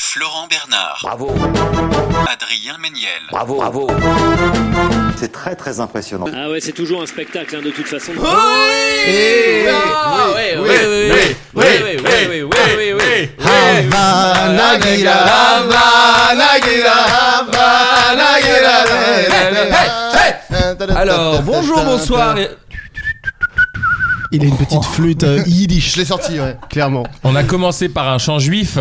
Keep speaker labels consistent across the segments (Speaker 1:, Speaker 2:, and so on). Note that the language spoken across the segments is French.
Speaker 1: Florent Bernard,
Speaker 2: Bravo,
Speaker 1: Adrien Méniel,
Speaker 2: bravo, bravo.
Speaker 3: C'est très très impressionnant.
Speaker 4: Ah ouais, c'est toujours un spectacle hein, de toute façon.
Speaker 5: Oh
Speaker 6: Havana, gira, Havana, gira, Havana, gira.
Speaker 7: Alors, bonjour, bonsoir. et-
Speaker 6: Il a une petite flûte euh, yiddish. Je l'ai sorti, ouais, clairement.
Speaker 7: On a commencé par un chant juif.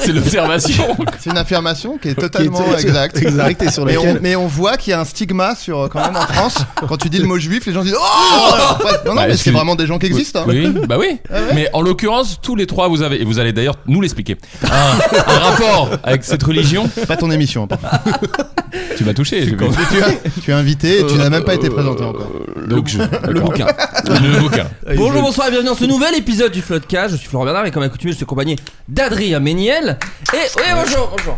Speaker 7: C'est l'observation.
Speaker 8: C'est une affirmation qui est totalement
Speaker 6: Qui est-
Speaker 8: exacte.
Speaker 6: Exact, et sur
Speaker 8: Mais on,
Speaker 6: laquelle-
Speaker 8: mais on voit qu'il y a un stigma sur euh, quand même en France. Quand tu dis le mot juif, les gens disent Oh Ouais, Non, non,
Speaker 7: Bah,
Speaker 8: mais
Speaker 7: c'est-
Speaker 8: c'est vraiment des gens qui existent. hein.
Speaker 7: Oui, bah oui. Mais en l'occurrence, tous les trois, vous avez, et vous allez d'ailleurs nous l'expliquer, un, un rapport avec cette religion.
Speaker 8: Pas ton émission. hein, par contre.
Speaker 7: Tu m'as touché. j'ai vu.
Speaker 8: tu, as- tu es invité et tu n'as même pas été présenté
Speaker 7: Euh,
Speaker 8: encore.
Speaker 7: Donc, je- le bouquin. Le bouquin.
Speaker 4: Bonjour, bonsoir et bienvenue dans ce nouvel épisode du Floodcast. Je suis Florent Bernard et comme accoutumé, je suis accompagné d'Adrien Méniel. Et oui, bonjour, bonjour.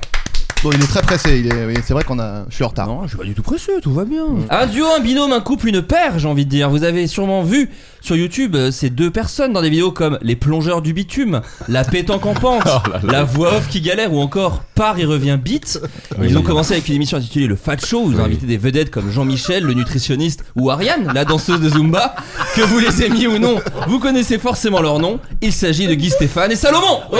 Speaker 8: Bon, il est très pressé. Il est, oui, c'est vrai qu'on a. Je suis en retard.
Speaker 4: Non, je suis pas du tout pressé, tout va bien. Mm. Un duo, un binôme, un couple, une paire, j'ai envie de dire. Vous avez sûrement vu sur YouTube euh, ces deux personnes dans des vidéos comme Les plongeurs du bitume, La pétanque en pente, La voix off qui galère ou encore Par et revient beat. Ils ont commencé avec une émission intitulée Le Fat Show où ils ont invité des vedettes comme Jean-Michel, le nutritionniste, ou Ariane, la danseuse de Zumba. Que vous les aimiez ou non, vous connaissez forcément leur nom. Il s'agit de Guy Stéphane et Salomon.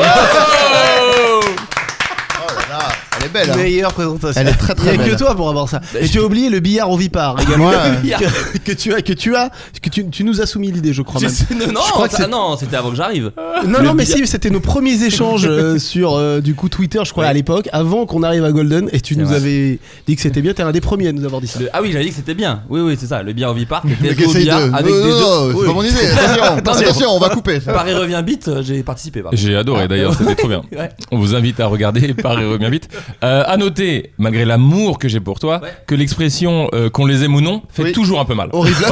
Speaker 8: Oh là là, elle est belle. hein.
Speaker 6: Meilleure présentation.
Speaker 8: Elle est très, très
Speaker 6: Il y a
Speaker 8: belle. euh,
Speaker 6: que toi pour avoir ça.
Speaker 7: Bah,
Speaker 6: Et tu as oublié le billard au Vipar également.
Speaker 8: Ouais.
Speaker 6: que, que tu as, que tu as, que tu, tu nous as soumis l'idée, je crois
Speaker 4: Je
Speaker 6: même.
Speaker 4: sais- non, non,
Speaker 6: Je crois que
Speaker 4: ça-
Speaker 6: c'est-
Speaker 4: non, c'était avant que j'arrive.
Speaker 6: Non,
Speaker 4: Le
Speaker 6: non, mais
Speaker 4: billard-
Speaker 6: si, c'était nos premiers échanges euh, sur euh, du coup Twitter, je crois,
Speaker 4: Ouais.
Speaker 6: à l'époque, avant qu'on arrive à Golden. Et tu nous
Speaker 4: vrai.
Speaker 6: avais dit que c'était bien. T'es un des premiers à nous avoir dit ça.
Speaker 4: Le- ah oui, j'avais dit que c'était bien. Oui, oui, c'est ça. Le bière au Vipark
Speaker 8: Mais
Speaker 4: était au
Speaker 8: qu'essaye
Speaker 4: billard
Speaker 8: de.
Speaker 4: avec
Speaker 8: non,
Speaker 4: des hein. Oh,
Speaker 8: non,
Speaker 4: œufs.
Speaker 8: c'est pas mon idée. Attention, attention, on va couper.
Speaker 4: Paris revient vite, euh, j'ai participé. pardon.
Speaker 7: J'ai adoré d'ailleurs, c'était trop bien.
Speaker 4: Ouais.
Speaker 7: On vous invite à regarder Paris revient vite. Euh, à noter, malgré l'amour que j'ai pour toi,
Speaker 4: Ouais.
Speaker 7: que l'expression euh, qu'on les aime ou non fait
Speaker 8: Oui. Oh,
Speaker 7: toujours un peu mal.
Speaker 8: Horrible.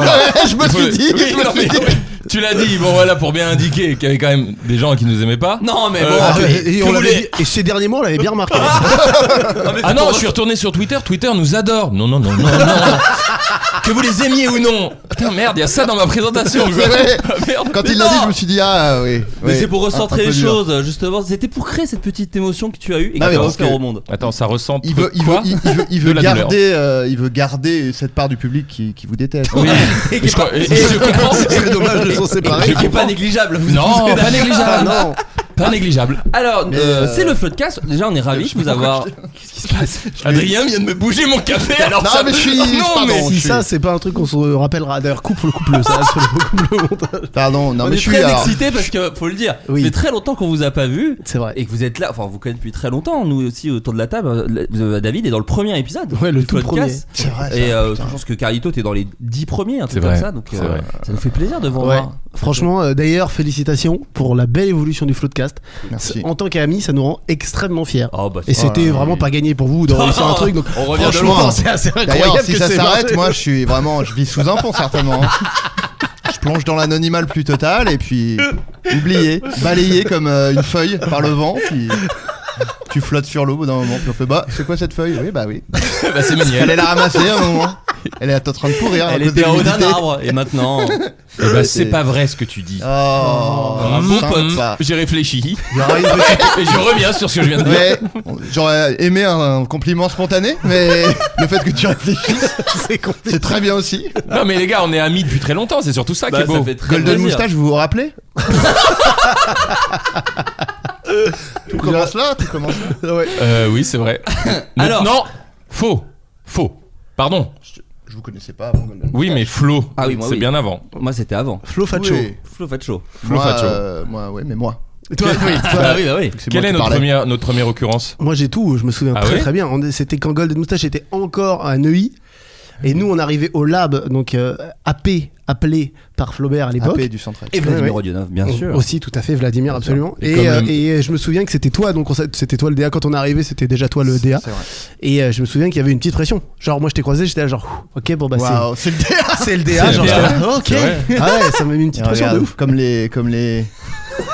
Speaker 8: je me
Speaker 7: Il faut-
Speaker 8: suis dit.
Speaker 7: Oui,
Speaker 8: je me
Speaker 7: non,
Speaker 8: suis
Speaker 7: mais-
Speaker 8: dit.
Speaker 7: Tu l'as dit, bon voilà, pour bien indiquer qu'il y avait quand même des gens qui nous aimaient pas.
Speaker 4: Non, mais bon.
Speaker 7: Euh,
Speaker 6: Ah,
Speaker 7: mais
Speaker 6: et, et
Speaker 7: que
Speaker 6: on l'avait
Speaker 7: voulez-
Speaker 6: dit- et ces derniers mois, on l'avait bien remarqué.
Speaker 7: Ah non, je suis retourné sur Twitter, Twitter nous adore. Non, non, non, non, non. non. que vous les aimiez ou non. Putain, merde, il y a ça dans ma présentation. quoi.
Speaker 8: C'est vrai.
Speaker 7: Merde.
Speaker 8: Quand
Speaker 7: Mais
Speaker 8: il l'a dit,
Speaker 7: non.
Speaker 8: je me suis dit ah oui.
Speaker 4: Mais
Speaker 8: oui.
Speaker 4: c'est pour
Speaker 8: Un- un
Speaker 4: recentrer
Speaker 8: peu
Speaker 4: les
Speaker 8: dur.
Speaker 4: choses, justement. C'était pour créer cette petite émotion que tu as eue et que
Speaker 8: Ah,
Speaker 4: tu
Speaker 8: mais
Speaker 4: vas
Speaker 8: parce
Speaker 4: offert
Speaker 8: que-
Speaker 4: au monde.
Speaker 7: Attends, ça ressemble.
Speaker 8: Il veut, il veut,
Speaker 7: quoi
Speaker 8: il, il veut, il
Speaker 7: De
Speaker 8: veut
Speaker 7: la douleur.
Speaker 8: garder, euh, il veut garder cette part du public qui, qui vous déteste.
Speaker 7: Oui. Et je, crois- et- et je comprends.
Speaker 6: C'est dommage de s'en séparer.
Speaker 4: Et qui est pas négligeable. vous vous
Speaker 7: Non,
Speaker 4: êtes
Speaker 7: pas négligeable.
Speaker 6: non.
Speaker 7: Pas négligeable.
Speaker 4: Alors,
Speaker 8: Mais,
Speaker 4: euh,
Speaker 8: euh,
Speaker 4: c'est le floodcast. Déjà, on est ravis de vous avoir. Qu'est-ce qui se passe
Speaker 7: Adrien vient de me bouger mon café alors
Speaker 8: Non,
Speaker 7: ça
Speaker 8: mais je suis-
Speaker 7: Non,
Speaker 8: pardon.
Speaker 7: mais.
Speaker 6: Si
Speaker 8: je suis-
Speaker 6: ça, c'est pas un truc qu'on se rappellera. D'ailleurs, coupe le couple, ça. sur le couple au montage.
Speaker 8: Pardon, non
Speaker 4: On
Speaker 8: mais
Speaker 4: est
Speaker 8: je suis
Speaker 4: très
Speaker 8: alors,
Speaker 4: excités parce que, faut le dire,
Speaker 6: Oui.
Speaker 4: ça fait très longtemps qu'on vous a pas vu.
Speaker 6: C'est vrai.
Speaker 4: et que vous êtes là, enfin on vous connaît depuis très longtemps, nous aussi autour de la table, euh, euh, David est dans le premier épisode.
Speaker 6: Ouais, le
Speaker 4: du
Speaker 6: tout
Speaker 4: podcast.
Speaker 6: premier. C'est vrai, ça,
Speaker 4: Et euh,
Speaker 6: putain.
Speaker 4: je pense que Carlito, t'es dans les 10 premiers, un
Speaker 7: C'est
Speaker 4: truc comme
Speaker 7: vrai,
Speaker 4: ça, donc
Speaker 7: c'est
Speaker 4: euh,
Speaker 7: vrai.
Speaker 4: ça nous fait plaisir de vous
Speaker 6: Ouais.
Speaker 4: revoir.
Speaker 6: Franchement, euh, d'ailleurs, félicitations pour la belle évolution du Floodcast.
Speaker 8: Merci.
Speaker 6: En tant qu'ami, ça nous rend extrêmement fiers.
Speaker 4: Oh, bah,
Speaker 6: Et
Speaker 4: c'est-
Speaker 6: c'était
Speaker 8: oui.
Speaker 6: vraiment pas gagné pour vous de réussir un truc. Donc,
Speaker 7: On revient de
Speaker 6: franchement,
Speaker 8: loin.
Speaker 6: c'est assez
Speaker 8: D'ailleurs,
Speaker 6: incroyable
Speaker 8: si
Speaker 6: que
Speaker 8: ça
Speaker 6: c'est
Speaker 8: s'arrête,
Speaker 6: marché.
Speaker 8: moi, je suis vraiment, je vis sous un pont certainement. hein. Je plonge dans l'anonymat le plus total et puis oublié, balayé comme euh, une feuille par le vent. Puis tu flottes sur l'eau au bout d'un moment. Puis on fait bah, c'est quoi cette feuille Oui, bah oui.
Speaker 7: Bah, c'est
Speaker 8: Elle
Speaker 7: Méniel.
Speaker 8: est la ramasser à un moment. Elle est en train de pourrir. à
Speaker 4: Elle
Speaker 8: cause
Speaker 4: était
Speaker 8: de
Speaker 4: en haut d'un
Speaker 8: l'humidité.
Speaker 4: arbre et maintenant.
Speaker 7: Eh ben, c'est pas vrai ce que tu dis.
Speaker 8: Oh,
Speaker 7: Mon
Speaker 8: sympa.
Speaker 7: pote, j'ai réfléchi.
Speaker 8: Il y aura une petite-
Speaker 7: Et je reviens sur ce que je viens de dire.
Speaker 8: Ouais, j'aurais aimé un compliment spontané, mais le fait que tu réfléchisses,
Speaker 6: C'est compliqué.
Speaker 8: c'est très bien aussi.
Speaker 7: Non mais les gars, on est amis depuis très longtemps, c'est surtout ça qui
Speaker 4: Bah,
Speaker 7: est beau.
Speaker 4: ça fait très
Speaker 8: Golden
Speaker 4: plaisir.
Speaker 8: Moustache, vous vous rappelez Tout commence là, tout commence là.
Speaker 7: Euh, oui, c'est vrai.
Speaker 4: Alors-
Speaker 7: Alors, non, faux, faux. Pardon.
Speaker 8: Je vous connaissais pas avant Golden
Speaker 7: Oui, mais Flo,
Speaker 4: Ah oui, moi,
Speaker 7: c'est
Speaker 4: oui.
Speaker 7: bien avant.
Speaker 4: Moi, c'était avant.
Speaker 6: Flo Facho.
Speaker 8: Oui.
Speaker 4: Flo Facho.
Speaker 7: Flo
Speaker 8: moi,
Speaker 7: Faccio.
Speaker 8: euh, moi, ouais, mais moi.
Speaker 6: Toi, oui.
Speaker 4: Bah oui, bah oui.
Speaker 8: C'est
Speaker 7: Quelle
Speaker 8: moi
Speaker 7: est
Speaker 8: qui
Speaker 7: notre
Speaker 8: parlais.
Speaker 7: première, notre première occurrence
Speaker 6: Moi j'ai tout, je me souviens
Speaker 7: Ah
Speaker 6: très
Speaker 7: ouais
Speaker 6: très bien. On- C'était quand Golden Moustache était encore à Neuilly. Et nous, on arrivait au lab, donc euh, AP, appelé par Flaubert à l'époque.
Speaker 8: AP Ah, du centre
Speaker 4: Et
Speaker 6: Ouais,
Speaker 4: Vladimir
Speaker 6: ouais.
Speaker 4: Rodionov, bien sûr.
Speaker 6: Aussi, tout à fait, Vladimir, absolument.
Speaker 7: Et
Speaker 6: Et,
Speaker 7: comme,
Speaker 6: euh,
Speaker 7: euh,
Speaker 6: et je me souviens que c'était toi, donc on s'a- c'était toi le DA. Quand on est arrivé, c'était déjà toi le DA.
Speaker 8: C'est vrai.
Speaker 6: Et euh, je me souviens qu'il y avait une petite pression. Genre, moi je t'ai croisé, j'étais là, genre, ouh, ok, bon bah c'est-
Speaker 8: Waouh, c'est le DA
Speaker 6: c'est le DA.
Speaker 7: C'est
Speaker 6: genre,
Speaker 7: le
Speaker 6: j'étais
Speaker 7: DA.
Speaker 6: là, ok.
Speaker 7: C'est
Speaker 6: Ah ouais, ça m'a mis une petite
Speaker 8: Et
Speaker 6: pression de
Speaker 8: regarde,
Speaker 6: ouf.
Speaker 8: Comme les, comme les,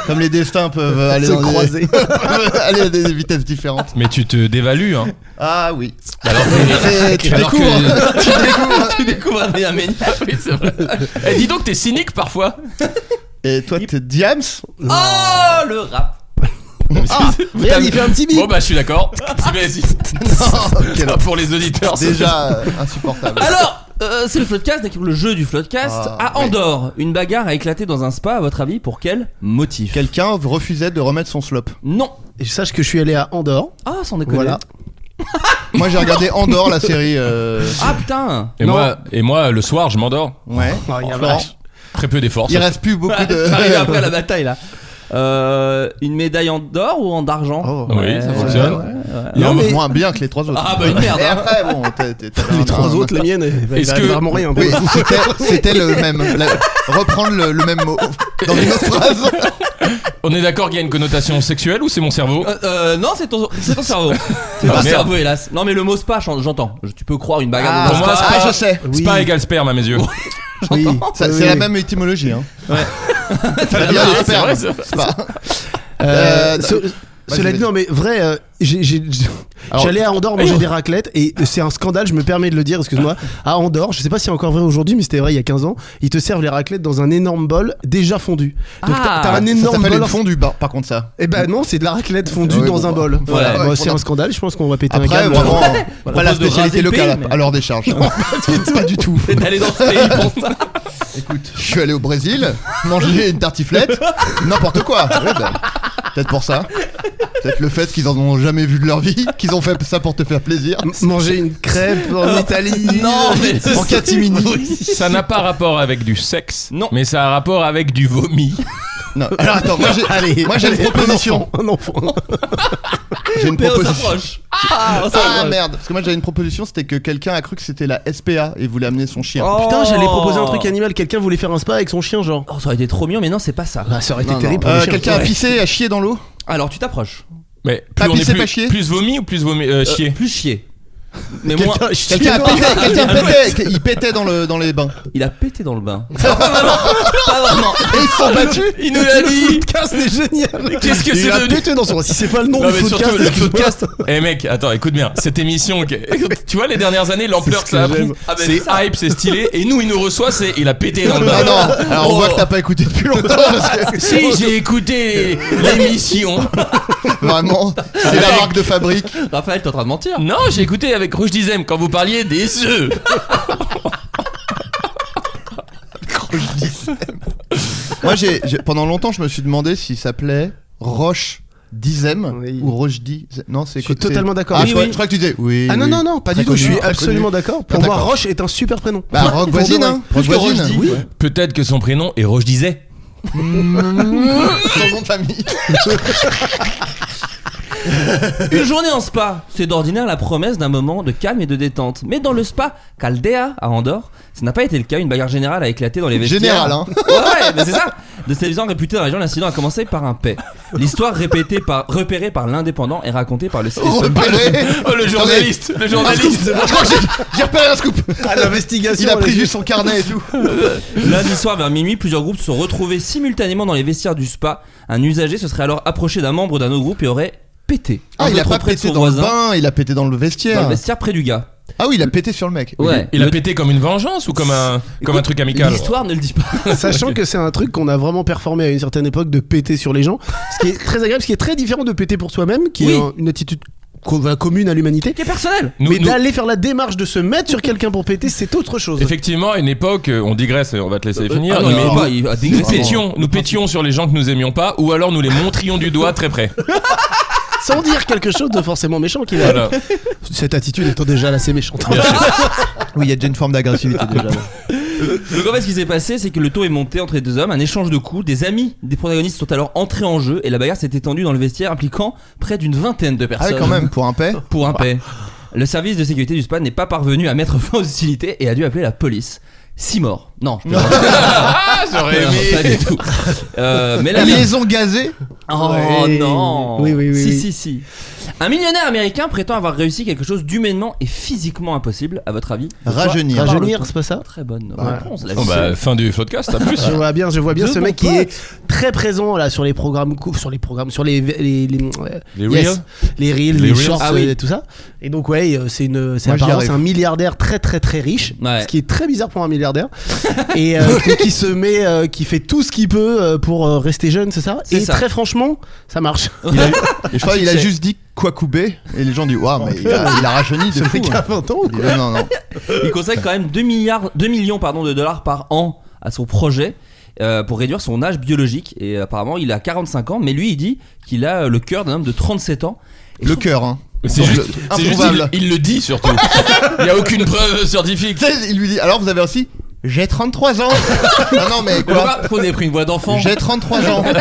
Speaker 8: comme les destins peuvent aller
Speaker 6: Se
Speaker 8: dans des-
Speaker 6: croiser.
Speaker 8: peuvent aller à des vitesses différentes.
Speaker 7: Mais tu te dévalues, hein.
Speaker 8: Ah oui.
Speaker 7: Alors
Speaker 8: C'est- tu
Speaker 7: alors
Speaker 8: découvres.
Speaker 7: que- tu découvres, tu découvres Adrien Méniel. Oui, c'est vrai.
Speaker 4: Oh,
Speaker 7: Eh, dis donc, t'es cynique parfois.
Speaker 8: Et toi, t'es Diams
Speaker 4: Oh, le rap.
Speaker 8: Ah,
Speaker 7: T'as-
Speaker 8: regarde, il fait un petit bip.
Speaker 7: Bon bah, je suis d'accord. Vas-y.
Speaker 8: Non, quel-
Speaker 7: Ça, Pour les auditeurs, c'est-
Speaker 8: Déjà euh, insupportable.
Speaker 4: Alors, euh, c'est le Floodcast, donc le jeu du Floodcast.
Speaker 8: Ah,
Speaker 4: à Andorre, une bagarre a éclaté dans un spa, à votre avis, pour quel motif
Speaker 8: Quelqu'un refusait de remettre son slop.
Speaker 4: Non.
Speaker 6: Et je sache que je suis allé à Andorre.
Speaker 4: Ah, sans déconner.
Speaker 6: Voilà.
Speaker 8: Moi, j'ai regardé Andorre, la série. euh,
Speaker 4: Ah putain
Speaker 7: Et moi, et moi, le soir, je m'endors.
Speaker 8: Ouais.
Speaker 6: Ah, il y a
Speaker 8: Florent,
Speaker 6: vache.
Speaker 7: Très peu d'efforts.
Speaker 8: il reste plus beaucoup de.
Speaker 4: J'arrive après la bataille là. Euh, une médaille en d'or ou en d'argent
Speaker 8: Oh.
Speaker 7: Oui, ça fonctionne. Il y a
Speaker 8: Non,
Speaker 7: un
Speaker 8: mais
Speaker 7: moment-
Speaker 8: moins bien que les trois autres.
Speaker 4: Ah, bah, une merde,
Speaker 8: Et
Speaker 4: hein.
Speaker 8: après, bon, t'as- t'as- t'as un-
Speaker 6: Les trois
Speaker 8: un-
Speaker 6: autres, la mienne, elle
Speaker 7: Est-ce
Speaker 6: valait
Speaker 7: que-
Speaker 6: bah, vraiment rien.
Speaker 8: Oui, c'était, c'était le même. la- reprendre le, le même mot dans une autre phrase.
Speaker 7: On est d'accord qu'il y a une connotation sexuelle ou c'est mon cerveau
Speaker 4: Euh, euh, non, c'est ton, c'est ton cerveau. C'est
Speaker 7: Ah,
Speaker 4: ton
Speaker 7: merde.
Speaker 4: cerveau, hélas. Non, mais le mot spa, j'en- j'entends. Je- Tu peux croire une bagarre
Speaker 8: Ah,
Speaker 4: dans un
Speaker 7: Pour moi,
Speaker 4: spa.
Speaker 7: spa-
Speaker 8: je sais.
Speaker 6: Oui.
Speaker 7: Spa égale sperme à mes yeux.
Speaker 6: Oui.
Speaker 8: Ça,
Speaker 6: Oui,
Speaker 8: c'est la
Speaker 6: oui.
Speaker 8: même étymologie. Hein.
Speaker 7: C'est
Speaker 8: Très bien,
Speaker 7: vrai,
Speaker 8: le
Speaker 7: c'est
Speaker 8: sperme.
Speaker 7: vrai, c'est vrai.
Speaker 8: C'est pas-
Speaker 6: Euh,
Speaker 8: Euh,
Speaker 6: ce- Cela dit,
Speaker 8: vas-y.
Speaker 6: non, mais vrai, euh, j'ai- j'ai-
Speaker 8: Alors-
Speaker 6: j'allais à Andorre manger des raclettes et c'est un scandale, je me permets de le dire, excuse-moi. À Andorre, je sais pas si c'est encore vrai aujourd'hui, mais c'était vrai il y a 15 ans, ils te servent les raclettes dans un énorme bol déjà fondu. Donc
Speaker 4: Ah.
Speaker 6: t'as- t'as un
Speaker 8: ça
Speaker 6: énorme
Speaker 8: s'appelle
Speaker 6: bol.
Speaker 8: une fondue, par, par contre, ça.
Speaker 6: Eh ben non, c'est de la raclette fondue
Speaker 8: Ah oui,
Speaker 6: dans
Speaker 8: bon,
Speaker 6: un
Speaker 8: bah,
Speaker 6: bol. Voilà,
Speaker 8: ouais,
Speaker 6: Bah,
Speaker 8: bon,
Speaker 6: c'est un
Speaker 8: bah.
Speaker 6: scandale, je pense qu'on va péter un
Speaker 8: Après,
Speaker 6: câble.
Speaker 8: vraiment,
Speaker 4: Voilà.
Speaker 8: pas la
Speaker 4: Propose de
Speaker 8: spécialité
Speaker 4: raser le
Speaker 8: locale,
Speaker 4: pays, mais-
Speaker 8: à leur décharge.
Speaker 6: pas du tout.
Speaker 4: T'es allé dans ce pays pour ça.
Speaker 8: Écoute, je suis allé au Brésil, manger une tartiflette, n'importe quoi. Ouais, bah, peut-être pour ça. Peut-être le fait qu'ils en ont jamais vu de leur vie, qu'ils ont fait ça pour te faire plaisir.
Speaker 6: M- Manger une crêpe en Italie.
Speaker 4: Non, mais.
Speaker 8: En catimini.
Speaker 7: Ça n'a pas rapport avec du sexe,
Speaker 4: Non.
Speaker 7: mais ça a rapport avec du vomi.
Speaker 8: Non. Alors attends, moi j'ai, moi, j'ai une proposition.
Speaker 6: Un enfant.
Speaker 8: J'ai une
Speaker 4: Mais on
Speaker 8: proposition.
Speaker 4: s'approche. Ah, on s'approche.
Speaker 8: Ah merde, parce que moi j'avais une proposition, c'était que quelqu'un a cru que c'était la SPA et voulait amener son chien.
Speaker 4: Oh.
Speaker 6: Putain, j'allais proposer un truc animal, quelqu'un voulait faire un spa avec son chien, genre.
Speaker 4: Oh, ça aurait été trop mignon, mais non, c'est pas ça.
Speaker 6: Bah, ça aurait été
Speaker 4: Non,
Speaker 6: terrible
Speaker 4: non.
Speaker 6: pour
Speaker 8: Euh,
Speaker 6: le chien.
Speaker 8: quelqu'un a
Speaker 6: Ouais.
Speaker 8: pissé, a chié dans l'eau
Speaker 4: Alors, tu t'approches.
Speaker 7: Mais
Speaker 8: Pas
Speaker 7: plus on est
Speaker 8: pisser,
Speaker 7: plus,
Speaker 8: pas chier.
Speaker 7: plus vomi ou plus vomi euh,
Speaker 4: Euh,
Speaker 7: chier
Speaker 4: Plus chier. Mais moi,
Speaker 6: Quelqu'un a chié
Speaker 8: Quelqu'un a
Speaker 6: dans-
Speaker 8: pété, quelqu'un pétait, il pétait dans, le, dans les bains.
Speaker 4: il a pété dans le bain. Pas vraiment. Pas vraiment.
Speaker 8: Et ils se sont battus
Speaker 7: Il nous l'a dit
Speaker 6: c'est génial.
Speaker 7: Qu'est-ce que
Speaker 6: Il
Speaker 7: c'est
Speaker 6: a
Speaker 7: devenu
Speaker 6: pété dans son. Si c'est pas le nom
Speaker 7: Non,
Speaker 6: du
Speaker 7: mais surtout,
Speaker 6: podcast,
Speaker 7: le
Speaker 6: excuse-moi.
Speaker 7: podcast. Eh mec, attends, écoute bien, cette émission, que- tu vois les dernières années, l'ampleur que
Speaker 6: C'est ce
Speaker 7: ça a
Speaker 6: que
Speaker 7: pris,
Speaker 6: j'aime.
Speaker 4: Ah, mais
Speaker 7: c'est
Speaker 4: c'est ça.
Speaker 7: hype, c'est stylé, et nous, il nous reçoit, c'est il a pété dans le
Speaker 8: Ah
Speaker 7: bain.
Speaker 8: non, alors on
Speaker 7: Oh.
Speaker 8: voit que t'as pas écouté depuis longtemps parce que
Speaker 7: Si, j'ai écouté l'émission.
Speaker 8: vraiment, c'est la marque de fabrique.
Speaker 4: Raphaël, t'es en train de mentir.
Speaker 7: Non, j'ai écouté avec Rouge Dizem quand vous parliez des œufs.
Speaker 8: Moi, j'ai, j'ai- pendant longtemps, je me suis demandé s'il s'appelait Roche Dizem
Speaker 6: Oui.
Speaker 8: ou Roche Dizem. Non, c'est
Speaker 6: Je suis
Speaker 8: c'est-
Speaker 6: totalement d'accord.
Speaker 8: Ah,
Speaker 6: Oui,
Speaker 8: je, crois-
Speaker 6: oui.
Speaker 8: je crois que tu disais oui.
Speaker 6: Ah non,
Speaker 8: oui.
Speaker 6: non, non, pas
Speaker 8: Très
Speaker 6: du tout, je
Speaker 8: connu,
Speaker 6: suis
Speaker 8: très
Speaker 6: absolument
Speaker 8: connu.
Speaker 6: d'accord. Pour
Speaker 8: Ah,
Speaker 6: moi,
Speaker 8: d'accord.
Speaker 6: Roche est un super prénom.
Speaker 8: Bah, Rock
Speaker 6: Pour
Speaker 8: voisine,
Speaker 6: de vrai.
Speaker 8: hein. Rock voisine.
Speaker 6: Oui.
Speaker 7: Peut-être que son prénom est Roche Dizet.
Speaker 8: Son nom de famille.
Speaker 4: Une journée en spa, c'est d'ordinaire la promesse d'un moment de calme et de détente. Mais dans le spa Caldea à Andorre, ça n'a pas été le cas. Une bagarre générale a éclaté dans les vestiaires.
Speaker 8: Général, hein.
Speaker 4: Ouais, ouais, mais c'est ça. De ces gens réputés dans la région, l'incident a commencé par un paix. L'histoire répétée par, repérée par l'indépendant et racontée par le site.
Speaker 8: Repéré.
Speaker 7: Oh, le journaliste, le
Speaker 8: Un scoop.
Speaker 7: journaliste.
Speaker 8: Je crois que j'ai- j'ai repéré un scoop.
Speaker 6: À l'investigation.
Speaker 8: Il a pris
Speaker 6: les-
Speaker 8: juste son carnet et tout.
Speaker 4: Lundi soir vers minuit, plusieurs groupes se sont retrouvés simultanément dans les vestiaires du spa. Un usager se serait alors approché d'un membre d'un autre groupe et aurait pété.
Speaker 8: Ah,
Speaker 4: Un
Speaker 8: il a
Speaker 4: autre
Speaker 8: pas
Speaker 4: auprès de
Speaker 8: pété
Speaker 4: son
Speaker 8: dans le
Speaker 4: voisin,
Speaker 8: bain, il a pété dans le
Speaker 4: dans le
Speaker 8: vestiaire.
Speaker 4: vestiaire près du gars.
Speaker 8: Ah oui, il a pété sur le mec.
Speaker 4: Ouais.
Speaker 7: Il a pété comme une vengeance ou comme un, comme un truc amical
Speaker 4: L'histoire ne le dit pas.
Speaker 6: Sachant que c'est un truc qu'on a vraiment performé à une certaine époque de péter sur les gens, ce qui est très agréable, ce qui est très différent de péter pour soi-même, qui est
Speaker 4: Oui.
Speaker 6: un- une attitude co- voilà, commune à l'humanité.
Speaker 4: Qui est personnel.
Speaker 7: Nous-
Speaker 6: mais
Speaker 7: nous-
Speaker 6: d'aller faire la démarche de se mettre sur quelqu'un pour péter, c'est autre chose.
Speaker 7: Effectivement, à une époque, euh, on digresse, on va te laisser finir.
Speaker 4: Ah non,
Speaker 7: mais-
Speaker 4: il faut pas, il- ah,
Speaker 7: Nous
Speaker 4: dégueulasse.
Speaker 7: pétions, nous pétions sur les gens que nous aimions pas, ou alors nous les montrions du doigt très près.
Speaker 6: Sans dire quelque chose de forcément méchant qu'il a.
Speaker 7: Voilà.
Speaker 6: Cette attitude étant déjà assez méchante.
Speaker 8: Oui, il y a déjà une forme d'agressivité déjà. là.
Speaker 4: Donc en fait, ce qui s'est passé, c'est que le taux est monté entre les deux hommes, un échange de coups, des amis des protagonistes sont alors entrés en jeu et la bagarre s'est étendue dans le vestiaire impliquant près d'une vingtaine de
Speaker 8: Ah
Speaker 4: personnes.
Speaker 8: ouais, quand même, pour un paix.
Speaker 4: Pour un paix. Le service de sécurité du SPA n'est pas parvenu à mettre fin aux hostilités et a dû appeler la police. Six morts. Non, je plaisante.
Speaker 7: Ah, j'aurais
Speaker 4: Non,
Speaker 7: aimé.
Speaker 4: pas du tout. Euh, mais
Speaker 8: La
Speaker 4: la
Speaker 8: liaison gazée
Speaker 4: Oh
Speaker 6: Oui.
Speaker 4: non
Speaker 6: Oui, oui, oui,
Speaker 4: Si,
Speaker 6: oui.
Speaker 4: si, si. Un millionnaire américain prétend avoir réussi quelque chose d'humainement et physiquement impossible, à votre avis De quoi
Speaker 8: Rajeunir.
Speaker 4: parle-t-on
Speaker 6: Rajeunir, c'est pas ça
Speaker 4: Très bonne
Speaker 6: Ouais.
Speaker 4: réponse. la
Speaker 7: Bon,
Speaker 4: vie.
Speaker 7: bah, fin du podcast, à plus.
Speaker 6: Je vois bien, je vois bien
Speaker 4: De
Speaker 6: ce
Speaker 4: mon
Speaker 6: mec qui
Speaker 4: pote.
Speaker 6: est très présent là sur les programmes, cou- sur les programmes, sur les les les, euh,
Speaker 7: Les
Speaker 6: yes,
Speaker 7: reels
Speaker 6: les reels,
Speaker 7: Les
Speaker 6: les
Speaker 7: reels.
Speaker 6: shorts,
Speaker 4: Ah oui.
Speaker 6: euh, tout ça. Et donc ouais, euh, c'est une, c'est
Speaker 8: Moi, j'y
Speaker 6: apparemment, c'est
Speaker 8: arrive.
Speaker 6: un milliardaire très très très riche,
Speaker 4: Ouais.
Speaker 6: ce qui est très bizarre pour un milliardaire, et euh, donc, qui se met, euh, qui fait tout ce qu'il peut euh, pour euh, rester jeune, c'est ça.
Speaker 4: C'est
Speaker 6: Et
Speaker 4: ça.
Speaker 6: très franchement, ça marche.
Speaker 8: il a, Ah, je crois qu'il a
Speaker 4: succès.
Speaker 8: juste dit quoi couper et les gens disent waouh mais il a, il a rajeuni de fou. hein.
Speaker 6: mec a 20 ans ou
Speaker 8: Il dit, non non.
Speaker 4: Il consacre quand même 2, milliards, 2 millions pardon, de dollars par an à son projet. euh, pour réduire son âge biologique et apparemment il a 45 ans mais lui il dit qu'il a euh, le cœur d'un homme de 37 ans Et je
Speaker 8: Le
Speaker 4: trouve-
Speaker 8: cœur hein.
Speaker 7: C'est
Speaker 8: Donc,
Speaker 7: juste,
Speaker 8: le-
Speaker 7: c'est juste
Speaker 8: improuvable.
Speaker 7: il, il le dit surtout. Il n'y a aucune preuve scientifique.
Speaker 8: Tu sais, il lui dit alors vous avez aussi j'ai 33 ans. Ah non non mais
Speaker 4: Pourquoi
Speaker 8: quoi
Speaker 4: Pourquoi vous avez pris une voix d'enfant
Speaker 8: J'ai 33 ans. Non, mais,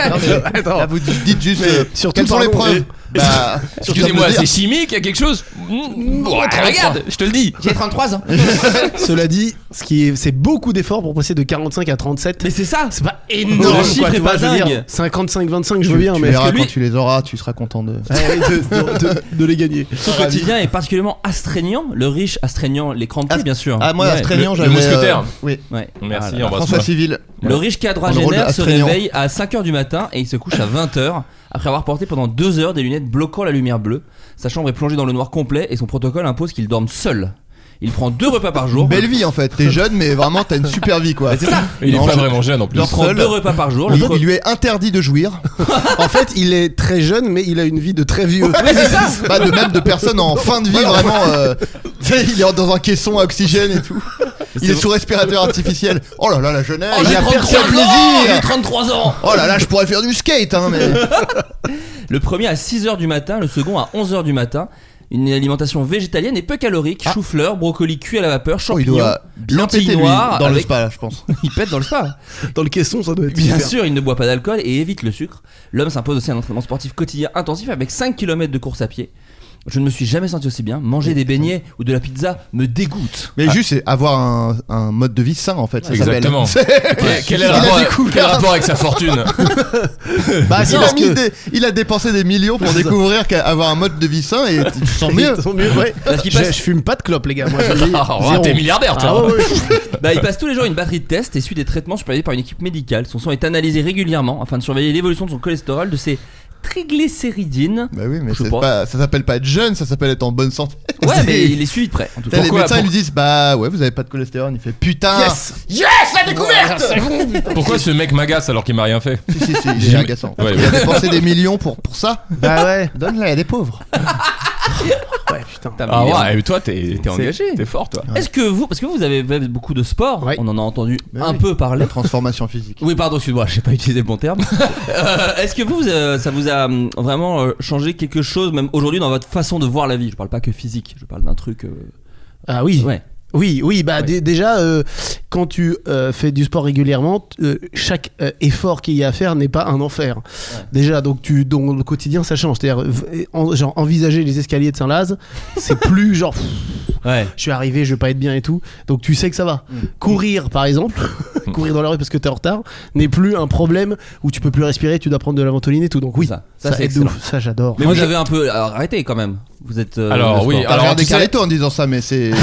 Speaker 8: là, vous dites dites juste euh,
Speaker 6: surtout,
Speaker 8: quelles sont les
Speaker 6: pardon,
Speaker 8: preuves Bah,
Speaker 7: Excusez-moi,
Speaker 8: sur-
Speaker 7: c'est chimique, il y a quelque chose Mm, bon, Regarde, je te le dis.
Speaker 4: J'ai 33 ans
Speaker 6: Cela dit, ce qui est, c'est beaucoup d'efforts pour passer de 45 à 37.
Speaker 4: Mais c'est ça
Speaker 6: C'est pas énorme.
Speaker 4: Le chiffre
Speaker 6: quoi, tu
Speaker 4: est
Speaker 6: vois,
Speaker 4: pas
Speaker 6: je veux dire,
Speaker 4: dingue.
Speaker 6: 55-25, je
Speaker 8: tu,
Speaker 6: veux bien,
Speaker 8: tu
Speaker 6: mais
Speaker 8: verras
Speaker 6: est-ce
Speaker 8: quand
Speaker 6: que lui- Ah
Speaker 8: tu les auras, tu seras content de.
Speaker 6: de, de- de les gagner.
Speaker 4: Son quotidien est particulièrement astreignant, le riche astreignant les crampés
Speaker 8: Ah,
Speaker 4: bien sûr.
Speaker 8: Ah moi
Speaker 4: Ouais.
Speaker 8: astreignant
Speaker 7: le-
Speaker 8: j'avais.
Speaker 7: le mousquetaire.
Speaker 8: euh, Oui.
Speaker 4: Ouais.
Speaker 7: Merci,
Speaker 4: Voilà.
Speaker 7: embrasse-toi.
Speaker 8: François Civil.
Speaker 4: Le riche
Speaker 8: On le rôle
Speaker 4: quadragénaire se
Speaker 8: astreignant.
Speaker 4: réveille à 5h du matin et il se couche à 20h après avoir porté pendant 2 heures des lunettes bloquant la lumière bleue. Sa chambre est plongée dans le noir complet et son protocole impose qu'il dorme seul. Il prend deux repas par jour.
Speaker 8: Belle vie en fait. T'es jeune mais vraiment t'as une super vie quoi.
Speaker 4: Bah, c'est ça.
Speaker 7: Il est
Speaker 8: Non,
Speaker 7: pas
Speaker 8: je-
Speaker 7: vraiment jeune en plus.
Speaker 4: Il
Speaker 8: Genre
Speaker 4: prend
Speaker 8: seul.
Speaker 4: deux repas par jour. Le
Speaker 8: Il,
Speaker 4: pre-
Speaker 8: il lui est interdit de jouir,
Speaker 6: En fait, il est très jeune, mais il a une vie de très vieux.
Speaker 8: pas de même de personne en fin de vie vraiment. euh, tu sais, il est dans un caisson à oxygène et tout. Il est sous respirateur artificiel. Oh là là la jeunesse.
Speaker 4: Oh,
Speaker 8: il
Speaker 4: j'ai
Speaker 8: a
Speaker 4: 33
Speaker 8: percé
Speaker 4: ans, j'ai
Speaker 8: plaisir.
Speaker 4: 33 ans
Speaker 8: Oh là là, je pourrais faire du skate hein, mais
Speaker 4: Le premier à 6h du matin, le second à 11h du matin. Une alimentation végétalienne et peu calorique, chou-fleur, brocoli cuit à la vapeur,
Speaker 8: Ah. Oh, il
Speaker 4: champignons,
Speaker 8: doit bien
Speaker 4: lentilles
Speaker 8: péter lui
Speaker 4: noires
Speaker 8: dans le
Speaker 4: avec- Ah.
Speaker 8: spa là, je pense.
Speaker 4: il pète dans le spa.
Speaker 6: Dans le caisson, ça doit être.
Speaker 4: Bien
Speaker 6: super.
Speaker 4: sûr, il ne boit pas d'alcool et évite le sucre. L'homme s'impose aussi un entraînement sportif quotidien intensif avec 5 km de course à pied. Je ne me suis jamais senti aussi bien. Manger des beignets ou de la pizza me dégoûte.
Speaker 8: Mais juste c'est avoir un, un mode de vie sain en fait. ça s'appelle.
Speaker 7: Exactement.
Speaker 8: C'est-
Speaker 7: Quel- Quel est
Speaker 8: Il
Speaker 7: le
Speaker 8: a
Speaker 7: rapport-
Speaker 8: découvert-
Speaker 7: quel rapport avec sa fortune
Speaker 6: Bah,
Speaker 8: Il
Speaker 6: c'est
Speaker 8: a,
Speaker 6: parce
Speaker 8: mis
Speaker 6: que-
Speaker 8: des- il a dépensé des millions pour découvrir qu'avoir un mode de vie sain et tu te sens mieux.
Speaker 6: Ils sont mieux, ouais.
Speaker 4: Parce qu'il
Speaker 6: Je-
Speaker 4: passe-
Speaker 6: Je fume pas de clope, les gars. Moi, je dis
Speaker 7: Ah, ouais,
Speaker 6: zéro.
Speaker 7: T'es milliardaire, toi.
Speaker 6: Ah ouais, ouais.
Speaker 4: Bah, il passe tous les jours une batterie de tests et suit des traitements supervisés par une équipe médicale. Son sang est analysé régulièrement afin de surveiller l'évolution de son cholestérol, de ses triglycéridines.
Speaker 8: Bah oui, mais
Speaker 4: Je sais
Speaker 8: c'est
Speaker 4: pas.
Speaker 8: pas- ça s'appelle pas être jeune, ça s'appelle être en bonne santé.
Speaker 4: Ouais,
Speaker 8: C'est-
Speaker 4: mais il est suivi de près. En tout
Speaker 8: T'as
Speaker 4: cas.
Speaker 8: les
Speaker 7: Pourquoi-
Speaker 8: médecins ils
Speaker 7: pour-
Speaker 8: lui disent bah ouais vous avez pas de cholestérol il fait putain
Speaker 6: Yes.
Speaker 7: Pourquoi ce mec m'agace alors qu'il m'a rien fait
Speaker 8: si si si il est agaçant
Speaker 7: Ouais,
Speaker 8: il a
Speaker 7: ouais.
Speaker 8: dépensé des millions pour, pour ça
Speaker 6: Bah ouais.
Speaker 8: donne-la à des pauvres
Speaker 6: Ouais, putain.
Speaker 4: Putain, mais
Speaker 7: Ah
Speaker 4: il est-
Speaker 7: ouais, et toi t'es t'es
Speaker 4: C'est-
Speaker 7: engagé, t'es fort toi.
Speaker 4: Est-ce que vous, parce que vous avez fait beaucoup de sport,
Speaker 6: Ouais.
Speaker 4: on en a entendu
Speaker 8: Mais
Speaker 4: un
Speaker 8: Bah oui.
Speaker 4: peu parler.
Speaker 8: la transformation physique
Speaker 4: Oui, pardon, excuse-moi, j'ai pas utilisé le bon terme. Euh, Est-ce que vous, euh, ça vous a hum, vraiment euh, changé quelque chose, même aujourd'hui, dans votre façon de voir la vie Je parle pas que physique, je parle d'un truc. euh,
Speaker 6: Ah oui.
Speaker 4: Ouais.
Speaker 6: Oui, oui, bah
Speaker 4: Ouais.
Speaker 6: dé- déjà, euh, quand tu euh, fais du sport régulièrement, t- euh, chaque euh, effort qu'il y a à faire n'est pas un enfer. Déjà, donc tu, dans le quotidien, ça change. C'est-à-dire, v- en- genre envisager les escaliers de Saint-Laz, c'est plus genre, pff,
Speaker 4: Ouais.
Speaker 6: je suis arrivé, je vais pas être bien et tout. Donc tu sais que ça va. Courir, par exemple, courir dans la rue parce que t'es en retard, n'est plus un problème où tu peux plus respirer, tu dois prendre de la ventoline et tout. Donc oui,
Speaker 4: Ça,
Speaker 6: ça,
Speaker 4: ça, c'est
Speaker 6: aide de ouf.
Speaker 4: excellent.
Speaker 6: Ça, j'adore.
Speaker 4: Mais vous avez un peu. alors, arrêtez quand même. Vous êtes. euh,
Speaker 7: Alors,
Speaker 4: le
Speaker 7: oui,
Speaker 4: sport.
Speaker 8: t'as
Speaker 7: alors,
Speaker 8: regardé
Speaker 7: tu sais-
Speaker 8: Carlito en disant ça mais c'est
Speaker 7: Il m'a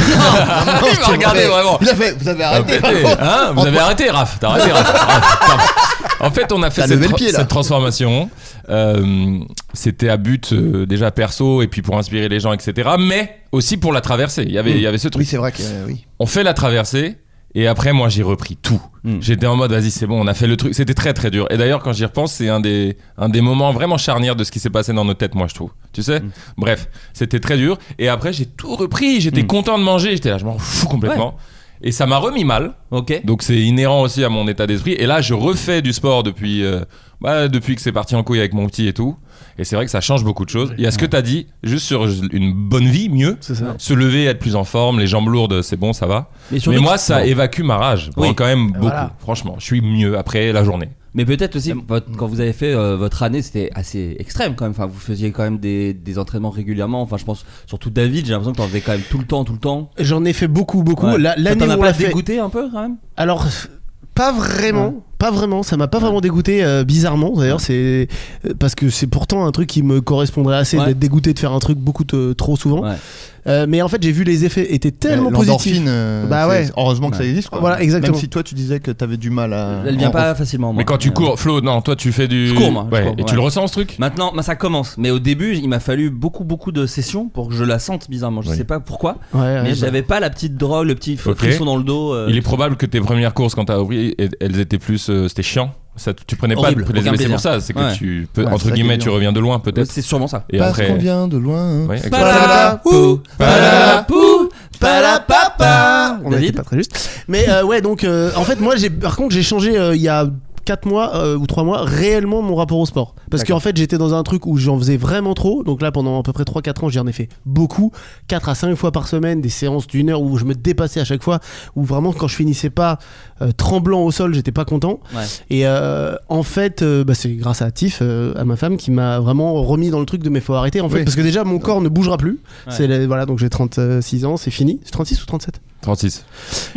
Speaker 8: c'est
Speaker 7: regardé
Speaker 8: vrai.
Speaker 7: vraiment.
Speaker 8: il a fait vous avez
Speaker 7: Ah,
Speaker 8: arrêté
Speaker 7: arrêtez, hein, vous avez arrêté Raph, t'as arrêté Raph. Raph, En fait, on a fait
Speaker 8: T'as
Speaker 7: cette,
Speaker 8: levé le
Speaker 7: tra-
Speaker 8: pied, là.
Speaker 7: cette transformation. Euh, C'était à but euh, déjà perso et puis pour inspirer les gens, etc. Mais aussi pour la traversée. Il y
Speaker 6: Hmm.
Speaker 7: avait, il y avait ce truc.
Speaker 8: Oui, c'est vrai que euh, oui.
Speaker 7: On fait la traversée et après, moi, j'ai repris tout. J'étais en mode, vas-y, c'est bon, on a fait le truc. C'était très, très dur. Et d'ailleurs, quand j'y repense, c'est un des, un des moments vraiment charnières de ce qui s'est passé dans nos têtes, moi, je trouve. Tu sais Bref, c'était très dur. Et après, j'ai tout repris. J'étais content de manger. J'étais là, je m'en fous complètement. Et ça m'a remis mal.
Speaker 4: Ok.
Speaker 7: ah, Donc c'est inhérent aussi à mon état d'esprit. Et là, je refais du sport depuis, euh, bah, depuis que c'est parti en couille avec mon petit et tout. Et c'est vrai que ça change beaucoup de choses. Il y a ce que t'as dit, juste sur une bonne vie, mieux.
Speaker 6: C'est ça.
Speaker 7: Se lever, être plus en forme, les jambes lourdes, c'est bon, ça va.
Speaker 4: Mais surtout
Speaker 7: Mais moi,
Speaker 4: que-
Speaker 7: ça
Speaker 4: bon.
Speaker 7: évacue ma rage. Bon,
Speaker 4: Oui.
Speaker 7: quand même beaucoup.
Speaker 6: voilà.
Speaker 7: Franchement, je suis mieux après la journée.
Speaker 4: Mais peut-être aussi, votre- quand vous avez fait euh, votre année, c'était assez extrême quand même. Enfin, vous faisiez quand même des, des entraînements régulièrement. Enfin, je pense surtout David, j'ai l'impression que t'en faisais quand même tout le temps, tout le temps.
Speaker 6: J'en ai fait beaucoup, beaucoup.
Speaker 4: Ouais.
Speaker 6: La-
Speaker 4: Ça
Speaker 6: L'année
Speaker 4: t'en
Speaker 6: où
Speaker 4: a
Speaker 6: on
Speaker 4: pas
Speaker 6: l'a fait.
Speaker 4: dégoûté un peu quand même
Speaker 6: Alors, pas vraiment.
Speaker 4: Ouais.
Speaker 6: Pas vraiment, ça m'a pas vraiment dégoûté, euh, bizarrement d'ailleurs, c'est euh, parce que c'est pourtant un truc qui me correspondrait assez
Speaker 4: Ouais.
Speaker 6: d'être dégoûté de faire un truc beaucoup te- trop souvent.
Speaker 4: Ouais.
Speaker 6: Euh, mais en fait, j'ai vu les effets étaient tellement
Speaker 8: Euh,
Speaker 6: positifs.
Speaker 8: l'endorphine, euh,
Speaker 6: Bah
Speaker 8: c'est-
Speaker 6: ouais.
Speaker 8: Heureusement que ça
Speaker 4: Ouais.
Speaker 8: existe. quoi.
Speaker 6: Voilà, exactement.
Speaker 8: Même si toi tu disais que t'avais du mal à.
Speaker 4: Elle vient
Speaker 8: en-
Speaker 4: pas facilement. moi.
Speaker 7: Mais quand tu
Speaker 4: Ouais.
Speaker 7: cours, Flo, non, toi, tu fais du.
Speaker 4: Je cours, moi, je
Speaker 7: Ouais.
Speaker 4: cours,
Speaker 7: et
Speaker 4: ouais.
Speaker 7: tu le ressens, ce truc
Speaker 4: Maintenant, bah, ça commence. Mais au début, il m'a fallu beaucoup, beaucoup de sessions pour que je la sente bizarrement. Je
Speaker 7: Oui.
Speaker 4: sais pas pourquoi,
Speaker 8: Ah,
Speaker 6: Ouais, ouais,
Speaker 4: mais
Speaker 6: bah.
Speaker 4: j'avais pas la petite drogue, le petit f-
Speaker 7: Ok.
Speaker 4: frisson dans le dos. euh,
Speaker 7: Il est probable que tes premières courses, quand t'as ouvert, elles étais plus. euh, C'était chiant. Ça, tu prenais
Speaker 4: Horrible,
Speaker 7: pas de plaisir.
Speaker 4: aucun
Speaker 7: C'est pour
Speaker 4: plaisir.
Speaker 7: ça, c'est que
Speaker 4: Ouais.
Speaker 7: tu. peux-
Speaker 8: Ouais, c'est
Speaker 7: entre
Speaker 8: ça qui est
Speaker 7: guillemets,
Speaker 8: dur.
Speaker 7: tu reviens de loin,
Speaker 4: ouais,
Speaker 7: peut-être.
Speaker 4: C'est sûrement ça.
Speaker 7: Et
Speaker 8: Parce
Speaker 7: après.
Speaker 8: qu'on vient de loin.
Speaker 7: Ouais, exactement.
Speaker 4: Palapou, palapou, palapapa.
Speaker 6: On a été
Speaker 4: David
Speaker 6: pas très juste. Mais euh, ouais, donc euh, en fait, moi, j'ai par contre, j'ai changé euh, il y a 4 mois euh, ou 3 mois réellement mon rapport au sport. Parce qu'en fait, j'étais dans un truc où j'en faisais vraiment trop. Donc là, pendant à peu près 3-4 ans, j'en ai fait beaucoup. 4 à 5 fois par semaine, des séances d'une heure où je me dépassais à chaque fois. Où vraiment, quand je finissais pas euh, tremblant au sol, j'étais pas content.
Speaker 4: Ouais.
Speaker 6: Et euh, en fait, euh, bah, c'est grâce à Tiff, euh, à ma femme, qui m'a vraiment remis dans le truc de mais faut arrêter. En fait,
Speaker 8: Oui.
Speaker 6: parce que déjà, mon corps ne bougera plus.
Speaker 4: Ouais.
Speaker 6: C'est la- voilà, donc j'ai 36 ans, c'est fini. C'est 36 ou 37
Speaker 7: 36.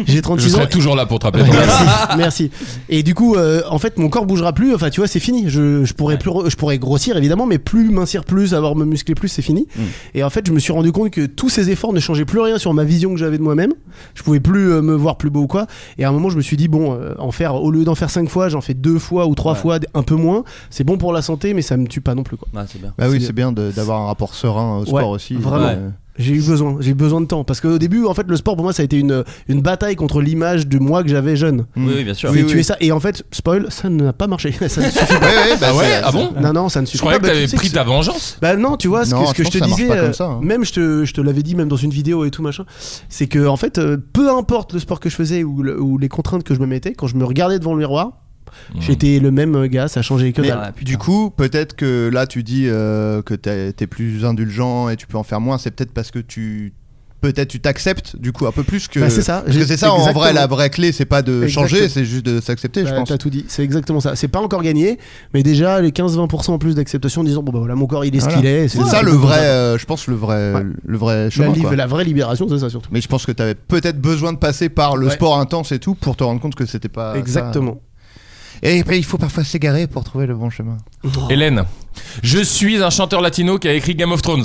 Speaker 6: j'ai
Speaker 7: Je
Speaker 6: 36 ans.
Speaker 7: serai toujours là pour te rappeler.
Speaker 6: Merci, merci. Et du coup, euh, en fait, mon corps bougera plus. Enfin, tu vois, c'est fini. Je, je pourrais plus, re- je pourrais grossir évidemment, mais plus mincir plus, avoir me muscler plus, c'est fini.
Speaker 4: Mm.
Speaker 6: Et en fait, je me suis rendu compte que tous ces efforts ne changeaient plus rien sur ma vision que j'avais de moi-même. Je pouvais plus euh, me voir plus beau ou quoi. Et à un moment, je me suis dit bon, euh, en faire au lieu d'en faire cinq fois, j'en fais deux fois ou trois
Speaker 4: Ouais.
Speaker 6: fois, un peu moins. C'est bon pour la santé, mais ça me tue pas non plus. quoi.
Speaker 4: Ouais, c'est bien.
Speaker 8: Bah oui,
Speaker 6: C'est-
Speaker 8: c'est bien de- d'avoir un rapport serein au sport
Speaker 6: Ouais,
Speaker 8: aussi.
Speaker 6: vraiment.
Speaker 8: Euh,
Speaker 6: J'ai eu besoin, j'ai eu besoin de temps parce qu'au début, en fait, le sport pour moi, ça a été une une bataille contre l'image de moi que j'avais jeune.
Speaker 8: Mm.
Speaker 4: Oui, oui, bien sûr.
Speaker 6: C'est tuer ça. Et en fait, spoil, ça n'a pas marché. ça ne suffit
Speaker 8: Ouais, ouais, bah
Speaker 7: Ah ouais
Speaker 8: c'est-
Speaker 7: Ah bon
Speaker 6: Non, non, ça ne suffit
Speaker 7: Je croyais
Speaker 6: pas.
Speaker 7: que
Speaker 6: Bah, tu
Speaker 7: t'avais
Speaker 6: sais
Speaker 7: pris
Speaker 6: c'est-
Speaker 7: ta vengeance.
Speaker 6: Bah non, tu vois, ce que-
Speaker 8: Non,
Speaker 6: ce que,
Speaker 8: je
Speaker 6: je te
Speaker 8: pense que ça
Speaker 6: disais,
Speaker 8: marche pas
Speaker 6: euh,
Speaker 8: comme ça, hein.
Speaker 6: même je te, je te l'avais dit, même dans une vidéo et tout machin, c'est que en fait, euh, peu importe le sport que je faisais ou, le- ou les contraintes que je me mettais, quand je me regardais devant le miroir,
Speaker 7: Hmm.
Speaker 6: j'étais le même euh, gars, ça changeait que
Speaker 8: Mais
Speaker 6: dalle.
Speaker 4: Ouais, putain.
Speaker 8: du coup, peut-être que là, tu dis euh, que t'es t'es plus indulgent et tu peux en faire moins. C'est peut-être parce que tu, peut-être tu t'acceptes du coup un peu plus que.
Speaker 6: Bah, c'est ça.
Speaker 8: Parce que
Speaker 6: J'ai-
Speaker 8: c'est ça en
Speaker 6: exactement.
Speaker 8: vrai la vraie clé, c'est pas de changer,
Speaker 6: Exactement.
Speaker 8: c'est juste de s'accepter, je
Speaker 6: T'as-
Speaker 8: pense.
Speaker 6: bah, T'as tout dit, c'est exactement ça. C'est pas encore gagné, mais déjà les 15-20% en plus d'acceptation en disant bon bah voilà mon corps il est ce
Speaker 8: Voilà.
Speaker 6: qu'il est.
Speaker 8: C'est ça le
Speaker 6: comme
Speaker 8: vrai, euh, je pense le vrai,
Speaker 6: Ouais.
Speaker 8: le vrai
Speaker 6: La,
Speaker 8: chemin.
Speaker 6: liv-
Speaker 8: quoi.
Speaker 6: la vraie libération c'est ça surtout.
Speaker 8: Mais je pense que t'avais peut-être besoin de passer par le
Speaker 6: Ouais.
Speaker 8: sport intense et tout pour te rendre compte que c'était pas. Ah, ça.
Speaker 6: exactement.
Speaker 8: Et après, il faut parfois s'égarer pour trouver le bon chemin.
Speaker 7: Hélène, je suis un chanteur latino qui a écrit Game of Thrones.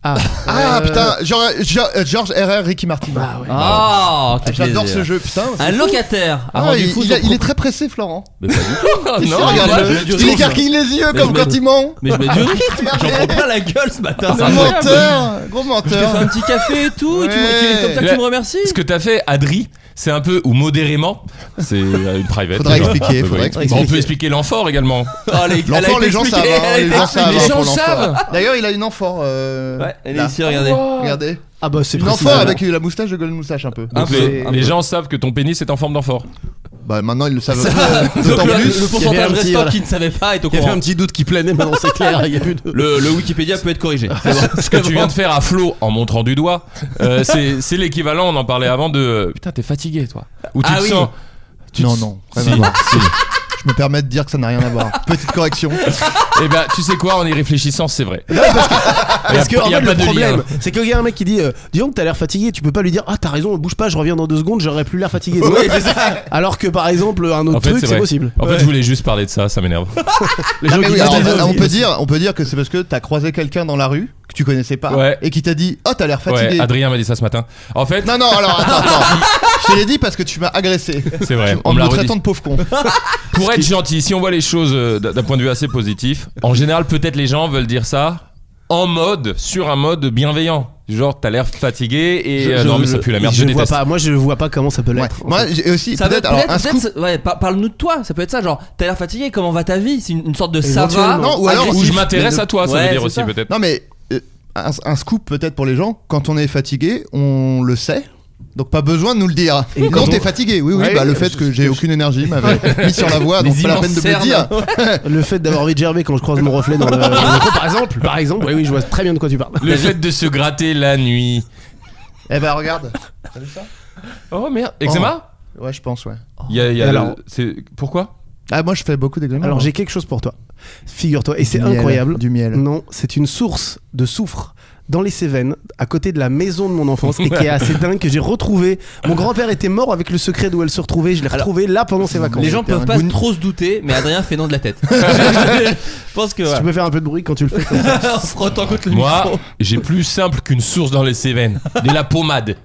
Speaker 6: Ah,
Speaker 8: Ah
Speaker 6: Euh,
Speaker 8: putain, genre, Gio- euh, George R.R. Ricky Martin.
Speaker 6: Bah ouais.
Speaker 4: Ah, quel
Speaker 8: J'adore
Speaker 4: plaisir.
Speaker 8: ce jeu, putain.
Speaker 4: Un locataire a
Speaker 8: Ah,
Speaker 4: rendu
Speaker 8: il,
Speaker 4: fou
Speaker 8: il
Speaker 4: son
Speaker 8: a- il est
Speaker 4: propre-
Speaker 8: très pressé, Florent.
Speaker 4: Mais pas du tout.
Speaker 7: Ah
Speaker 8: Il se
Speaker 7: non,
Speaker 8: regarde,
Speaker 4: bah,
Speaker 7: je-
Speaker 4: je-
Speaker 8: il
Speaker 4: je-
Speaker 8: écarquille les yeux
Speaker 4: Mais
Speaker 8: comme
Speaker 4: je
Speaker 8: quand
Speaker 4: me-
Speaker 8: il ment.
Speaker 4: Mais je mets du rythme. J'en prends plein la gueule ce matin.
Speaker 8: Gros
Speaker 4: c'est incroyable.
Speaker 8: menteur, gros
Speaker 4: Je te fais un
Speaker 8: menteur.
Speaker 4: petit café et tout. et tu, me- tu-
Speaker 8: Ouais.
Speaker 4: comme ça que tu me remercies.
Speaker 7: Ce que t'as fait, Adri, c'est un peu, ou modérément, c'est euh, une private.
Speaker 8: Faudra
Speaker 7: déjà.
Speaker 8: expliquer,
Speaker 7: On peut-
Speaker 8: faudra
Speaker 7: oui.
Speaker 8: expliquer.
Speaker 7: On peut expliquer l'enfort également.
Speaker 4: Oh, les- elle a
Speaker 8: L'enfant,
Speaker 4: été
Speaker 8: les gens savent.
Speaker 4: expliquée,
Speaker 8: hein,
Speaker 4: elle a
Speaker 8: Les
Speaker 4: été
Speaker 8: gens savent.
Speaker 7: les
Speaker 8: hein,
Speaker 7: gens
Speaker 8: pour l'enfant.
Speaker 7: savent.
Speaker 8: D'ailleurs, il a une enfant. euh,
Speaker 4: Ouais, elle est
Speaker 8: là.
Speaker 4: ici, regardez.
Speaker 8: Regardez.
Speaker 6: Ah bah c'est
Speaker 8: Une
Speaker 6: précis.
Speaker 8: enfant avec la moustache de Golden Moustache un peu.
Speaker 4: Un
Speaker 7: Donc, les,
Speaker 4: peu, un
Speaker 7: les
Speaker 4: peu.
Speaker 7: gens savent que ton pénis est en forme d'enfort.
Speaker 8: Bah maintenant, ils le savent.
Speaker 4: Donc,
Speaker 7: Euh,
Speaker 8: D'autant
Speaker 4: le,
Speaker 8: plus.
Speaker 4: le
Speaker 6: il y avait un
Speaker 4: pourcentage
Speaker 6: petit,
Speaker 4: restant
Speaker 6: voilà.
Speaker 4: qui ne savait pas est au
Speaker 6: Il y avait un
Speaker 4: courant.
Speaker 6: petit doute qui planait, maintenant c'est clair, il y a plus de.
Speaker 4: Le, le Wikipédia peut être corrigé. C'est bon.
Speaker 7: Ce que tu viens de faire à Flo en montrant du doigt, euh, c'est c'est l'équivalent, on en parlait avant, de euh, putain, t'es fatigué toi. Ou tu
Speaker 4: Ah
Speaker 7: te
Speaker 4: oui.
Speaker 7: sens. tu te-
Speaker 8: Non, non,
Speaker 7: Si,
Speaker 8: rien à voir.
Speaker 7: si.
Speaker 8: Je me permets de dire que ça n'a rien à voir. Petite correction.
Speaker 7: Eh ben, tu sais quoi, en y réfléchissant, c'est vrai.
Speaker 6: Parce
Speaker 7: Il
Speaker 6: que
Speaker 7: y a-
Speaker 6: en
Speaker 7: il y a
Speaker 6: fait, le
Speaker 7: pas de
Speaker 6: problème,
Speaker 7: lien.
Speaker 6: c'est qu'il y a un mec qui dit euh, Dis donc, t'as l'air fatigué, tu peux pas lui dire Ah, t'as raison, bouge pas, je reviens dans deux secondes, j'aurais plus l'air fatigué. demain. Alors que par exemple, un autre
Speaker 7: En fait,
Speaker 6: truc,
Speaker 7: c'est
Speaker 6: c'est
Speaker 7: vrai.
Speaker 6: possible.
Speaker 7: En fait, je voulais juste parler de ça, ça m'énerve.
Speaker 6: Les gens
Speaker 8: Ah, mais oui,
Speaker 6: qui disent
Speaker 8: alors,
Speaker 6: des
Speaker 8: on,
Speaker 6: envies.
Speaker 8: peut dire, on peut dire que c'est parce que t'as croisé quelqu'un dans la rue que tu tu connaissais pas
Speaker 7: Ouais.
Speaker 8: et qui t'a dit Oh, t'as l'air fatigué.
Speaker 7: Ouais, Adrien m'a dit ça ce matin. En fait,
Speaker 8: Non, non, alors attends, attends. je te l'ai dit parce que tu m'as agressé.
Speaker 7: c'est vrai.
Speaker 8: En
Speaker 7: on me
Speaker 8: me
Speaker 7: l'a
Speaker 8: traitant
Speaker 7: redit.
Speaker 8: de pauvre con.
Speaker 7: Pour être gentil, si on voit les choses euh, d'un d'un point de vue assez positif, en général, peut-être les gens veulent dire ça en mode, sur un mode bienveillant. Genre, t'as l'air fatigué et euh, non, mais ça pue la merde, je,
Speaker 6: je vois
Speaker 7: déteste.
Speaker 6: pas. Moi, je vois pas comment ça peut
Speaker 8: Ouais.
Speaker 6: l'être. en
Speaker 8: Moi,
Speaker 6: fait.
Speaker 8: j'ai aussi,
Speaker 4: Ça peut
Speaker 8: peut-être,
Speaker 4: être,
Speaker 8: alors
Speaker 4: peut-être-
Speaker 8: un scoop.
Speaker 4: peut-être- ouais, par- parle-nous de toi, ça peut être ça, genre t'as l'air fatigué, comment va ta vie C'est une, une sorte de ça va.
Speaker 6: Éventuellement.
Speaker 8: Non, ou alors,
Speaker 7: Ou
Speaker 8: agressif,
Speaker 7: je m'intéresse
Speaker 4: mais de-
Speaker 7: à toi, ça
Speaker 4: Ouais,
Speaker 7: veut dire
Speaker 4: c'est
Speaker 7: aussi
Speaker 4: ça.
Speaker 7: peut-être.
Speaker 8: Non, mais euh, un, un scoop peut-être pour les gens. Quand on est fatigué, on le sait. Donc pas besoin de nous le dire.
Speaker 6: Et
Speaker 8: quand
Speaker 6: quand
Speaker 8: t'es
Speaker 6: on-
Speaker 8: fatigué, oui, oui,
Speaker 6: Ouais,
Speaker 8: bah, le
Speaker 6: euh,
Speaker 8: fait
Speaker 6: je-
Speaker 8: que j'ai
Speaker 6: je-
Speaker 8: aucune énergie m'avait mis sur la voie, donc
Speaker 4: Les
Speaker 8: pas la peine de me le
Speaker 4: immenses
Speaker 8: dire.
Speaker 6: Le fait d'avoir envie de gerber quand je croise mon reflet dans le. dans le métro, par exemple. Par exemple, oui, oui, je vois très bien de quoi tu parles.
Speaker 7: Le fait de se gratter la nuit.
Speaker 8: Eh bah regarde. T'as vu ça
Speaker 7: Oh merde, eczéma
Speaker 8: Ouais, je pense, ouais.
Speaker 7: Il y a- il y a
Speaker 6: Et
Speaker 7: le-
Speaker 6: alors
Speaker 7: c'est- Pourquoi
Speaker 8: Ah, moi je fais beaucoup d'examens.
Speaker 6: Alors
Speaker 8: moi.
Speaker 6: j'ai quelque chose pour toi. Figure-toi, et c'est
Speaker 8: Du miel,
Speaker 6: incroyable.
Speaker 8: Du miel.
Speaker 6: Non, c'est une source de soufre dans les Cévennes, à côté de la maison de mon enfance, et qui est assez dingue que j'ai retrouvé. Mon grand-père était mort avec le secret d'où elle se retrouvait. Je l'ai
Speaker 4: Alors,
Speaker 6: retrouvé là pendant ses vacances.
Speaker 4: Les gens
Speaker 8: C'était
Speaker 4: peuvent
Speaker 8: un
Speaker 4: pas
Speaker 8: goût-
Speaker 4: trop se douter, mais Adrien fait non de la tête. je pense que.
Speaker 6: Si tu
Speaker 4: ouais.
Speaker 6: peux faire un peu de bruit quand tu le fais. comme ça.
Speaker 4: On se frotte en contre le
Speaker 7: Moi,
Speaker 4: micro.
Speaker 7: j'ai plus simple qu'une source dans les Cévennes. De la pommade.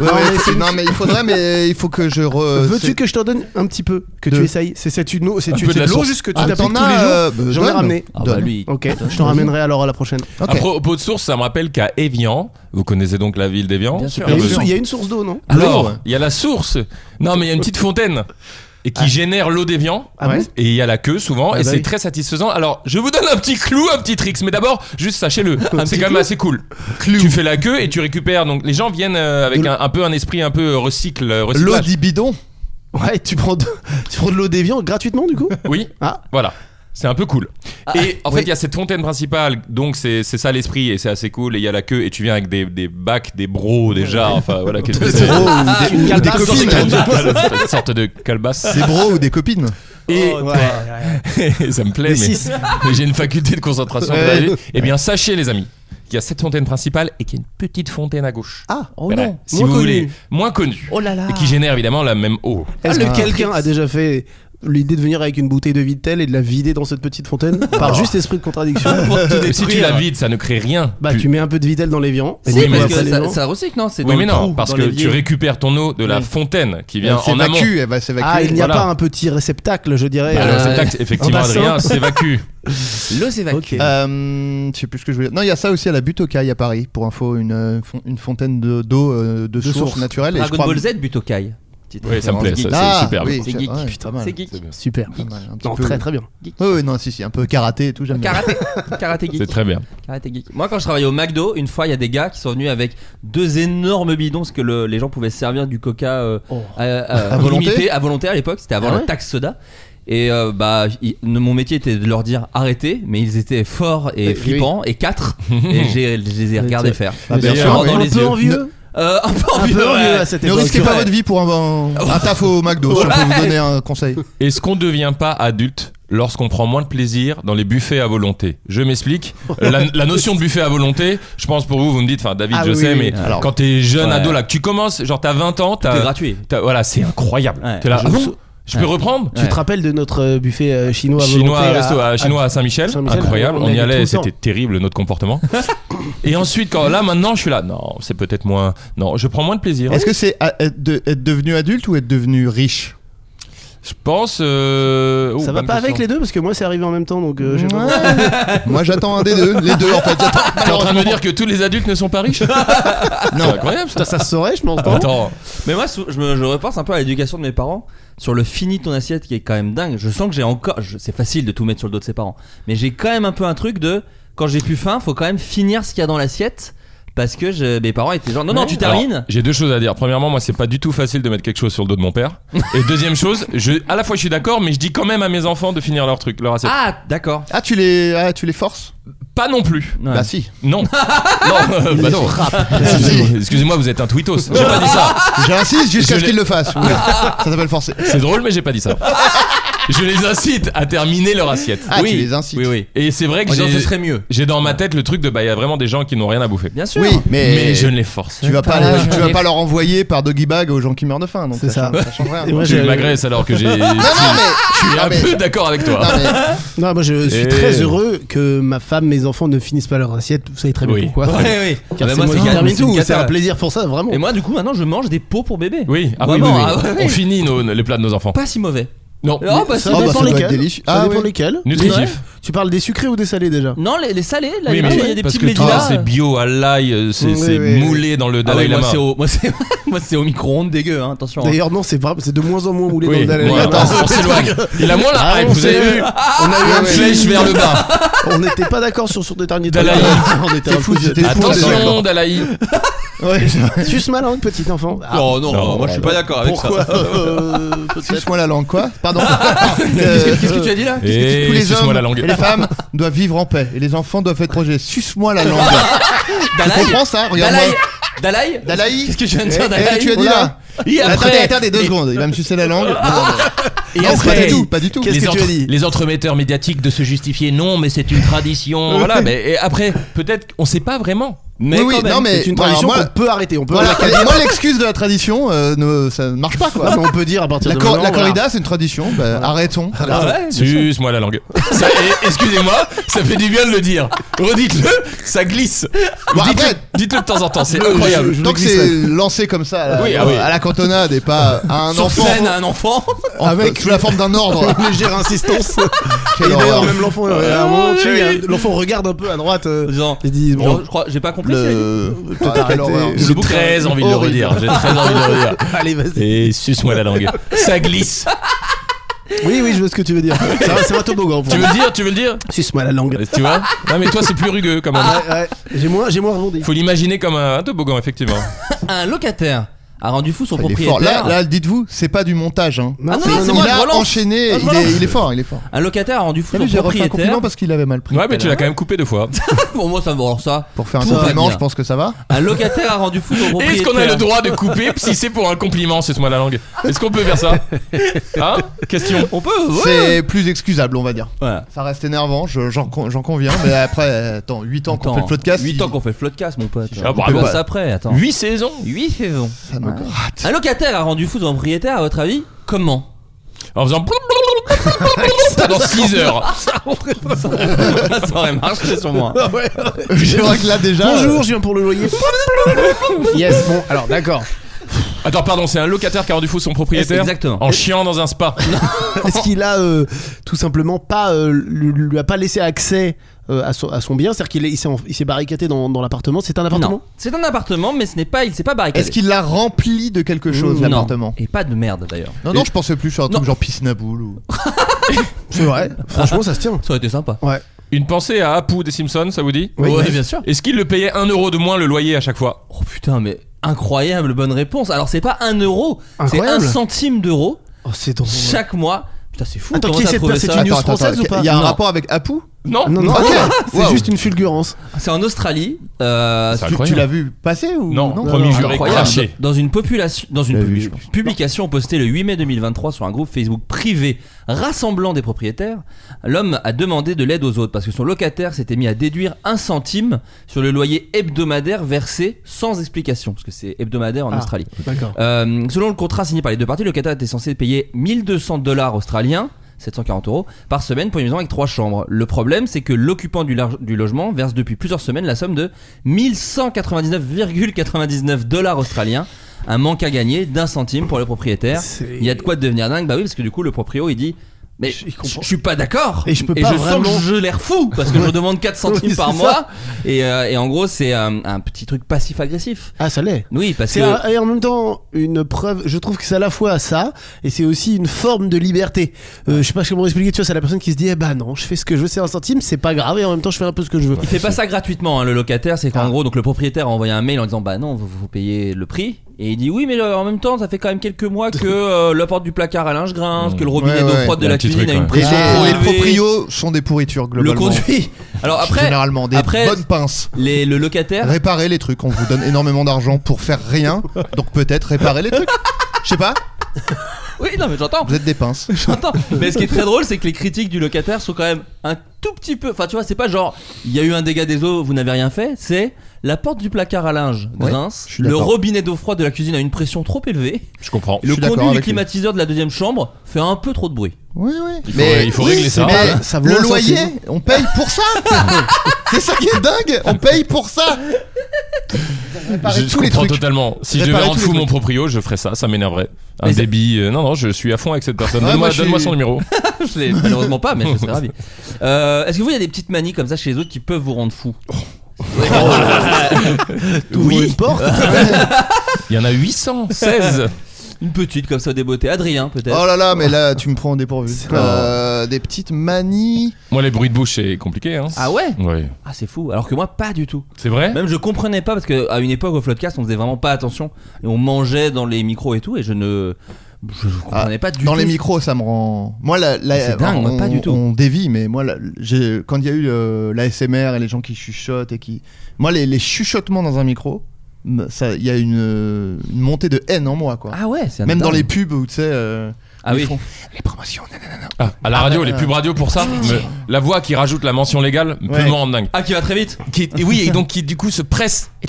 Speaker 8: Ouais, ouais, c'est- non, mais il faudrait, mais il faut que je. re- c'est-
Speaker 6: Euh, Veux-tu que je t'en donne un petit peu Que
Speaker 8: De-
Speaker 6: tu essayes C'est c'est une eau, c'est
Speaker 7: Un
Speaker 6: une
Speaker 7: peu de
Speaker 6: c'est
Speaker 7: la
Speaker 6: de l'eau
Speaker 7: source.
Speaker 6: juste que tu
Speaker 8: Ah,
Speaker 6: t'appliques
Speaker 8: t'en
Speaker 6: tous les
Speaker 8: as, euh,
Speaker 6: jours.
Speaker 8: bah,
Speaker 6: J'en ai
Speaker 8: donne.
Speaker 6: ramené.
Speaker 4: Ah bah
Speaker 8: Donne.
Speaker 4: lui.
Speaker 6: Ok, je t'en ramènerai alors à la prochaine.
Speaker 8: Ok.
Speaker 7: À propos de source, ça me rappelle qu'à Évian, vous connaissez donc la ville d'Évian
Speaker 4: Bien sûr.
Speaker 6: Il y a
Speaker 7: Superbe
Speaker 6: une
Speaker 8: sûr.
Speaker 6: sou- il y a une source d'eau, non
Speaker 7: Alors,
Speaker 8: Oui.
Speaker 7: il y a la source. Non, mais il y a une petite fontaine et qui génère l'eau d'évian.
Speaker 6: Ah bon
Speaker 7: Et il y a la queue souvent,
Speaker 6: Ah
Speaker 7: et
Speaker 6: bah
Speaker 7: c'est
Speaker 6: oui.
Speaker 7: très satisfaisant. Alors, je vous donne un petit clou, un petit tricks, mais d'abord, juste sachez-le, c'est quand même assez cool. Tu fais la queue et tu récupères. Donc, les gens viennent euh, avec
Speaker 6: De
Speaker 7: un, un peu un esprit un peu euh, recycle, euh,
Speaker 8: L'eau
Speaker 7: recyclage.
Speaker 8: dit bidon
Speaker 6: Ouais, tu prends de, tu prends de l'eau d'évian gratuitement du coup
Speaker 7: Oui.
Speaker 6: Ah.
Speaker 7: Voilà. C'est un peu cool. et en fait,
Speaker 8: oui.
Speaker 7: il y a cette fontaine principale, donc c'est c'est ça l'esprit, et c'est assez cool. Et il y a la queue, et tu viens avec des, des bacs, des bros, des jarres, enfin voilà, qu'est-ce que c'est
Speaker 8: bros
Speaker 6: Ah,
Speaker 8: ou des,
Speaker 6: une
Speaker 8: ou des
Speaker 6: calbasse.
Speaker 7: Sorte de
Speaker 8: copines
Speaker 7: calbasse. Une sorte de calbasse.
Speaker 8: Des bros ou des copines
Speaker 7: Et
Speaker 6: Ouais, ouais.
Speaker 7: ça me plaît,
Speaker 6: Les
Speaker 7: mais,
Speaker 6: six.
Speaker 7: mais j'ai une faculté de concentration.
Speaker 8: Ouais.
Speaker 7: Et Eh bien, sachez, les amis, qu'il y a cette fontaine principale et qu'il y a une petite fontaine à gauche.
Speaker 6: Ah, oh
Speaker 7: Voilà.
Speaker 6: non,
Speaker 7: si
Speaker 6: moins
Speaker 7: vous
Speaker 6: connue.
Speaker 7: voulez, moins connue.
Speaker 6: Oh là là.
Speaker 7: Et qui génère évidemment la même eau.
Speaker 6: Est-ce que
Speaker 8: Ah.
Speaker 6: quelqu'un a déjà fait l'idée de venir avec une bouteille de vitel et de la vider dans cette petite fontaine par juste esprit de contradiction
Speaker 7: Mais Euh, si tu la vides, ça ne crée rien.
Speaker 6: Bah tu mets un peu de vitel dans l'évian.
Speaker 4: Si,
Speaker 7: Oui, mais
Speaker 4: parce
Speaker 7: c'est
Speaker 4: que ça, ça recycle, non C'est
Speaker 7: Oui,
Speaker 4: dans
Speaker 7: mais
Speaker 4: le
Speaker 7: non,
Speaker 4: trou,
Speaker 7: parce
Speaker 4: dans
Speaker 7: que
Speaker 4: l'évier.
Speaker 7: tu récupères ton eau de la
Speaker 4: Oui.
Speaker 7: fontaine qui
Speaker 8: Elle
Speaker 7: vient Eh en amont.
Speaker 8: s'évacue, elle va s'évacuer.
Speaker 6: Ah, il n'y a
Speaker 7: Voilà.
Speaker 6: pas un petit réceptacle, je dirais.
Speaker 7: Bah,
Speaker 6: euh,
Speaker 7: le réceptacle, effectivement,
Speaker 6: un bassin.
Speaker 7: Adrien s'évacue.
Speaker 4: L'eau s'évacue.
Speaker 6: Ok. Ah,
Speaker 8: Euh, je sais plus ce que je voulais dire. Non, il y a ça aussi à la butte à Paris, pour info, une, euh, fon- une fontaine de- d'eau euh, de, source,
Speaker 6: source.
Speaker 8: naturelle. et je
Speaker 4: Dragon
Speaker 8: crois...
Speaker 4: Ball Z Butokai.
Speaker 7: Oui, ça me plaît, ça,
Speaker 8: Ah,
Speaker 7: c'est superbe.
Speaker 8: oui,
Speaker 4: C'est geek.
Speaker 8: ouais, pas mal.
Speaker 4: C'est geek.
Speaker 6: Super.
Speaker 8: Pas mal, un petit
Speaker 6: Non,
Speaker 8: peu-
Speaker 6: très très bien.
Speaker 8: Oui, oui, non, si, si, un peu karaté et tout, j'aime bien.
Speaker 4: Karaté, karaté geek.
Speaker 7: C'est très bien.
Speaker 4: Karaté geek. Moi, quand je travaillais au McDo, une fois, il y a des gars qui sont venus avec deux énormes bidons parce que le- les gens pouvaient se servir du coca euh, euh, euh,
Speaker 8: À volonté
Speaker 4: illimité, à volonté à l'époque. C'était avant
Speaker 8: Ah ouais
Speaker 4: la taxe soda. Et euh, bah, ils- mon métier était de leur dire arrêtez, mais ils étaient forts et
Speaker 6: oui.
Speaker 4: flippants et quatre. et j'ai- je les ai regardés faire.
Speaker 8: Ah, bien
Speaker 7: D'ailleurs,
Speaker 8: sûr,
Speaker 7: dans
Speaker 8: ouais.
Speaker 4: les
Speaker 6: un peu
Speaker 4: yeux.
Speaker 6: envieux.
Speaker 4: Euh, un peu
Speaker 6: Un
Speaker 4: envieux,
Speaker 6: peu
Speaker 4: ouais.
Speaker 6: envieux à cette
Speaker 8: Ne
Speaker 6: époque.
Speaker 8: risquez pas
Speaker 4: Ouais.
Speaker 8: votre vie pour un, un taf au McDo, si on peut vous donner un conseil.
Speaker 7: Est-ce qu'on ne devient pas adulte lorsqu'on prend moins de plaisir dans les buffets à volonté Je m'explique. La, la notion de buffet à volonté, je pense pour vous, vous me dites, enfin David,
Speaker 6: Ah
Speaker 7: je
Speaker 6: oui,
Speaker 7: sais,
Speaker 6: oui,
Speaker 7: mais
Speaker 6: oui.
Speaker 8: Alors,
Speaker 7: quand t'es jeune
Speaker 4: Ouais.
Speaker 7: ado là, que tu commences, genre t'as 20 ans,
Speaker 4: C'est
Speaker 7: t'as,
Speaker 4: gratuit.
Speaker 7: t'as- voilà, c'est incroyable.
Speaker 4: Ouais.
Speaker 7: T'es là,
Speaker 6: Je
Speaker 7: ah
Speaker 6: me
Speaker 7: bon
Speaker 6: sou-
Speaker 7: je peux
Speaker 4: Ouais.
Speaker 7: reprendre
Speaker 6: Tu te rappelles de notre euh, buffet euh, chinois à
Speaker 7: Chinois,
Speaker 6: volonté
Speaker 7: resto à- chinois à Saint-Michel,
Speaker 6: Saint-Michel,
Speaker 7: incroyable.
Speaker 6: on
Speaker 7: On
Speaker 6: y
Speaker 7: y
Speaker 6: allait tout
Speaker 7: allait,
Speaker 6: le temps.
Speaker 7: c'était terrible notre comportement. Et ensuite, quand là maintenant, je suis là, non, c'est peut-être moins, non, je prends moins de plaisir.
Speaker 8: est-ce que c'est à- être, de- être devenu adulte ou être devenu riche
Speaker 7: Je pense. euh, oh,
Speaker 6: Ça va
Speaker 7: bonne
Speaker 6: pas avec
Speaker 7: question.
Speaker 6: les deux parce que moi c'est arrivé en même temps donc euh, j'ai pas-
Speaker 8: Ouais. Moi j'attends un des deux, les deux en fait. j'attends.
Speaker 7: T'es en train de me dire que tous les adultes ne sont pas riches C'est
Speaker 8: Non.
Speaker 7: incroyable ça.
Speaker 6: Putain, ça se saurait je pense. non
Speaker 7: Attends.
Speaker 4: Mais moi, sou- je, me, je repense un peu à l'éducation de mes parents sur le fini de ton assiette qui est quand même dingue. Je sens que j'ai encore. je- C'est facile de tout mettre sur le dos de ses parents, mais j'ai quand même un peu un truc de quand j'ai plus faim, faut quand même finir ce qu'il y a dans l'assiette parce que je- mes parents étaient genre non non tu
Speaker 7: Alors,
Speaker 4: termines.
Speaker 7: J'ai deux choses à dire. Premièrement, moi, c'est pas du tout facile de mettre quelque chose sur le dos de mon père. Et deuxième chose, je, à la fois, je suis d'accord, mais je dis quand même à mes enfants de finir leur truc, leur assiette.
Speaker 4: Ah d'accord.
Speaker 8: Ah, tu les, ah, tu les forces
Speaker 7: Pas non plus.
Speaker 4: Ouais.
Speaker 8: Bah si.
Speaker 7: Non. non. euh, bah, non. Excusez-moi, Excusez-moi, vous êtes un twittos. J'ai pas dit ça.
Speaker 8: J'insiste jusqu'à
Speaker 7: Je
Speaker 8: ce
Speaker 7: l'ai-
Speaker 8: qu'ils le fassent. oui. Ça s'appelle forcer.
Speaker 7: C'est drôle, mais j'ai pas dit ça. je les incite à terminer leur assiette.
Speaker 8: Ah,
Speaker 4: Oui.
Speaker 8: tu les incites.
Speaker 4: Oui, oui.
Speaker 7: Et c'est vrai que
Speaker 4: En disant,
Speaker 7: j'ai-
Speaker 4: ce serait mieux.
Speaker 7: j'ai dans ma tête le truc de bah il y a vraiment des gens qui n'ont rien à bouffer.
Speaker 4: Bien sûr.
Speaker 8: Oui, mais,
Speaker 7: Mais je ne les force.
Speaker 8: tu vas pas,
Speaker 4: pas-
Speaker 8: tu vas pas leur envoyer par doggy bag aux gens qui meurent de faim. donc
Speaker 6: C'est ça.
Speaker 8: change- ça change rien.
Speaker 6: Et moi,
Speaker 7: Tu
Speaker 6: j'ai-
Speaker 7: m'agresses alors que j'ai. Non, non, Je suis
Speaker 8: non,
Speaker 7: un
Speaker 8: mais-
Speaker 7: peu d'accord avec toi.
Speaker 8: Non, mais-
Speaker 6: Non, moi je suis
Speaker 7: Eh.
Speaker 6: très heureux que ma femme, mes enfants ne finissent pas leur assiette. Vous savez très bien
Speaker 7: Oui.
Speaker 6: pourquoi.
Speaker 4: Ouais, ouais.
Speaker 6: Car
Speaker 4: Ah bah
Speaker 6: c'est
Speaker 4: moi,
Speaker 6: moi
Speaker 4: c'est
Speaker 6: qui
Speaker 4: une-
Speaker 6: termine
Speaker 4: c'est une
Speaker 6: tout. C'est
Speaker 4: cata.
Speaker 6: un plaisir pour ça, vraiment.
Speaker 8: Oh,
Speaker 4: Et moi, du coup, maintenant, je mange des pots pour bébé.
Speaker 7: Oui, ah oui,
Speaker 4: Vraiment,
Speaker 7: oui, oui.
Speaker 4: ah ouais.
Speaker 7: on finit nos- les plats de nos enfants.
Speaker 4: Pas si mauvais.
Speaker 7: Non,
Speaker 4: Oh, bah,
Speaker 6: ça
Speaker 8: Ah, bah,
Speaker 6: dépend
Speaker 8: ça doit être
Speaker 6: lesquels.
Speaker 8: délicieux.
Speaker 6: Ça
Speaker 8: Ah,
Speaker 6: dépend
Speaker 8: oui.
Speaker 6: lesquels.
Speaker 7: nutritif.
Speaker 6: Tu parles des sucrés ou des salés déjà
Speaker 4: Non, les, les salés, là,
Speaker 7: Oui,
Speaker 4: il y a
Speaker 7: mais
Speaker 4: il y a des
Speaker 7: parce
Speaker 4: petits
Speaker 7: que toi,
Speaker 4: médias.
Speaker 7: c'est bio à l'ail, euh, c'est
Speaker 6: Oui,
Speaker 7: c'est
Speaker 6: oui, oui.
Speaker 7: moulé dans le
Speaker 4: Ah
Speaker 7: Dalai
Speaker 4: oui, moi
Speaker 7: Lama.
Speaker 4: c'est au, moi c'est, moi c'est au micro-ondes dégueu, hein, attention. hein.
Speaker 6: D'ailleurs, non, c'est pas- c'est de moins en moins moulé
Speaker 7: Oui,
Speaker 6: dans le
Speaker 7: voilà,
Speaker 6: Dalai Lama.
Speaker 7: on s'éloigne. Il a moins la
Speaker 6: Ah,
Speaker 7: hype,
Speaker 6: on
Speaker 7: vous avez
Speaker 6: s'est-
Speaker 7: vu
Speaker 8: On a eu
Speaker 7: Une flèche vers
Speaker 8: Euh,
Speaker 7: le bas.
Speaker 6: On n'était pas d'accord sur son dernier
Speaker 7: Dalai
Speaker 6: truc.
Speaker 7: Lama.
Speaker 6: On était
Speaker 8: T'es
Speaker 6: un
Speaker 8: fou,
Speaker 6: peu-
Speaker 8: j'étais fou,
Speaker 6: Attention.
Speaker 8: j'étais
Speaker 7: Attention, Dalaï.
Speaker 6: Ouais, suce ma langue, petit enfant. Ah,
Speaker 4: Oh non,
Speaker 7: Non,
Speaker 4: moi je suis
Speaker 7: non.
Speaker 4: pas d'accord avec ça.
Speaker 6: euh, peut-être.
Speaker 8: Suce-moi la langue, quoi Pardon.
Speaker 4: Qu'est-ce que-
Speaker 8: Euh,
Speaker 4: Qu'est-ce que tu as dit là
Speaker 8: Qu'est-ce que tu-
Speaker 7: Et
Speaker 8: tous les
Speaker 7: suce-moi
Speaker 8: hommes
Speaker 7: la langue.
Speaker 8: et les femmes doivent vivre en paix et les enfants doivent être protégés. Suce-moi la langue. tu
Speaker 4: Dalaï
Speaker 8: comprends ça
Speaker 4: Dalaï
Speaker 8: Regarde-moi.
Speaker 4: Dalaï
Speaker 8: Dalaï
Speaker 4: Qu'est-ce que je viens de
Speaker 8: Eh,
Speaker 4: dire,
Speaker 8: eh,
Speaker 4: Dalaï
Speaker 8: Tu as dit là
Speaker 4: Et
Speaker 8: Attendez,
Speaker 4: après,
Speaker 8: attendez deux secondes. Il va me sucer la langue. Non,
Speaker 4: et
Speaker 8: non, pas
Speaker 4: après-
Speaker 8: du tout, pas du tout.
Speaker 6: Qu'est-ce
Speaker 4: les
Speaker 6: que tu
Speaker 4: entre-
Speaker 6: as dit
Speaker 4: Les entremetteurs médiatiques de se justifier, non, mais c'est une tradition. voilà, mais et après, peut-être, on sait pas vraiment. Mais
Speaker 8: Oui, oui,
Speaker 4: quand même.
Speaker 8: non, mais
Speaker 6: C'est une
Speaker 8: bon, alors,
Speaker 6: tradition
Speaker 8: moi-
Speaker 6: qu'on peut arrêter. On peut
Speaker 8: Voilà, et moi l'excuse de la tradition, euh, ne, ça ne marche pas quoi.
Speaker 6: Non, mais on peut dire à partir
Speaker 8: La,
Speaker 6: de
Speaker 8: cor-
Speaker 6: maintenant,
Speaker 8: la
Speaker 6: voilà.
Speaker 8: corrida c'est une tradition, bah, arrêtons.
Speaker 4: Ah ouais, bien sûr.
Speaker 7: Suce-moi la langue. Ça- et- Excusez-moi, ça fait du bien de le dire. Redites-le, ça glisse.
Speaker 8: Bon,
Speaker 7: Dites-le
Speaker 8: après,
Speaker 7: dites-le de temps en temps, c'est
Speaker 6: Je-
Speaker 7: incroyable.
Speaker 6: je- je
Speaker 8: Tant que
Speaker 6: glisse,
Speaker 8: c'est
Speaker 6: ouais.
Speaker 8: lancé comme ça à la,
Speaker 7: Oui, ah oui.
Speaker 8: à la cantonade et pas à un
Speaker 4: Sur
Speaker 8: enfant
Speaker 4: scène à un enfant.
Speaker 8: en- sous la forme d'un ordre.
Speaker 6: Une légère insistance. Et
Speaker 8: Quelle
Speaker 6: d'ailleurs,
Speaker 8: horreur.
Speaker 6: même l'enfant, euh, à un moment, tu sais, il y a-
Speaker 4: Oui.
Speaker 6: l'enfant regarde un peu à droite. euh,
Speaker 4: en disant,
Speaker 6: Il
Speaker 7: Oh.
Speaker 6: dit,
Speaker 4: genre,
Speaker 6: bon,
Speaker 4: je crois, j'ai pas compris. c'est-
Speaker 8: le Ah,
Speaker 6: t'arrêter.
Speaker 8: quelle horreur.
Speaker 7: J'ai très envie de le
Speaker 8: horrible.
Speaker 7: redire. J'ai très envie de le redire.
Speaker 6: allez, vas-y.
Speaker 7: Et suce-moi la langue. Ça glisse.
Speaker 6: Oui, oui, je vois ce que tu veux dire. C'est un- C'est un toboggan. pour
Speaker 7: Tu veux
Speaker 6: moi.
Speaker 7: le dire Tu veux le dire
Speaker 6: Suce-moi la langue.
Speaker 7: Tu vois Non, mais toi, c'est plus rugueux quand même.
Speaker 6: Ouais, ouais. J'ai moins, j'ai moins rebondi.
Speaker 7: Faut l'imaginer comme un un toboggan, effectivement.
Speaker 4: Un locataire a rendu fou son
Speaker 8: Ah, Il est fort. Là,
Speaker 4: propriétaire.
Speaker 8: là, dites-vous, c'est pas du montage. Hein.
Speaker 6: Non,
Speaker 4: Ah non,
Speaker 6: c'est-
Speaker 4: non, c'est
Speaker 8: il
Speaker 4: moi, je
Speaker 8: a
Speaker 4: relance.
Speaker 8: enchaîné,
Speaker 4: Ah, je
Speaker 8: il,
Speaker 4: relance.
Speaker 8: est, il est fort, il est fort.
Speaker 4: Un locataire a rendu fou
Speaker 8: T'as
Speaker 4: son
Speaker 8: vu, j'ai refait un
Speaker 4: propriétaire.
Speaker 8: compliment parce qu'il avait mal pris.
Speaker 7: Ouais, mais tu l'as quand même coupé deux fois.
Speaker 4: Pour moi, ça me alors ça.
Speaker 8: Pour faire un
Speaker 4: Tout va
Speaker 8: compliment,
Speaker 4: bien.
Speaker 8: je pense que ça va.
Speaker 4: Un locataire a rendu fou son propriétaire.
Speaker 7: Est-ce qu'on a le droit de couper si c'est pour un compliment Suce-moi la langue. Est-ce qu'on peut faire ça Hein Question.
Speaker 4: On peut. ouais.
Speaker 8: C'est plus excusable, on va dire.
Speaker 4: Voilà.
Speaker 8: Ça reste énervant, je- j'en con- j'en conviens, mais après, euh, attends, 8 ans qu'on
Speaker 4: Attends,
Speaker 8: fait le podcast.
Speaker 4: 8
Speaker 8: il-
Speaker 4: ans qu'on fait le floodcast, mon pote.
Speaker 7: Ah,
Speaker 4: On
Speaker 7: bravo.
Speaker 4: commence après, attends.
Speaker 7: 8 saisons
Speaker 4: 8 saisons.
Speaker 8: Ça me gratte.
Speaker 4: Un locataire a rendu fou son propriétaire, à votre avis Comment
Speaker 7: En faisant pendant 6 heures.
Speaker 4: Ça aurait marché sur moi.
Speaker 8: C'est vrai que là déjà. euh,
Speaker 6: Bonjour, je viens pour le loyer. yes, bon, alors d'accord.
Speaker 7: Attends, pardon, c'est un locataire qui a rendu fou son propriétaire
Speaker 4: Exactement.
Speaker 7: en chiant dans un spa.
Speaker 6: Est-ce qu'il a euh, tout simplement pas euh, lui, lui a pas laissé accès euh, à, son, à son bien, c'est-à-dire qu'il est- il s'est en- il s'est barricadé dans, dans l'appartement. C'est un
Speaker 4: Non.
Speaker 6: appartement.
Speaker 4: C'est un appartement, mais ce n'est pas, il s'est pas barricadé.
Speaker 8: Est-ce qu'il l'a rempli de quelque chose,
Speaker 4: Non.
Speaker 8: l'appartement
Speaker 4: Et pas de merde d'ailleurs.
Speaker 8: Non, non, je pensais plus sur un truc
Speaker 4: Non.
Speaker 8: genre Pisnaboule ou.
Speaker 6: C'est vrai. Franchement, ça se tient.
Speaker 4: Ça aurait été sympa.
Speaker 6: Ouais.
Speaker 7: Une pensée à Apu des Simpsons, ça vous dit
Speaker 6: Oui.
Speaker 4: ouais, bien sûr.
Speaker 7: Est-ce qu'il le payait 1 euro de moins le loyer à chaque fois
Speaker 4: Oh putain, mais incroyable bonne réponse. Alors c'est pas un euro, c'est un
Speaker 6: Incroyable.
Speaker 4: centime d'euro
Speaker 6: Oh, c'est drôle.
Speaker 4: chaque mois. Putain, c'est fou.
Speaker 6: Attends,
Speaker 4: comment
Speaker 6: qui
Speaker 4: t'as
Speaker 6: essaie de
Speaker 4: trouvé
Speaker 6: faire- c'est
Speaker 4: ça
Speaker 6: une news
Speaker 8: Attends, attends,
Speaker 6: française
Speaker 8: attends,
Speaker 6: ou pas
Speaker 8: Il y a un
Speaker 4: Non.
Speaker 8: rapport avec Apu
Speaker 7: Non.
Speaker 6: Non, non,
Speaker 8: Ok.
Speaker 6: Ah, c'est
Speaker 8: Wow.
Speaker 6: juste une fulgurance.
Speaker 4: C'est en Australie. euh,
Speaker 7: C'est
Speaker 4: tu-
Speaker 8: Tu
Speaker 7: incroyable.
Speaker 8: l'as vu passer ou
Speaker 7: Non,
Speaker 6: Non,
Speaker 7: premier Ah,
Speaker 6: non,
Speaker 7: juré
Speaker 4: Incroyable.
Speaker 7: craché.
Speaker 4: Dans une population, dans une
Speaker 8: J'avais
Speaker 4: pub-
Speaker 8: vu, je pense.
Speaker 4: publication postée le 8 mai 2023 sur un groupe Facebook privé rassemblant des propriétaires, l'homme a demandé de l'aide aux autres parce que son locataire s'était mis à déduire un centime sur le loyer hebdomadaire versé sans explication, parce que c'est hebdomadaire en
Speaker 6: Ah.
Speaker 4: Australie.
Speaker 6: D'accord.
Speaker 4: Euh, selon le contrat signé par les deux parties, le locataire était censé payer 1200 dollars australiens. 740 euros par semaine pour une maison avec trois chambres. Le problème, c'est que l'occupant du, large- du logement verse depuis plusieurs semaines la somme de 1199,99 dollars australiens. Un manque à gagner d'un centime pour le propriétaire.
Speaker 6: C'est-
Speaker 4: Il y a de quoi devenir dingue. Bah oui, parce que du coup, le proprio, il dit. Mais
Speaker 6: Je-
Speaker 4: je,
Speaker 6: il comprend.
Speaker 4: je suis pas d'accord.
Speaker 6: Et je peux pas
Speaker 4: sens que
Speaker 6: vraiment-
Speaker 4: je l'air fou parce que je demande 4 centimes
Speaker 6: Oui,
Speaker 4: par
Speaker 6: c'est
Speaker 4: mois. Et, euh, et en gros, c'est euh, un petit truc passif-agressif.
Speaker 6: Ah, ça l'est.
Speaker 4: Oui, parce
Speaker 6: C'est
Speaker 4: que.
Speaker 6: un- et en même temps une preuve. Je trouve que c'est à la fois ça et c'est aussi une forme de liberté. Euh, je sais pas comment expliquer. Tu vois, c'est la personne qui se dit, eh ben non, je fais ce que je veux, c'est un centime, c'est pas grave, et en même temps, je fais un peu ce que je veux.
Speaker 4: Il fait pas ça gratuitement, hein, le locataire. C'est qu'en
Speaker 6: Ah.
Speaker 4: gros, donc le propriétaire a envoyé un mail en disant Bah non, vous, vous payez le prix. Et il dit Oui, mais euh, en même temps, ça fait quand même quelques mois que euh, la porte du placard à linge grince, que le robinet
Speaker 8: Ouais,
Speaker 4: d'eau
Speaker 8: ouais,
Speaker 4: froide
Speaker 7: il y
Speaker 4: de
Speaker 7: a un
Speaker 4: la
Speaker 7: petit
Speaker 4: cuisine
Speaker 7: truc,
Speaker 4: a une
Speaker 7: ouais.
Speaker 8: Et
Speaker 4: pression trop
Speaker 8: les, les
Speaker 4: élevée.
Speaker 8: proprios sont des pourritures
Speaker 4: le
Speaker 8: globalement.
Speaker 4: conduit. Alors après,
Speaker 8: généralement des
Speaker 4: après-
Speaker 8: bonnes pinces.
Speaker 4: les- le locataire.
Speaker 8: Réparez les trucs, on vous donne énormément d'argent pour faire rien, donc peut-être réparer les trucs. Je sais pas.
Speaker 4: Oui, non, mais j'entends.
Speaker 8: Vous êtes des pinces.
Speaker 4: J'entends. Mais ce qui est très drôle, c'est que les critiques du locataire sont quand même un tout petit peu. Enfin, tu vois, c'est pas genre il y a eu un dégât des eaux, vous n'avez rien fait. C'est la porte du placard à linge
Speaker 8: Ouais,
Speaker 4: grince,
Speaker 8: je suis
Speaker 4: le
Speaker 8: d'accord.
Speaker 4: robinet d'eau froide de la cuisine a une pression trop élevée,
Speaker 7: Je comprends.
Speaker 8: Je
Speaker 4: le
Speaker 8: suis d'accord
Speaker 4: conduit du
Speaker 8: avec lui.
Speaker 4: climatiseur de la deuxième chambre fait un peu trop de bruit.
Speaker 8: Oui, oui.
Speaker 7: Il faut- il faut régler ça.
Speaker 8: mais
Speaker 6: Ça vaut un
Speaker 8: le
Speaker 6: centime.
Speaker 8: loyer, on paye pour ça. c'est ça qui est dingue. On paye pour ça.
Speaker 7: Je,
Speaker 8: Réparer
Speaker 7: je
Speaker 8: tous les
Speaker 7: comprends
Speaker 8: trucs.
Speaker 7: totalement. Si je
Speaker 8: Réparer
Speaker 7: devais rendre fou
Speaker 8: tous les
Speaker 7: mon
Speaker 8: trucs.
Speaker 7: proprio, je ferais ça, ça m'énerverait. Un
Speaker 4: Mais ça-
Speaker 7: débit. euh, non, non, je suis à fond avec cette personne.
Speaker 8: Ouais,
Speaker 7: Donne-moi
Speaker 8: Ah, moi, je
Speaker 7: donne-moi
Speaker 8: suis-
Speaker 7: son numéro.
Speaker 4: je l'ai malheureusement pas, mais je serais ravi. Euh, Est-ce que vous, il y a des petites manies comme ça chez les autres qui peuvent vous rendre fou
Speaker 8: Oh.
Speaker 6: T'ouvres une porte
Speaker 7: Il y en a 816.
Speaker 4: Une petite comme ça des beautés. Adrien, peut-être.
Speaker 8: Oh là là, mais là, tu me prends en dépourvu. Euh, des petites manies.
Speaker 7: Moi, les bruits de bouche, c'est compliqué. Hein.
Speaker 4: Ah ouais
Speaker 7: Ouais.
Speaker 4: Ah, c'est fou. Alors que moi, pas du tout.
Speaker 7: C'est vrai
Speaker 8: Bah-
Speaker 4: Même je comprenais pas parce qu'à une époque au Floodcast on faisait vraiment pas attention et on mangeait dans les micros et tout et je ne je comprenais pas du
Speaker 8: Ah, Dans
Speaker 4: tout.
Speaker 8: les micros, ça me rend. Moi, la, la-
Speaker 4: C'est dingue,
Speaker 8: on,
Speaker 4: moi, pas du tout.
Speaker 8: on dévie, mais moi, la- j'ai- quand il y a eu euh, l'ASMR et les gens qui chuchotent et qui. Moi, les, les chuchotements dans un micro, me- ça- il y a une, une montée de haine en moi, quoi.
Speaker 4: Ah ouais, c'est
Speaker 8: Même dans
Speaker 4: dingue.
Speaker 8: les pubs où tu sais. euh,
Speaker 4: Ah
Speaker 8: ils
Speaker 4: oui.
Speaker 8: font les promotions, nanana.
Speaker 7: Ah, À la radio,
Speaker 8: ouais,
Speaker 7: les
Speaker 8: ouais.
Speaker 7: pubs radio pour ça. me- la voix qui rajoute la mention légale peut
Speaker 8: euh, Ouais.
Speaker 7: me rendre dingue.
Speaker 4: Ah qui va très vite.
Speaker 7: Qui- et oui, et donc qui du coup se presse. Et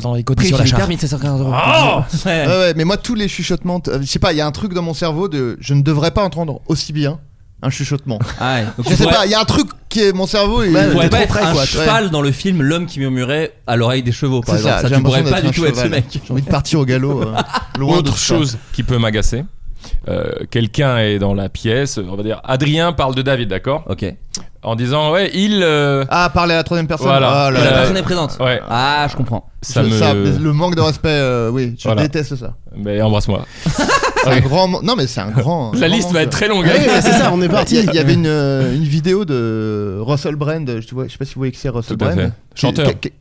Speaker 7: attends, les conditions
Speaker 4: Prix,
Speaker 7: d'achat.
Speaker 4: termine, 715 euros.
Speaker 7: Oh
Speaker 4: Ah,
Speaker 8: Ouais,
Speaker 4: Ouais.
Speaker 8: ouais, mais moi, tous les chuchotements, t- euh, je sais pas, il y a un truc dans mon cerveau de je ne devrais pas entendre aussi bien un chuchotement.
Speaker 4: Ah ouais. Donc
Speaker 8: Je
Speaker 4: on
Speaker 8: sais
Speaker 4: pourrait-
Speaker 8: pas, il y a un truc qui est mon cerveau. il-
Speaker 4: on
Speaker 8: il
Speaker 4: pourrait
Speaker 8: est
Speaker 4: pas
Speaker 8: trop
Speaker 4: être
Speaker 8: près,
Speaker 4: un
Speaker 8: quoi, tu vois.
Speaker 4: cheval dans le film L'homme qui murmurait à l'oreille des chevaux par
Speaker 8: C'est
Speaker 4: exemple.
Speaker 8: ça,
Speaker 4: Ça,
Speaker 8: j'ai
Speaker 4: tu pourrais
Speaker 8: l'impression
Speaker 4: pas
Speaker 8: d'être
Speaker 4: du
Speaker 8: un
Speaker 4: tout être ce
Speaker 8: cheval.
Speaker 4: mec.
Speaker 8: J'ai envie de partir au galop. euh, loin de
Speaker 7: Autre
Speaker 8: tout ça.
Speaker 7: chose qui peut m'agacer. euh, Quelqu'un est dans la pièce, on va dire Adrien parle de David, d'accord
Speaker 4: Ok.
Speaker 8: Oh
Speaker 7: En disant ouais, il euh,
Speaker 8: Ah, parler à la troisième personne.
Speaker 7: Voilà.
Speaker 8: Ah là
Speaker 4: Et la
Speaker 8: là.
Speaker 4: personne est présente.
Speaker 7: ouais.
Speaker 4: Ah je comprends.
Speaker 7: Ça
Speaker 8: Je-
Speaker 7: me
Speaker 8: ça, le manque de respect, euh, oui, je
Speaker 7: Voilà.
Speaker 8: déteste ça.
Speaker 7: mais embrasse-moi.
Speaker 8: C'est un grand. man- Non, mais c'est un grand.
Speaker 7: La
Speaker 8: un grand
Speaker 7: liste
Speaker 8: manque
Speaker 7: va
Speaker 8: de-
Speaker 7: être très longue. hein.
Speaker 6: Ah oui, bah, c'est ça, on est
Speaker 8: Il y,
Speaker 6: parti.
Speaker 8: a- il y avait une, euh, une vidéo de Russell Brand. Je, te vois, je sais pas si vous voyez qui c'est Russell
Speaker 7: Tout à
Speaker 8: Brand.
Speaker 7: fait.
Speaker 8: qui-
Speaker 7: Chanteur.
Speaker 8: Qui, qui-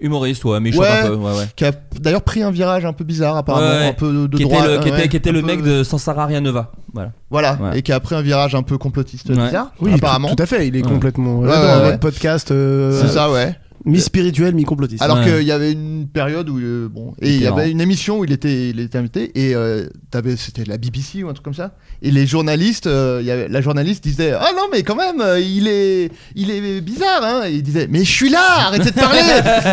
Speaker 4: Humoriste ouais, mais je
Speaker 8: Ouais.
Speaker 4: chante un peu. Ouais ouais.
Speaker 8: qui a d'ailleurs pris un virage un peu bizarre, apparemment.
Speaker 4: Ouais, ouais.
Speaker 8: Un peu de, de
Speaker 4: qui
Speaker 8: droite.
Speaker 4: était le, qui
Speaker 8: ouais,
Speaker 4: était, qui était
Speaker 8: un
Speaker 4: le
Speaker 8: peu-
Speaker 4: mec de Sansara Rianova. Voilà.
Speaker 8: Voilà,
Speaker 4: Ouais.
Speaker 8: et qui a pris un virage un peu complotiste
Speaker 4: Ouais.
Speaker 8: bizarre,
Speaker 6: Oui,
Speaker 8: apparemment.
Speaker 6: Tout, tout à fait, il est
Speaker 4: Ouais.
Speaker 6: complètement.
Speaker 8: Ouais,
Speaker 6: là, dans
Speaker 8: ouais,
Speaker 6: votre
Speaker 8: ouais.
Speaker 6: podcast, euh,
Speaker 8: C'est ça, ouais.
Speaker 6: mi-spirituel, mi-complotiste.
Speaker 8: Alors
Speaker 4: Ouais.
Speaker 8: qu'il y avait une période où euh, bon, et
Speaker 4: était
Speaker 8: il y
Speaker 4: marrant.
Speaker 8: avait une émission où il était, il était invité et euh, t'avais- c'était la BBC ou un truc comme ça. Et les journalistes, euh, il y avait, la journaliste disait ah non mais quand même euh, il est, il est bizarre hein. Et il disait mais je suis là, arrêtez de parler.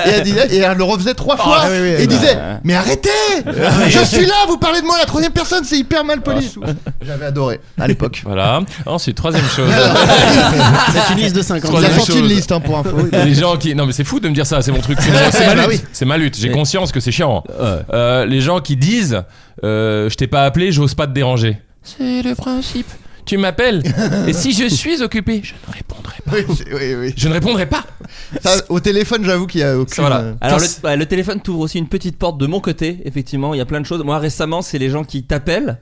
Speaker 8: et, elle disait- et elle le refaisait trois fois
Speaker 6: ouais, ouais,
Speaker 8: et
Speaker 6: ouais,
Speaker 8: il
Speaker 6: bah,
Speaker 8: disait
Speaker 4: ouais.
Speaker 8: mais arrêtez, je suis là, vous parlez de moi à la troisième personne, c'est hyper mal poli. J'avais adoré à l'époque.
Speaker 7: Voilà. Ensuite, troisième chose.
Speaker 6: C'est une liste Ah, de 50.
Speaker 8: Il a
Speaker 7: Troisième
Speaker 8: sorti une
Speaker 7: chose.
Speaker 8: liste hein, pour info.
Speaker 7: Les gens qui non mais c'est fou de me dire ça, c'est mon truc, c'est ma, c'est ma lutte, c'est ma lutte. J'ai
Speaker 4: Mais-
Speaker 7: conscience que c'est chiant.
Speaker 4: Ouais.
Speaker 7: Euh, les gens qui disent euh, je t'ai pas appelé, j'ose pas te déranger. C'est le principe. Tu m'appelles et si je suis occupé, je ne répondrai pas.
Speaker 8: Oui, c'est- oui, oui.
Speaker 7: Je ne répondrai pas.
Speaker 8: Ça, au téléphone, j'avoue qu'il y a aucune.
Speaker 7: Ça, voilà.
Speaker 8: euh,
Speaker 4: Alors
Speaker 7: Putain,
Speaker 4: le, ouais, le téléphone t'ouvre aussi une petite porte de mon côté, effectivement, il y a plein de choses. Moi récemment, c'est les gens qui t'appellent.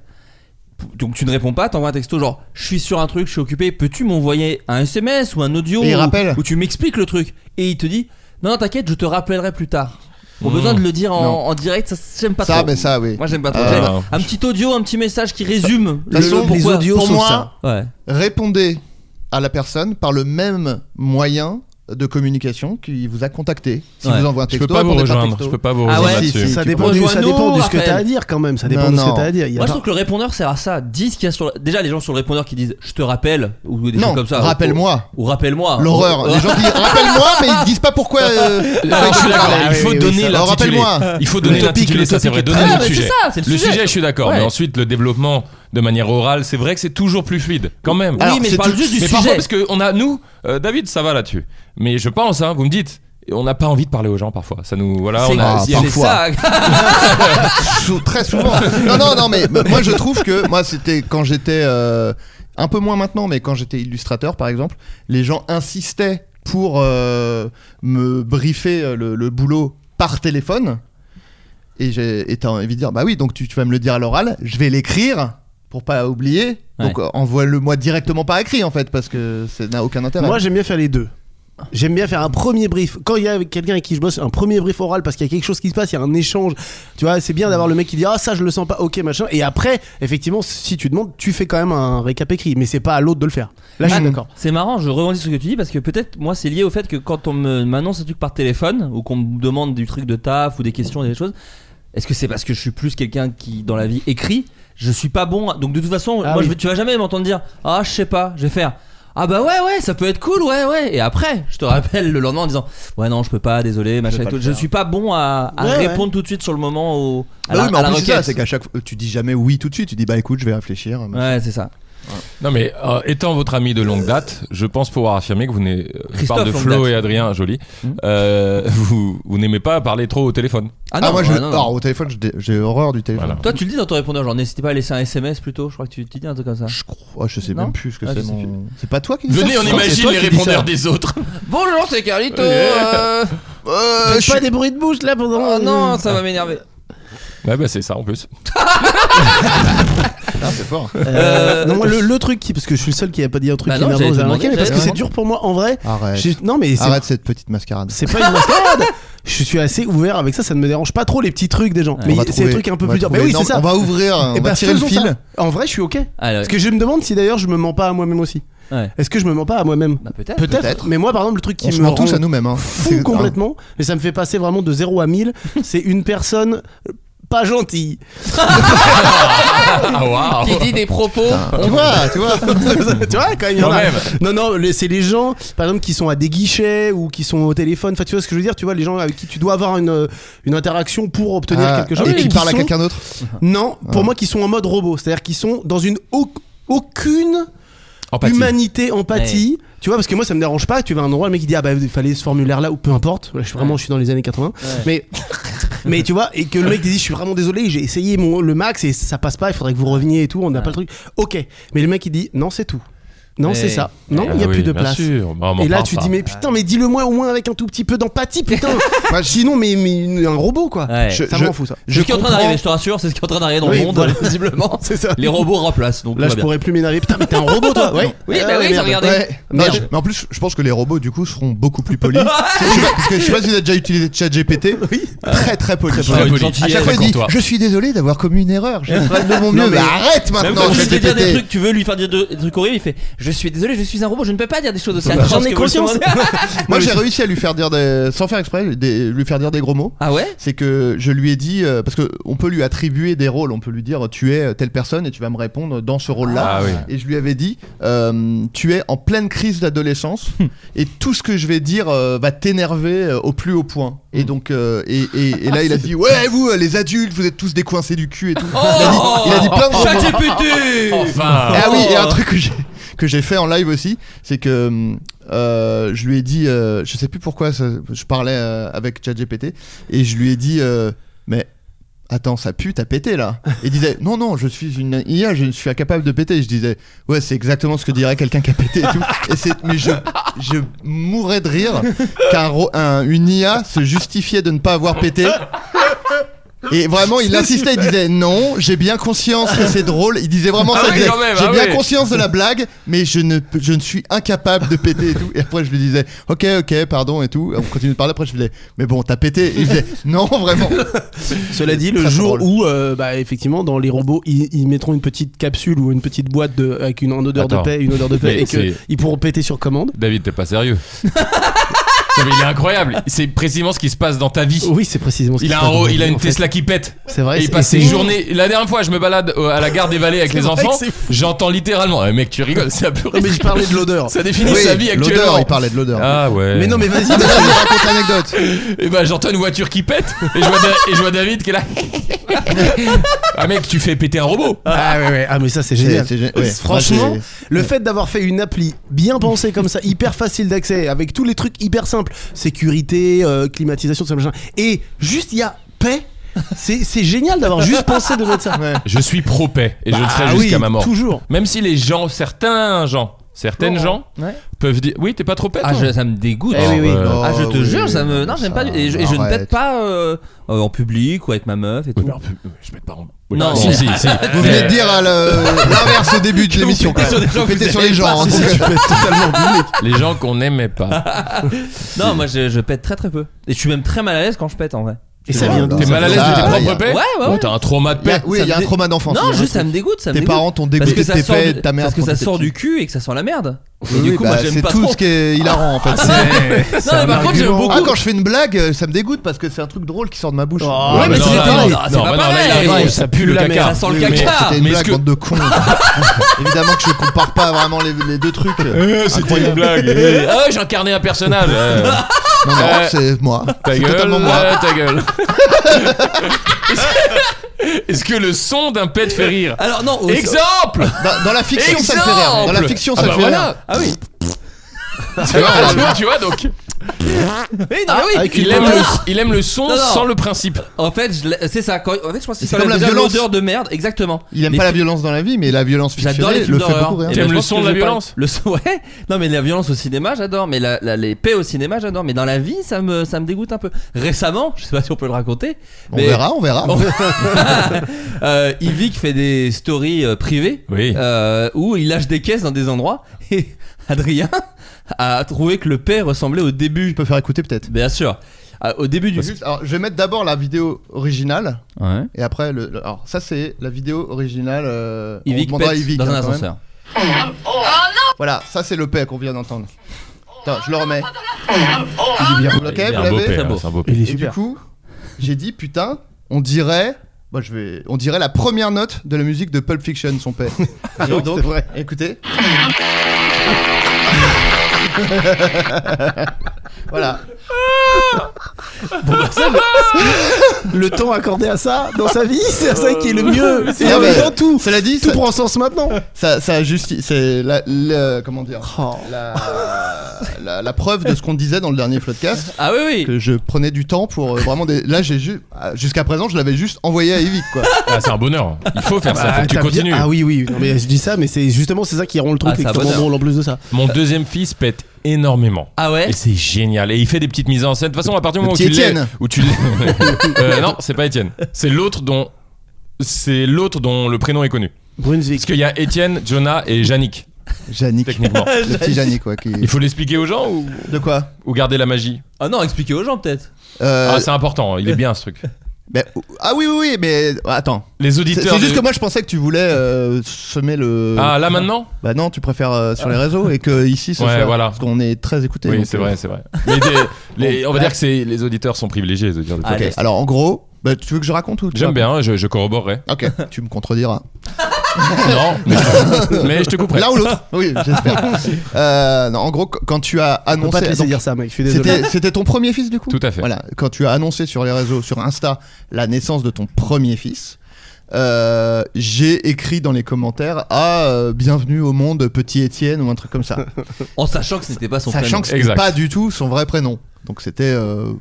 Speaker 4: P- Donc tu ne réponds pas, t'envoies un texto genre je suis sur un truc, je suis occupé, peux-tu m'envoyer un SMS ou un audio
Speaker 8: Et il
Speaker 4: où-
Speaker 8: rappelle
Speaker 4: où, tu m'expliques le truc et il te dit non, non t'inquiète, je te rappellerai plus tard. Au besoin de le dire en,
Speaker 8: Non.
Speaker 4: en direct, ça j'aime pas
Speaker 8: ça,
Speaker 4: trop.
Speaker 8: mais ça, oui.
Speaker 4: Moi j'aime pas trop.
Speaker 8: Euh,
Speaker 4: J'aime-
Speaker 7: non.
Speaker 4: un petit audio, un petit message qui résume
Speaker 8: De toute façon,
Speaker 6: les
Speaker 4: pourquoi-
Speaker 6: audios
Speaker 8: pour
Speaker 6: sont
Speaker 8: moi,
Speaker 6: ça.
Speaker 4: Ouais.
Speaker 8: répondez à la personne par le même moyen de communication qui vous a contacté. Si
Speaker 4: Ouais.
Speaker 8: vous envoie un
Speaker 7: Je
Speaker 8: texto,
Speaker 7: peux pas vous
Speaker 8: répondez par
Speaker 7: rejoindre. Je
Speaker 8: texto.
Speaker 7: peux pas vous
Speaker 4: Ah
Speaker 7: rejoindre
Speaker 4: ouais,
Speaker 7: là-dessus.
Speaker 6: Ça
Speaker 4: Tu
Speaker 6: dépend, du, ça
Speaker 4: rejoins-nous,
Speaker 6: dépend de ce que
Speaker 4: Raphaël.
Speaker 6: t'as à dire quand même. Ça dépend
Speaker 8: Non,
Speaker 6: de ce
Speaker 8: non.
Speaker 6: que t'as à dire. Il y a
Speaker 4: Moi je
Speaker 6: pas-
Speaker 4: trouve que le répondeur sert à ça. Dis ce qu'il y a sur la- déjà les gens sur le répondeur qui disent je te rappelle ou des
Speaker 8: Non,
Speaker 4: choses comme ça.
Speaker 8: rappelle-moi.
Speaker 4: Ou, ou rappelle-moi.
Speaker 7: Oh.
Speaker 4: Oh,
Speaker 8: L'horreur. Les gens qui disent rappelle-moi, mais ils disent pas pourquoi. euh,
Speaker 7: Alors, je suis d'accord,
Speaker 8: Ah,
Speaker 7: il
Speaker 8: oui,
Speaker 7: faut donner
Speaker 8: oui, ça-
Speaker 7: l'intitulé.
Speaker 8: Alors, rappelle-moi.
Speaker 7: Il faut donner
Speaker 4: topic,
Speaker 7: l'intitulé,
Speaker 4: le
Speaker 7: ça c'est vrai.
Speaker 4: topic est
Speaker 7: Donner le
Speaker 4: très- Ah, mais c'est
Speaker 7: sujet.
Speaker 4: ça, c'est le sujet.
Speaker 7: je suis d'accord.
Speaker 4: Ouais.
Speaker 7: Mais ensuite, le développement de manière orale, c'est vrai que c'est toujours plus fluide, quand même.
Speaker 4: Oui,
Speaker 8: Alors,
Speaker 4: mais je
Speaker 8: c'est
Speaker 4: parle
Speaker 8: tout-
Speaker 4: juste du
Speaker 7: mais
Speaker 4: sujet.
Speaker 7: parfois, parce que on a nous, euh, David, ça va là-dessus. Mais je pense, hein, vous me dites, on n'a pas envie de parler aux gens parfois. Ça nous, voilà,
Speaker 4: c'est
Speaker 7: on a.
Speaker 8: Ah,
Speaker 4: c'est
Speaker 8: parfois.
Speaker 4: ça.
Speaker 8: Sou- très souvent. Non, non, non, mais moi je trouve que moi c'était quand j'étais euh, un peu moins maintenant, mais quand j'étais illustrateur par exemple, les gens insistaient pour euh, me briefer euh, le, le boulot par téléphone. Et j'ai été envie de dire bah oui, donc tu, tu vas me le dire à l'oral, je vais l'écrire pour pas oublier. Donc euh, envoie-le moi directement par écrit en fait, parce que ça n'a aucun intérêt.
Speaker 6: Moi, j'aime bien faire les deux. J'aime bien faire un premier brief. Quand il y a quelqu'un avec qui je bosse, un premier brief oral parce qu'il y a quelque chose qui se passe, il y a un échange. Tu vois, c'est bien d'avoir le mec qui dit Ah, ça, je le sens pas, ok, machin. Et après, effectivement, si tu demandes, tu fais quand même un récap écrit, mais c'est pas à l'autre de le faire. Là, je suis
Speaker 4: Ah,
Speaker 6: d'accord.
Speaker 4: C'est marrant, je rebondis sur ce que tu dis parce que peut-être moi c'est lié au fait que quand on me- m'annonce un truc par téléphone ou qu'on me demande du truc de taf ou des questions, des choses, Est-ce que c'est parce que je suis plus quelqu'un qui, dans la vie, écrit Je suis pas bon. à- Donc, de toute façon,
Speaker 6: Ah
Speaker 4: moi,
Speaker 6: oui.
Speaker 4: je vais- tu vas jamais m'entendre dire Ah, je sais pas, je vais faire. Ah bah ouais ouais ça peut être cool ouais ouais et après je te rappelle le lendemain en disant ouais non je peux pas désolé machin
Speaker 8: pas
Speaker 4: et tout
Speaker 8: le
Speaker 4: je
Speaker 8: faire.
Speaker 4: suis pas bon à, à
Speaker 6: Ouais, ouais.
Speaker 4: répondre tout de suite sur le moment au à
Speaker 8: Bah
Speaker 4: la,
Speaker 8: oui, mais
Speaker 4: à
Speaker 8: en
Speaker 4: la
Speaker 8: plus, c'est ça,
Speaker 4: requête. Ah
Speaker 8: c'est qu'à chaque fois, tu dis jamais oui tout de suite, tu dis bah écoute, je vais réfléchir.
Speaker 4: ouais c'est ça
Speaker 7: Non mais euh, étant votre ami de longue date, je pense pouvoir affirmer que vous n'êtes euh, je
Speaker 4: Christophe,
Speaker 7: parle de
Speaker 4: longue
Speaker 7: Flo
Speaker 4: date.
Speaker 7: et Adrien, joli.
Speaker 4: Mhm.
Speaker 7: Euh, vous vous n'aimez pas parler trop au téléphone.
Speaker 4: ah
Speaker 8: Ah,
Speaker 4: non,
Speaker 8: moi,
Speaker 4: ouais,
Speaker 8: je,
Speaker 4: non, non.
Speaker 8: alors, au téléphone, je dé- j'ai horreur du téléphone.
Speaker 7: Voilà.
Speaker 4: toi tu le dis dans ton répondeur genre n'hésitez pas à laisser un SMS plutôt je crois que tu, tu dis un truc comme ça
Speaker 8: Je crois, je sais
Speaker 4: Non
Speaker 8: même plus ce que
Speaker 4: Ah, je
Speaker 8: c'est
Speaker 4: sais
Speaker 8: mon. C'est pas toi qui dis
Speaker 7: Venez,
Speaker 8: ça
Speaker 7: on
Speaker 8: Je crois que c'est
Speaker 7: imagine
Speaker 8: toi
Speaker 7: les
Speaker 8: qui dis ça.
Speaker 7: répondeurs des autres.
Speaker 4: bonjour c'est Carlito
Speaker 7: euh,
Speaker 8: Euh,
Speaker 6: Faites
Speaker 8: je
Speaker 6: pas
Speaker 8: suis-
Speaker 6: des bruits de bouche là pendant.
Speaker 4: oh non ça va m'énerver
Speaker 7: Ouais bah c'est ça en plus.
Speaker 8: Ah, c'est fort.
Speaker 6: Euh, non, moi, le, le truc qui, parce que je suis le seul qui a pas dit un truc
Speaker 4: Bah
Speaker 6: qui
Speaker 4: non,
Speaker 6: m'énerve
Speaker 4: j'allais
Speaker 6: aux
Speaker 4: te
Speaker 6: Américains,
Speaker 4: demander,
Speaker 6: mais parce que
Speaker 4: j'allais
Speaker 6: c'est
Speaker 4: te
Speaker 6: dur pour moi en vrai.
Speaker 8: Arrête.
Speaker 6: j'ai- Non mais c'est
Speaker 8: Arrête cette petite mascarade.
Speaker 6: C'est pas une mascarade. Je suis assez ouvert avec ça, ça ne me dérange pas trop les petits trucs des gens.
Speaker 8: On
Speaker 6: mais
Speaker 8: va
Speaker 6: c'est
Speaker 8: trouver-
Speaker 6: des trucs un peu
Speaker 8: on va
Speaker 6: plus durs. Mais
Speaker 8: trouver-
Speaker 6: oui,
Speaker 8: non,
Speaker 6: c'est ça.
Speaker 8: On va ouvrir, on
Speaker 6: Eh
Speaker 8: va
Speaker 6: ben,
Speaker 8: tirer le
Speaker 6: faisons ça.
Speaker 8: fil.
Speaker 6: En vrai, je suis ok.
Speaker 4: Allez,
Speaker 6: Parce que je me demande si d'ailleurs je me mens pas à moi-même aussi.
Speaker 4: Ah, ouais.
Speaker 6: Est-ce que je me mens pas à moi-même
Speaker 4: bah peut-être
Speaker 6: Peut-être.
Speaker 8: Peut-être.
Speaker 6: mais moi, par exemple, le truc qui
Speaker 8: On se
Speaker 6: me
Speaker 8: ment
Speaker 6: rend
Speaker 8: tous à nous-mêmes. hein.
Speaker 6: fou
Speaker 8: C'est-
Speaker 6: complètement, mais ça me fait passer vraiment de 0 à 1000, c'est une personne pas gentille.
Speaker 7: Ah waouh.
Speaker 4: qui dit des propos
Speaker 8: hein. Tu vois, tu vois.
Speaker 6: tu vois, quand même, il y en
Speaker 7: Quand
Speaker 6: a.
Speaker 7: même.
Speaker 6: Non, non, les- c'est les gens, par exemple, qui sont à des guichets ou qui sont au téléphone. Enfin, tu vois ce que je veux dire Tu vois, les gens avec qui tu dois avoir une, euh, une interaction pour obtenir
Speaker 8: Ah,
Speaker 6: quelque chose.
Speaker 8: Et qui
Speaker 6: qui
Speaker 8: parle à
Speaker 6: sont-
Speaker 8: quelqu'un Ah. d'autre.
Speaker 6: Non, pour moi, qui sont en mode robot. C'est-à-dire qui sont dans une au- aucune
Speaker 7: Empathie.
Speaker 6: humanité, empathie. Tu vois, parce que moi, ça me dérange pas. Tu vas à un endroit, le mec, il dit, ah bah, il fallait ce formulaire-là, ou peu importe. Là, je suis vraiment, je suis dans les années 80. Mais, mais tu vois, et que le mec te dit, je suis vraiment désolé, j'ai essayé mon, le max et ça passe pas, il faudrait que vous reveniez et tout, on n'a pas le truc. Ok. Mais le mec, il dit, non, c'est tout. Non,
Speaker 4: Ouais.
Speaker 6: c'est ça. Non,
Speaker 7: Ah
Speaker 6: il n'y a
Speaker 7: oui,
Speaker 6: plus de
Speaker 7: bien
Speaker 6: place.
Speaker 7: sûr. Bah, on m'en
Speaker 6: Et là,
Speaker 7: parle
Speaker 6: tu
Speaker 7: pas.
Speaker 6: dis, mais putain, mais dis-le moi au moins avec un tout petit peu d'empathie, putain. Bah,
Speaker 8: Moi, je-
Speaker 6: Sinon, mais, mais une- un robot, quoi.
Speaker 4: Ouais.
Speaker 8: Je-
Speaker 6: Ça m'en fout, ça.
Speaker 4: C'est ce qui est en train
Speaker 8: comprends.
Speaker 4: d'arriver, je te rassure, c'est ce qui est en train d'arriver dans
Speaker 6: Oui,
Speaker 4: le monde,
Speaker 6: voilà.
Speaker 4: visiblement.
Speaker 6: C'est ça.
Speaker 4: Les robots remplacent, donc
Speaker 6: Là,
Speaker 4: tout va
Speaker 6: je
Speaker 4: bien.
Speaker 6: pourrais plus m'énerver. Putain, mais t'es un robot, toi. Ouais.
Speaker 4: Oui,
Speaker 6: Ah,
Speaker 4: bah oui,
Speaker 6: merde.
Speaker 4: j'ai regardé.
Speaker 8: Ouais. Non,
Speaker 6: Merde.
Speaker 8: je- mais en plus, je pense que les robots du coup seront beaucoup plus polis. Parce que je sais pas- parce que je sais pas si vous avez déjà utilisé ChatGPT.
Speaker 6: Oui.
Speaker 8: Très très poli.
Speaker 7: Très poli.
Speaker 8: À chaque fois, il dit Je suis désolé d'avoir commis une erreur. J'ai fait de mon
Speaker 6: Non,
Speaker 8: mieux. Mais
Speaker 6: mais-
Speaker 8: arrête maintenant,
Speaker 4: Quand tu veux dire des
Speaker 8: ChatGPT.
Speaker 4: trucs, tu veux lui faire dire de- des trucs horribles, il fait Je suis désolé, je suis un robot, je ne peux pas dire des choses aussi
Speaker 6: Bah,
Speaker 4: atroces
Speaker 6: j'en ai
Speaker 4: que vous le
Speaker 6: conscience.
Speaker 4: demandez.
Speaker 8: Moi, j'ai réussi à lui faire dire, des- sans faire exprès, des- lui faire dire des gros mots.
Speaker 4: Ah ouais
Speaker 8: C'est que je lui ai dit euh, parce que on peut lui attribuer des rôles. On peut lui dire tu es telle personne et tu vas me répondre dans ce rôle-là.
Speaker 7: Ah oui.
Speaker 8: Et je lui avais dit euh, tu es en pleine crise d'adolescence
Speaker 7: Hmm.
Speaker 8: et tout ce que je vais dire euh, va t'énerver euh, au plus haut point.
Speaker 7: Hmm.
Speaker 8: Et donc euh, et, et- et là il a dit ouais vous euh, les adultes vous êtes tous décoincés du cul et
Speaker 7: Oh
Speaker 8: tout. il, a dit, il a dit
Speaker 4: Oh
Speaker 8: plein de gros mots.
Speaker 4: ChatGPT
Speaker 7: Enfin.
Speaker 8: Ah oui, et un truc que j'ai que j'ai fait en live aussi, c'est que euh, je lui ai dit, euh, je sais plus pourquoi, ça- je parlais euh, avec ChatGPT et je lui ai dit, euh, mais attends, ça pue, t'as pété là. Et il disait, non non, je suis une IA, je ne suis incapable de péter. Et je disais, ouais, c'est exactement ce que dirait quelqu'un qui a pété et tout. Et c'est, mais je je mourrais de rire qu'un ro- un- une IA se justifiait de ne pas avoir pété. Et vraiment, il insistait, il disait non, j'ai bien conscience que c'est drôle. Il disait vraiment
Speaker 7: Ah
Speaker 8: ça, il
Speaker 7: oui,
Speaker 8: disait,
Speaker 7: quand même,
Speaker 8: j'ai
Speaker 7: ah
Speaker 8: bien
Speaker 7: oui.
Speaker 8: conscience de la blague, mais je ne, peux- je ne suis incapable de péter et tout. Et après, je lui disais, ok, ok, pardon et tout. On continue de parler. Après, je lui disais, mais bon, t'as pété. Et il disait, non, vraiment.
Speaker 6: Cela dit, le
Speaker 8: Très
Speaker 6: jour
Speaker 8: drôle.
Speaker 6: où, euh, bah, effectivement, dans les robots, ils, ils mettront une petite capsule ou une petite boîte de, avec une, un odeur
Speaker 7: Attends.
Speaker 6: de paix, une odeur de paix,
Speaker 7: Mais
Speaker 6: et
Speaker 7: c'est-
Speaker 6: qu'ils pourront péter sur commande.
Speaker 7: David, t'es pas sérieux. Non, mais il est incroyable. C'est précisément ce qui se passe dans ta vie.
Speaker 6: Oui, c'est précisément ce
Speaker 7: Il
Speaker 6: qui
Speaker 7: a,
Speaker 6: se
Speaker 7: un
Speaker 6: passe dans
Speaker 7: ro-
Speaker 6: la
Speaker 7: il a
Speaker 6: vie,
Speaker 7: une
Speaker 6: en fait.
Speaker 7: Tesla qui pète.
Speaker 6: C'est vrai.
Speaker 7: Et
Speaker 6: c'est-
Speaker 7: il passe ses
Speaker 6: c'est-
Speaker 7: journées. La dernière fois, je me balade euh, à la gare des Vallées avec
Speaker 6: C'est
Speaker 7: les
Speaker 6: vrai
Speaker 7: enfants.
Speaker 6: que c'est fou.
Speaker 7: J'entends littéralement. Eh, mec, tu rigoles, ça peut
Speaker 6: Non, mais je parlais de l'odeur.
Speaker 7: Ça définit
Speaker 8: Oui,
Speaker 7: sa vie
Speaker 8: l'odeur,
Speaker 7: actuellement.
Speaker 8: il parlait de l'odeur.
Speaker 7: Ah ouais.
Speaker 6: Mais non, mais vas-y.
Speaker 8: Vas-y, raconte l'anecdote.
Speaker 7: Et bah, j'entends une voiture qui pète. Et je vois, Da- et je vois David qui est là. ah mec, tu fais péter un robot.
Speaker 6: Ah, ouais, ouais. Ah, mais ça, c'est génial.
Speaker 8: c'est gé- ouais.
Speaker 6: Franchement,
Speaker 8: Moi,
Speaker 6: le fait d'avoir fait une appli bien pensée comme ça, hyper facile d'accès, avec tous les trucs hyper simples, sécurité, euh, climatisation, tout ça, machin, et juste il y a paix, c'est c'est génial d'avoir juste pensé de mettre ça.
Speaker 7: Je suis pro-paix. Et je le serai
Speaker 6: Ah
Speaker 7: jusqu'à
Speaker 6: oui,
Speaker 7: ma mort.
Speaker 6: Toujours.
Speaker 7: Même si les gens, certains gens, certaines gens
Speaker 4: Ouais.
Speaker 7: peuvent dire. Oui, t'es pas trop pète.
Speaker 4: Ah,
Speaker 7: toi
Speaker 4: je- ça me dégoûte.
Speaker 7: Eh oui, oui.
Speaker 8: Oh,
Speaker 4: Ah, je te
Speaker 8: oui,
Speaker 4: jure, ça me. Non,
Speaker 8: ça
Speaker 4: j'aime pas.
Speaker 8: va,
Speaker 4: Et je, et je ne
Speaker 8: arrête.
Speaker 4: pète pas euh, euh, en public ou avec ma meuf et tout.
Speaker 7: Oui, mais alors, peu- je pète pas en. Oui,
Speaker 4: Non.
Speaker 7: si, si, si.
Speaker 8: Vous venez de dire à le- l'inverse au début de l'émission.
Speaker 4: pétez
Speaker 8: quand
Speaker 4: sur
Speaker 8: même.
Speaker 4: des gens
Speaker 8: Vous
Speaker 4: que
Speaker 8: pétez
Speaker 4: vous
Speaker 8: sur les
Speaker 4: aimez
Speaker 8: gens.
Speaker 4: pas.
Speaker 8: hein,
Speaker 4: Si,
Speaker 8: donc,
Speaker 4: si,
Speaker 8: euh,
Speaker 7: Les gens qu'on n'aimait pas.
Speaker 4: Non, moi je, je pète très très peu. Et je suis même très mal à l'aise quand je pète en vrai.
Speaker 6: Et ça vient d'où
Speaker 7: T'es
Speaker 6: ça
Speaker 7: mal à l'aise
Speaker 8: Ah,
Speaker 7: de tes
Speaker 8: là, y
Speaker 7: propres
Speaker 8: a-
Speaker 7: paix
Speaker 4: Ouais, ouais, ouais.
Speaker 7: T'as un trauma de
Speaker 8: Y
Speaker 7: paix.
Speaker 8: a- oui,
Speaker 4: ça
Speaker 8: il y a
Speaker 4: me
Speaker 8: un
Speaker 4: dé-
Speaker 8: trauma d'enfance. il y
Speaker 4: Non,
Speaker 8: a un
Speaker 4: juste ça
Speaker 8: truc.
Speaker 4: me dégoûte, ça me
Speaker 8: Tes
Speaker 4: dégoûte.
Speaker 8: parents t'ont
Speaker 4: Parce
Speaker 8: dégoûté
Speaker 4: que
Speaker 8: de
Speaker 4: ça
Speaker 8: tes
Speaker 4: sort,
Speaker 8: paix,
Speaker 4: de-
Speaker 8: de ta mère
Speaker 4: parce que
Speaker 8: quand
Speaker 4: ça
Speaker 8: t'étais
Speaker 4: sort du
Speaker 8: petit.
Speaker 4: cul et que ça sort la merde.
Speaker 8: Oui,
Speaker 4: et du
Speaker 8: oui,
Speaker 4: coup,
Speaker 8: bah,
Speaker 4: moi, j'aime
Speaker 8: c'est
Speaker 4: pas
Speaker 8: tout
Speaker 4: trop. Ah,
Speaker 8: ce qui est hilarant en fait.
Speaker 7: C'est- c'est
Speaker 4: mais
Speaker 7: un
Speaker 4: par contre, j'aime
Speaker 7: argument.
Speaker 4: beaucoup.
Speaker 8: Ah, quand je fais une blague, ça me dégoûte parce que c'est un truc drôle qui sort de ma bouche.
Speaker 6: Oh,
Speaker 7: Ouais,
Speaker 6: Ouais,
Speaker 7: mais
Speaker 6: mais
Speaker 7: non,
Speaker 6: c'est
Speaker 7: là,
Speaker 6: pareil.
Speaker 7: non,
Speaker 4: c'est
Speaker 7: non,
Speaker 4: pas
Speaker 7: bah non,
Speaker 4: pareil.
Speaker 7: là, il a raison,
Speaker 6: Ouais,
Speaker 7: ça pue le
Speaker 6: la
Speaker 7: caca.
Speaker 6: merde.
Speaker 4: Ça sent le
Speaker 8: Oui, mais
Speaker 4: caca.
Speaker 8: C'était une
Speaker 7: Mais est-ce
Speaker 8: blague,
Speaker 7: que-
Speaker 8: bande de cons. Évidemment que je compare pas vraiment les, les deux trucs.
Speaker 7: Euh, C'était une
Speaker 8: Incroyable.
Speaker 7: blague. Euh, Ah ouais, j'incarnais un personnage. Euh,
Speaker 8: Non, non,
Speaker 7: Euh,
Speaker 8: c'est moi.
Speaker 7: Ta
Speaker 8: C'est
Speaker 7: gueule,
Speaker 8: totalement moi.
Speaker 7: euh, ta gueule. Est-ce que le son d'un pet te fait rire
Speaker 4: Alors non, au-
Speaker 7: Exemple
Speaker 8: Dans, dans la fiction, ça me fait rire. Dans la fiction, ça
Speaker 7: Ah
Speaker 8: me
Speaker 7: bah
Speaker 8: fait
Speaker 7: voilà.
Speaker 8: rire.
Speaker 4: Ah oui.
Speaker 7: Tu vois, tu vois, tu vois, donc
Speaker 8: Ah,
Speaker 4: Oui, non, mais oui.
Speaker 6: avec
Speaker 7: il
Speaker 6: une
Speaker 7: aime,
Speaker 4: Non,
Speaker 7: le,
Speaker 4: non.
Speaker 7: il aime le son
Speaker 4: Non, non.
Speaker 7: sans le principe.
Speaker 4: En fait, je l'ai- c'est ça. Quand, en fait, je pense qu'il
Speaker 8: C'est comme la
Speaker 4: déjà
Speaker 8: violence.
Speaker 4: l'odeur de merde. Exactement.
Speaker 8: Il aime
Speaker 4: Les
Speaker 8: pas la
Speaker 4: fi-
Speaker 8: violence dans la vie, mais la violence
Speaker 4: J'adore les
Speaker 8: fictionnelle
Speaker 4: films
Speaker 8: le fait
Speaker 4: d'horreur.
Speaker 8: beaucoup hein. rire.
Speaker 4: Et
Speaker 7: T'aimes
Speaker 4: ben, je
Speaker 7: le
Speaker 4: pense
Speaker 7: son
Speaker 4: que
Speaker 7: de la
Speaker 4: j'ai pas-
Speaker 7: violence
Speaker 4: Le son, ouais. Non, mais la violence au cinéma, j'adore. Mais la, la- les paix au cinéma, j'adore. Mais dans la vie, ça me, ça me dégoûte un peu. Récemment, je sais pas si on peut le raconter.
Speaker 8: On
Speaker 4: mais-
Speaker 8: verra, on verra.
Speaker 4: Bon. euh, Yvick fait des stories euh, privées
Speaker 7: Oui.
Speaker 4: euh, où il lâche des caisses dans des endroits et Adrien a trouvé que le père ressemblait au début.
Speaker 8: Je peux faire écouter peut-être.
Speaker 4: Bien sûr. Euh, au début du.
Speaker 8: Juste, alors, je vais mettre d'abord la vidéo originale
Speaker 4: Ouais.
Speaker 8: et après le. le- Alors ça c'est la vidéo originale. Euh, on
Speaker 4: Yvick
Speaker 8: demandera à
Speaker 4: pète
Speaker 8: Yvick,
Speaker 4: dans
Speaker 8: hein,
Speaker 4: un
Speaker 8: quand même.
Speaker 4: ascenseur.
Speaker 8: Voilà, ça c'est le paix qu'on vient d'entendre. Attends, je le remets.
Speaker 6: bien.
Speaker 8: Ok,
Speaker 7: C'est
Speaker 8: vous
Speaker 7: un beau
Speaker 8: l'avez
Speaker 7: père,
Speaker 4: beau.
Speaker 7: c'est un beau père.
Speaker 6: Il est
Speaker 8: Et du
Speaker 6: super.
Speaker 8: coup, j'ai dit putain, on dirait. Moi, je vais, on dirait la première note de la musique de Pulp Fiction, son père. Et donc, écoutez. voilà.
Speaker 6: Le temps accordé à ça dans sa vie, c'est ça qui est le mieux.
Speaker 7: Euh,
Speaker 6: C'est
Speaker 8: Ah bah,
Speaker 6: dans tout.
Speaker 8: Cela dit,
Speaker 6: Tout
Speaker 8: ça,
Speaker 6: prend sens maintenant.
Speaker 8: ça, ça justi- c'est la, le- comment dire,
Speaker 6: Oh.
Speaker 8: la, la- la preuve de ce qu'on disait dans le dernier podcast
Speaker 4: Ah oui, oui.
Speaker 8: que je prenais du temps pour euh, vraiment des. Là, j'ai ju- ah, jusqu'à présent, je l'avais juste envoyé à Evic, quoi.
Speaker 7: Ah, c'est un bonheur. Il faut faire ça.
Speaker 6: Bah,
Speaker 7: Faut que tu
Speaker 6: t'as bien-
Speaker 7: continues.
Speaker 6: Ah oui, oui. Non, mais je dis ça, mais c'est justement c'est ça qui rend le truc
Speaker 4: Ah, ça
Speaker 6: extrêmement
Speaker 4: bonheur.
Speaker 6: drôle en plus de ça.
Speaker 7: Mon deuxième fils pète énormément.
Speaker 4: Ah ouais.
Speaker 7: Et c'est génial. Et il fait des petites mises en scène. De toute façon, à partir du
Speaker 8: Le
Speaker 7: moment où
Speaker 8: petit
Speaker 7: tu l'es,
Speaker 8: Étienne.
Speaker 7: où tu l'es- Euh, non, c'est pas Étienne. C'est l'autre dont, c'est l'autre dont le prénom est connu. Parce
Speaker 6: Brunswick.
Speaker 7: qu'il y a Étienne, Jonah et Yannick.
Speaker 8: Janik,
Speaker 7: Techniquement.
Speaker 8: le petit Janik, quoi. Qui...
Speaker 7: Ah, Il faut l'expliquer aux gens ou,
Speaker 8: De quoi
Speaker 7: ou garder la magie.
Speaker 4: Ah non, expliquez aux gens peut-être.
Speaker 8: Euh,
Speaker 7: Ah, c'est important. Il est bien ce truc.
Speaker 8: ben, ah oui, oui, oui, mais attends.
Speaker 7: Les
Speaker 8: C'est
Speaker 7: auditeurs.
Speaker 8: c'est juste
Speaker 7: de-
Speaker 8: que moi je pensais que tu voulais euh, semer le.
Speaker 7: Ah là maintenant.
Speaker 8: Bah non, tu préfères euh, sur les réseaux et que ici ça
Speaker 7: Ouais,
Speaker 8: soit-
Speaker 7: voilà.
Speaker 8: parce qu'on est très écoutés.
Speaker 7: Oui,
Speaker 8: donc,
Speaker 7: c'est
Speaker 8: euh,
Speaker 7: vrai, c'est vrai. Mais des- les- on va dire que c'est les auditeurs sont privilégiés. Les auditeurs de
Speaker 4: Allez.
Speaker 7: podcast.
Speaker 8: Ok, alors en gros, bah, tu veux que je raconte ou tu
Speaker 7: J'aime
Speaker 8: racontes
Speaker 7: bien. hein, Je, je corroborerai.
Speaker 8: Ok, tu me contrediras.
Speaker 7: non, mais je, mais je te couperai.
Speaker 8: L'un ou l'autre Oui, j'espère. Euh, non, en gros, qu- quand tu as
Speaker 6: On peut
Speaker 8: annoncé.
Speaker 6: pas te laisser
Speaker 8: donc,
Speaker 6: dire ça, mec. Je suis désolé.
Speaker 8: C'était c'était ton premier fils du coup
Speaker 7: Tout à fait.
Speaker 8: Voilà, quand tu as annoncé sur les réseaux, sur Insta, la naissance de ton premier fils, euh, j'ai écrit dans les commentaires Ah, euh, bienvenue au monde, petit Étienne ou un truc comme ça.
Speaker 4: En sachant que ce n'était pas son
Speaker 8: Sachant
Speaker 4: prénom.
Speaker 8: que c'était
Speaker 7: Exact.
Speaker 8: pas du tout son vrai prénom. Donc c'était. euh,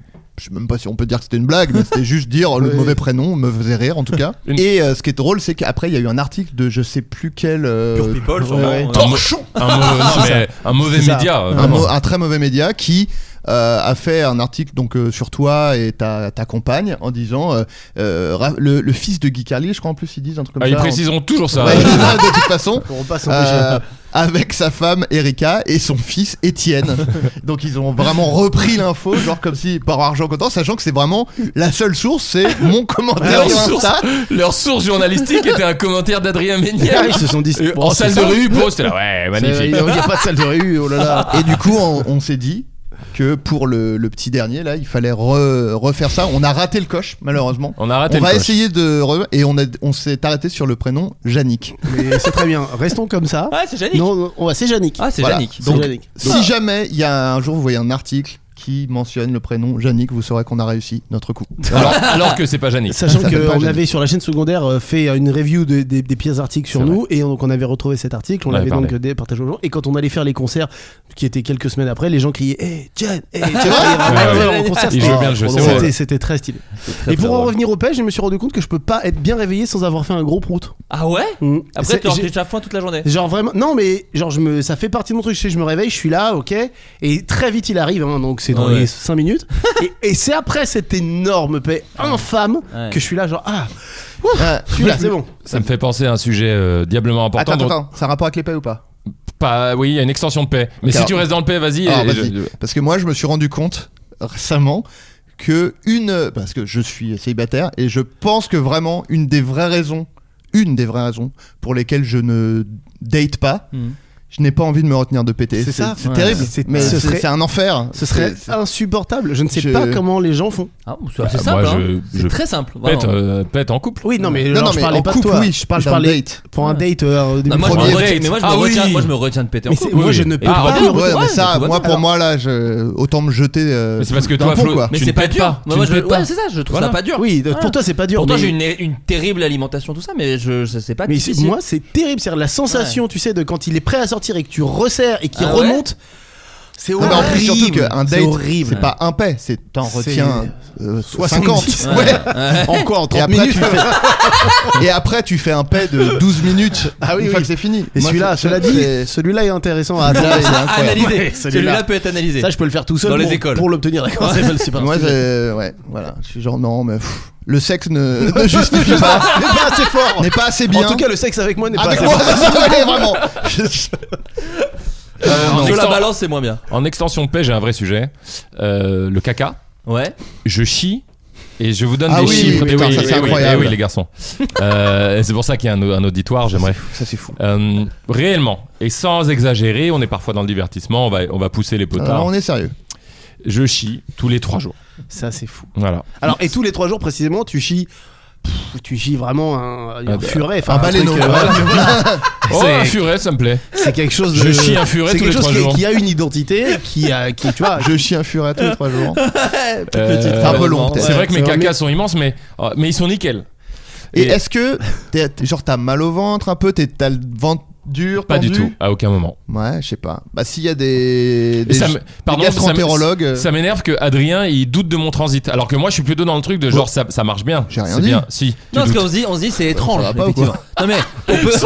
Speaker 8: je sais même pas si on peut dire que c'était une blague, mais c'était juste dire le
Speaker 6: Oui.
Speaker 8: mauvais prénom me faisait rire en tout cas.
Speaker 7: Une-
Speaker 8: Et euh, ce qui est drôle, c'est qu'après il y a eu un article de je sais plus quel. euh,
Speaker 4: Pure People, sûrement.
Speaker 8: ouais, ouais.
Speaker 4: Un
Speaker 7: Torchon un, mau- non, mais un mauvais
Speaker 6: C'est ça.
Speaker 7: média. euh,
Speaker 8: un,
Speaker 7: vraiment.
Speaker 8: mo- un très mauvais média qui euh, a fait un article donc euh, sur toi et ta, ta compagne en disant euh, euh, Ra- le, le fils de Guy Carlier, je crois en plus ils disent un truc comme
Speaker 7: Ah, ils
Speaker 8: ça. hein.
Speaker 7: préciseront toujours ça.
Speaker 8: Ouais, hein, de toute façon.
Speaker 6: Pour pas s'empêcher.
Speaker 8: euh, avec sa femme Erika et son fils Étienne. Donc ils ont vraiment repris l'info, genre comme si par argent comptant, sachant que c'est vraiment la seule source, c'est mon commentaire
Speaker 7: Ouais,
Speaker 8: sur
Speaker 7: source.
Speaker 8: Insta.
Speaker 7: Leur source journalistique était un commentaire d'Adrien
Speaker 6: Ah,
Speaker 7: Méniel.
Speaker 6: ils se sont dit.
Speaker 7: Euh,
Speaker 6: bon,
Speaker 8: oh,
Speaker 7: en
Speaker 6: c'est
Speaker 7: salle de
Speaker 6: ça.
Speaker 7: rue, pour eux, c'était là, ouais,
Speaker 6: C'est- Euh, Il
Speaker 8: euh,
Speaker 7: magnifique.
Speaker 6: n'y a pas de salle de rue, oh là là.
Speaker 8: Et du coup, on, on s'est dit que pour le, le petit dernier, là, il fallait re- refaire ça. On a raté le coche, malheureusement.
Speaker 7: On a raté
Speaker 8: On
Speaker 7: le
Speaker 8: va
Speaker 7: coche.
Speaker 8: essayer de. re- Et on, a- on s'est arrêté sur le prénom Yannick.
Speaker 6: Mais c'est très bien. Restons comme ça.
Speaker 4: Ah, c'est Yannick.
Speaker 6: Non, non, on va- c'est Yannick.
Speaker 4: Ah, c'est
Speaker 8: Voilà.
Speaker 4: Yannick.
Speaker 6: C'est
Speaker 8: Donc,
Speaker 6: Yannick.
Speaker 8: si jamais il y a un jour vous voyez un article qui mentionne le prénom Yannick, vous saurez qu'on a réussi notre coup.
Speaker 7: Alors, alors que c'est pas Janine.
Speaker 6: Sachant
Speaker 8: Ça s'appelle pas
Speaker 6: qu'on
Speaker 8: Yannick.
Speaker 6: avait sur la chaîne secondaire euh, fait une review de- des, des pires articles sur
Speaker 7: C'est
Speaker 6: nous et donc on avait retrouvé cet article, on,
Speaker 7: On avait
Speaker 6: l'avait
Speaker 7: parlé.
Speaker 6: donc dé- partagé aux gens. Et quand on allait faire les concerts, qui étaient quelques semaines après, les gens criaient Hey John, hey John,
Speaker 7: ouais.
Speaker 6: en concert,
Speaker 7: Ils
Speaker 6: c'était-
Speaker 7: jouaient bien le jeu, c'est
Speaker 6: c'était-
Speaker 7: vrai.
Speaker 6: C'était très stylé.
Speaker 4: très
Speaker 6: et pour en
Speaker 4: drôle.
Speaker 6: revenir au pêche, je me suis rendu compte que je peux pas être bien réveillé sans avoir fait un gros prout.
Speaker 4: Ah ouais
Speaker 7: Mmh.
Speaker 6: Mm.
Speaker 4: Après,
Speaker 6: C'est-
Speaker 4: tu as
Speaker 6: j'ai-
Speaker 4: été chafouin toute la journée.
Speaker 6: Genre vraiment, non mais genre je me, ça fait partie de mon truc. Je sais, je me réveille, je suis là, ok, et très vite il arrive, hein, donc c'est dans
Speaker 4: Ouais.
Speaker 6: les 5 minutes. et et c'est après cette énorme paix infâme
Speaker 4: Ouais.
Speaker 6: que je suis là, genre ah, ouf,
Speaker 8: Ah,
Speaker 6: je suis là, Bah, c'est bon.
Speaker 7: Ça me fait penser à un sujet euh, diablement important.
Speaker 8: Attends, attends,
Speaker 7: dont-
Speaker 8: attends, ça a rapport avec les paix ou pas
Speaker 7: Pas, oui, il y a une extension de paix. Mais
Speaker 8: Ok,
Speaker 7: si
Speaker 8: alors- ah,
Speaker 7: tu restes dans le paix, vas-y.
Speaker 8: Alors,
Speaker 7: et- et
Speaker 8: vas-y.
Speaker 7: je-
Speaker 8: Parce que moi, je me suis rendu compte récemment que une parce que je suis célibataire et je pense que vraiment une des vraies raisons, une des vraies raisons pour lesquelles je ne date pas.
Speaker 7: Mhm.
Speaker 8: Je n'ai pas envie de me retenir de péter.
Speaker 6: C'est ça.
Speaker 8: c'est
Speaker 6: Ouais.
Speaker 8: terrible.
Speaker 6: C'est-
Speaker 8: Mais
Speaker 6: ce
Speaker 8: c'est
Speaker 6: serait-
Speaker 8: c'est un enfer.
Speaker 6: Ce serait
Speaker 8: C'est- c'est-
Speaker 6: insupportable. Je ne sais
Speaker 8: Je-
Speaker 6: pas comment les gens font.
Speaker 4: Ah, c'est assez
Speaker 7: Bah,
Speaker 4: simple.
Speaker 7: moi,
Speaker 4: hein.
Speaker 7: je-
Speaker 4: C'est
Speaker 7: je-
Speaker 4: très simple.
Speaker 7: Pète,
Speaker 4: vraiment.
Speaker 7: euh, pète en couple.
Speaker 6: Oui, non, mais,
Speaker 8: Non,
Speaker 6: genre,
Speaker 8: non,
Speaker 6: je
Speaker 8: mais
Speaker 6: parlais
Speaker 8: en
Speaker 6: pas
Speaker 8: couple,
Speaker 6: de toi.
Speaker 8: oui, je parle d'un date.
Speaker 6: Pour un date, euh, au début
Speaker 4: Non, Bah, moi, je me
Speaker 8: Premier
Speaker 4: retiens,
Speaker 7: date.
Speaker 4: mais moi, je me
Speaker 7: Ah oui.
Speaker 4: retiens, moi, je me retiens de péter en
Speaker 6: Mais c'est-
Speaker 4: couple.
Speaker 6: moi,
Speaker 7: Oui,
Speaker 6: je
Speaker 7: oui.
Speaker 6: ne peux
Speaker 7: Ah,
Speaker 6: pas.
Speaker 7: bah,
Speaker 8: Ouais,
Speaker 7: oui,
Speaker 6: Ouais,
Speaker 8: mais ça,
Speaker 4: tout va
Speaker 8: moi,
Speaker 4: bien.
Speaker 8: pour moi, là, je... autant me jeter. euh,
Speaker 7: Mais c'est parce que
Speaker 8: d'un
Speaker 7: toi,
Speaker 8: pont,
Speaker 7: Flo,
Speaker 8: quoi.
Speaker 4: Mais
Speaker 7: Tu
Speaker 4: c'est
Speaker 7: ne
Speaker 4: pas
Speaker 7: pètes
Speaker 4: dur.
Speaker 7: pas,
Speaker 4: Moi,
Speaker 7: tu
Speaker 4: moi,
Speaker 7: ne
Speaker 4: je-
Speaker 7: pètes pas.
Speaker 4: ouais, c'est ça, je trouve
Speaker 7: Voilà.
Speaker 4: ça pas dur.
Speaker 6: Oui, de-
Speaker 4: Ah.
Speaker 6: pour toi, c'est pas dur.
Speaker 4: Pourtant,
Speaker 6: mais-
Speaker 4: j'ai une, une terrible alimentation, tout ça, mais je, je sais pas.
Speaker 6: Mais c'est-
Speaker 4: difficile.
Speaker 6: moi, c'est terrible. C'est la sensation, tu sais, de quand il est prêt à sortir et que tu resserres et qu'il
Speaker 4: Ah ouais
Speaker 6: remonte. C'est
Speaker 8: Non, mais
Speaker 6: horrible.
Speaker 8: en plus, surtout qu'un
Speaker 6: C'est
Speaker 8: date,
Speaker 6: horrible.
Speaker 8: c'est pas un paix, c'est t'en
Speaker 6: C'est-
Speaker 8: retiens euh, 50.
Speaker 6: 70.
Speaker 8: Ouais.
Speaker 6: En quoi En
Speaker 8: Et
Speaker 6: 30
Speaker 8: après, tu
Speaker 6: minutes
Speaker 8: fais... et après, tu fais un paix de 12 minutes
Speaker 6: Ah oui,
Speaker 8: une fois
Speaker 6: oui.
Speaker 8: que c'est fini.
Speaker 6: Et
Speaker 8: Moi,
Speaker 6: celui-là,
Speaker 8: c'est-
Speaker 6: cela dit,
Speaker 8: c'est-
Speaker 6: celui-là est intéressant à
Speaker 8: Là,
Speaker 6: analyser.
Speaker 8: c'est incroyable.
Speaker 4: Analysé.
Speaker 6: Ouais,
Speaker 4: celui-là.
Speaker 6: celui-là
Speaker 4: peut être analysé.
Speaker 6: Ça, je peux le faire tout seul
Speaker 4: Dans les
Speaker 6: pour-
Speaker 4: écoles.
Speaker 6: pour l'obtenir. D'accord, c'est pas- c'est pas un
Speaker 8: Moi,
Speaker 6: sujet.
Speaker 8: j'ai- ouais, voilà. Je suis genre, non, mais pff, le sexe ne, ne justifie pas. N'est pas assez fort. N'est pas assez bien. Ah,
Speaker 6: En tout cas, le sexe avec moi n'est pas.
Speaker 8: avec
Speaker 6: assez
Speaker 8: moi,
Speaker 6: fort.
Speaker 8: ouais, vraiment. Je- Euh, non.
Speaker 4: je la
Speaker 7: Extension-
Speaker 4: balance, c'est moins bien.
Speaker 7: En extension de paix, j'ai un vrai sujet. Euh, le caca.
Speaker 4: Ouais.
Speaker 7: Je chie. Et je vous donne
Speaker 8: Ah
Speaker 7: des
Speaker 8: oui,
Speaker 7: chiffres.
Speaker 8: oui,
Speaker 7: Eh
Speaker 8: putain,
Speaker 7: oui,
Speaker 8: ça, c'est
Speaker 7: eh oui,
Speaker 8: incroyable.
Speaker 7: eh oui, les garçons. Euh, c'est pour ça qu'il y a un, un auditoire, j'aimerais.
Speaker 8: Ça, c'est fou.
Speaker 7: Euh, réellement, et sans exagérer, on est parfois dans le divertissement, on va, on va pousser les
Speaker 8: Alors,
Speaker 7: potards.
Speaker 8: Euh, on est sérieux.
Speaker 7: Je chie tous les trois jours.
Speaker 6: Ça, c'est fou.
Speaker 7: Voilà.
Speaker 6: Alors, et tous les trois jours précisément, tu chies. Pff, tu chies vraiment un, un
Speaker 7: bah,
Speaker 6: furet. enfin,
Speaker 8: Un
Speaker 6: truc,
Speaker 8: baleineau.
Speaker 6: euh, voilà.
Speaker 7: Oh,
Speaker 6: C'est-
Speaker 7: un furet, ça me plaît.
Speaker 6: C'est quelque chose de.
Speaker 7: Je chie un furet
Speaker 6: C'est
Speaker 7: tous
Speaker 6: quelque
Speaker 7: les
Speaker 6: chose
Speaker 7: trois
Speaker 6: qui,
Speaker 7: jours.
Speaker 6: qui a une identité, qui a, qui, tu vois, je-
Speaker 8: Je chie un furet tous les trois jours.
Speaker 7: Euh,
Speaker 8: C'est un peu long, peut-être.
Speaker 7: C'est vrai que mes
Speaker 6: C'est vrai,
Speaker 7: cacas sont immenses, mais, oh, mais ils sont nickels.
Speaker 8: Et,
Speaker 7: Et-
Speaker 8: est-ce que t'es- t'es- genre t'as mal au ventre un peu, t'es- t'as le ventre dur,
Speaker 7: Pas du
Speaker 8: tendu
Speaker 7: tout, à aucun moment.
Speaker 8: Ouais, je sais pas. Bah s'il y a des,
Speaker 7: Et
Speaker 8: des,
Speaker 7: ça me-
Speaker 8: des
Speaker 7: pardon, ça me-
Speaker 8: gastro-entérologues, euh,
Speaker 7: Ça m'énerve que Adrien il doute de mon transit, alors que moi je suis plutôt dans le truc de genre ça, ça marche bien.
Speaker 8: J'ai rien
Speaker 7: C'est
Speaker 8: dit.
Speaker 7: bien. Si. tu
Speaker 4: Non, parce
Speaker 7: doutes.
Speaker 4: qu'on se dit, on se dit, c'est étrange.
Speaker 8: va pas ou quoi
Speaker 4: effectivement. Non, mais on peut.
Speaker 6: tu peux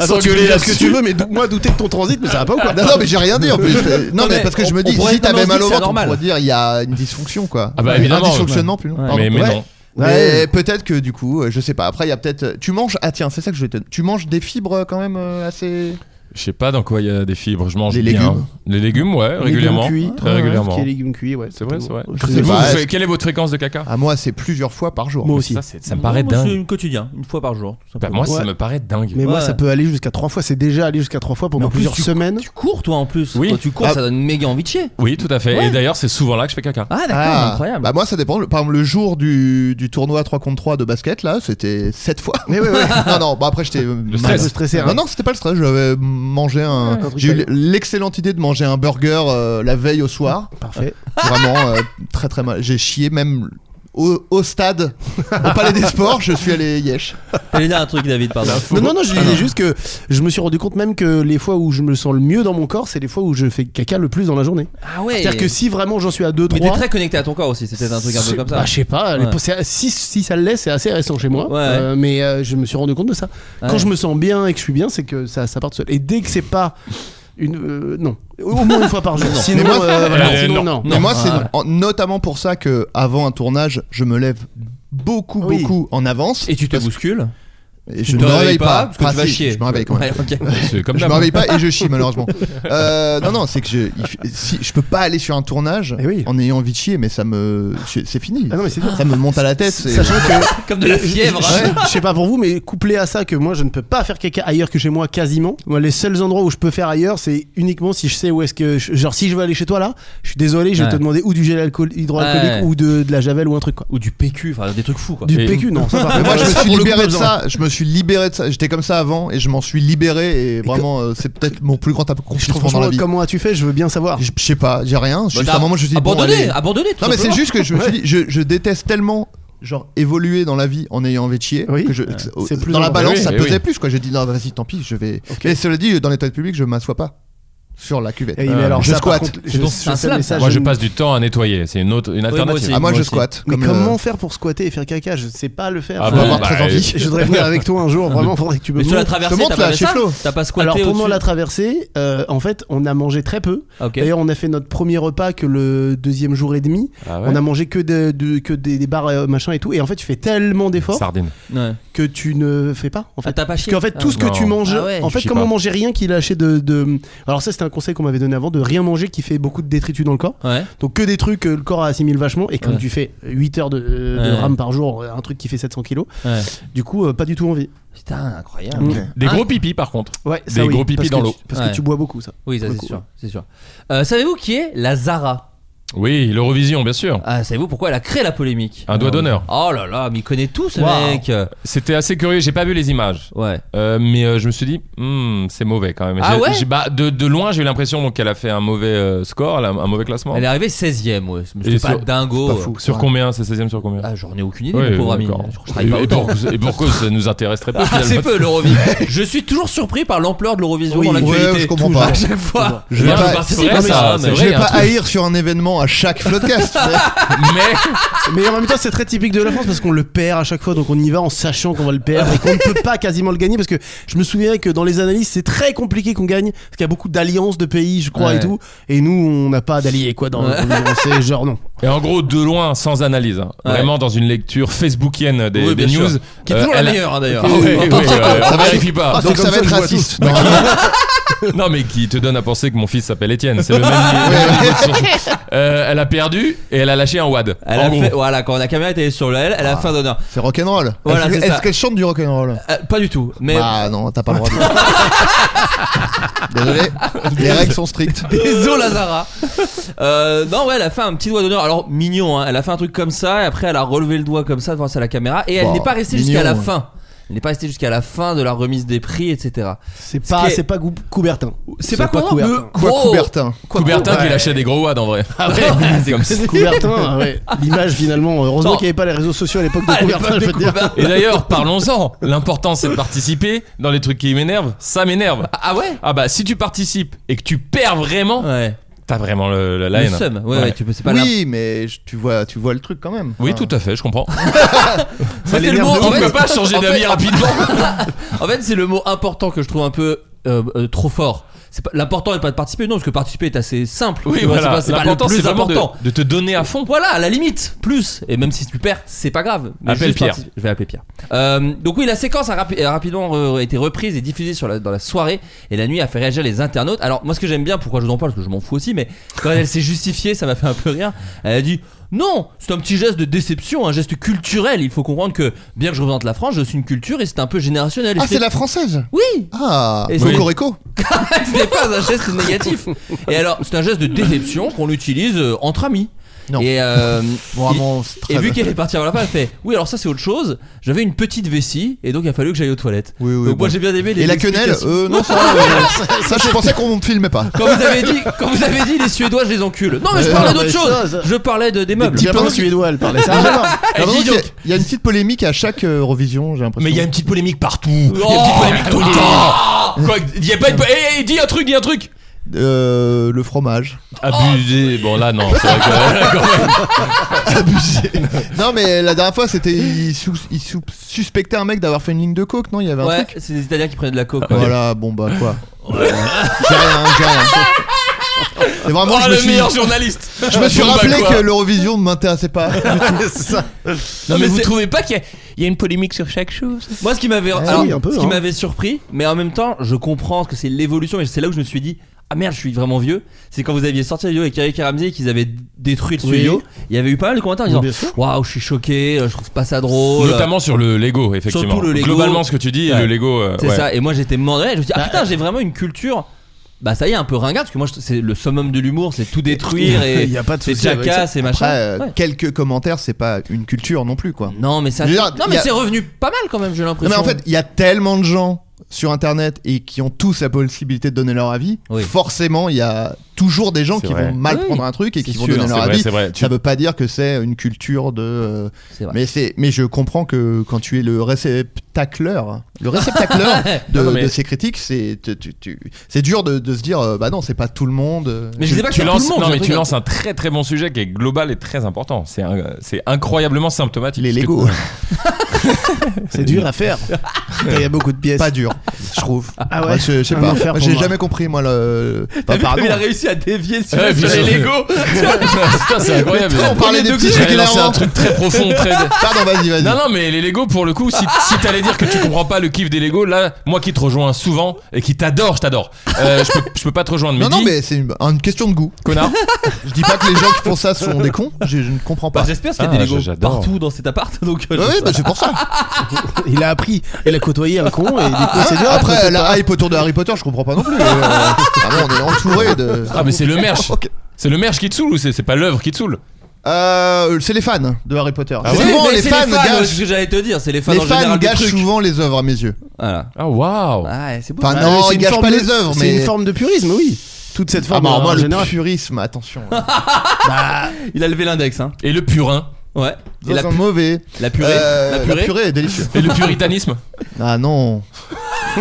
Speaker 6: attends, tu peux
Speaker 7: gueuler
Speaker 6: dire ce que
Speaker 7: là-dessus.
Speaker 6: tu veux, mais dou- moi douter de ton transit, mais ça va pas ou quoi
Speaker 8: non, non, mais j'ai rien dit en plus. Euh, non,
Speaker 4: Non,
Speaker 8: mais,
Speaker 4: mais
Speaker 8: parce que je
Speaker 4: on-
Speaker 8: me
Speaker 4: on
Speaker 8: dis,
Speaker 4: pourrait-
Speaker 8: si
Speaker 4: non, mais on
Speaker 8: t'avais
Speaker 4: se
Speaker 8: mal
Speaker 4: dit
Speaker 8: au
Speaker 4: que c'est
Speaker 8: ventre, on
Speaker 4: normal.
Speaker 8: pourrait dire il y a une dysfonction quoi.
Speaker 7: Ah bah,
Speaker 8: Ouais,
Speaker 7: évidemment,
Speaker 8: Un dysfonctionnement plus
Speaker 4: Ouais.
Speaker 8: Pardon.
Speaker 7: Mais, mais
Speaker 8: Ouais.
Speaker 7: non.
Speaker 6: Ouais.
Speaker 8: Mais peut-être que du coup, euh, je sais pas. Après, il y a peut-être. euh, Tu manges. Ah tiens, c'est ça que je vais te. Tu manges des fibres quand même euh, assez.
Speaker 7: Je sais pas dans quoi il y a des fibres, je mange
Speaker 8: Les
Speaker 7: bien.
Speaker 8: légumes.
Speaker 7: Les légumes, ouais, régulièrement.
Speaker 6: Légumes cuits.
Speaker 7: Très
Speaker 6: Ouais,
Speaker 7: régulièrement.
Speaker 6: Qui est légumes cuits, ouais.
Speaker 7: C'est vrai, c'est vrai.
Speaker 6: Je
Speaker 7: Et
Speaker 6: sais
Speaker 7: vous,
Speaker 6: pas.
Speaker 7: vous faites- quelle est votre fréquence de caca
Speaker 6: Ah,
Speaker 8: À moi, c'est plusieurs fois par jour.
Speaker 6: Moi aussi.
Speaker 7: Ça, c'est- ça me paraît
Speaker 4: Moi, c'est
Speaker 7: dingue.
Speaker 4: une quotidien, une fois par jour. tout
Speaker 7: Bah, moi,
Speaker 4: simplement.
Speaker 7: ça
Speaker 6: Ouais.
Speaker 7: me paraît dingue.
Speaker 6: Mais moi,
Speaker 4: Ouais.
Speaker 6: ça peut aller jusqu'à trois fois. C'est déjà allé jusqu'à trois fois
Speaker 4: Mais
Speaker 6: pendant
Speaker 4: en plus,
Speaker 6: plusieurs semaines.
Speaker 4: Tu cours, toi, en plus.
Speaker 7: Oui.
Speaker 4: Quand tu cours,
Speaker 7: Ah.
Speaker 4: ça donne méga envie de chier.
Speaker 7: Oui, tout à fait.
Speaker 4: Ouais.
Speaker 7: Et d'ailleurs, c'est souvent là que je fais caca.
Speaker 4: Ah, d'accord,
Speaker 8: Ah,
Speaker 4: incroyable.
Speaker 8: Bah moi ça dépend. Le- Par exemple le jour du, du tournoi 3 contre 3 de basket là, c'était 7 fois. Mais oui, oui. non non, bah après j'étais euh,
Speaker 7: stress.
Speaker 6: Un peu stressé. hein.
Speaker 8: Non non, c'était pas le stress, j'avais mangé un
Speaker 6: Ouais.
Speaker 8: j'ai eu l'excellente idée de manger un burger euh, la veille au soir.
Speaker 6: Parfait.
Speaker 8: Vraiment euh, très très mal. J'ai chié même au, au stade au palais des sports, je suis allé yesh.
Speaker 4: T'allais dire un truc, David, pardon.
Speaker 8: bah,
Speaker 6: Non, non, non,
Speaker 7: Ah
Speaker 6: je disais juste que je me suis rendu compte même que les fois où je me sens le mieux dans mon corps, c'est les fois où je fais caca le plus dans la journée.
Speaker 4: Ah ouais.
Speaker 6: C'est-à-dire que si vraiment j'en suis à 2,
Speaker 4: Mais t'es
Speaker 6: 3.
Speaker 4: très connecté à ton corps aussi, c'est peut-être un truc un peu comme ça.
Speaker 6: Bah, je sais pas, les
Speaker 4: Ouais.
Speaker 6: po- c'est- si, si ça l'est, c'est assez récent chez moi.
Speaker 4: Ouais.
Speaker 6: Euh, mais euh, je me suis rendu compte de ça.
Speaker 4: Ouais.
Speaker 6: Quand je me sens bien et que je suis bien, c'est que ça, ça part tout seul. Et dès que c'est pas une. euh, non. Au moins une fois par jour. Sinon,
Speaker 8: Mais moi,
Speaker 6: euh, voilà,
Speaker 7: Euh,
Speaker 6: sinon,
Speaker 7: non.
Speaker 6: non.
Speaker 8: Mais moi c'est
Speaker 4: voilà.
Speaker 8: en- notamment pour ça que avant un tournage, je me lève beaucoup
Speaker 6: Oui.
Speaker 8: beaucoup en avance
Speaker 4: Et tu te bouscules.
Speaker 8: et
Speaker 4: tu
Speaker 8: je
Speaker 4: te
Speaker 8: ne me réveille pas
Speaker 4: parce que
Speaker 8: Ah,
Speaker 4: tu vas
Speaker 8: si,
Speaker 4: chier.
Speaker 8: je me réveille quand même.
Speaker 4: Ouais, ok.
Speaker 7: C'est comme
Speaker 8: je
Speaker 7: d'hab. hein.
Speaker 8: me réveille pas et je chie malheureusement. Euh, non non, c'est que je il f- si je peux pas aller sur un tournage
Speaker 6: Eh oui.
Speaker 8: en ayant envie de chier mais ça me c'est c'est fini.
Speaker 6: Ah non, mais c'est dur.
Speaker 8: Ça me monte à la tête, c'est-
Speaker 6: Sachant que.
Speaker 4: Comme de la fièvre.
Speaker 6: Je- Je sais pas pour vous, mais couplé à ça que moi je ne peux pas faire caca ailleurs que chez moi quasiment. Moi, les seuls endroits où je peux faire ailleurs, c'est uniquement si je sais où est-ce que. je- genre, si je veux aller chez toi là, je suis désolé, je vais
Speaker 4: Ouais.
Speaker 6: te demander ou du gel alcool-
Speaker 4: Ouais.
Speaker 6: hydroalcoolique ou de, de la javel ou un truc quoi.
Speaker 4: Ou du PQ, enfin des trucs fous quoi.
Speaker 6: Du
Speaker 7: Et-
Speaker 6: PQ, non, ça va.
Speaker 8: Mais moi je me
Speaker 6: Ça,
Speaker 8: suis
Speaker 6: pour le coup,
Speaker 8: libéré
Speaker 6: pas
Speaker 8: de
Speaker 6: besoin.
Speaker 8: ça, je me suis libéré de ça, j'étais comme ça avant et je m'en suis libéré et vraiment euh, c'est peut-être mon plus grand
Speaker 6: Je trouve
Speaker 8: accomplissement dans la vie.
Speaker 6: comment as-tu fait Je veux bien savoir.
Speaker 8: Je je sais pas, j'ai rien, je suis
Speaker 4: Bah,
Speaker 8: à un moment je me suis dit, bon,
Speaker 4: Abandonner,
Speaker 8: allez.
Speaker 4: abandonner. tout
Speaker 8: Non mais c'est
Speaker 4: simplement.
Speaker 8: juste que je me suis dit je, je déteste tellement genre évoluer dans la vie en ayant envie de chier
Speaker 6: Oui.
Speaker 8: que je-
Speaker 6: Ouais.
Speaker 8: que-
Speaker 6: C'est plus
Speaker 8: dans la
Speaker 6: dangereux.
Speaker 8: balance
Speaker 7: Oui,
Speaker 8: ça
Speaker 7: oui,
Speaker 8: pesait
Speaker 7: oui.
Speaker 8: plus quoi j'ai dit non vas-y tant pis je vais et cela dit dans les toilettes publiques je m'assois pas sur la cuvette
Speaker 6: Eh, mais
Speaker 7: Euh,
Speaker 6: alors,
Speaker 8: je
Speaker 6: ça, par
Speaker 8: squatte.
Speaker 6: contre,
Speaker 4: C'est ton-
Speaker 6: je-
Speaker 4: c'est un
Speaker 6: je sais, mais
Speaker 4: slam.
Speaker 6: ça,
Speaker 7: Moi, je
Speaker 6: ne-
Speaker 7: passe du temps à nettoyer. C'est une autre, une alternative.
Speaker 4: aussi.
Speaker 8: ah moi, je
Speaker 4: Moi
Speaker 8: squatte
Speaker 6: Mais
Speaker 8: comme euh, le-
Speaker 6: comment faire pour squatter et faire caca Je sais pas le faire.
Speaker 7: Ah
Speaker 6: Je-
Speaker 7: bon,
Speaker 8: avoir
Speaker 7: bah,
Speaker 8: très envie.
Speaker 6: Je voudrais venir avec toi un jour, vraiment, faudrait que tu me
Speaker 4: Mais sur la
Speaker 6: montres.
Speaker 4: traversée,
Speaker 8: montre,
Speaker 4: t'as
Speaker 8: là,
Speaker 4: pas fait
Speaker 8: chez
Speaker 4: ça
Speaker 8: Flo.
Speaker 4: T'as pas squatté
Speaker 6: Alors pour moi
Speaker 4: au-dessus
Speaker 6: la traversée, euh, en fait on a mangé très peu.
Speaker 4: Ah, ok.
Speaker 6: D'ailleurs on a fait notre premier repas que le deuxième jour et demi.
Speaker 7: Ah ouais
Speaker 6: On a mangé que, de- de- que des, des bars euh, machin et tout. Et en fait tu fais tellement d'efforts
Speaker 7: Sardine.
Speaker 4: Ouais.
Speaker 6: que tu ne fais pas en
Speaker 4: Ah,
Speaker 6: fait.
Speaker 4: t'as pas
Speaker 6: Parce
Speaker 4: chié.
Speaker 6: qu'en fait, tout ce que
Speaker 7: Non.
Speaker 6: tu manges,
Speaker 4: Ah ouais.
Speaker 6: en fait,
Speaker 7: Je sais
Speaker 6: comme on
Speaker 7: pas.
Speaker 6: mangeait rien, qu'il a acheté de, de- Alors, ça, c'était un conseil qu'on m'avait donné avant de rien manger qui fait beaucoup de détritus dans le corps.
Speaker 4: Ouais.
Speaker 6: Donc que des trucs que le corps assimile vachement. Et comme
Speaker 4: Ouais.
Speaker 6: tu fais 8 heures de, euh, de
Speaker 4: Ouais.
Speaker 6: rame par jour, euh, un truc qui fait 700 kilos,
Speaker 4: Ouais.
Speaker 6: du coup, euh, pas du tout envie.
Speaker 4: Putain, incroyable.
Speaker 6: Mm.
Speaker 7: Des
Speaker 4: Ah.
Speaker 7: gros pipis par contre.
Speaker 6: Ouais,
Speaker 7: Des gros pipis
Speaker 6: parce que
Speaker 7: dans
Speaker 6: tu-
Speaker 7: l'eau.
Speaker 6: Parce
Speaker 4: Ouais.
Speaker 6: que tu bois beaucoup, ça.
Speaker 4: Oui, ça
Speaker 6: Pour le
Speaker 4: c'est
Speaker 6: coup.
Speaker 4: sûr, c'est sûr. Euh, savez-vous qui est la Zara
Speaker 7: Oui, l'Eurovision bien sûr.
Speaker 4: ah, Savez-vous pourquoi elle a créé la polémique
Speaker 7: Un doigt d'honneur.
Speaker 4: Oh là là, mais il connaît tout ce
Speaker 7: Waouh.
Speaker 4: mec.
Speaker 7: C'était assez curieux, j'ai pas vu les images.
Speaker 4: Ouais.
Speaker 7: Euh, mais euh, je me suis dit, Hmm, c'est mauvais quand même.
Speaker 4: Ah
Speaker 7: J'ai-
Speaker 4: ouais
Speaker 7: j'ai- bah, de, de loin, j'ai eu l'impression donc, qu'elle a fait un mauvais euh, score, elle a- un mauvais classement.
Speaker 4: Elle est arrivée 16 e ouais. Mais
Speaker 7: Et
Speaker 4: C'est pas
Speaker 7: sur-
Speaker 4: dingo.
Speaker 8: pas fou.
Speaker 7: Sur
Speaker 8: Ouais.
Speaker 7: combien C'est 16 e sur combien
Speaker 4: Ah, j'en ai aucune idée,
Speaker 7: Ouais,
Speaker 4: mon pauvre ami.
Speaker 7: d'accord.
Speaker 4: Je travaille pas
Speaker 7: et, et
Speaker 4: autant.
Speaker 7: pour- et pourquoi ça nous intéresserait pas
Speaker 4: Ah, c'est
Speaker 7: finalement
Speaker 4: peu l'Eurovision. je suis toujours surpris par l'ampleur de l'Eurovision
Speaker 6: Oui.
Speaker 4: dans l'actualité.
Speaker 8: Ouais, je comprends
Speaker 4: Toujours.
Speaker 8: pas.
Speaker 4: À chaque fois.
Speaker 8: Je vais
Speaker 7: Non,
Speaker 8: pas-
Speaker 7: mais
Speaker 4: c'est
Speaker 7: c'est vrai,
Speaker 4: pas hein,
Speaker 7: ça,
Speaker 4: possible.
Speaker 7: c'est
Speaker 8: Je
Speaker 7: vrai,
Speaker 8: vais
Speaker 7: il y a un
Speaker 8: pas
Speaker 7: truc.
Speaker 8: haïr sur un événement à chaque floodcast.
Speaker 7: Mais
Speaker 6: Mais en même temps, c'est très typique de la France parce qu'on le perd à chaque fois, donc on y va en sachant qu'on va le perdre et qu'on ne peut pas quasiment le gagner parce que je me souviens que dans les analyses, c'est très compliqué qu'on gagne parce qu'il y a beaucoup d'alliances de pays, je crois,
Speaker 4: Ouais.
Speaker 6: et tout. Et nous, on n'a pas d'alliés, quoi. Dans
Speaker 4: Ouais.
Speaker 6: c'est genre non.
Speaker 7: et en gros, de loin, sans analyse, hein.
Speaker 4: Ouais.
Speaker 7: vraiment dans une lecture facebookienne des,
Speaker 4: Oui,
Speaker 7: des
Speaker 4: bien sûr.
Speaker 7: news,
Speaker 4: Qui est
Speaker 7: euh,
Speaker 4: toujours la
Speaker 7: elle a-
Speaker 4: meilleure, hein, d'ailleurs.
Speaker 7: Ah oui, oui, oui, euh,
Speaker 8: Ça
Speaker 7: on
Speaker 8: va-
Speaker 7: vérifie pas.
Speaker 8: Ah, c'est
Speaker 6: Donc
Speaker 8: que ça
Speaker 6: ça,
Speaker 8: va
Speaker 6: je
Speaker 8: être
Speaker 6: vois
Speaker 8: raciste. normalement.
Speaker 7: Non, mais qui te donne à penser que mon fils s'appelle Étienne. C'est le même. Euh, elle a perdu et elle a lâché un wad.
Speaker 4: Elle
Speaker 7: en
Speaker 4: a
Speaker 7: gros. Ah.
Speaker 4: fait- voilà, quand la caméra était sur elle, elle a fait un honneur.
Speaker 8: C'est rock'n'roll.
Speaker 4: Voilà,
Speaker 8: Est-ce que-
Speaker 4: c'est ça.
Speaker 8: Est-ce qu'elle chante du rock'n'roll
Speaker 4: Euh, pas du tout, mais
Speaker 8: Bah non, t'as pas le droit. de- Désolé, les règles sont strictes.
Speaker 4: Désolé Lazara. Euh, non ouais, elle a fait un petit doigt d'honneur. Alors mignon, hein. elle a fait un truc comme ça et après elle a relevé le doigt comme ça devant à la caméra et elle
Speaker 8: Bah,
Speaker 4: n'est pas restée
Speaker 8: mignon,
Speaker 4: jusqu'à la
Speaker 8: ouais.
Speaker 4: fin. Elle n'est pas restée jusqu'à la fin de la remise des prix, etc.
Speaker 6: C'est
Speaker 4: Ce
Speaker 6: pas,
Speaker 4: qui est-
Speaker 6: c'est pas Gou- Coubertin.
Speaker 4: C'est pas quoi
Speaker 6: Coubertin.
Speaker 8: Quoi, Coubertin
Speaker 7: Coubertin qui lâchait des gros wads en vrai.
Speaker 4: Ah ouais, c'est
Speaker 7: Comme
Speaker 4: comme
Speaker 7: ça.
Speaker 6: Coubertin, ah ouais. L'image finalement, heureusement
Speaker 4: Non.
Speaker 6: qu'il n'y avait pas les réseaux sociaux à l'époque de
Speaker 4: Ah, elle est
Speaker 6: Coubertin,
Speaker 4: pas
Speaker 6: je veux
Speaker 4: de
Speaker 6: te dire.
Speaker 4: Coubertin.
Speaker 7: Et d'ailleurs, parlons-en. L'important, c'est de participer. Dans les trucs qui m'énervent, ça m'énerve.
Speaker 4: Ah ouais.
Speaker 7: Ah bah, si tu participes et que tu perds vraiment,
Speaker 4: Ouais.
Speaker 7: t'as vraiment le, le- la
Speaker 4: Le
Speaker 7: haine.
Speaker 4: seum. Ouais, ouais, tu peux. C'est pas
Speaker 8: Oui, mais je- tu vois, tu vois le truc quand même.
Speaker 7: Oui,
Speaker 8: Enfin,
Speaker 7: tout à fait, je comprends.
Speaker 4: la... Ça, c'est le mot.
Speaker 7: On
Speaker 4: En
Speaker 7: ne
Speaker 4: fait,
Speaker 7: peut pas changer
Speaker 4: en fait-
Speaker 7: d'avis rapidement.
Speaker 4: en fait, c'est le mot important que je trouve un peu euh, euh, trop fort. C'est pas- L'important n'est pas de participer, non, parce que participer est assez simple.
Speaker 7: Oui,
Speaker 4: Tu vois,
Speaker 7: voilà.
Speaker 4: C'est pas, c'est pas le
Speaker 7: L'important, c'est
Speaker 4: plus
Speaker 7: vraiment de-
Speaker 4: important.
Speaker 7: de te donner à fond.
Speaker 4: Voilà, à la limite, plus. Et même si tu perds, c'est pas grave. Mais
Speaker 7: Appelle
Speaker 4: juste
Speaker 7: Pierre.
Speaker 4: participe- Je vais appeler Pierre. Euh, donc oui, la séquence a, rapi- a rapidement re- été reprise et diffusée sur la- dans la soirée et la nuit a fait réagir les internautes. Alors moi, ce que j'aime bien, pourquoi je vous en parle, parce que je m'en fous aussi, mais quand elle s'est justifiée, ça m'a fait un peu rire. Elle a dit. Non, c'est un petit geste de déception, un geste culturel. Il faut comprendre que, bien que je représente la France, je suis une culture et c'est un peu générationnel. Et
Speaker 8: Ah,
Speaker 4: je fais-
Speaker 8: c'est la française.
Speaker 4: Oui
Speaker 8: Ah,
Speaker 4: Et c'est-
Speaker 8: Cocorico.
Speaker 4: Ce n'est pas un geste négatif. Et alors, c'est un geste de déception qu'on utilise euh, entre amis.
Speaker 8: Non.
Speaker 4: Et, euh,
Speaker 8: Vraiment,
Speaker 4: il-
Speaker 8: c'est très
Speaker 4: et vu
Speaker 8: bien.
Speaker 4: qu'elle est partie avant la fin, elle fait Oui, alors ça c'est autre chose. J'avais une petite vessie et donc il a fallu que j'aille aux toilettes.
Speaker 8: Oui, oui,
Speaker 7: Euh,
Speaker 4: donc moi
Speaker 8: bon.
Speaker 4: j'ai bien aimé les.
Speaker 8: Et la quenelle,
Speaker 4: explications.
Speaker 8: euh, non, ça, euh, ça, je pensais qu'on me filmait pas.
Speaker 7: euh,
Speaker 4: Quand vous avez dit, quand vous avez dit les Suédois, je les encule. Non mais je
Speaker 8: Euh,
Speaker 4: parlais
Speaker 6: non,
Speaker 4: d'autre
Speaker 6: mais
Speaker 4: chose.
Speaker 6: ça, ça-
Speaker 4: Je parlais de, des meubles.
Speaker 8: petits
Speaker 6: Petit pain
Speaker 8: Coubertin.
Speaker 6: suédois, elle parlait ça.
Speaker 8: J'ai l'impression
Speaker 4: dis
Speaker 8: qu'il y a-
Speaker 4: donc.
Speaker 8: Ah, Il y a une petite polémique à chaque euh, Eurovision, j'ai l'impression.
Speaker 7: une petite polémique partout. Il y a une petite
Speaker 4: Oh,
Speaker 7: polémique tout le temps. Quoi, il y a pas une. Eh, eh, dis un truc, dis un truc.
Speaker 8: Euh, le fromage.
Speaker 4: Oh.
Speaker 7: Abusé. Bon, là, non. c'est vrai que- quand même.
Speaker 8: Non, mais la dernière fois, c'était. Ils sous- ils sous- suspectaient un mec d'avoir fait une ligne de coke, non Il y avait un
Speaker 4: Ouais,
Speaker 8: truc.
Speaker 4: c'est des Italiens qui prennent de la coke. ouais.
Speaker 8: Voilà, bon bah quoi. J'ai rien, j'ai rien. Et vraiment,
Speaker 7: Oh,
Speaker 8: je, me
Speaker 7: le
Speaker 8: suis,
Speaker 7: meilleur journaliste.
Speaker 8: je me suis
Speaker 7: Bon, bah,
Speaker 8: rappelé
Speaker 7: quoi.
Speaker 8: que l'Eurovision ne m'intéressait pas.
Speaker 7: Non,
Speaker 4: mais
Speaker 7: mais vous
Speaker 4: c'est-
Speaker 7: trouvez pas qu'il y a- il y a une polémique sur chaque chose
Speaker 4: Moi, ce qui m'avait,
Speaker 6: Ah
Speaker 4: alors,
Speaker 6: oui, un peu,
Speaker 4: ce qui
Speaker 6: hein.
Speaker 4: m'avait surpris, mais en même temps, je comprends que c'est l'évolution, et c'est là où je me suis dit, ah merde, je suis vraiment vieux. C'est quand vous aviez sorti la vidéo avec Eric et Ramsey et qu'ils avaient détruit le
Speaker 6: Oui.
Speaker 4: studio. Il y avait eu pas mal de commentaires en
Speaker 6: Oui, bien
Speaker 4: disant,
Speaker 6: sûr.
Speaker 4: waouh, je suis choqué, euh, je trouve pas ça drôle.
Speaker 7: Notamment sur le Lego, effectivement.
Speaker 4: Oh Surtout le Lego.
Speaker 7: Globalement, ce que tu dis,
Speaker 4: Ouais.
Speaker 7: le Lego. euh,
Speaker 4: C'est
Speaker 7: ouais.
Speaker 4: ça. Et moi, j'étais mandé. Je me suis dit,
Speaker 6: Bah,
Speaker 4: ah putain, j'ai vraiment une culture. Bah ça y est, un peu ringarde, parce que moi, je- c'est le summum de l'humour, c'est tout détruire et
Speaker 6: Il y a pas de
Speaker 4: c'est
Speaker 6: souci avec ça.
Speaker 4: jackass et machin.
Speaker 8: Après, euh,
Speaker 4: Ouais.
Speaker 8: quelques commentaires, c'est pas une culture non plus quoi.
Speaker 4: Non mais ça,
Speaker 8: Je veux dire,
Speaker 4: non
Speaker 8: il
Speaker 4: mais
Speaker 8: y a-
Speaker 4: c'est revenu pas mal quand même, j'ai
Speaker 8: Non,
Speaker 4: l'impression.
Speaker 8: mais en fait, il y a tellement de gens sur internet et qui ont tous la possibilité de donner leur avis.
Speaker 4: Oui.
Speaker 8: Forcément, il y a toujours des gens
Speaker 7: C'est
Speaker 8: qui
Speaker 7: vrai.
Speaker 8: vont mal
Speaker 4: Oui,
Speaker 8: prendre un truc et
Speaker 4: c'est
Speaker 8: qui vont
Speaker 4: sûr,
Speaker 8: donner
Speaker 7: C'est
Speaker 8: leur
Speaker 7: vrai,
Speaker 8: avis.
Speaker 7: c'est vrai. Tu-
Speaker 8: Ça veut pas dire que c'est une culture de. euh,
Speaker 4: c'est vrai.
Speaker 8: Mais c'est, mais je comprends que quand tu es le réceptacleur, le réceptacleur de,
Speaker 7: Non, non, mais-
Speaker 8: de ces critiques, c'est, tu- tu- tu- c'est dur de, de se dire, euh, bah non, c'est pas tout le monde. euh.
Speaker 4: Mais je sais pas que
Speaker 7: tu
Speaker 4: c'est
Speaker 7: lances,
Speaker 4: tout le monde,
Speaker 7: non,
Speaker 4: j'ai
Speaker 7: mais tu
Speaker 4: l'impression.
Speaker 7: lances un très très bon sujet qui est global et très important. C'est un- c'est incroyablement symptomatique.
Speaker 8: les
Speaker 7: Parce que-
Speaker 8: Lego.
Speaker 6: C'est dur à faire. Il y a beaucoup de pièces.
Speaker 8: Pas dur, je trouve.
Speaker 6: Ah ouais.
Speaker 8: Moi, je, je sais
Speaker 6: Un
Speaker 8: pas.
Speaker 6: enfer
Speaker 8: Moi,
Speaker 6: pour
Speaker 8: J'ai
Speaker 6: moi.
Speaker 8: jamais compris moi le. Enfin,
Speaker 4: T'as vu
Speaker 8: pardon.
Speaker 4: comme il a réussi à dévier sur,
Speaker 7: Ouais,
Speaker 4: sur
Speaker 7: bien
Speaker 4: les
Speaker 7: sûr. Bah,
Speaker 4: Lego
Speaker 7: Putain, c'est incroyable.
Speaker 8: on parlait des petits trucs
Speaker 7: J'allais lancer
Speaker 8: hilarants.
Speaker 7: un truc très profond, très.
Speaker 8: Pardon, vas-y, vas-y.
Speaker 7: Non, non, mais les Lego, pour le coup, si, si t'allais dire que tu comprends pas le kiff des Lego, là, moi qui te rejoins souvent et qui t'adore, je t'adore. Euh, je, peux, je peux pas te rejoindre, mais
Speaker 8: Non, non,
Speaker 7: dis,
Speaker 8: mais Ah, c'est une, une question de goût.
Speaker 7: connard.
Speaker 8: Je dis pas que les gens qui font ça sont des cons, je, je ne comprends
Speaker 4: Bah,
Speaker 8: pas.
Speaker 4: J'espère qu'il y a
Speaker 7: Ah,
Speaker 4: des
Speaker 7: je-
Speaker 4: Lego
Speaker 7: j'adore.
Speaker 4: partout dans cet appart. Donc, euh,
Speaker 8: Ouais,
Speaker 4: je-
Speaker 8: ouais, bah, c'est pour ça.
Speaker 6: Il a appris. Il a côtoyé un con et du
Speaker 8: Ah.
Speaker 6: coup, c'est bien.
Speaker 8: Après, la hype autour de Harry Potter, je comprends pas non plus. Euh, vraiment, on est entouré de.
Speaker 7: Ah, mais c'est le merch.
Speaker 8: Ok.
Speaker 7: C'est le merch qui te saoule ou c'est c'est pas l'œuvre qui te saoule
Speaker 8: Euh, c'est les fans de Harry Potter.
Speaker 7: Ah
Speaker 4: C'est-
Speaker 7: ouais
Speaker 8: Souvent,
Speaker 4: mais
Speaker 8: les
Speaker 4: c'est
Speaker 8: fans
Speaker 4: euh,
Speaker 8: gâchent.
Speaker 4: ce que j'allais te dire, c'est les fans
Speaker 8: Les
Speaker 4: en général
Speaker 8: fans
Speaker 4: du
Speaker 8: gâchent
Speaker 4: truc.
Speaker 8: souvent les œuvres à mes yeux.
Speaker 4: Voilà.
Speaker 7: Ah, waouh
Speaker 4: Ouais, c'est beau.
Speaker 8: Enfin,
Speaker 6: Ah,
Speaker 8: non,
Speaker 6: mais c'est
Speaker 8: ils
Speaker 6: une
Speaker 8: gâchent
Speaker 6: forme
Speaker 8: pas
Speaker 6: de-
Speaker 8: les œuvres,
Speaker 6: C'est
Speaker 8: mais.
Speaker 6: une forme de purisme, oui. Toute cette
Speaker 8: Ah,
Speaker 6: forme
Speaker 8: bah,
Speaker 6: en
Speaker 8: moi, le
Speaker 6: général.
Speaker 8: purisme, attention.
Speaker 4: Il a levé l'index, hein.
Speaker 7: Et le purin
Speaker 4: Ouais. Et
Speaker 8: Ça
Speaker 4: la,
Speaker 8: sent mauvais.
Speaker 4: la purée.
Speaker 8: Euh,
Speaker 4: la purée.
Speaker 8: est délicieuse.
Speaker 7: Et le puritanisme
Speaker 8: Ah non.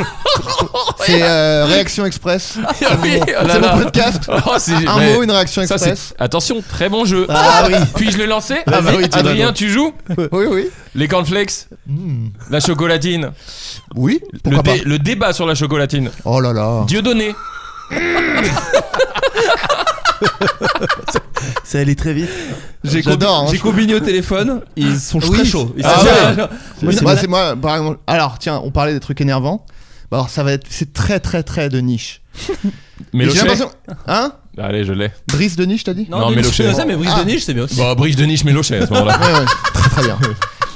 Speaker 8: c'est euh, réaction express.
Speaker 7: Ah oui, oh là
Speaker 8: c'est
Speaker 7: là.
Speaker 8: mon podcast.
Speaker 7: Oh, c'est-
Speaker 8: Un
Speaker 7: mais
Speaker 8: mot, une réaction
Speaker 7: ça,
Speaker 8: express.
Speaker 7: c'est- Attention, très bon jeu.
Speaker 8: Ah oui.
Speaker 7: Puis-je le lancer
Speaker 8: Ah bah oui, tu
Speaker 7: Adrien,
Speaker 8: dois.
Speaker 7: tu joues
Speaker 8: Oui, oui.
Speaker 7: Les cornflakes La chocolatine
Speaker 8: Oui,
Speaker 7: le,
Speaker 8: Hmm. pourquoi pas.
Speaker 7: dé- le débat sur la chocolatine
Speaker 8: Oh là là.
Speaker 7: Dieudonné
Speaker 6: Ça allait très vite.
Speaker 4: J'ai
Speaker 8: J'adore,
Speaker 4: combi-
Speaker 8: hein,
Speaker 4: j'ai
Speaker 8: je-
Speaker 4: combiné au téléphone, ils sont
Speaker 8: Oui.
Speaker 4: très chauds. Ils
Speaker 8: Ah
Speaker 4: sont-
Speaker 8: ouais.
Speaker 6: Moi, c'est
Speaker 8: Moi,
Speaker 6: vrai.
Speaker 8: c'est moi, par exemple. Alors, tiens, on parlait des trucs énervants. Bah, alors, ça va être. C'est très, très, très de niche.
Speaker 7: Mais
Speaker 8: Et
Speaker 7: le
Speaker 8: J'ai
Speaker 7: chais.
Speaker 8: l'impression. Hein
Speaker 7: Allez, je l'ai.
Speaker 8: Brice de niche, t'as dit
Speaker 4: Non,
Speaker 7: Non,
Speaker 4: mais
Speaker 7: mais
Speaker 4: je
Speaker 7: le
Speaker 4: fais
Speaker 7: chef.
Speaker 4: ça, mais Brice
Speaker 8: Ah.
Speaker 4: de Niche, c'est bien aussi.
Speaker 7: Bon, briche de niche, mais lochet à ce moment-là.
Speaker 8: Ouais, ouais. Très, très bien.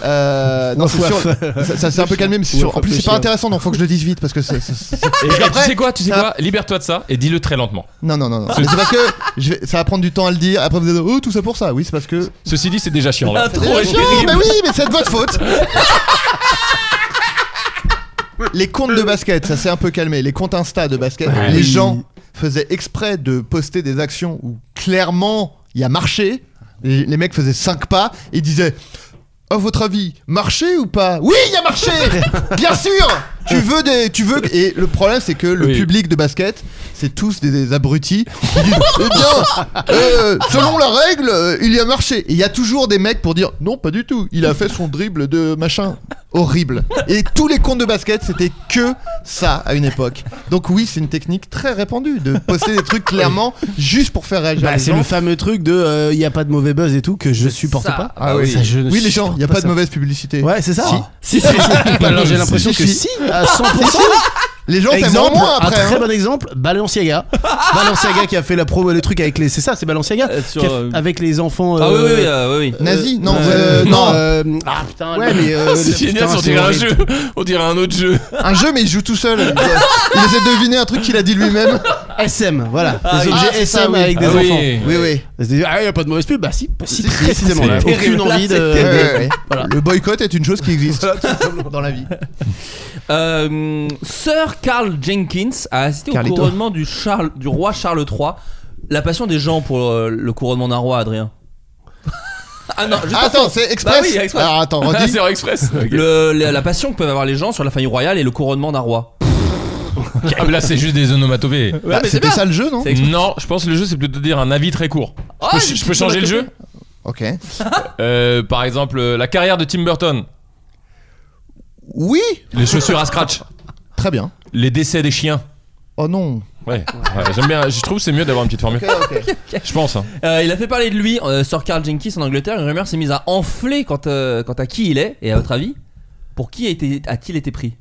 Speaker 8: Euh, non, c'est sûr, ça, ça s'est un peu calmé, mais c'est
Speaker 6: Ouais,
Speaker 8: sûr. En
Speaker 6: frappe
Speaker 8: plus,
Speaker 6: le
Speaker 8: c'est pas
Speaker 6: chien.
Speaker 8: intéressant, donc faut que je le dise vite parce que c'est- c'est- c'est-
Speaker 7: Et, et tu sais quoi, tu sais
Speaker 8: ça-
Speaker 7: quoi Libère-toi de ça et dis-le très lentement.
Speaker 8: non, non, non, non. Mais C'est parce que je vais- ça va prendre du temps à le dire. Après, vous allez dire, oh, tout ça pour ça. Oui, c'est parce que.
Speaker 7: Ceci dit, c'est déjà chiant là.
Speaker 4: Ah, trop
Speaker 8: Mais
Speaker 4: horrible.
Speaker 8: mais oui, mais c'est de votre faute. Les comptes de basket, ça s'est un peu calmé. Les comptes Insta de basket,
Speaker 6: Ouais.
Speaker 8: les
Speaker 6: Oui.
Speaker 8: gens faisaient exprès de poster des actions où clairement il y a marché. Les, les mecs faisaient 5 pas et disaient À votre avis, marché ou pas Oui, il y a marché Bien sûr Tu veux des. Tu veux. Et le problème, c'est que le
Speaker 7: Oui.
Speaker 8: public de basket, c'est tous des, des abrutis qui disent Eh bien, euh, selon la règle, euh, il y a marché. Et il y a toujours des mecs pour dire Non, pas du tout. Il a fait son dribble de machin. Horrible. Et tous les comptes de basket, c'était que ça à une époque. Donc, oui, c'est une technique très répandue de poster des trucs clairement juste pour faire réagir.
Speaker 6: Bah,
Speaker 8: les
Speaker 6: c'est
Speaker 8: gens.
Speaker 6: le fameux truc de euh, il y a pas de mauvais buzz et tout que je supporte
Speaker 4: ça.
Speaker 6: pas.
Speaker 4: Ah oui.
Speaker 6: Ça, je ne
Speaker 8: Oui, les gens, il
Speaker 6: supporte
Speaker 8: n'y a pas de
Speaker 6: ça.
Speaker 8: mauvaise publicité.
Speaker 6: Ouais, c'est ça.
Speaker 7: Si, si,
Speaker 6: Alors, j'ai l'impression que si, à 100%.
Speaker 8: Les gens t'aiment
Speaker 6: exemple,
Speaker 8: moins après.
Speaker 6: un très
Speaker 8: hein.
Speaker 6: bon exemple, Balenciaga. Balenciaga qui a fait la promo, le truc avec les. C'est ça, c'est Balenciaga.
Speaker 4: Euh, sur,
Speaker 6: qui a-
Speaker 4: euh,
Speaker 6: Avec les enfants.
Speaker 4: Ah oui,
Speaker 6: euh,
Speaker 4: oui, oui, euh, oui, oui.
Speaker 8: Nazi Non,
Speaker 6: euh,
Speaker 8: euh, non.
Speaker 6: euh, ah putain. Ouais, mais. euh,
Speaker 7: C'est
Speaker 6: le-
Speaker 7: génial,
Speaker 6: putain,
Speaker 7: on
Speaker 6: c'est
Speaker 7: dirait un
Speaker 6: horrible.
Speaker 7: jeu. On dirait un autre jeu.
Speaker 8: Un jeu, mais il joue tout seul. Il, il essaie de deviner un truc qu'il a dit lui-même.
Speaker 6: SM, voilà.
Speaker 4: Ah,
Speaker 6: les
Speaker 4: oui.
Speaker 6: objets
Speaker 8: Ah, c'est ça,
Speaker 6: SM
Speaker 8: oui.
Speaker 6: avec des
Speaker 7: Ah oui.
Speaker 6: enfants.
Speaker 8: Oui, oui.
Speaker 6: C'est-à-dire, Ah, il a pas de mauvaise pub. Bah, si, bah, si,
Speaker 8: Si, si,
Speaker 6: précisément.
Speaker 7: c'est
Speaker 6: là, aucune
Speaker 4: terrible. Là,
Speaker 6: envie de.
Speaker 8: Ouais,
Speaker 4: c'est
Speaker 8: ouais, ouais.
Speaker 6: Voilà.
Speaker 8: Le boycott est une chose qui existe dans la vie.
Speaker 4: Euh, Sir Carl Jenkins a assisté
Speaker 8: Carlito.
Speaker 4: au couronnement du, Charles, du roi Charles III. La passion des gens pour euh, le couronnement d'un roi, Adrien. ah non, juste
Speaker 8: Attends,
Speaker 4: pas ça.
Speaker 8: c'est express.
Speaker 4: Bah oui, express.
Speaker 8: Alors attends,
Speaker 7: Ah,
Speaker 8: redis.
Speaker 7: c'est hors express. Ok.
Speaker 4: Le- la, la passion que peuvent avoir les gens sur la famille royale et le couronnement d'un roi.
Speaker 7: Ah, mais là, c'est juste des onomatopées.
Speaker 8: Bah, C'était ça le jeu, non
Speaker 4: C'est express.
Speaker 7: Non, je pense que le jeu, c'est plutôt de dire un avis très court. Je peux-
Speaker 4: Ah,
Speaker 7: je peux changer le jeu
Speaker 8: Ok.
Speaker 7: Euh, Par exemple, euh, la carrière de Tim Burton,
Speaker 8: Oui,
Speaker 7: les chaussures à scratch,
Speaker 8: très bien.
Speaker 7: les décès des chiens.
Speaker 8: Oh
Speaker 4: Euh,
Speaker 8: non.
Speaker 7: Ouais, Ouais, j'aime bien. Je trouve que c'est mieux d'avoir une petite formule. Je pense. hein.
Speaker 4: Euh, il a fait parler de lui, euh, Sir Carl Jenkins en Angleterre. Une rumeur s'est mise à enfler quant, euh, quant à qui il est. Et à votre avis, pour qui a été- a-t-il été pris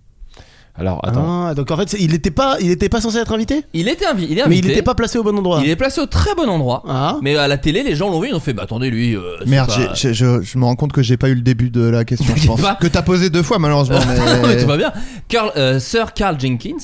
Speaker 7: Alors, attends.
Speaker 6: Ah, donc en fait, c'est- il était pas, il était pas censé être invité.
Speaker 4: Il était invi- Ah, il est invité.
Speaker 6: Mais il était pas placé au bon endroit.
Speaker 4: Il est placé au très bon endroit.
Speaker 6: Ah.
Speaker 4: Mais à la télé, les gens l'ont vu, ils ont fait Bah attendez, lui. euh, c'est
Speaker 8: Merde,
Speaker 4: pas-
Speaker 8: j'ai- j'ai- je, je me rends compte que j'ai pas eu le début de la question, je
Speaker 4: T'inquiète
Speaker 8: pense.
Speaker 4: pas.
Speaker 8: Que t'as posé deux fois, malheureusement.
Speaker 4: Non, mais Ah tout
Speaker 8: Mais...
Speaker 4: va bien. Carl- euh, Sir Carl Jenkins,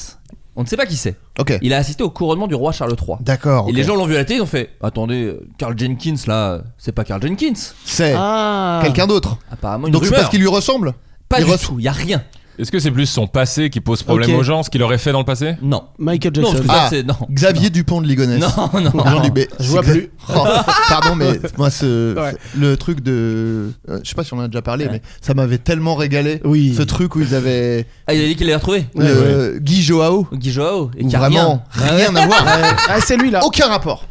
Speaker 4: on ne sait pas qui c'est.
Speaker 8: Ok.
Speaker 4: Il a assisté au couronnement du roi Charles III.
Speaker 8: D'accord.
Speaker 4: Et
Speaker 8: ok.
Speaker 4: les gens l'ont vu à la télé, ils ont fait Attendez, euh, Carl Jenkins là, euh, c'est pas Carl Jenkins.
Speaker 8: C'est
Speaker 6: Ah.
Speaker 8: quelqu'un d'autre.
Speaker 4: Apparemment, une
Speaker 8: Donc c'est
Speaker 4: rumeur.
Speaker 8: parce qu'il lui ressemble
Speaker 4: Pas
Speaker 8: il
Speaker 4: du
Speaker 8: res-
Speaker 4: tout, y a rien.
Speaker 7: Est-ce que c'est plus son passé qui pose problème
Speaker 6: Ok.
Speaker 7: aux gens, ce qu'il aurait fait dans le passé
Speaker 4: Non.
Speaker 6: Michael
Speaker 4: Non, parce
Speaker 6: Jackson.
Speaker 4: que ça,
Speaker 8: Ah.
Speaker 4: c'est. Non.
Speaker 8: Xavier Dupont de Ligonnès.
Speaker 4: Non, non.
Speaker 8: Jean Dubé.
Speaker 6: Je vois
Speaker 8: C'est
Speaker 6: plus.
Speaker 8: Oh, pardon, mais moi, ce,
Speaker 6: Ouais.
Speaker 8: le truc de. euh, Je sais pas si on en a déjà parlé, mais ça m'avait tellement régalé.
Speaker 6: Ah, Oui.
Speaker 8: Ce truc où ils avaient.
Speaker 4: Ah, il a dit qu'il l'avait retrouvé.
Speaker 8: le- Guy Joao.
Speaker 4: Guy Joao et
Speaker 8: Où
Speaker 4: qui a
Speaker 8: vraiment,
Speaker 4: rien.
Speaker 8: rien à voir.
Speaker 4: Oh.
Speaker 6: Ah, c'est lui là.
Speaker 8: Aucun rapport.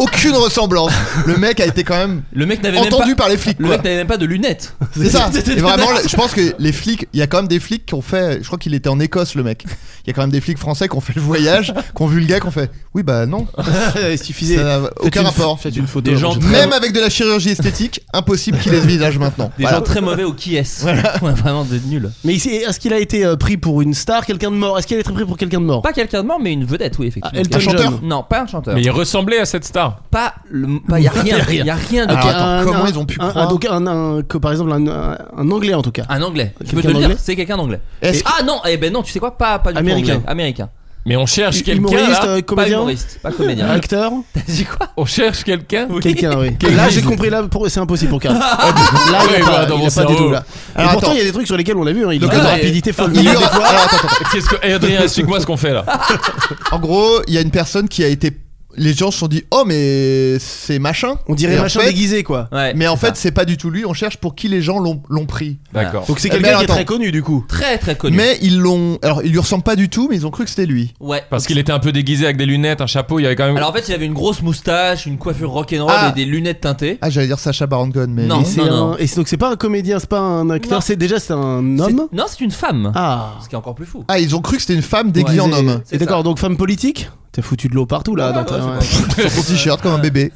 Speaker 8: aucune ressemblance. Le mec a été quand même
Speaker 4: Le mec n'avait même
Speaker 8: entendu
Speaker 4: pas-
Speaker 8: par les flics.
Speaker 4: Le
Speaker 8: quoi.
Speaker 4: mec n'avait même pas de lunettes.
Speaker 8: C'est ça.
Speaker 4: C'était-
Speaker 8: Et vraiment, le- je pense que les flics, il y a quand même des flics qui ont fait. Je crois qu'il était en Écosse, le mec. Il y a quand même des flics français qui ont fait le voyage, qui ont vu le gars, qui ont fait. Oui, bah non.
Speaker 6: Il suffisait.
Speaker 8: Ça n'a
Speaker 6: Faites
Speaker 8: aucun
Speaker 6: une-
Speaker 8: rapport.
Speaker 6: Faites une photo.
Speaker 4: Des gens
Speaker 6: Je-
Speaker 4: très-
Speaker 8: Même avec de la chirurgie esthétique, impossible qu'il ait ce visage maintenant. Bah,
Speaker 4: Des
Speaker 8: Voilà.
Speaker 4: gens très mauvais au qui est. Vraiment des nuls.
Speaker 6: Mais il s'est- est-ce qu'il a été euh, pris pour une star, quelqu'un de mort Est-ce qu'il a été pris pour quelqu'un de mort
Speaker 4: Pas quelqu'un de mort, mais une vedette, oui, effectivement.
Speaker 6: Elton
Speaker 8: Un chanteur
Speaker 6: John.
Speaker 4: Non, pas un chanteur.
Speaker 7: Mais il ressemblait à cette star.
Speaker 4: Pas le. Pas, y a rien.
Speaker 6: rien. Ah.
Speaker 4: Y a rien de.
Speaker 8: Alors,
Speaker 6: Ok,
Speaker 8: Ah, attends,
Speaker 6: un-
Speaker 8: comment
Speaker 6: un-
Speaker 8: ils ont pu
Speaker 6: un,
Speaker 8: croire
Speaker 6: un- donc un- un- que par exemple un, un- un anglais en tout cas.
Speaker 4: Un anglais. Je peux
Speaker 6: Quelqu'un
Speaker 4: te le
Speaker 6: d'anglais
Speaker 4: dire, c'est quelqu'un d'anglais.
Speaker 8: Est-ce
Speaker 4: Et- Ah non, eh ben non, tu sais quoi Pas, pas du tout
Speaker 6: Américain.
Speaker 4: anglais. Américain.
Speaker 7: Mais on cherche Ah, quelqu'un.
Speaker 6: humoriste,
Speaker 7: là.
Speaker 6: euh,
Speaker 4: Pas
Speaker 6: comédien, Ah,
Speaker 4: humoriste, pas comédien.
Speaker 6: acteur,
Speaker 4: T'as dit quoi
Speaker 7: On cherche quelqu'un.
Speaker 6: quelqu'un. Oui. Là j'ai compris là pour- c'est impossible pour Karl. là il
Speaker 7: Ouais,
Speaker 6: a pas,
Speaker 7: ouais, dans
Speaker 6: il a
Speaker 7: mon
Speaker 6: pas
Speaker 7: cerveau.
Speaker 6: du tout là.
Speaker 8: Alors,
Speaker 6: Et pourtant
Speaker 8: attends.
Speaker 6: il y a des trucs sur lesquels on l'a vu. hein, il
Speaker 8: Le
Speaker 6: a
Speaker 8: gars
Speaker 6: une
Speaker 8: de-
Speaker 6: rapidité folle.
Speaker 8: Ah, Il y aura- Alors, attends, attends.
Speaker 7: Qu'est-ce que Eh, Adrien, explique-moi ce qu'on fait là.
Speaker 4: Ah.
Speaker 8: En gros, il y a une personne qui a été. Les gens se sont dit Oh, mais c'est machin.
Speaker 6: On
Speaker 8: Et
Speaker 6: dirait
Speaker 8: en
Speaker 6: machin
Speaker 8: fait-
Speaker 6: déguisé quoi.
Speaker 4: Ouais.
Speaker 8: Mais en fait, c'est pas du tout lui. On cherche pour qui les gens l'ont l'ont pris.
Speaker 7: D'accord.
Speaker 6: Donc c'est
Speaker 8: Eh ben,
Speaker 6: quelqu'un qui est
Speaker 8: attends.
Speaker 6: très connu du coup.
Speaker 4: Très très connu.
Speaker 8: Mais ils l'ont. Alors, il lui ressemble pas du tout, mais ils ont cru que c'était lui.
Speaker 4: Ouais.
Speaker 7: Parce qu'il était un peu déguisé avec des lunettes, un chapeau, il y avait quand même.
Speaker 4: Alors en fait, il avait une grosse moustache, une coiffure rock'n'roll
Speaker 8: Ah.
Speaker 4: et des lunettes teintées.
Speaker 8: Ah, j'allais dire Sacha Baron Cohen, mais.
Speaker 4: Non.
Speaker 6: Et c'est un- et c'est- donc c'est pas un comédien, c'est pas un
Speaker 4: Non.
Speaker 6: acteur, c'est déjà c'est un
Speaker 4: C'est-
Speaker 6: homme.
Speaker 4: Non, c'est une femme.
Speaker 6: Ah.
Speaker 4: Ce qui est encore plus fou.
Speaker 8: Ah, ils ont cru que c'était une femme déguisée
Speaker 6: Ouais,
Speaker 8: en
Speaker 6: c'est-
Speaker 8: homme.
Speaker 4: C'est
Speaker 6: Et d'accord, donc femme politique T'as foutu de l'eau partout là.
Speaker 4: Ouais,
Speaker 6: dans ta-
Speaker 4: ouais,
Speaker 6: ouais.
Speaker 4: c'est pas-
Speaker 8: Sur son t-shirt comme un bébé.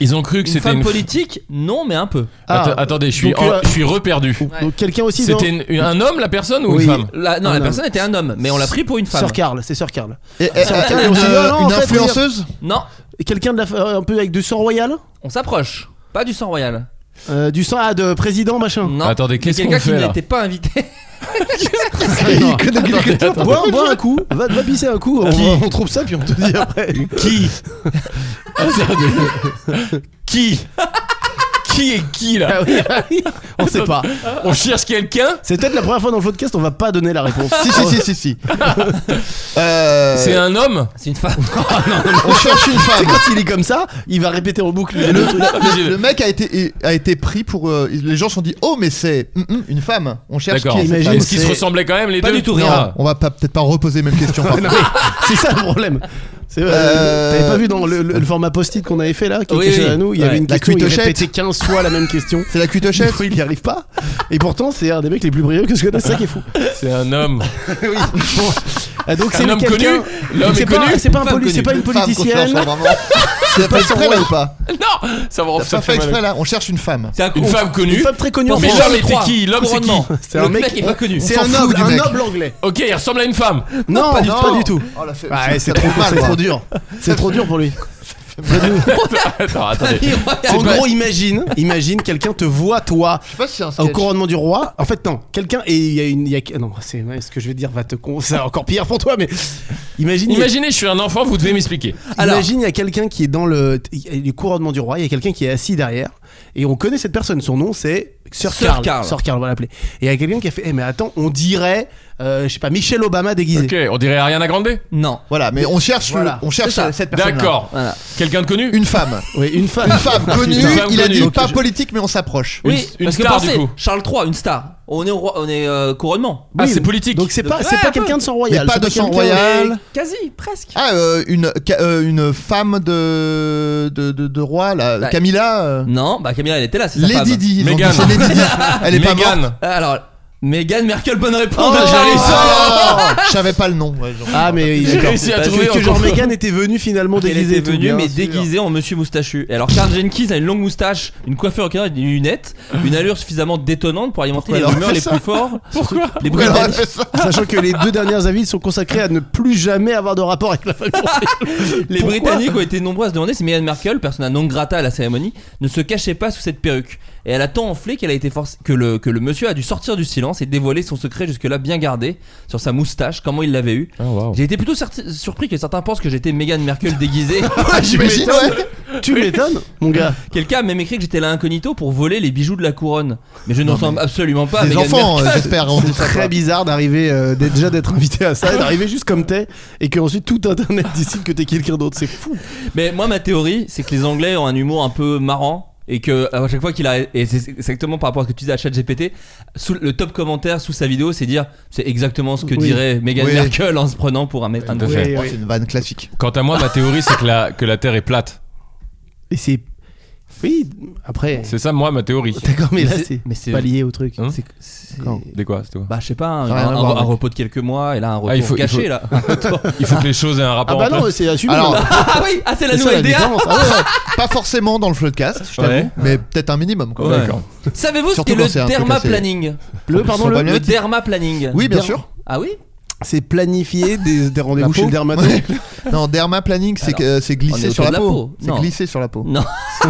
Speaker 7: Ils ont cru que
Speaker 4: Une
Speaker 7: c'était
Speaker 4: femme
Speaker 7: une.
Speaker 4: politique Non, mais un peu.
Speaker 6: Ah.
Speaker 7: Atte- attendez, je suis,
Speaker 6: Donc,
Speaker 7: en-
Speaker 6: euh,
Speaker 7: je suis reperdu.
Speaker 6: Donc quelqu'un aussi. non
Speaker 7: C'était une- une- un homme la personne ou
Speaker 6: Oui.
Speaker 7: une femme
Speaker 4: La- non,
Speaker 6: Un
Speaker 4: la
Speaker 6: homme.
Speaker 4: personne était un homme, mais on l'a pris pour une femme.
Speaker 6: Sœur Carl, c'est Sœur Carl.
Speaker 8: Et- et-
Speaker 6: vrai,
Speaker 8: euh,
Speaker 6: on s'est dit, ah non, en
Speaker 8: une
Speaker 6: fait, faut
Speaker 8: influenceuse
Speaker 4: Non,
Speaker 6: Et Quelqu'un de la, euh, un peu avec du sang royal
Speaker 4: on s'approche. Pas du sang royal.
Speaker 6: Euh, Du sang ah, de président machin.
Speaker 4: Non.
Speaker 7: Attendez,
Speaker 4: Mais
Speaker 7: qu'est-ce
Speaker 4: quelqu'un
Speaker 7: qu'on fait,
Speaker 4: qui
Speaker 7: là
Speaker 4: n'était pas invité.
Speaker 8: Il connaît quelque chose.
Speaker 6: Bois, bois un coup, va, va pisser un coup, on, va- on trouve ça puis on te dit après.
Speaker 7: Qui Attendez. Qui Qui est qui là
Speaker 6: Ah oui, ah oui, on sait pas.
Speaker 7: On cherche
Speaker 4: Euh,
Speaker 7: quelqu'un
Speaker 6: C'est peut-être la première fois dans le podcast, on va pas donner la réponse.
Speaker 8: Si, si, si, si, si. Euh,
Speaker 7: C'est un homme
Speaker 4: C'est une femme.
Speaker 8: On cherche une
Speaker 6: Et
Speaker 8: femme.
Speaker 6: quand il est comme ça, il va répéter en boucle.
Speaker 8: Le,
Speaker 6: Le...
Speaker 7: Ah,
Speaker 8: le- le mec a été, a été pris pour. euh, les gens se sont dit Oh, mais c'est mm, mm, une femme. On cherche qui
Speaker 7: D'accord.
Speaker 8: est cette
Speaker 6: Imagine,
Speaker 8: femme.
Speaker 7: Est-ce qu'ils se ressemblaient quand même les
Speaker 4: Pas
Speaker 7: deux Ah,
Speaker 4: du tout, rien.
Speaker 8: Non, on va pas- peut-être pas reposer même question. par contre.
Speaker 6: C'est ça le problème. C'est vrai,
Speaker 8: Euh,
Speaker 6: T'avais pas vu dans le, le- le format post-it qu'on avait fait là, qui
Speaker 4: Oui,
Speaker 6: était chez
Speaker 4: oui.
Speaker 6: nous, il y
Speaker 4: Ouais.
Speaker 6: avait une
Speaker 8: La
Speaker 6: question, il
Speaker 8: cuitochette.
Speaker 6: répétait 15 fois la même question.
Speaker 8: C'est la cuitochette
Speaker 6: Il n'y arrive pas. Et pourtant, c'est un des mecs les plus brillants que je connais. C'est ça qui est fou.
Speaker 7: C'est un homme.
Speaker 6: Ah, Donc
Speaker 7: Un
Speaker 6: c'est
Speaker 7: homme
Speaker 6: quelqu'un-
Speaker 7: connu L'homme
Speaker 6: C'est
Speaker 7: est
Speaker 6: pas-
Speaker 7: connu
Speaker 6: C'est pas, un
Speaker 4: Femme
Speaker 6: poli- c'est
Speaker 4: connue.
Speaker 6: pas une
Speaker 8: Femme qu'on cherche,
Speaker 6: politicienne.
Speaker 8: vraiment. C'est pas exprès là ou pas
Speaker 7: Non Ça va
Speaker 8: T'as
Speaker 7: ça
Speaker 8: pas fait
Speaker 7: fait mal.
Speaker 8: exprès là On cherche une femme.
Speaker 4: C'est un
Speaker 7: Une
Speaker 4: con-
Speaker 7: femme
Speaker 6: Une
Speaker 7: connue
Speaker 6: femme très connue en
Speaker 7: Mais
Speaker 6: France.
Speaker 7: l'homme était qui L'homme c'est qui
Speaker 4: Couronnement.
Speaker 6: C'est
Speaker 4: Le
Speaker 6: un mec-
Speaker 4: mec est pas connu.
Speaker 6: C'est
Speaker 8: On
Speaker 6: un
Speaker 8: s'en fout
Speaker 6: noble,
Speaker 8: du
Speaker 6: un
Speaker 8: mec.
Speaker 6: noble anglais.
Speaker 7: Ok, il ressemble à une femme.
Speaker 6: Non, pas,
Speaker 8: non.
Speaker 6: du tout.
Speaker 8: Oh, la fait-
Speaker 6: Ouais, c'est
Speaker 8: ça fait
Speaker 6: trop,
Speaker 8: mal,
Speaker 6: c'est
Speaker 8: quoi.
Speaker 6: trop dur. C'est trop dur pour lui.
Speaker 7: Attends, attendez.
Speaker 6: En
Speaker 7: pas-
Speaker 6: gros, imagine, imagine quelqu'un te voit toi
Speaker 8: Je sais pas si c'est
Speaker 4: Ah,
Speaker 8: un
Speaker 6: au
Speaker 8: sketch.
Speaker 6: couronnement du roi. En fait, non, quelqu'un et il y a une, il y a- non, c'est ouais, ce que je vais dire va te con, c'est encore pire pour toi, mais imagine. il y a-
Speaker 7: Imaginez, je suis un enfant, vous devez m'expliquer.
Speaker 4: Alors-
Speaker 6: Imagine, il y a quelqu'un qui est dans le, il y a le couronnement du roi, il y a quelqu'un qui est assis derrière, et on connaît cette personne. Son nom, c'est Sir
Speaker 4: Sir
Speaker 6: Karl.
Speaker 4: Karl.
Speaker 6: Sir Karl, on va l'appeler. Et il y a quelqu'un qui a fait, Eh, mais attends, on dirait, euh, je sais pas, Michel Obama déguisé.
Speaker 7: Ok, on dirait Ariana Grande
Speaker 4: Non.
Speaker 8: Voilà, mais on cherche, le-
Speaker 6: Voilà.
Speaker 8: on cherche
Speaker 4: C'est ça.
Speaker 8: cette personne.
Speaker 7: D'accord.
Speaker 4: Voilà.
Speaker 7: Quelqu'un de connu
Speaker 8: Une femme.
Speaker 6: Oui, une femme.
Speaker 8: Une femme connue.
Speaker 7: Une femme
Speaker 8: il a
Speaker 7: connue.
Speaker 8: dit
Speaker 7: Ok,
Speaker 8: pas
Speaker 7: je-
Speaker 8: politique, mais on s'approche.
Speaker 4: Oui,
Speaker 7: une
Speaker 4: parce que
Speaker 7: star, du
Speaker 4: pensez,
Speaker 7: coup.
Speaker 4: Charles III, une star. On est au roi, on est euh, couronnement.
Speaker 7: Ah,
Speaker 6: Oui,
Speaker 7: c'est politique.
Speaker 6: Donc c'est pas,
Speaker 4: Donc,
Speaker 6: c'est
Speaker 4: ouais,
Speaker 6: pas
Speaker 4: un peu.
Speaker 6: quelqu'un de sang royal.
Speaker 8: Mais pas
Speaker 6: c'est
Speaker 8: de sang
Speaker 6: quelqu'un-
Speaker 8: royal.
Speaker 4: Mais Quasi, presque.
Speaker 8: Ah, euh, une, ca- euh, une femme de, de, de, de roi, là,
Speaker 4: Ouais.
Speaker 8: Camilla. euh,
Speaker 4: Non, bah Camilla, elle était là, c'est sa
Speaker 8: Lady
Speaker 4: femme. Euh,
Speaker 8: Di. ils ont dit,
Speaker 7: Meghan.
Speaker 8: c'est Lady Di. Elle est pas
Speaker 7: Meghan.
Speaker 8: morte.
Speaker 4: Alors, Meghan Merkel, bonne réponse. Ah,
Speaker 8: Oh,
Speaker 4: J'allais
Speaker 8: oh,
Speaker 4: ça. Ah.
Speaker 8: Je savais pas le nom. Ouais, genre.
Speaker 6: Ah mais
Speaker 7: J'ai
Speaker 6: d'accord.
Speaker 7: réussi à
Speaker 6: Parce
Speaker 7: trouver
Speaker 6: que
Speaker 7: un
Speaker 6: genre
Speaker 7: compromis.
Speaker 6: Megan était venue finalement
Speaker 4: Elle
Speaker 6: déguisée.
Speaker 4: était
Speaker 6: et tout,
Speaker 4: venue,
Speaker 6: bien
Speaker 4: mais
Speaker 6: sûr.
Speaker 4: déguisée en monsieur moustachu. Et Alors, Carl Jenkins a une longue moustache, une coiffure au canard, des lunettes, une allure suffisamment détonnante pour alimenter
Speaker 8: Pourquoi
Speaker 4: les
Speaker 8: elle aurait
Speaker 4: rumeurs
Speaker 8: fait
Speaker 4: les
Speaker 8: ça
Speaker 4: plus fortes. Pourquoi Les
Speaker 8: Pourquoi elle aurait
Speaker 4: Britanniques.
Speaker 8: fait ça
Speaker 6: Sachant que les deux dernières avis sont consacrées à ne plus jamais avoir de rapport avec la famille.
Speaker 4: Les
Speaker 6: Pourquoi
Speaker 4: Britanniques ont été nombreux à se demander si Meghan Markle, persona non grata à la cérémonie, ne se cachait pas sous cette perruque. Et elle a tant enflé qu'elle a été forcée que le, que le monsieur a dû sortir du silence et dévoiler son secret jusque-là bien gardé sur sa moustache, comment il l'avait
Speaker 7: Ah,
Speaker 4: eu.
Speaker 8: Ah.
Speaker 4: J'ai été plutôt certi- surpris que certains pensent que j'étais Meghan Markle déguisée.
Speaker 8: J'imagine, ouais.
Speaker 6: Tu m'étonnes, mon gars.
Speaker 4: Quelqu'un a même écrit que j'étais là incognito pour voler les bijoux de la couronne. Mais je ne ressemble absolument pas à
Speaker 8: Des
Speaker 4: Meghan
Speaker 8: enfants, euh,
Speaker 4: Markle.
Speaker 8: j'espère. on dit ça, quoi.
Speaker 6: Très bizarre d'arriver euh, d'être- déjà d'être invité à ça et d'arriver juste comme t'es et que ensuite tout internet décide que t'es quelqu'un d'autre. C'est fou.
Speaker 4: Mais moi, ma théorie, c'est que les Anglais ont un humour un peu marrant. et que à chaque fois qu'il a et c'est exactement par rapport à ce que tu disais à ChatGPT sous le top commentaire sous sa vidéo c'est dire c'est exactement ce que
Speaker 6: Oui.
Speaker 4: dirait Meghan
Speaker 8: Oui.
Speaker 4: Merkel en se prenant pour un mec un
Speaker 7: Tout à
Speaker 4: gros.
Speaker 7: fait.
Speaker 6: Oui, oui.
Speaker 8: C'est une vanne classique.
Speaker 7: Quant à moi, ma théorie, c'est que la, que la Terre est plate.
Speaker 6: Et c'est. Oui, après.
Speaker 7: C'est ça, moi, ma théorie.
Speaker 6: D'accord, mais,
Speaker 4: Mais
Speaker 6: là,
Speaker 4: c'est-
Speaker 6: c'est
Speaker 4: mais c'est-
Speaker 6: pas lié au truc.
Speaker 7: Hein
Speaker 4: C'est- c'est-
Speaker 6: Quand
Speaker 7: Des quoi, c'était quoi
Speaker 4: bah je sais pas un,
Speaker 8: Ça a rien à
Speaker 4: un-
Speaker 8: voir,
Speaker 4: un
Speaker 8: mec.
Speaker 4: repos de quelques mois et là un retour
Speaker 7: Ah, il faut- il
Speaker 4: gâché
Speaker 7: faut-
Speaker 4: là Un retour.
Speaker 7: Il faut que les choses aient un
Speaker 6: Ah
Speaker 7: rapport.
Speaker 6: bah
Speaker 7: entre
Speaker 6: non, c'est assumé.
Speaker 8: Alors,
Speaker 4: ah oui ah c'est la
Speaker 6: C'est ça,
Speaker 4: nouvelle DA
Speaker 6: différence. Ah ouais.
Speaker 8: Ah ouais, pas forcément dans le floodcast, je t'avoue,
Speaker 7: Ouais.
Speaker 8: mais peut-être un minimum. Quoi.
Speaker 4: Ouais.
Speaker 7: D'accord.
Speaker 4: savez-vous ce
Speaker 8: Surtout
Speaker 4: qu'est
Speaker 8: quand c'est un
Speaker 4: le
Speaker 8: truc
Speaker 4: derma
Speaker 8: assez-
Speaker 4: planning
Speaker 6: Le, pardon, le,
Speaker 8: Ils sont
Speaker 4: le
Speaker 8: Magnétique.
Speaker 4: derma planning
Speaker 8: Oui, bien
Speaker 6: Der-
Speaker 8: sûr.
Speaker 4: ah oui
Speaker 6: c'est planifier des, des rendez-vous
Speaker 8: La
Speaker 6: chez
Speaker 8: peau
Speaker 6: le dermatologue.
Speaker 8: Non, derma planning, c'est
Speaker 4: Alors,
Speaker 8: que, euh, c'est
Speaker 4: on est
Speaker 8: glisser
Speaker 4: autour
Speaker 8: sur
Speaker 4: de
Speaker 8: la,
Speaker 4: la
Speaker 8: peau.
Speaker 4: peau.
Speaker 8: C'est
Speaker 4: Non.
Speaker 8: glisser sur la peau.
Speaker 4: non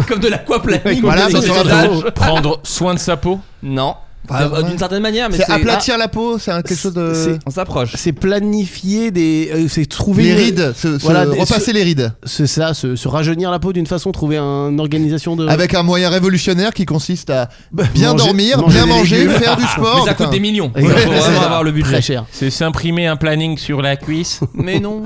Speaker 4: comme de l'aquaplaning
Speaker 8: Voilà,
Speaker 4: sur
Speaker 8: ça,
Speaker 4: le
Speaker 8: ça,
Speaker 4: visage.
Speaker 8: ça,
Speaker 7: Prendre soin de sa peau.
Speaker 4: non Enfin,
Speaker 8: Derma-
Speaker 4: euh, d'une certaine manière mais
Speaker 8: C'est
Speaker 4: c'est
Speaker 8: aplatir la peau, c'est un- quelque chose de.
Speaker 6: C'est-
Speaker 4: Ah, on s'approche
Speaker 6: C'est planifier des. euh, c'est trouver.
Speaker 8: Les
Speaker 6: une-
Speaker 8: rides, se- se-
Speaker 6: Voilà, des-
Speaker 8: repasser
Speaker 6: se-
Speaker 8: les rides.
Speaker 6: C'est ça, se, se rajeunir la peau d'une façon, trouver un- une organisation de.
Speaker 8: Avec un moyen révolutionnaire qui consiste à bien
Speaker 6: Manger-
Speaker 8: dormir,
Speaker 6: manger
Speaker 8: bien
Speaker 6: des
Speaker 8: manger,
Speaker 6: légumes.
Speaker 8: faire du
Speaker 4: mais
Speaker 8: sport.
Speaker 4: ça coûte
Speaker 8: putain.
Speaker 4: des millions
Speaker 6: Ouais,
Speaker 4: il faut
Speaker 6: c'est
Speaker 4: vraiment
Speaker 8: ça.
Speaker 4: avoir le budget
Speaker 6: Très cher.
Speaker 7: C'est s'imprimer un planning sur la cuisse.
Speaker 4: mais non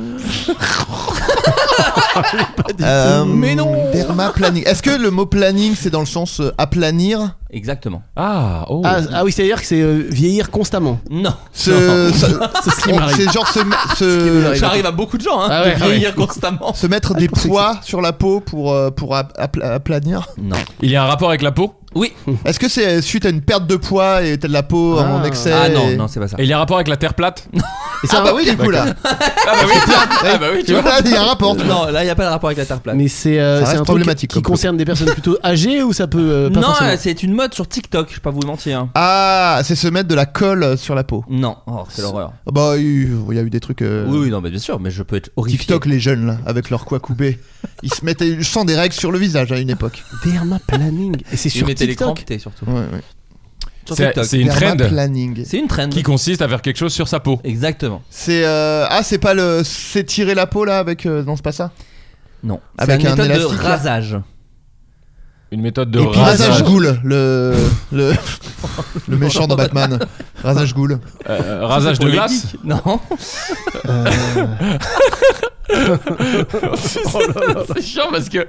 Speaker 8: Euh,
Speaker 4: Mais non.
Speaker 8: Derma planning. Est-ce que le mot planning c'est dans le sens euh, aplanir
Speaker 4: exactement
Speaker 7: Ah, oh.
Speaker 6: Ah, ah oui, c'est-à-dire que c'est euh, vieillir constamment.
Speaker 4: non
Speaker 8: se, se-
Speaker 6: C'est ce qui
Speaker 8: on-
Speaker 6: m'arrive.
Speaker 8: C'est genre se, me- se,
Speaker 4: ça arrive à beaucoup de gens hein,
Speaker 6: Ah ouais,
Speaker 4: de
Speaker 6: ah ouais.
Speaker 4: vieillir constamment
Speaker 8: se mettre des poids sur la peau pour, euh, pour ap- apla- aplanir.
Speaker 4: non
Speaker 7: Il y a un rapport avec la peau
Speaker 4: oui
Speaker 8: Est-ce que c'est suite à une perte de poids et t'as de la peau
Speaker 6: Ah.
Speaker 8: en excès
Speaker 4: ah non
Speaker 8: et-
Speaker 4: non c'est pas ça
Speaker 7: Et il y a un rapport avec la Terre plate
Speaker 6: Et c'est
Speaker 8: Ah
Speaker 6: un-
Speaker 8: bah oui du coup là.
Speaker 7: Ah bah oui, ah bah oui tu vois.
Speaker 8: Là, il y a un rapport. tu vois.
Speaker 4: Euh, non là il y a pas de rapport avec la terre plate
Speaker 6: Mais c'est
Speaker 8: Ça
Speaker 6: euh, c'est
Speaker 8: reste
Speaker 6: un truc
Speaker 8: problématique,
Speaker 6: qui
Speaker 8: comme
Speaker 6: concerne des personnes plutôt âgées ou ça peut euh, pas
Speaker 4: non
Speaker 6: forcément.
Speaker 4: c'est une mode sur TikTok je vais pas vous mentir
Speaker 8: Ah, c'est se mettre de la colle sur la peau.
Speaker 4: non oh, c'est l'horreur
Speaker 8: Ah Bah il il y a eu des trucs. euh,
Speaker 4: oui oui non mais bien sûr mais je peux être horrifié
Speaker 8: TikTok les jeunes là, avec leur quoi coupé. Ils se mettaient sans des règles sur le visage à une époque.
Speaker 6: Derma planning. Et c'est
Speaker 4: tu
Speaker 6: sur
Speaker 4: mettais les
Speaker 6: TikTok.
Speaker 4: crampetés surtout
Speaker 8: Ouais, ouais.
Speaker 4: sur
Speaker 7: C'est
Speaker 4: TikTok
Speaker 7: c'est une
Speaker 8: Derma
Speaker 7: trend
Speaker 8: planning.
Speaker 4: c'est une trend
Speaker 7: qui consiste à faire quelque chose sur sa peau.
Speaker 4: exactement
Speaker 8: C'est euh, ah c'est pas le c'est tirer la peau là avec euh, non c'est pas ça.
Speaker 4: non c'est
Speaker 8: Avec
Speaker 4: une
Speaker 8: un
Speaker 4: méthode de
Speaker 8: élastique, là.
Speaker 4: rasage
Speaker 7: Une méthode de
Speaker 8: Et puis
Speaker 7: rasage.
Speaker 8: rasage goule Oh, le le le méchant dans Batman. Rasage goule.
Speaker 7: Euh, rasage
Speaker 4: Pour
Speaker 7: de
Speaker 4: les
Speaker 7: glace.
Speaker 4: geeks. non
Speaker 7: C'est chiant parce que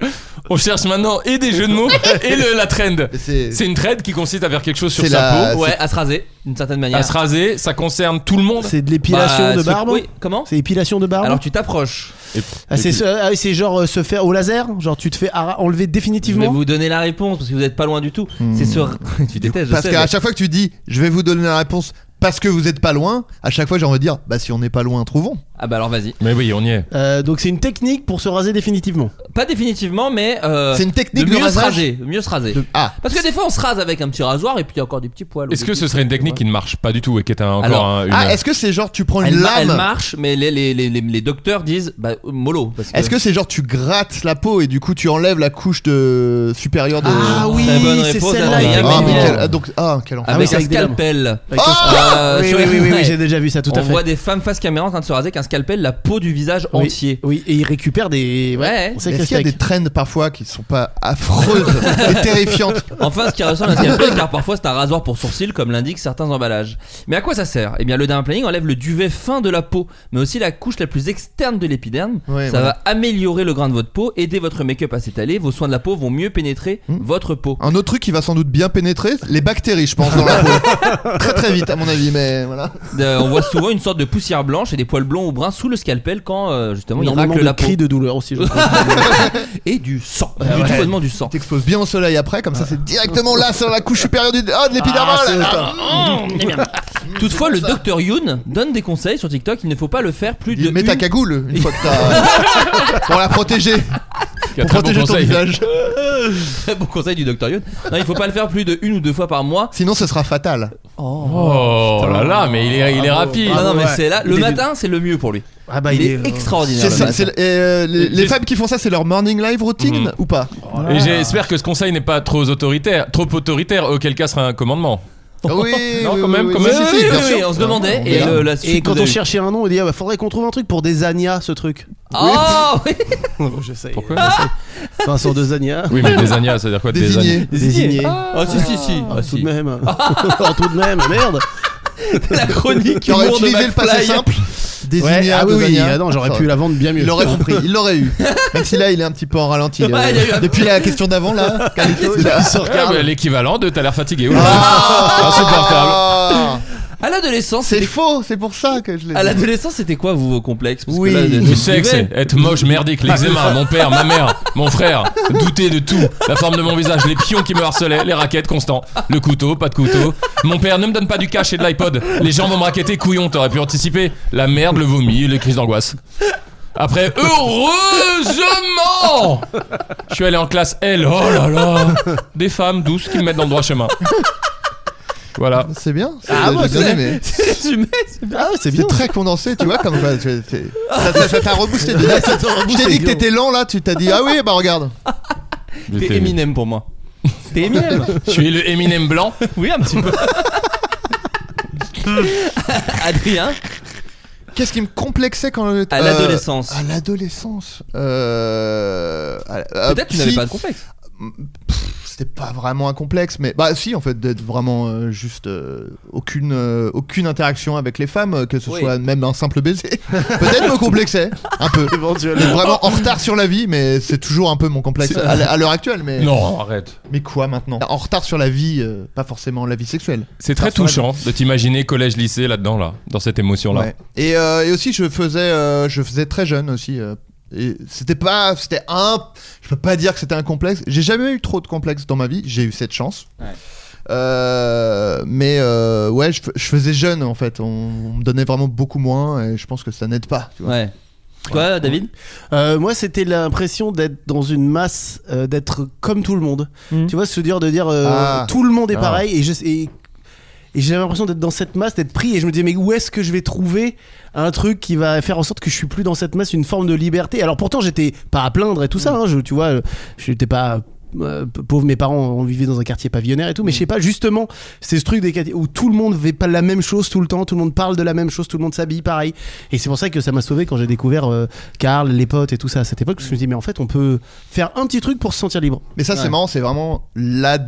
Speaker 7: on cherche maintenant et des jeux de mots et le- la trend.
Speaker 8: C'est
Speaker 7: C'est une trend qui consiste à faire quelque chose sur
Speaker 8: C'est
Speaker 7: sa
Speaker 8: la- Ah,
Speaker 4: ouais à se raser d'une certaine
Speaker 7: peau,
Speaker 4: manière
Speaker 7: à se raser, ça concerne tout le monde.
Speaker 6: C'est de l'épilation
Speaker 4: Bah,
Speaker 6: de
Speaker 4: ce-
Speaker 6: barbe. hein
Speaker 4: oui comment
Speaker 6: C'est épilation de barbe. hein
Speaker 4: alors tu t'approches
Speaker 7: Et-
Speaker 6: Ah,
Speaker 7: et
Speaker 6: c'est
Speaker 7: puis-
Speaker 6: ce- ah, c'est genre euh, se faire au laser, genre tu te fais ara- enlever
Speaker 4: Je vais
Speaker 6: définitivement.
Speaker 4: vous donner la réponse parce que vous êtes pas loin du tout.
Speaker 6: Hmm.
Speaker 4: C'est sur. tu détestes, je
Speaker 8: parce
Speaker 4: sais,
Speaker 8: qu'à
Speaker 4: mais-
Speaker 8: chaque fois que tu dis je vais vous donner la réponse parce que vous êtes pas loin, à chaque fois j'ai envie de dire bah si on n'est pas loin trouvons.
Speaker 4: Ah bah alors vas-y.
Speaker 7: Mais oui, on y est.
Speaker 6: Euh, donc c'est une technique pour se raser définitivement.
Speaker 4: Pas définitivement, mais. euh,
Speaker 8: C'est une technique
Speaker 4: de
Speaker 8: de
Speaker 4: mieux se
Speaker 8: rasage.
Speaker 4: raser. de Mieux se raser.
Speaker 8: De- Ah
Speaker 4: Parce que des fois on se rase avec un petit rasoir et puis il y a encore des petits poils. ou
Speaker 7: Est-ce
Speaker 4: des
Speaker 7: que
Speaker 4: petits
Speaker 7: ce serait une
Speaker 4: trucs,
Speaker 7: technique
Speaker 4: tu
Speaker 7: qui ne marche pas du tout et qui est un, encore
Speaker 4: Alors-
Speaker 7: un- une-
Speaker 8: ah est-ce que c'est genre tu prends
Speaker 4: vois.
Speaker 8: une
Speaker 4: euh, elle, ma- elle
Speaker 8: lame
Speaker 4: marche, mais les, les, les, les, les docteurs disent bah, euh, mollo. parce
Speaker 6: Ah
Speaker 8: Est-ce que c'est genre tu grattes la peau et du coup tu enlèves la couche de supérieure de
Speaker 6: Ah oui,
Speaker 4: Très bonne
Speaker 6: c'est
Speaker 4: réponse,
Speaker 6: celle-là.
Speaker 4: Adrien
Speaker 6: effectivement.
Speaker 8: Ah, mais
Speaker 4: Méniel.
Speaker 8: quel- ah, donc ah quel enfer.
Speaker 6: Ah oui,
Speaker 4: Avec
Speaker 6: c'est
Speaker 4: un
Speaker 6: avec des lames.
Speaker 4: scalpel.
Speaker 6: Avec le-
Speaker 4: Euh,
Speaker 6: Ah, oui,
Speaker 4: sur
Speaker 6: oui, oui, oui,
Speaker 4: Ouais.
Speaker 6: j'ai déjà vu ça tout
Speaker 4: on
Speaker 6: à fait.
Speaker 4: voit des femmes face caméra en train de se raser avec un scalpel la peau du visage
Speaker 6: oui,
Speaker 4: entier.
Speaker 6: Oui, et ils récupèrent des.
Speaker 4: Ouais.
Speaker 6: on sait que
Speaker 8: Est-ce
Speaker 6: c'est
Speaker 8: qu'il y a
Speaker 6: steak.
Speaker 8: des trends parfois qui sont pas affreuses et terrifiantes
Speaker 4: Enfin, ce qui ressemble à un scalpel, car parfois c'est un rasoir pour sourcils, comme l'indiquent certains emballages. Mais à quoi ça sert Eh bien, le dermaplaning enlève le duvet fin de la peau, mais aussi la couche la plus externe de l'épiderme.
Speaker 8: Ouais,
Speaker 4: ça
Speaker 8: voilà.
Speaker 4: va améliorer le grain de votre peau, aider votre make-up à s'étaler, vos soins de la peau vont mieux pénétrer
Speaker 6: Hmm.
Speaker 4: votre peau.
Speaker 8: Un autre truc qui va sans doute bien pénétrer, les bactéries, je pense, dans la peau. très très vite, à mon avis, mais voilà.
Speaker 4: Euh, on voit souvent une sorte de poussière blanche et des poils blonds ou bruns sous le scalpel quand euh, justement il
Speaker 6: Énormément
Speaker 4: racle
Speaker 6: de
Speaker 4: la peau.
Speaker 6: cris de douleur aussi. je crois.
Speaker 4: Et du sang, du
Speaker 6: ouais.
Speaker 4: tout bonnement du sang.
Speaker 8: T'exposes bien au soleil après, comme ça c'est directement là sur la couche supérieure du. Ah, de l'épiderme
Speaker 6: Ah,
Speaker 8: là,
Speaker 6: c'est
Speaker 8: là.
Speaker 4: Toutefois, le docteur Yoon donne des conseils sur TikTok, il ne faut pas le faire plus de
Speaker 8: Il met ta
Speaker 4: une-
Speaker 8: cagoule une fois que t'as. pour la protéger,
Speaker 7: qui a
Speaker 8: pour
Speaker 7: très bon
Speaker 8: protéger ton
Speaker 7: conseil.
Speaker 8: visage.
Speaker 4: Très bon conseil du docteur Yoon. Non, il faut pas le faire plus de une ou deux fois par mois.
Speaker 8: Sinon ce sera fatal.
Speaker 7: Oh là là, mais il est, il est rapide.
Speaker 4: Ah non, mais
Speaker 6: ouais.
Speaker 4: c'est là. Le
Speaker 6: Il est-
Speaker 4: matin, c'est le mieux pour lui.
Speaker 6: Ah bah
Speaker 4: il,
Speaker 6: il
Speaker 4: est,
Speaker 6: est.
Speaker 4: extraordinaire.
Speaker 8: C'est-
Speaker 6: bah,
Speaker 4: le
Speaker 8: c'est-
Speaker 4: matin.
Speaker 8: c'est- et, euh, les, les
Speaker 7: J'ai-
Speaker 8: femmes qui font ça, c'est leur morning live routine
Speaker 7: Mhm.
Speaker 8: ou pas
Speaker 4: Oh
Speaker 7: Et j'espère que ce conseil n'est pas trop autoritaire, trop autoritaire, auquel cas sera un commandement.
Speaker 8: Oui,
Speaker 7: Non,
Speaker 8: oui,
Speaker 7: quand
Speaker 8: oui,
Speaker 7: même,
Speaker 8: oui,
Speaker 7: quand
Speaker 8: oui,
Speaker 7: même.
Speaker 8: si,
Speaker 4: Oui,
Speaker 8: si,
Speaker 4: oui,
Speaker 8: bien
Speaker 4: oui,
Speaker 8: sûr.
Speaker 4: on se demandait.
Speaker 8: on
Speaker 4: Et
Speaker 8: verra.
Speaker 4: le- la suite
Speaker 6: Et euh, quand
Speaker 4: de-
Speaker 6: on cherchait un nom, on dit ah bah faudrait qu'on trouve un truc pour des Anya ce truc.
Speaker 4: Oh oui.
Speaker 6: je sais.
Speaker 7: Pourquoi
Speaker 6: Vincent de Zania.
Speaker 7: Oui, mais des agnas, ça veut dire quoi des agnas
Speaker 8: Désigné.
Speaker 6: Désigné.
Speaker 4: Ah, si, si, si.
Speaker 6: Ah,
Speaker 4: Ah,
Speaker 6: tout
Speaker 4: si.
Speaker 6: de même. Ah, tout de même, merde.
Speaker 4: La chronique
Speaker 8: Qui aurait
Speaker 4: humour de
Speaker 8: utilisé le passé
Speaker 4: McFly.
Speaker 8: simple désigna
Speaker 6: Ouais, ah oui, oui,
Speaker 8: Dosania.
Speaker 6: ah non, j'aurais pu la vendre bien mieux.
Speaker 8: Il l'aurait compris, il l'aurait eu. Même si là, il est un petit peu en ralenti. là.
Speaker 4: Ouais, il y a eu un-
Speaker 8: Depuis la question d'avant, là, Carlito, il, a- il se
Speaker 7: Ah,
Speaker 8: regarde.
Speaker 7: bah, L'équivalent de t'as l'air fatigué. oh
Speaker 8: Ah,
Speaker 7: Insupportable.
Speaker 4: À l'adolescence,
Speaker 8: C'est
Speaker 4: c'était
Speaker 8: faux, c'est pour ça que je l'ai
Speaker 4: à
Speaker 8: dit.
Speaker 4: l'adolescence, c'était quoi vous, vos complexes Parce que
Speaker 8: Oui.
Speaker 4: là,
Speaker 8: Le
Speaker 7: Le
Speaker 4: vous
Speaker 7: sexe,
Speaker 4: vivez.
Speaker 7: être moche, merdique, l'eczéma, mon père, ma mère, mon frère, douter de tout, la forme de mon visage, les pions qui me harcelaient, les raquettes constant, le couteau, pas de couteau. Mon père, ne me donne pas du cash et de l'iPod, les gens vont me raqueter, couillon, t'aurais pu anticiper. La merde, le vomi, les crises d'angoisse. Après, heureusement, je suis allé en classe L, oh là là, des femmes douces qui me mettent dans le droit chemin. Voilà.
Speaker 8: C'est bien, c'est
Speaker 6: Ah,
Speaker 8: j'ai
Speaker 6: moi,
Speaker 8: bien
Speaker 6: c'est-
Speaker 8: aimé.
Speaker 4: C'est du mec.
Speaker 6: Ah ouais, c'est bien.
Speaker 8: C'est très condensé, tu vois, comme quoi, tu- tu- ça ça- ça t'a reboosté. déjà. Je t'ai dit que t'étais lent là, tu t'as dit ah oui, bah regarde.
Speaker 4: T'es Eminem pour moi. T'es Eminem
Speaker 7: Je suis le Eminem blanc.
Speaker 4: Oui, un petit peu. Adrien,
Speaker 8: Qu'est-ce qui me complexait quand j'étais
Speaker 4: à
Speaker 8: euh,
Speaker 4: l'adolescence.
Speaker 8: À l'adolescence. Euh, à-
Speaker 4: Peut-être tu
Speaker 8: si,
Speaker 4: n'avais pas de complexe.
Speaker 8: C'était pas vraiment un complexe, mais bah si en fait d'être vraiment euh, juste euh, aucune euh, aucune interaction avec les femmes, euh, que ce
Speaker 4: Oui.
Speaker 8: soit même un simple baiser. Peut-être me complexait un peu.
Speaker 6: Éventuellement.
Speaker 8: D'être Vraiment en retard sur la vie, mais c'est toujours un peu mon complexe à, l- à l'heure actuelle. Mais
Speaker 7: Non, arrête.
Speaker 8: mais quoi maintenant En retard sur la vie, euh, pas forcément la vie sexuelle.
Speaker 7: C'est très touchant de t'imaginer collège-lycée là-dedans, là, dans cette émotion-là.
Speaker 8: Ouais. Et, euh, et aussi, je faisais, euh, je faisais très jeune aussi. euh, et c'était pas, c'était un. Je peux pas dire que c'était un complexe. J'ai jamais eu trop de complexes dans ma vie. J'ai eu cette chance. Euh, mais euh, ouais, je, f- je faisais jeune en fait. On, on me donnait vraiment beaucoup moins et je pense que ça n'aide pas. tu vois.
Speaker 4: Ouais. Toi, David
Speaker 6: Euh, moi, c'était l'impression d'être dans une masse, euh, d'être comme tout le monde.
Speaker 4: Mhm.
Speaker 6: Tu vois, se dire de dire euh,
Speaker 8: Ah.
Speaker 6: tout le monde est
Speaker 7: Ah.
Speaker 6: pareil et je et, et j'avais l'impression d'être dans cette masse, d'être pris et je me disais mais où est-ce que je vais trouver un truc qui va faire en sorte que je suis plus dans cette masse, une forme de liberté. Alors pourtant, j'étais pas à plaindre et tout ça. hein, je, tu vois, euh, j'étais pas euh, pauvre. Mes parents, on vivait dans un quartier pavillonnaire et tout. Mais je sais pas, justement, c'est ce truc des quartiers où tout le monde fait pas la même chose tout le temps, tout le monde parle de la même chose, tout le monde s'habille pareil. Et c'est pour ça que ça m'a sauvé quand j'ai découvert euh, Karl, les potes et tout ça à cette époque. parce que Je me suis dit mais en fait, on peut faire un petit truc pour se sentir libre.
Speaker 8: Mais ça,
Speaker 4: Ouais.
Speaker 8: c'est marrant. C'est vraiment la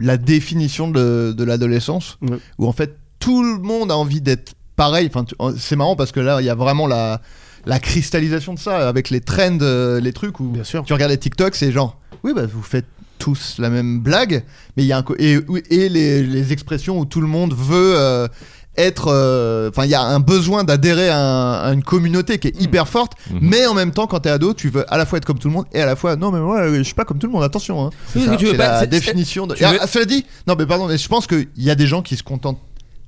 Speaker 8: la définition de, de l'adolescence
Speaker 6: Ouais.
Speaker 8: où en fait tout le monde a envie d'être pareil. Enfin, tu- oh, c'est marrant parce que là, il y a vraiment la la cristallisation de ça avec les trends, euh, les trucs où
Speaker 6: Bien sûr.
Speaker 8: tu regardes les TikTok, c'est genre, oui, bah, vous faites tous la même blague, mais il y a un co- et, et les, les expressions où tout le monde veut euh, être, euh, enfin, il y a un besoin d'adhérer à, un- à une communauté qui est hyper forte, mais en même temps, quand t'es ado, tu veux à la fois être comme tout le monde et à la fois, non, mais moi, je suis pas comme tout le monde, attention. hein.
Speaker 4: Oui, parce que tu veux
Speaker 8: C'est
Speaker 4: pas-
Speaker 8: la
Speaker 4: c'est-
Speaker 8: définition de.
Speaker 4: tu veux-
Speaker 8: Ah, cela dit, non, mais pardon, mais je pense qu'il y a des gens qui se contentent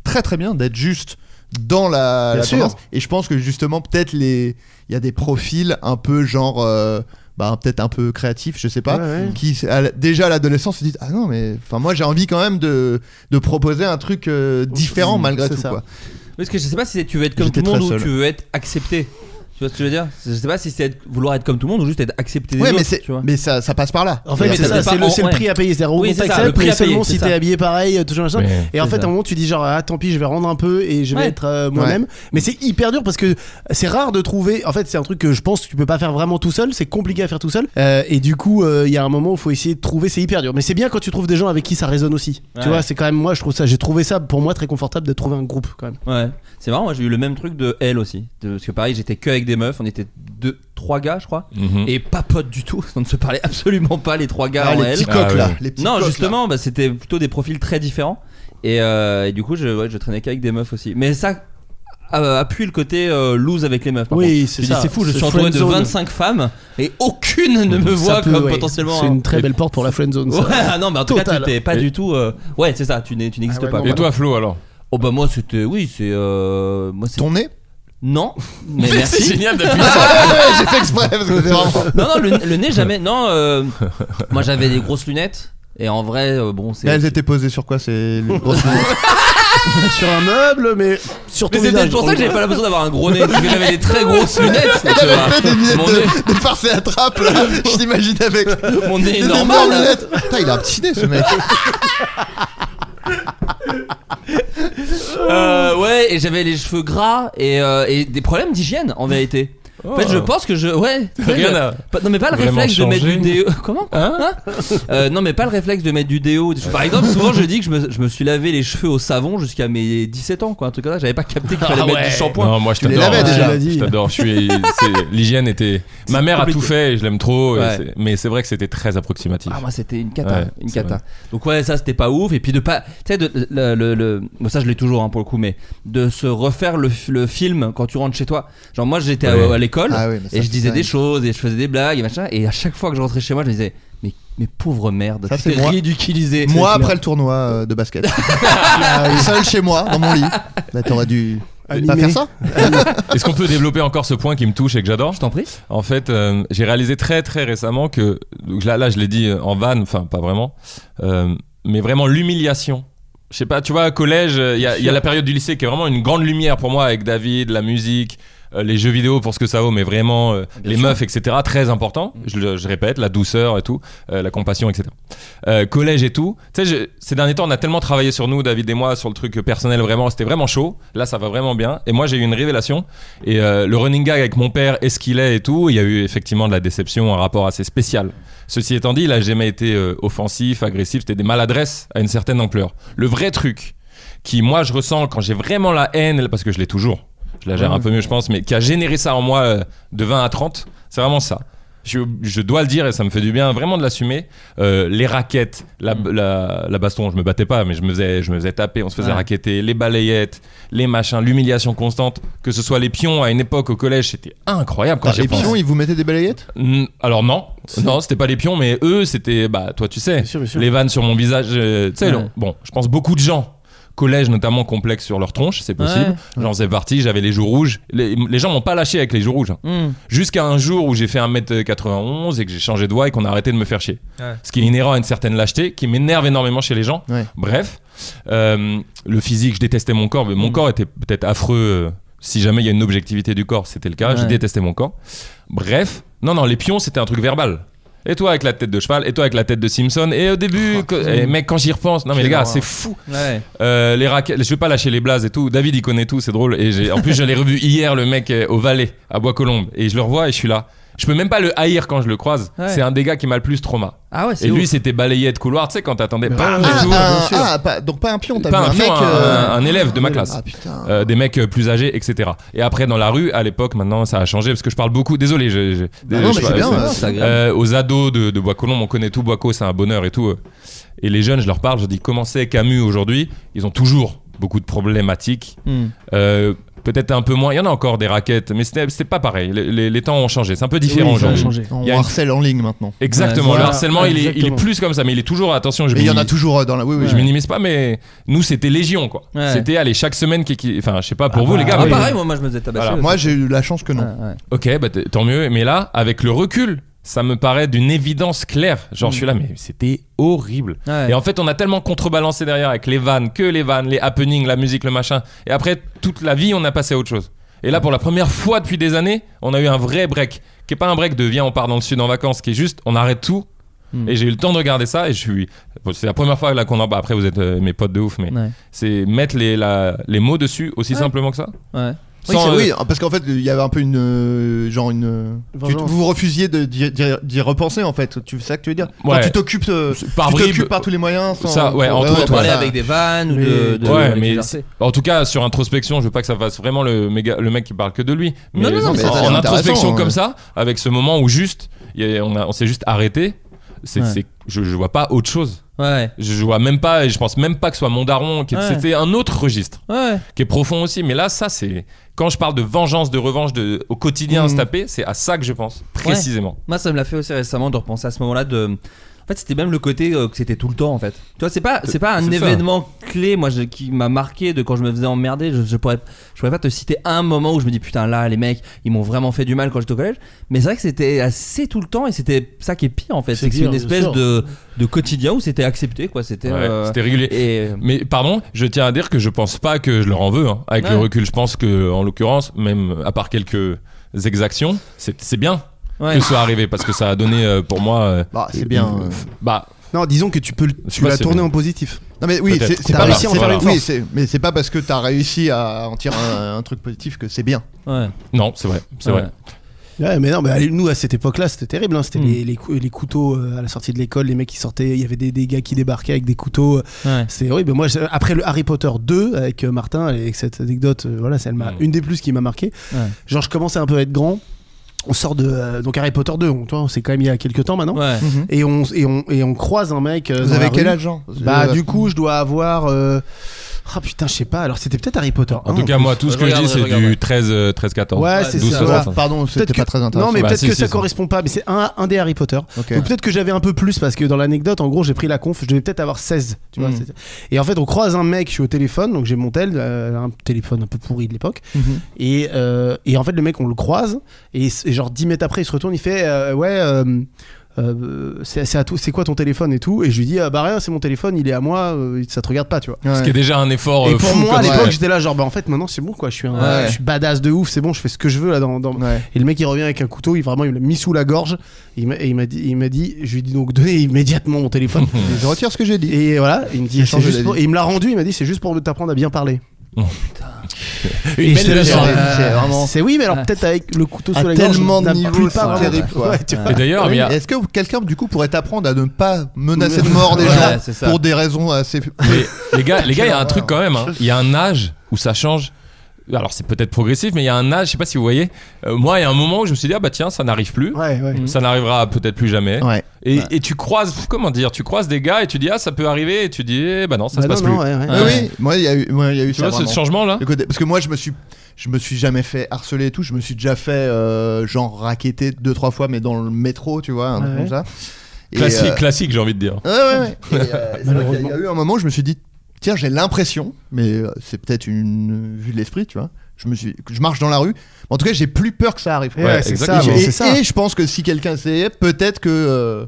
Speaker 8: très très bien d'être juste dans la,
Speaker 6: Bien
Speaker 8: la
Speaker 6: sûr.
Speaker 8: tendance. Et je pense que justement, peut-être les, il y a des profils un peu genre, euh, bah peut-être un peu créatifs, je sais pas,
Speaker 6: Ouais, ouais.
Speaker 8: qui à la- déjà à l'adolescence se disent ah non mais, enfin moi j'ai envie quand même de de proposer un truc euh, différent
Speaker 6: Mmh,
Speaker 8: malgré
Speaker 6: c'est
Speaker 8: tout
Speaker 6: ça.
Speaker 8: quoi.
Speaker 4: Parce que je sais pas si c'est- tu veux être comme tout
Speaker 8: J'étais
Speaker 4: le monde
Speaker 8: très
Speaker 4: ou
Speaker 8: seul.
Speaker 4: tu veux être accepté. Tu vois ce que je veux dire Je sais pas si c'est être- vouloir être comme tout le monde ou juste être accepté des
Speaker 8: Ouais mais
Speaker 4: autres,
Speaker 8: c'est,
Speaker 4: tu vois.
Speaker 8: mais ça ça passe par là.
Speaker 6: En
Speaker 4: Ouais,
Speaker 6: fait, c'est
Speaker 4: ça,
Speaker 6: ça,
Speaker 4: c'est
Speaker 6: c'est
Speaker 4: pas
Speaker 6: le,
Speaker 4: en-
Speaker 6: c'est le
Speaker 4: ouais.
Speaker 6: prix à payer. C'est-à-dire, on
Speaker 4: Oui, c'est
Speaker 6: t'accepte,
Speaker 4: ça, le prix
Speaker 6: mais
Speaker 4: à payer,
Speaker 6: seulement
Speaker 4: c'est
Speaker 6: si
Speaker 4: ça.
Speaker 6: t'es habillé pareil, euh, toujours machin.
Speaker 7: Mais-
Speaker 6: Et en
Speaker 4: C'est
Speaker 6: fait,
Speaker 4: ça.
Speaker 6: à un moment, tu dis genre, ah, tant pis, je vais rendre un peu et je vais
Speaker 4: Ouais.
Speaker 6: être euh, moi-même.
Speaker 8: Ouais.
Speaker 6: Mais c'est hyper dur parce que c'est rare de trouver. En fait, c'est un truc que je pense que tu peux pas faire vraiment tout seul. C'est compliqué à faire tout seul. Euh, et du coup, euh, il y a un moment où faut essayer de trouver. C'est hyper dur. Mais c'est bien quand tu trouves des gens avec qui ça résonne aussi.
Speaker 4: Ouais.
Speaker 6: Tu vois, c'est quand même moi, je trouve ça. J'ai trouvé ça pour moi très confortable de trouver un groupe quand même.
Speaker 4: Ouais, c'est marrant, moi j'ai eu le même truc de elle aussi. De- parce que pareil, j'étais que avec des meufs, on était deux, trois gars, je crois.
Speaker 7: Mhm.
Speaker 4: Et pas potes du tout, on ne se parlait absolument pas les trois gars
Speaker 8: Ah,
Speaker 4: en
Speaker 8: les
Speaker 4: elle.
Speaker 8: petits
Speaker 7: Ah,
Speaker 8: coqs
Speaker 7: oui.
Speaker 8: là, les petits
Speaker 4: non,
Speaker 8: coqs, là.
Speaker 4: justement, bah, c'était plutôt des profils très différents. Et, euh, et du coup, je, ouais, je traînais qu'avec des meufs aussi. Mais ça euh, appuie le côté euh, loose avec les meufs. par contre.
Speaker 6: Oui,
Speaker 4: Je
Speaker 6: c'est
Speaker 4: dis,
Speaker 6: ça.
Speaker 4: c'est fou, je
Speaker 6: Ce
Speaker 4: suis entouré de
Speaker 6: friendzone.
Speaker 4: 25 femmes et aucune ne me
Speaker 6: Ça
Speaker 4: voit
Speaker 6: peut,
Speaker 4: comme
Speaker 6: ouais.
Speaker 4: potentiellement.
Speaker 6: C'est
Speaker 4: un-
Speaker 6: une très belle porte pour la friend zone.
Speaker 4: Ouais, ah non, mais en tout cas,
Speaker 6: Total.
Speaker 4: tu t'es pas
Speaker 7: Et-
Speaker 4: du tout. euh, Ouais, c'est ça, tu n'es- tu n'existes
Speaker 6: Ah ouais,
Speaker 4: pas.
Speaker 6: non,
Speaker 7: Et
Speaker 4: quoi.
Speaker 7: toi, Flo, alors
Speaker 4: Oh bah moi, c'était. Oui, c'est. euh, Moi, c'est.
Speaker 8: Ton nez
Speaker 4: Non, mais
Speaker 7: C'est
Speaker 4: merci.
Speaker 7: génial d'appuyer
Speaker 8: Ouais,
Speaker 7: sur-
Speaker 8: ouais, J'ai fait exprès parce que c'est vraiment.
Speaker 4: Non, non, le, le nez jamais. Non, euh, moi j'avais des grosses lunettes. Et en vrai, euh, bon, c'est.
Speaker 8: Mais elles étaient posées sur quoi C'est les grosses
Speaker 6: sur un meuble, mais sur ton
Speaker 4: Mais c'est peut-être
Speaker 6: visage,
Speaker 4: pour ça que
Speaker 6: en
Speaker 4: j'avais pas l'impression d'avoir un gros nez. Parce que j'avais des très grosses lunettes. tu vois.
Speaker 7: Ah,
Speaker 8: J'avais fait des lunettes
Speaker 4: Mon nez-
Speaker 8: de, de farce et attrape là. Je t'imagine avec
Speaker 4: Mon
Speaker 8: des
Speaker 4: nez est
Speaker 8: énormes
Speaker 7: hein.
Speaker 4: normal.
Speaker 8: lunettes. Putain, il a un petit nez ce mec.
Speaker 4: Euh, ouais, et j'avais les cheveux gras et, euh, et des problèmes d'hygiène en vérité. En fait, je pense que je. Ouais. c'est vrai
Speaker 7: Oh. Rien
Speaker 4: que-
Speaker 7: n'a
Speaker 4: pas- Non, mais pas le
Speaker 7: vraiment
Speaker 4: réflexe de mettre
Speaker 7: changé.
Speaker 4: du déo. Comment
Speaker 7: Hein
Speaker 4: Euh, Non, mais pas le réflexe de mettre du déo. des choses- Par exemple, souvent je dis que je me, je me suis lavé les cheveux au savon jusqu'à mes 17 ans, quoi. Un truc comme ça. J'avais pas capté qu'il fallait
Speaker 7: Ah
Speaker 4: mettre
Speaker 7: ouais.
Speaker 4: du shampoing.
Speaker 7: Non, moi je
Speaker 8: Tu les
Speaker 7: t'adore.
Speaker 8: lavais déjà.
Speaker 7: Je
Speaker 8: Tu l'as dit.
Speaker 7: Je t'adore. Je suis. c'est- L'hygiène était. Ma mère a tout
Speaker 4: compliqué.
Speaker 7: fait et je l'aime trop. et
Speaker 4: Ouais.
Speaker 7: c'est- Mais c'est vrai que c'était très approximatif.
Speaker 4: Ah moi c'était une cata,
Speaker 7: Ouais,
Speaker 4: une
Speaker 7: c'est
Speaker 4: cata.
Speaker 7: vrai.
Speaker 4: Donc ouais ça c'était pas ouf et puis de pas, tu sais de le, le- le- bon, ça je l'ai toujours hein, pour le coup mais de se refaire le, f- le film quand tu rentres chez toi. Genre moi j'étais à-
Speaker 7: Ouais.
Speaker 4: à, l'école
Speaker 8: Ah oui, mais ça,
Speaker 4: et je
Speaker 8: c'est
Speaker 4: disais des
Speaker 8: dingue.
Speaker 4: choses et je faisais des blagues et machin et à chaque fois que je rentrais chez moi je me disais mais mais pauvre merde,
Speaker 8: Ça,
Speaker 4: tu
Speaker 8: c'est
Speaker 4: t'es
Speaker 8: moi.
Speaker 4: ridiculisé.
Speaker 8: Moi, après le tournoi euh, de basket, Euh, seul chez moi, dans mon lit, bah, t'aurais dû pas
Speaker 6: Animé.
Speaker 8: faire ça.
Speaker 7: Est-ce qu'on peut développer encore ce point qui me touche et que j'adore
Speaker 4: je t'en prie.
Speaker 7: En fait, euh, j'ai réalisé très très récemment que donc là, là je l'ai dit euh, en vanne, enfin pas vraiment, euh, mais vraiment l'humiliation. Je sais pas, tu vois, collège, euh, il y, a- y a la période du lycée qui est vraiment une grande lumière pour moi avec David, la musique, euh, les jeux vidéo pour ce que ça vaut, mais vraiment euh, les meufs, etc. Très important. Je, le- je répète, la douceur et tout, euh, la compassion, etc. Euh, collège et tout. Tu sais, je- ces derniers temps, on a tellement travaillé sur nous, David et moi, sur le truc personnel, vraiment, c'était vraiment chaud. Là, ça va vraiment bien. Et moi, j'ai eu une révélation. Et euh, le running gag avec mon père, est-ce qu'il est et tout, il y a eu effectivement de la déception, un rapport assez spécial. Ceci étant dit, il a jamais été euh, offensif, agressif, c'était des maladresses à une certaine ampleur. Le vrai truc qui, moi, je ressens quand j'ai vraiment la haine, parce que je l'ai toujours, je la gère un peu mieux, je pense, mais qui a généré ça en moi euh, de 20 à 30, c'est vraiment ça. Je, je dois le dire et ça me fait du bien vraiment de l'assumer. Euh, les raquettes, la,
Speaker 8: Mm.
Speaker 7: la- la baston, je me battais pas, mais je me faisais, je me faisais taper, on se faisait
Speaker 4: Ouais.
Speaker 7: raqueter, les balayettes, les machins, l'humiliation constante, que ce soit les pions à une époque au collège, c'était incroyable quand
Speaker 8: Attends,
Speaker 7: j'y
Speaker 8: Bah,
Speaker 7: pense.
Speaker 8: les pions, ils vous mettaient des balayettes
Speaker 7: Mm, Alors non, non, c'était pas les pions, mais eux, c'était, bah, toi, tu sais,
Speaker 6: Bien sûr, bien sûr.
Speaker 7: les vannes sur mon visage. euh, tu sais,
Speaker 4: Ouais.
Speaker 7: le- bon, je pense beaucoup de gens, collège notamment, complexes sur leur tronche, c'est possible. J'en faisais partie, j'avais les joues rouges. Les, les gens m'ont pas lâché avec les joues rouges. hein.
Speaker 4: Hmm.
Speaker 7: Jusqu'à un jour où j'ai fait 1m91 et que j'ai changé de voix et qu'on a arrêté de me faire chier.
Speaker 4: Ouais.
Speaker 7: Ce qui est inhérent à une certaine lâcheté, qui m'énerve énormément chez les gens.
Speaker 8: Ouais.
Speaker 7: Bref, euh, le physique, je détestais mon corps, mais mon corps était peut-être affreux. euh, si jamais il y a une objectivité du corps, c'était le cas, je
Speaker 4: Ouais.
Speaker 7: détestais mon corps. Bref, non, non, les pions, c'était un truc verbal. Et toi avec la tête de cheval, et toi avec la tête de Simpson, et au début, que- eh, mec, quand j'y repense, non mais les gars, c'est fou.
Speaker 4: Ouais.
Speaker 7: Euh, les raquettes, je vais pas lâcher les blazes et tout. David, il connaît tout, c'est drôle. Et j'ai- en plus, je l'ai revu hier, le mec euh, au Valais, à Bois-Colombes, et je le revois et je suis là. Je peux même pas le haïr quand je le croise.
Speaker 4: Ouais.
Speaker 7: C'est un des gars qui m'a le plus trauma.
Speaker 4: Ah ouais c'est
Speaker 7: Et lui,
Speaker 4: ouf.
Speaker 7: c'était balayé de couloir, tu sais, quand t'attendais, bam,
Speaker 6: ouais,
Speaker 7: et
Speaker 8: Ah,
Speaker 7: tout.
Speaker 8: un- ah, pas- donc pas un pion, t'as vu
Speaker 7: Pas
Speaker 8: un,
Speaker 7: un
Speaker 8: mec.
Speaker 7: pion,
Speaker 8: euh,
Speaker 7: un, un élève de ma classe.
Speaker 8: Ah putain.
Speaker 7: Euh, des mecs euh, plus âgés, etc. Et après, dans la rue, à l'époque, maintenant, ça a changé parce que je parle beaucoup. Désolé, je, je-
Speaker 8: Bah non,
Speaker 7: je-
Speaker 8: mais
Speaker 7: je-
Speaker 8: c'est bien,
Speaker 7: euh,
Speaker 8: ouais,
Speaker 4: c'est agréable.
Speaker 7: euh, aux ados de, de Bois-Colombes, on connaît tout Bois-Co, c'est un bonheur et tout. euh. Et les jeunes, je leur parle, je dis comment c'est Camus aujourd'hui Ils ont toujours beaucoup de problématiques.
Speaker 4: Hmm.
Speaker 7: Euh, Peut-être un peu moins. Il y en a encore des raquettes, mais c'était c'était pas pareil. Les, les- les temps ont changé. C'est un peu différent
Speaker 6: Oui, ça a
Speaker 7: aujourd'hui.
Speaker 6: changé.
Speaker 8: On
Speaker 7: Il y a une-
Speaker 8: harcèle en ligne maintenant.
Speaker 7: Exactement.
Speaker 6: Voilà,
Speaker 7: le harcèlement, il est- il, est,
Speaker 6: exactement.
Speaker 7: plus comme ça, mais il est toujours. Attention, je
Speaker 8: Mais il y en a
Speaker 7: minimise-
Speaker 8: toujours euh, dans la. Oui, oui.
Speaker 7: Je minimise pas, mais nous, c'était légion, quoi.
Speaker 4: Ouais.
Speaker 7: C'était aller chaque semaine. Qui, qui- Enfin, je sais pas pour vous, les gars.
Speaker 4: Ah,
Speaker 7: mais-
Speaker 4: pareil moi, moi je me faisais tabasser.
Speaker 7: Voilà,
Speaker 4: aussi.
Speaker 8: Moi, j'ai eu la chance que non.
Speaker 4: Ouais, ouais.
Speaker 7: Ok, bah, t- tant mieux. Mais là, avec le recul, ça me paraît d'une évidence claire. Genre, je suis là, mais c'était horrible.
Speaker 4: Ouais.
Speaker 7: Et en fait, on a tellement contrebalancé derrière avec les vannes, que les vannes, les happenings, la musique, le machin. Et après, toute la vie, on a passé à autre chose. Et là, pour la première fois depuis des années, on a eu un vrai break. Qui est pas un break de viens, on part dans le sud en vacances, qui est juste, on arrête tout.
Speaker 8: Hmm.
Speaker 4: Mm.
Speaker 7: Et j'ai eu le temps de regarder ça et je suis. bon, C'est la première fois là qu'on en. bah, après, vous êtes euh, mes potes de ouf,
Speaker 8: Hmm.
Speaker 7: mais
Speaker 4: Ouais.
Speaker 7: c'est mettre les, la- les mots dessus aussi
Speaker 4: Ouais.
Speaker 7: simplement que ça.
Speaker 4: Ouais.
Speaker 8: Oui,
Speaker 7: Sans,
Speaker 8: c'est-
Speaker 7: euh,
Speaker 8: oui, parce qu'en fait, il y avait un peu une. euh, genre une. euh, tu-
Speaker 6: Vengeance.
Speaker 8: vous refusiez de- d'y- d'y d'y repenser en fait. Tu sais ça que tu veux dire Quand
Speaker 7: Ouais.
Speaker 8: tu t'occupes. euh,
Speaker 7: C'est par
Speaker 8: tu
Speaker 7: bribes.
Speaker 8: t'occupes par tous les moyens. sans-
Speaker 7: Ça, ouais, entre autres,
Speaker 4: Parler
Speaker 7: Ouais.
Speaker 4: avec des vannes ou
Speaker 6: Mais-
Speaker 4: de, de-
Speaker 7: ouais,
Speaker 4: de-
Speaker 7: mais
Speaker 4: d'exercer.
Speaker 7: en tout cas, sur introspection, je veux pas que ça fasse vraiment le, méga- le mec qui parle que de lui. Mais,
Speaker 4: Non, non, non, mais ça,
Speaker 7: en,
Speaker 4: c'est hein.
Speaker 7: en
Speaker 8: intéressant,
Speaker 7: introspection
Speaker 8: ouais.
Speaker 7: comme ça, avec ce moment où juste, il y a- on, a- on s'est juste arrêté, c'est,
Speaker 4: Ouais.
Speaker 7: c'est- je, je vois pas autre chose.
Speaker 4: ouais.
Speaker 7: Je, je vois même pas, et je pense même pas que ce soit mon daron, qui est-
Speaker 4: Ouais.
Speaker 7: c'était un autre registre,
Speaker 4: Ouais.
Speaker 7: qui est profond aussi. Mais là, ça, c'est. Quand je parle de vengeance, de revanche, de, au quotidien,
Speaker 4: Mmh.
Speaker 8: Mhm.
Speaker 7: se taper, c'est à ça que je pense, précisément.
Speaker 4: Moi, ça me l'a fait aussi récemment de repenser à ce moment-là de. En fait, c'était même le côté euh, que c'était tout le temps, en fait. Tu vois, c'est pas, c'est pas un
Speaker 7: c'est ça.
Speaker 4: événement clé, moi, je- qui m'a marqué de quand je me faisais emmerder. Je, je pourrais, je pourrais pas te citer un moment où je me dis putain là, les mecs, ils m'ont vraiment fait du mal quand j'étais au collège. Mais c'est vrai que c'était assez tout le temps et c'était ça qui est pire, en fait.
Speaker 6: C'est
Speaker 4: C'est que c'est
Speaker 6: pire,
Speaker 4: une
Speaker 6: bien
Speaker 4: espèce
Speaker 6: sûr.
Speaker 4: de, de quotidien où c'était accepté, quoi. C'était.
Speaker 7: Ouais,
Speaker 4: euh,
Speaker 7: c'était régulier.
Speaker 4: Et
Speaker 7: Mais pardon, je tiens à dire que je pense pas que je leur en veux. hein. Avec
Speaker 4: Ouais.
Speaker 7: le recul, je pense que, en l'occurrence, même à part quelques exactions, c'est c'est bien
Speaker 4: ouais.
Speaker 7: que ce soit arrivé parce que ça a donné euh, pour moi. euh,
Speaker 8: Bah, c'est bien.
Speaker 7: une-
Speaker 8: euh.
Speaker 7: Bah,
Speaker 6: Non, disons que tu peux, le-
Speaker 7: Je sais
Speaker 6: tu
Speaker 7: pas
Speaker 6: l'as
Speaker 7: si
Speaker 6: tourné
Speaker 7: c'est-
Speaker 6: en positif.
Speaker 8: Non mais oui,
Speaker 7: Peut-être.
Speaker 8: c'est c'est
Speaker 7: T'as
Speaker 8: pas
Speaker 7: réussi à en
Speaker 8: c'est
Speaker 7: faire
Speaker 8: pas-
Speaker 7: une
Speaker 8: oui,
Speaker 7: force.
Speaker 8: c'est- mais c'est pas parce que t'as réussi à en tirer un, un truc positif que c'est bien.
Speaker 4: ouais.
Speaker 7: non, c'est vrai, c'est
Speaker 4: Ouais.
Speaker 7: vrai.
Speaker 6: Ouais, mais non, mais allez, nous à cette époque-là, c'était terrible. hein. C'était
Speaker 7: Hmm.
Speaker 6: les, les cou- les couteaux euh, à la sortie de l'école, les mecs qui sortaient, il y avait des, des gars qui débarquaient avec des couteaux.
Speaker 4: Ouais.
Speaker 6: C'est horrible. Moi, j'ai- après le Harry Potter 2 avec euh, Martin et avec cette anecdote, euh, voilà, c'est elle m'a-
Speaker 7: Hmm.
Speaker 6: une des plus qui m'a marqué.
Speaker 4: Ouais.
Speaker 6: Genre, je commençais un peu à être grand. On sort de euh, donc Harry Potter 2, on, tu vois, c'est quand même il y a quelques temps maintenant.
Speaker 4: Ouais.
Speaker 6: Et on et on et on croise un mec. euh,
Speaker 8: Vous
Speaker 6: dans la
Speaker 8: avez quel
Speaker 6: rue.
Speaker 8: âge, Jean
Speaker 6: Bah
Speaker 8: Euh,
Speaker 6: du coup, je dois avoir. euh, Ah putain, je sais pas. Alors c'était peut-être Harry Potter.
Speaker 7: En
Speaker 6: hein,
Speaker 7: tout cas, moi,
Speaker 6: plus.
Speaker 7: tout ce que
Speaker 4: Regarde,
Speaker 7: je dis, c'est
Speaker 4: regarde, ouais.
Speaker 7: du 13, euh, 13, 14.
Speaker 6: Ouais, c'est
Speaker 7: 12,
Speaker 6: ça.
Speaker 7: 13,
Speaker 6: Voilà.
Speaker 7: enfin.
Speaker 8: Pardon, c'était
Speaker 6: Peut-être
Speaker 8: pas
Speaker 6: que-
Speaker 8: très intéressant.
Speaker 6: Non, mais
Speaker 7: Bah,
Speaker 6: peut-être
Speaker 7: si,
Speaker 6: que
Speaker 7: si,
Speaker 6: ça
Speaker 7: si.
Speaker 6: correspond pas. Mais c'est un, un des Harry Potter.
Speaker 8: Ok.
Speaker 6: Donc peut-être que j'avais un peu plus parce que dans l'anecdote, en gros, j'ai pris la conf. Je devais peut-être avoir 16. Tu vois,
Speaker 8: Mm.
Speaker 6: c'est- Et en fait, on croise un mec. Je suis au téléphone, donc j'ai mon tel, euh, un téléphone un peu pourri de l'époque.
Speaker 8: Mhm.
Speaker 6: et, euh, et en fait, le mec, on le croise. Et, s- et genre 10 mètres après, il se retourne. Il fait euh, Ouais. euh, euh, c'est c'est à tout- c'est quoi ton téléphone et tout et je lui dis ah bah rien c'est mon téléphone il est à moi euh, ça te regarde pas tu vois
Speaker 7: Ce qui est déjà un
Speaker 8: Oh,
Speaker 7: effort
Speaker 6: et
Speaker 7: euh,
Speaker 6: pour
Speaker 7: fou
Speaker 6: moi à
Speaker 7: comme
Speaker 6: l'époque
Speaker 7: ça.
Speaker 6: j'étais là genre bah en fait maintenant c'est bon quoi je suis un,
Speaker 8: Ouais.
Speaker 6: je suis badass de ouf c'est bon je fais ce que je veux là dans, dans-
Speaker 8: Ouais.
Speaker 6: et le mec il revient avec un couteau il vraiment il me l'a mis sous la gorge il m'a- et il m'a dit il m'a dit je lui ai dit donc donnez immédiatement mon téléphone
Speaker 8: Je retire ce que j'ai dit.
Speaker 6: et voilà il me dit
Speaker 8: Il change
Speaker 6: c'est juste
Speaker 8: d'avis. Oh,
Speaker 6: pour- et il me l'a rendu il m'a dit c'est juste pour t'apprendre à bien parler
Speaker 7: Une
Speaker 6: Et
Speaker 7: belle
Speaker 6: j'étais là,
Speaker 7: leçon.
Speaker 6: genre,
Speaker 8: leçon. C'est vraiment-
Speaker 6: c'est oui mais alors
Speaker 4: Ouais.
Speaker 6: peut-être avec le couteau
Speaker 8: À
Speaker 6: sous la gorge
Speaker 8: tellement de
Speaker 6: n'appuie
Speaker 8: niveaux,
Speaker 6: pas
Speaker 8: c'est
Speaker 6: vraiment.
Speaker 8: terrible quoi. Ah.
Speaker 6: Ouais, tu vois.
Speaker 7: Et d'ailleurs, mais il y a-
Speaker 8: Oui, Est-ce que quelqu'un du coup pourrait t'apprendre à ne pas menacer de mort des
Speaker 4: Ouais, c'est
Speaker 8: gens
Speaker 4: ça.
Speaker 8: pour des raisons assez
Speaker 7: Mais les gars, les gars, il y a un
Speaker 8: horreur.
Speaker 7: truc quand même. hein. Il y a un âge où ça change. Alors c'est peut-être progressif, mais il y a un âge. Je sais pas si vous voyez. Euh, moi, il y a un moment où je me suis dit ah bah tiens, ça n'arrive plus.
Speaker 6: ouais ouais
Speaker 7: Ça n'arrivera peut-être plus jamais.
Speaker 8: Ouais.
Speaker 7: Et, et tu croises, pff, comment dire, tu croises des gars et tu dis ah ça peut arriver et tu dis eh, bah non ça
Speaker 6: Bah
Speaker 7: se passe
Speaker 6: non, non,
Speaker 7: plus.
Speaker 6: ouais, ouais.
Speaker 8: Oui, oui, moi il y a eu, moi, il y a eu
Speaker 7: Tu
Speaker 8: ça.
Speaker 7: vois ce
Speaker 8: vraiment.
Speaker 7: changement là
Speaker 8: Le côté- Parce que moi je me suis je me suis jamais fait harceler et tout, je me suis déjà fait euh, genre raqueter deux trois fois mais dans le métro, tu vois, un truc
Speaker 6: Ouais.
Speaker 8: comme ça. Et,
Speaker 7: Classique,
Speaker 8: euh,
Speaker 7: classique, j'ai envie de dire.
Speaker 8: Ouais, ouais, ouais. Et, euh, c'est vrai qu'il y a- il y a eu un moment où je me suis dit, tiens, j'ai l'impression, mais euh, c'est peut-être une vue de l'esprit, tu vois. Je, me suis, que je marche dans la rue. En tout cas, j'ai plus peur que ça arrive.
Speaker 6: Ouais,
Speaker 7: Ouais,
Speaker 6: c'est ça,
Speaker 7: exactement.
Speaker 6: bon,
Speaker 8: et,
Speaker 6: c'est ça.
Speaker 8: et je pense que si quelqu'un essayait, peut-être que euh,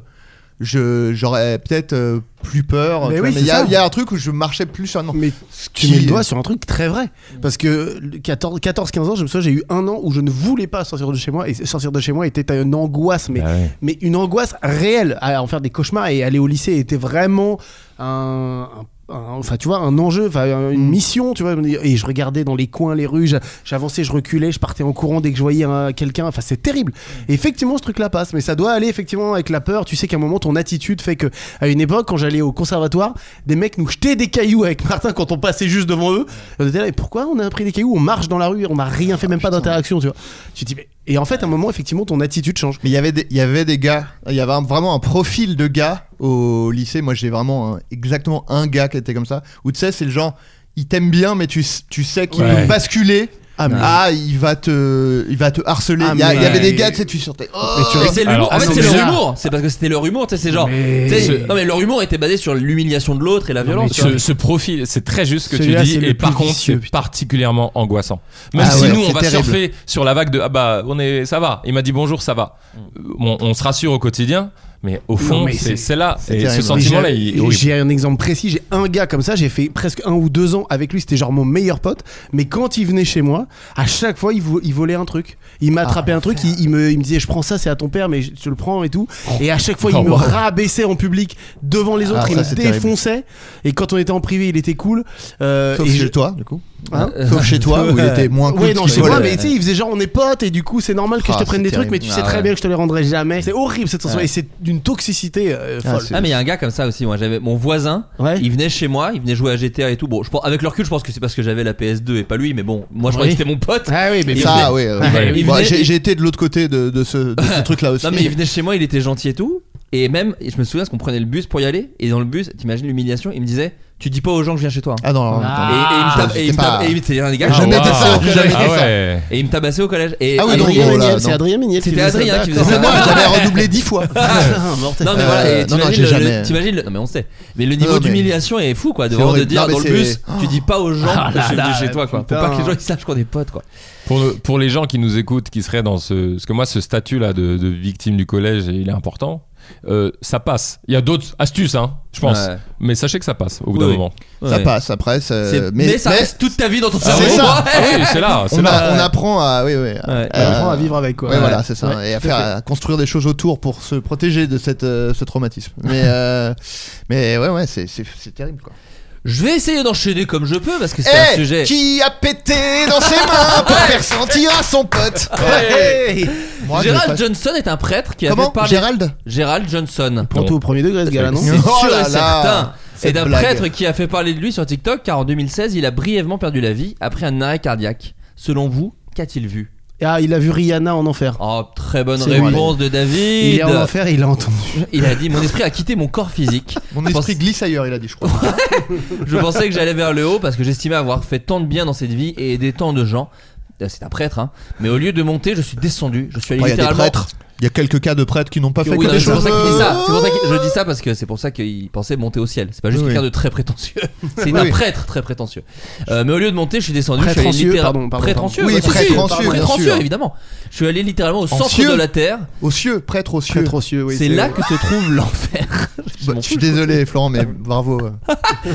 Speaker 8: je j'aurais peut-être euh, plus peur.
Speaker 6: Mais
Speaker 8: tu vois.
Speaker 6: oui, c'est
Speaker 8: il y, a-
Speaker 6: ça.
Speaker 8: il y a un truc où je marchais plus sur un an.
Speaker 6: Mais tu mets le doigt sur un truc très vrai. Parce que 14-15 ans, je me souviens, j'ai eu un an où je ne voulais pas sortir de chez moi. Et sortir de chez moi était une angoisse, mais,
Speaker 7: Bah ouais.
Speaker 6: mais une angoisse réelle à en faire des cauchemars. Et aller au lycée était vraiment un. un- un- Enfin, tu vois, un enjeu, enfin, un-
Speaker 7: Mm.
Speaker 6: une mission, tu vois. Et je regardais dans les coins, les rues, j'a- j'avançais, je reculais, je partais en courant dès que je voyais un- quelqu'un. Enfin, c'est terrible.
Speaker 7: Mm.
Speaker 6: Et effectivement, ce truc-là passe, mais ça doit aller effectivement avec la peur. Tu sais qu'à un moment, ton attitude fait que, à une époque, quand j'allais au conservatoire, des mecs nous jetaient des cailloux avec Martin quand on passait juste devant eux. Et on était là, mais pourquoi on a pris des cailloux On marche dans la rue, on n'a rien fait,
Speaker 8: Ah,
Speaker 6: même pas d'interaction, tu vois. Tu te dis, mais- et en fait, à un moment, effectivement, ton attitude change.
Speaker 8: Mais il y avait des, il y avait des gars, il y avait un- vraiment un profil de gars au lycée. Moi, j'ai vraiment un- exactement un gars qui était comme ça. Où tu sais, c'est le genre, il t'aime bien, mais tu, s- tu sais qu'il
Speaker 7: Ouais.
Speaker 8: peut basculer. Ah,
Speaker 6: mais-
Speaker 8: il va te, il va te harceler.
Speaker 6: Ah,
Speaker 8: il y, a-
Speaker 6: mais-
Speaker 8: il y avait des gars, tu sais, tu sortais. Oh
Speaker 6: Et tu
Speaker 4: Mais c'est l'humour.
Speaker 7: Alors,
Speaker 4: En fait,
Speaker 6: ah,
Speaker 4: c'est
Speaker 6: non, mais
Speaker 4: leur
Speaker 6: là-
Speaker 4: humour. C'est parce que c'était leur humour. tu sais, C'est genre.
Speaker 6: Mais-
Speaker 4: tu sais, ce- Non, mais leur humour était basé sur l'humiliation de l'autre et la violence. tu vois.
Speaker 7: Ce, ce profil, c'est très juste ce que tu
Speaker 6: Celui-là,
Speaker 7: dis,
Speaker 6: c'est le
Speaker 7: et par
Speaker 6: plus
Speaker 7: contre,
Speaker 6: vicieux,
Speaker 7: c'est
Speaker 6: putain.
Speaker 7: particulièrement angoissant. Même
Speaker 8: Ah
Speaker 7: si
Speaker 8: ouais,
Speaker 7: nous, on
Speaker 8: c'est
Speaker 7: va
Speaker 8: terrible.
Speaker 7: surfer sur la vague de ah bah on est, ça va. Il m'a dit bonjour, ça va. Euh, On, on se rassure au quotidien, mais au fond,
Speaker 6: mais
Speaker 7: c'est
Speaker 6: c'est-
Speaker 7: c'est là.
Speaker 8: Mm. c'est
Speaker 7: Et ce
Speaker 8: terrible.
Speaker 7: sentiment-là,
Speaker 6: Mais
Speaker 7: il est
Speaker 6: j'ai-
Speaker 7: horrible.
Speaker 6: J'ai un exemple précis, j'ai un gars comme ça, j'ai fait presque un ou deux ans avec lui, c'était genre mon meilleur pote, mais quand il venait chez moi, à chaque fois il, vo- il volait un truc. Il
Speaker 8: Ah,
Speaker 6: m'attrapait un truc, il, il me, il me disait je prends ça, c'est à ton père, mais je, je le prends et tout. Et à chaque fois il
Speaker 7: Oh,
Speaker 6: me
Speaker 7: wow.
Speaker 6: rabaissait en public devant les autres,
Speaker 8: Ah,
Speaker 6: il
Speaker 8: ça,
Speaker 6: me
Speaker 8: c'est terrible.
Speaker 6: défonçait. Et quand on était en privé, il était cool. Euh,
Speaker 8: Sauf
Speaker 6: et
Speaker 8: chez
Speaker 6: je-
Speaker 8: toi, du coup.
Speaker 6: Hein
Speaker 8: Sauf chez toi, où il était moins cool.
Speaker 6: Ouais, non,
Speaker 8: parce
Speaker 6: chez
Speaker 8: qu'il
Speaker 6: moi,
Speaker 8: volait.
Speaker 6: mais tu sais, il faisait genre on est potes et du coup c'est normal que
Speaker 8: Ah,
Speaker 6: je te prenne
Speaker 8: c'est
Speaker 6: des trucs,
Speaker 8: terrible.
Speaker 6: mais tu
Speaker 8: Ah,
Speaker 6: sais très
Speaker 8: ouais.
Speaker 6: bien que je te les rendrai jamais. C'est horrible cette sensation
Speaker 4: Ouais.
Speaker 6: et c'est d'une toxicité euh,
Speaker 8: Ah,
Speaker 6: folle.
Speaker 8: c'est-
Speaker 4: Ah, mais il y a un gars comme ça aussi. Moi, j'avais mon voisin.
Speaker 6: Ouais.
Speaker 4: Il venait chez moi, il venait jouer à GTA et tout. Bon, je pense, avec le recul, je pense que c'est parce que j'avais la PS2 et pas lui, mais bon, moi je croyais
Speaker 6: Oui.
Speaker 4: que c'était mon pote.
Speaker 6: Ah oui, mais
Speaker 4: Il
Speaker 8: ça,
Speaker 4: venait-
Speaker 8: oui. euh,
Speaker 4: Ouais,
Speaker 8: ouais.
Speaker 4: il
Speaker 8: Bon,
Speaker 4: venait-
Speaker 8: j'ai j'ai été de l'autre côté de, de ce, de ce truc-là aussi.
Speaker 4: Non, mais il venait chez moi, il était gentil et tout. Et même, je me souviens, parce qu'on prenait le bus pour y aller. Et dans le bus, t'imagines l'humiliation, il me disait Tu dis pas aux gens que je viens chez toi. hein.
Speaker 8: Ah non, non,
Speaker 4: Et-
Speaker 6: Ah.
Speaker 8: attends.
Speaker 4: et il me
Speaker 8: ça,
Speaker 4: tape- et il me
Speaker 8: c'était
Speaker 4: tape-
Speaker 8: pas-
Speaker 4: et il me- c'était un des gars,
Speaker 8: Ah,
Speaker 4: que
Speaker 8: jamais
Speaker 4: j'aimais.
Speaker 8: fait ça,
Speaker 7: Waouh.
Speaker 8: jamais fait
Speaker 7: Ah
Speaker 8: ça.
Speaker 7: ouais.
Speaker 4: Et il me tabassait au collège. Et
Speaker 8: Ah oui,
Speaker 4: Adrien-
Speaker 8: donc,
Speaker 6: Adrien
Speaker 8: drôle,
Speaker 6: Méniel,
Speaker 8: là,
Speaker 6: c'est
Speaker 8: non.
Speaker 6: Adrien Méniel qui
Speaker 4: C'était
Speaker 6: faisait
Speaker 4: Adrien
Speaker 6: ça.
Speaker 4: qui faisait ça.
Speaker 8: Moi, j'avais redoublé dix fois.
Speaker 6: Ah, mortel.
Speaker 4: Non mais voilà,
Speaker 8: Euh,
Speaker 4: et
Speaker 8: non, non,
Speaker 4: t'imagines
Speaker 8: j'ai
Speaker 4: le- le-
Speaker 8: jamais-
Speaker 4: t'imagines le- non mais on sait, mais le niveau
Speaker 8: Non, mais-
Speaker 4: d'humiliation est fou quoi, de
Speaker 8: C'est
Speaker 4: vraiment de
Speaker 8: horrible.
Speaker 4: dire
Speaker 8: Non, mais
Speaker 4: dans le
Speaker 8: c'est-
Speaker 4: bus, tu dis pas aux gens
Speaker 6: Ah
Speaker 4: que je suis
Speaker 6: là
Speaker 4: venu
Speaker 6: là,
Speaker 4: chez toi quoi, faut
Speaker 6: putain.
Speaker 4: pas que les gens ils sachent qu'on est potes quoi.
Speaker 7: Pour, le- pour les gens qui nous écoutent, qui seraient dans ce. Parce que moi, ce statut-là de, de victime du collège, il est important. Euh, ça passe. Il y a d'autres astuces, hein, je pense.
Speaker 4: Ouais.
Speaker 7: Mais sachez que ça passe au bout
Speaker 4: Oui,
Speaker 7: d'un
Speaker 4: oui.
Speaker 7: moment.
Speaker 8: Ça
Speaker 4: Ouais.
Speaker 8: passe après. ça-
Speaker 4: C'est- mais, ça
Speaker 8: mais-
Speaker 4: reste toute ta vie dans ton
Speaker 8: Ah,
Speaker 4: cerveau.
Speaker 8: c'est ça.
Speaker 7: Ah oui, c'est là, c'est
Speaker 8: on,
Speaker 7: là.
Speaker 8: a- on apprend à, oui, oui, à-
Speaker 4: Ouais.
Speaker 6: On apprend
Speaker 8: euh,
Speaker 6: à vivre avec quoi.
Speaker 8: ouais, voilà, c'est ça, et à faire à construire des choses autour pour se protéger de cette, euh, ce traumatisme. Mais, euh, mais ouais, ouais, c'est, c'est, c'est terrible quoi.
Speaker 4: Je vais essayer d'enchaîner comme je peux parce que c'est un
Speaker 8: Eh,
Speaker 4: sujet.
Speaker 8: qui a pété dans ses mains pour faire sentir à son pote
Speaker 4: Hey
Speaker 8: Moi, je le
Speaker 4: Gerald
Speaker 8: fasse.
Speaker 4: Johnson est un prêtre qui
Speaker 8: Comment
Speaker 4: avait parlé.
Speaker 8: Gérald
Speaker 4: Gérald Johnson.
Speaker 6: Prends tout au premier degré, ce gars-là, non
Speaker 4: C'est
Speaker 8: Oh
Speaker 4: sûr
Speaker 8: là
Speaker 4: et
Speaker 8: là,
Speaker 4: certain. C'est
Speaker 8: cette
Speaker 4: d'un
Speaker 8: blague.
Speaker 4: prêtre qui a fait parler de lui sur TikTok car en 2016, il a brièvement perdu la vie après un arrêt cardiaque. Selon vous, qu'a-t-il vu
Speaker 6: Ah, il a vu Rihanna en enfer.
Speaker 4: Oh, très bonne
Speaker 6: C'est bon,
Speaker 4: réponse de David.
Speaker 6: Il est en enfer, il a entendu.
Speaker 4: Il a dit Mon esprit a quitté mon corps physique.
Speaker 8: Mon
Speaker 4: Je pense-
Speaker 8: esprit glisse ailleurs, il a dit, je crois.
Speaker 4: Je pensais que j'allais vers le haut parce que j'estimais avoir fait tant de bien dans cette vie et aidé tant de gens. Euh, C'est un prêtre, hein. Mais au lieu de monter, je suis descendu. Je suis allé
Speaker 8: Oh, Il y a des
Speaker 4: littéralement.
Speaker 8: prêtres. Il y a quelques cas de prêtres qui n'ont pas fait
Speaker 4: Oui,
Speaker 8: que
Speaker 4: non,
Speaker 8: des
Speaker 4: c'est pour
Speaker 8: choses.
Speaker 4: ça qu'il dit ça. C'est pour ça que je dis ça parce que c'est pour ça qu'il pensait monter au ciel. C'est pas juste
Speaker 8: Oui.
Speaker 4: quelqu'un de très prétentieux. C'est
Speaker 8: Oui.
Speaker 4: un prêtre très prétentieux. Euh, mais au lieu de monter, je suis descendu. Je suis allé
Speaker 6: Prétentieux,
Speaker 4: littéralement-
Speaker 6: pardon, pardon, pardon.
Speaker 4: Prétentieux,
Speaker 8: Oui,
Speaker 4: bah, si, si,
Speaker 8: prétentieux, bien
Speaker 4: prétentieux,
Speaker 8: sûr.
Speaker 4: évidemment. Je suis allé littéralement au centre
Speaker 8: Antieux.
Speaker 4: de la terre.
Speaker 8: Aux cieux, prêtre aux cieux.
Speaker 6: Prêtre aux cieux, oui.
Speaker 4: c'est là que se trouve l'enfer.
Speaker 8: Bah, je suis désolé, Florent, mais bravo.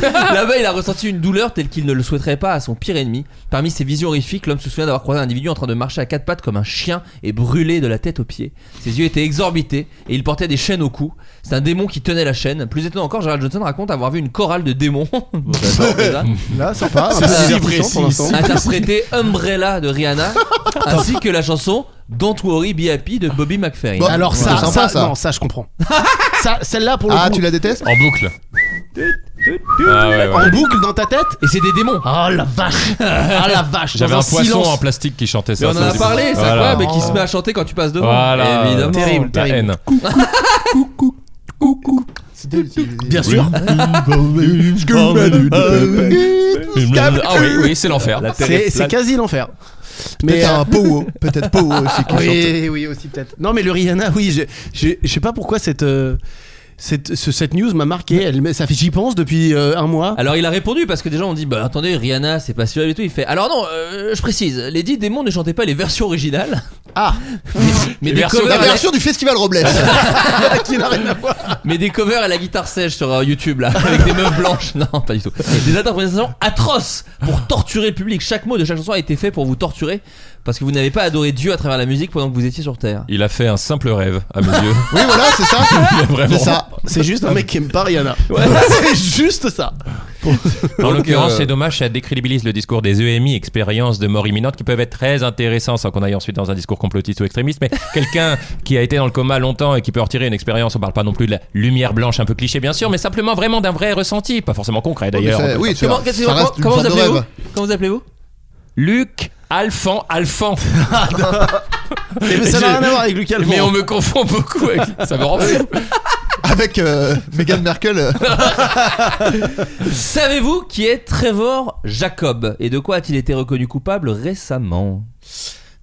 Speaker 4: Là-bas, il a ressenti une douleur telle qu'il ne le souhaiterait pas à son pire ennemi. Parmi ses visions horrifiques, l'homme se souvient d'avoir croisé un individu en train de marcher à quatre pattes comme un chien et brûlé de la tête aux pieds. Ses yeux étaient exorbités et il portait des chaînes au cou. C'est un démon qui tenait la chaîne. Plus étonnant encore, Gerald Johnson raconte avoir vu une chorale de démons. Bon, d'accord, déjà.
Speaker 6: Là, sympa. un
Speaker 7: C'est
Speaker 6: peu
Speaker 7: si
Speaker 6: divertissant
Speaker 7: précis,
Speaker 6: pour l'instant.
Speaker 7: si-
Speaker 4: Interpréter Umbrella de Rihanna ainsi que la chanson Don't Worry Be Happy de Bobby McFerrin.
Speaker 8: Bon,
Speaker 6: Alors
Speaker 8: c'est
Speaker 6: ça,
Speaker 8: sympa,
Speaker 6: ça,
Speaker 8: ça.
Speaker 6: non, ça je comprends. ça, celle-là pour le
Speaker 8: Ah,
Speaker 6: coup,
Speaker 8: tu la détestes
Speaker 7: En boucle. Ah ouais, ouais.
Speaker 6: en boucle dans ta tête.
Speaker 4: Et c'est des démons.
Speaker 6: Oh la vache, ah la vache.
Speaker 7: J'avais
Speaker 6: dans
Speaker 7: un poisson
Speaker 6: silence.
Speaker 7: en plastique qui chantait
Speaker 4: Mais
Speaker 7: ça.
Speaker 4: on en
Speaker 7: ça,
Speaker 4: a
Speaker 7: c'est-
Speaker 4: parlé, c'est
Speaker 7: Voilà.
Speaker 4: incroyable, et qui se Eh, met à chanter quand tu passes devant.
Speaker 7: Voilà.
Speaker 4: Évidemment.
Speaker 6: Oh.
Speaker 4: Bah,
Speaker 6: Terrible,
Speaker 7: La
Speaker 6: terrible.
Speaker 7: haine.
Speaker 6: Bien sûr.
Speaker 7: Ah oui, oui, c'est l'enfer.
Speaker 6: C'est c'est quasi l'enfer.
Speaker 8: Peut-être
Speaker 6: euh,
Speaker 8: un Powo. Peut-être Powo aussi qui chante.
Speaker 6: oui, oui, aussi peut-être. Non, mais le Rihanna, oui, je, je, je sais pas pourquoi cette, euh, cette, ce- cette news m'a marqué. Elle, mais ça fait, j'y pense depuis euh, un mois.
Speaker 4: Alors il a répondu parce que des gens ont dit bah attendez Rihanna c'est pas sûr et tout il fait alors non euh, je précise les dix démons ne chantaient pas les versions originales
Speaker 6: Ah,
Speaker 4: mais,
Speaker 7: Les
Speaker 4: des
Speaker 7: versions
Speaker 4: covers
Speaker 8: La
Speaker 4: à la-
Speaker 8: version du Festival Robles.
Speaker 6: qui n'a rien à voir.
Speaker 4: mais des covers à la guitare sèche sur euh, YouTube là avec des meufs blanches non pas du tout des interprétations atroces pour torturer le public chaque mot de chaque chanson a été fait pour vous torturer parce que vous n'avez pas adoré Dieu à travers la musique pendant que vous étiez sur terre
Speaker 7: Il a fait un simple rêve à mes yeux.
Speaker 8: Oui, voilà, c'est ça.
Speaker 7: Il a vraiment-
Speaker 8: C'est ça.
Speaker 6: C'est juste un mec qui aime pas Rihanna. C'est juste ça.
Speaker 7: En l'occurrence,
Speaker 8: euh,
Speaker 7: c'est dommage, ça décrédibilise le discours des EMI, expériences de mort imminente, qui peuvent être très intéressants, sans qu'on aille ensuite dans un discours complotiste ou extrémiste. Mais quelqu'un qui a été dans le coma longtemps et qui peut en tirer une expérience, on parle pas non plus de la lumière blanche, un peu cliché bien sûr, mais simplement vraiment d'un vrai ressenti, pas forcément concret
Speaker 4: Oh,
Speaker 7: d'ailleurs.
Speaker 8: Oui, c'est- Oui, tu
Speaker 4: comment,
Speaker 8: vois,
Speaker 4: qu'est-ce que-
Speaker 8: ça reste une
Speaker 4: comment vous
Speaker 8: sorte de
Speaker 4: appelez-vous
Speaker 8: rêve.
Speaker 4: comment vous appelez-vous
Speaker 7: Luc Alphand Alphand.
Speaker 6: Mais ça n'a rien à voir avec Lucas
Speaker 7: Mais on me confond beaucoup. Avec... Ça me rend fou.
Speaker 8: Avec euh, Meghan Merkel. euh,
Speaker 4: savez-vous qui est Trevor Jacob et de quoi a-t-il été reconnu coupable récemment Oh,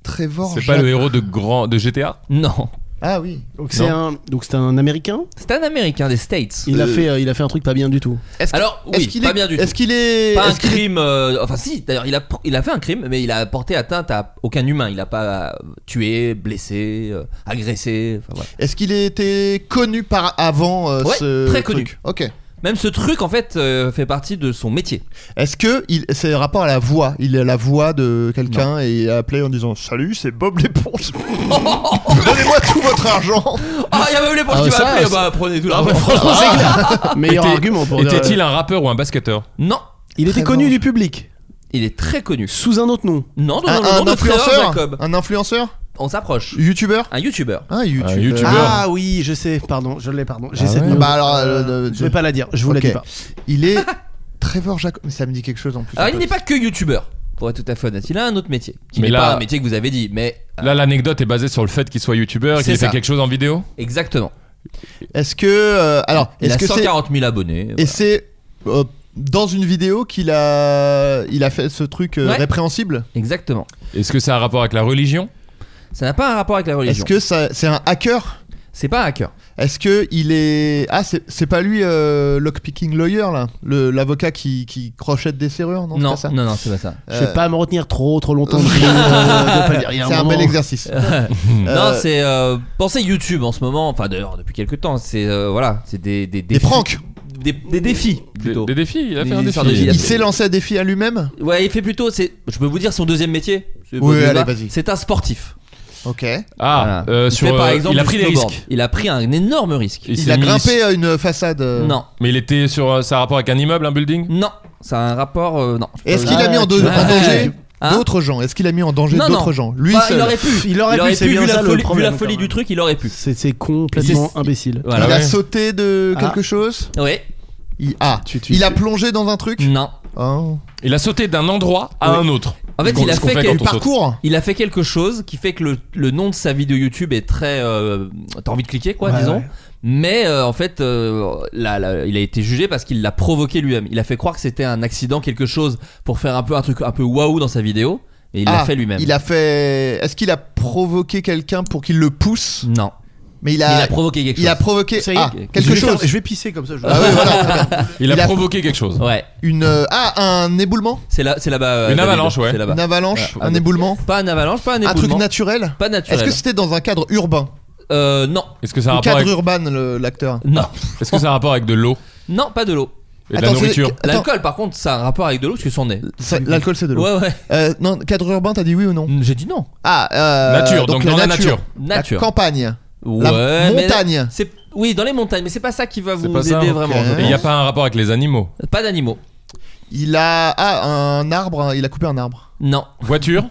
Speaker 8: Trevor.
Speaker 7: C'est pas
Speaker 8: Jacques-
Speaker 7: le héros de grand de GTA
Speaker 4: non
Speaker 8: Ah oui.
Speaker 6: Donc c'est un, donc c'est un Américain.
Speaker 4: C'est un américain des States.
Speaker 6: Il a
Speaker 8: Euh.
Speaker 6: fait, euh, il a fait un truc pas bien du tout.
Speaker 8: Est-ce qu'il-
Speaker 4: Alors, oui,
Speaker 8: est-ce qu'il
Speaker 4: pas
Speaker 8: est-
Speaker 4: bien du tout.
Speaker 8: Est-ce qu'il est.
Speaker 4: Pas un
Speaker 8: est-ce qu'il-
Speaker 4: crime. euh, enfin, si, d'ailleurs, il a, il a fait un crime, mais il a porté atteinte à aucun humain. Il a pas euh, tué, blessé, euh, agressé. Enfin, voilà.
Speaker 8: Est-ce qu'il était connu par avant euh,
Speaker 4: Ouais,
Speaker 8: ce
Speaker 4: très
Speaker 8: truc
Speaker 4: connu.
Speaker 8: Ok.
Speaker 4: Même ce truc, en fait, euh, fait partie de son métier.
Speaker 8: Est-ce que il- c'est rapport à la voix Il est la voix de quelqu'un et il a appelé en disant Salut, c'est Bob l'éponge. Donnez-moi tout votre argent.
Speaker 4: Ah, il y a même les
Speaker 6: Ah,
Speaker 4: qui m'a
Speaker 6: ça,
Speaker 4: appelé.
Speaker 6: ça-
Speaker 4: Bah, prenez tout
Speaker 8: Ah,
Speaker 4: l'argent.
Speaker 6: Meilleur
Speaker 7: Était-
Speaker 6: argument pour dire-
Speaker 7: Était-il un rappeur ou un basketteur
Speaker 4: non,
Speaker 6: Il était
Speaker 8: Très
Speaker 6: connu
Speaker 8: bon.
Speaker 6: du public
Speaker 4: il est très connu.
Speaker 6: sous un autre nom.
Speaker 4: Non, dans
Speaker 8: Un,
Speaker 4: le nom
Speaker 8: un
Speaker 4: de Trevor
Speaker 8: influenceur.
Speaker 4: Jacob.
Speaker 8: Un influenceur.
Speaker 4: On s'approche.
Speaker 8: YouTubeur.
Speaker 4: Un youtubeur.
Speaker 8: Un youtubeur.
Speaker 7: youtubeur.
Speaker 6: Ah oui, je sais. Pardon, je l'ai. Pardon, j'ai
Speaker 7: Ah
Speaker 6: cette
Speaker 7: ouais.
Speaker 6: news.
Speaker 8: Bah alors, euh,
Speaker 6: Euh,
Speaker 8: euh,
Speaker 6: je vais pas la dire. Je vous
Speaker 8: Ok.
Speaker 6: la dis pas.
Speaker 8: Il est Trevor Jacob. Mais ça me dit quelque chose en plus. un
Speaker 4: Alors, Ah, il
Speaker 8: peu.
Speaker 4: n'est pas que youtubeur. Pour être tout à fait honnête, il a un autre métier. Qui
Speaker 7: Mais
Speaker 4: n'est
Speaker 7: là-
Speaker 4: pas un métier que vous avez dit, mais euh,
Speaker 7: Ah. Là, l'anecdote est basée sur le fait qu'il soit youtubeur et
Speaker 4: C'est
Speaker 7: qu'il ait fait
Speaker 4: ça.
Speaker 7: quelque chose en vidéo
Speaker 4: exactement.
Speaker 8: Est-ce que euh, alors
Speaker 4: Il
Speaker 8: est-ce
Speaker 4: a
Speaker 8: que c'est
Speaker 4: 140 000 abonnés.
Speaker 8: et
Speaker 4: voilà.
Speaker 8: c'est euh, dans une vidéo qu'il a il a fait ce truc euh,
Speaker 4: Ouais.
Speaker 8: répréhensible
Speaker 4: Exactement.
Speaker 7: Est-ce que ça a un rapport avec la religion
Speaker 4: Ça n'a pas un rapport avec la
Speaker 8: Est-ce
Speaker 4: religion.
Speaker 8: que ça- c'est un hacker
Speaker 4: C'est pas un hacker.
Speaker 8: Est-ce que il est ah c'est c'est pas lui euh, lockpicking lawyer là le- l'avocat qui, qui crochette des serrures non, c'est
Speaker 4: Non,
Speaker 8: pas ça
Speaker 4: non, non, c'est pas ça.
Speaker 6: Je vais
Speaker 8: Euh,
Speaker 6: pas me retenir trop, trop longtemps. euh, De, de pas dire. Il y a
Speaker 8: c'est un
Speaker 6: moment-
Speaker 8: bel exercice
Speaker 7: Hmm.
Speaker 4: Non, c'est euh, pensez YouTube en ce moment. Enfin, d'ailleurs, depuis quelques temps, c'est euh, voilà, c'est des des,
Speaker 8: des
Speaker 4: défis-
Speaker 8: pranks
Speaker 4: des, des défis
Speaker 7: Des,
Speaker 4: plutôt.
Speaker 7: des défis Il a fait
Speaker 4: Des
Speaker 7: un défi.
Speaker 4: histoires de vie.
Speaker 8: il s'est lancé à défi à lui-même
Speaker 4: Ouais, il fait plutôt. C'est, je peux vous dire son deuxième métier. C'est
Speaker 8: Oui,
Speaker 4: pas-
Speaker 8: allez, vas-y.
Speaker 4: C'est un sportif.
Speaker 8: Ok.
Speaker 7: Ah, euh,
Speaker 4: Il
Speaker 7: sur,
Speaker 4: fait, par
Speaker 7: euh,
Speaker 4: exemple
Speaker 7: il a
Speaker 4: du
Speaker 7: pris des
Speaker 4: snowboard.
Speaker 7: risques.
Speaker 4: Il a pris un énorme risque.
Speaker 7: Il
Speaker 8: Il
Speaker 7: s'est
Speaker 8: a
Speaker 7: mis-
Speaker 8: grimpé à une façade. euh,
Speaker 4: Non,
Speaker 7: Mais il était sur. euh, Ça a rapport avec un immeuble, un building
Speaker 4: non, ça a un rapport. euh, non. je peux
Speaker 8: Est-ce
Speaker 4: pas-
Speaker 8: qu'il a mis en, de-
Speaker 4: tu-
Speaker 8: en danger
Speaker 4: Hein
Speaker 8: d'autres gens Est-ce qu'il a mis en danger
Speaker 4: Non, non.
Speaker 8: d'autres gens Lui
Speaker 4: Bah,
Speaker 8: seul.
Speaker 4: Il aurait pu.
Speaker 6: Il aurait pu, c'est
Speaker 4: vu, la
Speaker 6: bien ça le
Speaker 4: folie, vu
Speaker 6: problème,
Speaker 4: la folie
Speaker 6: quand
Speaker 4: du
Speaker 6: même.
Speaker 4: truc, il aurait pu.
Speaker 6: C'est c'est complètement
Speaker 4: C'est-
Speaker 6: imbécile.
Speaker 4: Voilà.
Speaker 8: il a
Speaker 7: ouais.
Speaker 8: sauté
Speaker 4: Ah.
Speaker 8: de quelque chose
Speaker 4: Oui.
Speaker 8: il... Ah,
Speaker 6: Ah, Tu- tu-
Speaker 8: il a plongé dans un truc
Speaker 4: Non.
Speaker 8: Oh.
Speaker 7: Il a sauté d'un endroit à
Speaker 4: Oui.
Speaker 7: un autre.
Speaker 4: En fait,
Speaker 7: Ce qu'on-
Speaker 4: il a
Speaker 7: ce qu'on
Speaker 4: fait
Speaker 7: quand
Speaker 4: quel
Speaker 7: on saute.
Speaker 8: Parcours
Speaker 4: Il a fait quelque chose qui fait que le, le nom de sa vidéo YouTube est très. euh, T'as envie de cliquer, quoi,
Speaker 6: Ouais,
Speaker 4: disons.
Speaker 6: ouais.
Speaker 4: Mais euh, en fait, euh, là, là, il a été jugé parce qu'il l'a provoqué lui-même. Il a fait croire que c'était un accident, quelque chose, pour faire un peu un truc un peu waouh dans sa vidéo. Et il l'a
Speaker 8: Ah,
Speaker 4: fait lui-même.
Speaker 8: Il a fait. Est-ce qu'il a provoqué quelqu'un pour qu'il le pousse
Speaker 4: Non.
Speaker 8: Mais il
Speaker 4: Mais Il
Speaker 8: a.
Speaker 4: a provoqué quelque
Speaker 8: Ah, il a
Speaker 4: chose.
Speaker 8: provoqué
Speaker 6: Ça y est,
Speaker 8: ah,
Speaker 6: Je
Speaker 8: quelque
Speaker 6: vais faire-
Speaker 8: chose.
Speaker 6: Je vais pisser comme ça. je-
Speaker 8: Ah oui, voilà, très bien.
Speaker 7: Il a,
Speaker 8: Il a-
Speaker 7: provoqué quelque chose.
Speaker 4: Ouais.
Speaker 8: Une euh, ah un éboulement,
Speaker 4: C'est là, c'est là-bas. euh,
Speaker 7: Une
Speaker 4: David.
Speaker 7: avalanche, ouais.
Speaker 4: C'est là-bas.
Speaker 8: une avalanche,
Speaker 4: Ouais.
Speaker 8: un
Speaker 4: Ah,
Speaker 8: éboulement,
Speaker 4: Pas un avalanche, pas un
Speaker 8: un truc
Speaker 4: éboulement.
Speaker 8: naturel.
Speaker 4: pas
Speaker 8: Est-ce
Speaker 4: naturel.
Speaker 8: que c'était dans un cadre urbain
Speaker 4: euh, non.
Speaker 7: Est-ce que ça a
Speaker 8: Ou
Speaker 7: rapport
Speaker 8: cadre
Speaker 7: avec...
Speaker 8: urbain le- l'acteur
Speaker 4: Non.
Speaker 7: Est-ce que ça a rapport avec de l'eau
Speaker 4: Non, pas de l'eau.
Speaker 7: et de
Speaker 8: Attends,
Speaker 7: la
Speaker 8: c'est-
Speaker 7: nourriture
Speaker 8: Attends.
Speaker 4: L'alcool, par contre, ça a un rapport avec de l'eau parce que c'en est.
Speaker 8: Ça- L'alcool c'est de l'eau.
Speaker 4: Ouais, ouais.
Speaker 8: Euh, non, cadre urbain, t'as dit oui ou non
Speaker 4: J'ai dit non.
Speaker 8: Ah, euh,
Speaker 7: Nature, donc, dans la nature.
Speaker 4: Nature.
Speaker 8: La campagne.
Speaker 4: Ouais, mais-
Speaker 8: montagne.
Speaker 4: c'est oui dans les montagnes, mais c'est pas ça qui va
Speaker 7: C'est
Speaker 4: vous
Speaker 7: pas
Speaker 4: aider
Speaker 7: ça, ok.
Speaker 4: vraiment.
Speaker 7: Et
Speaker 8: Euh,
Speaker 4: je
Speaker 7: Il n'y a
Speaker 4: pense.
Speaker 7: pas un rapport avec les animaux.
Speaker 4: Pas d'animaux.
Speaker 8: Il a ah, un arbre, hein, il a coupé un arbre.
Speaker 4: Non.
Speaker 7: Voiture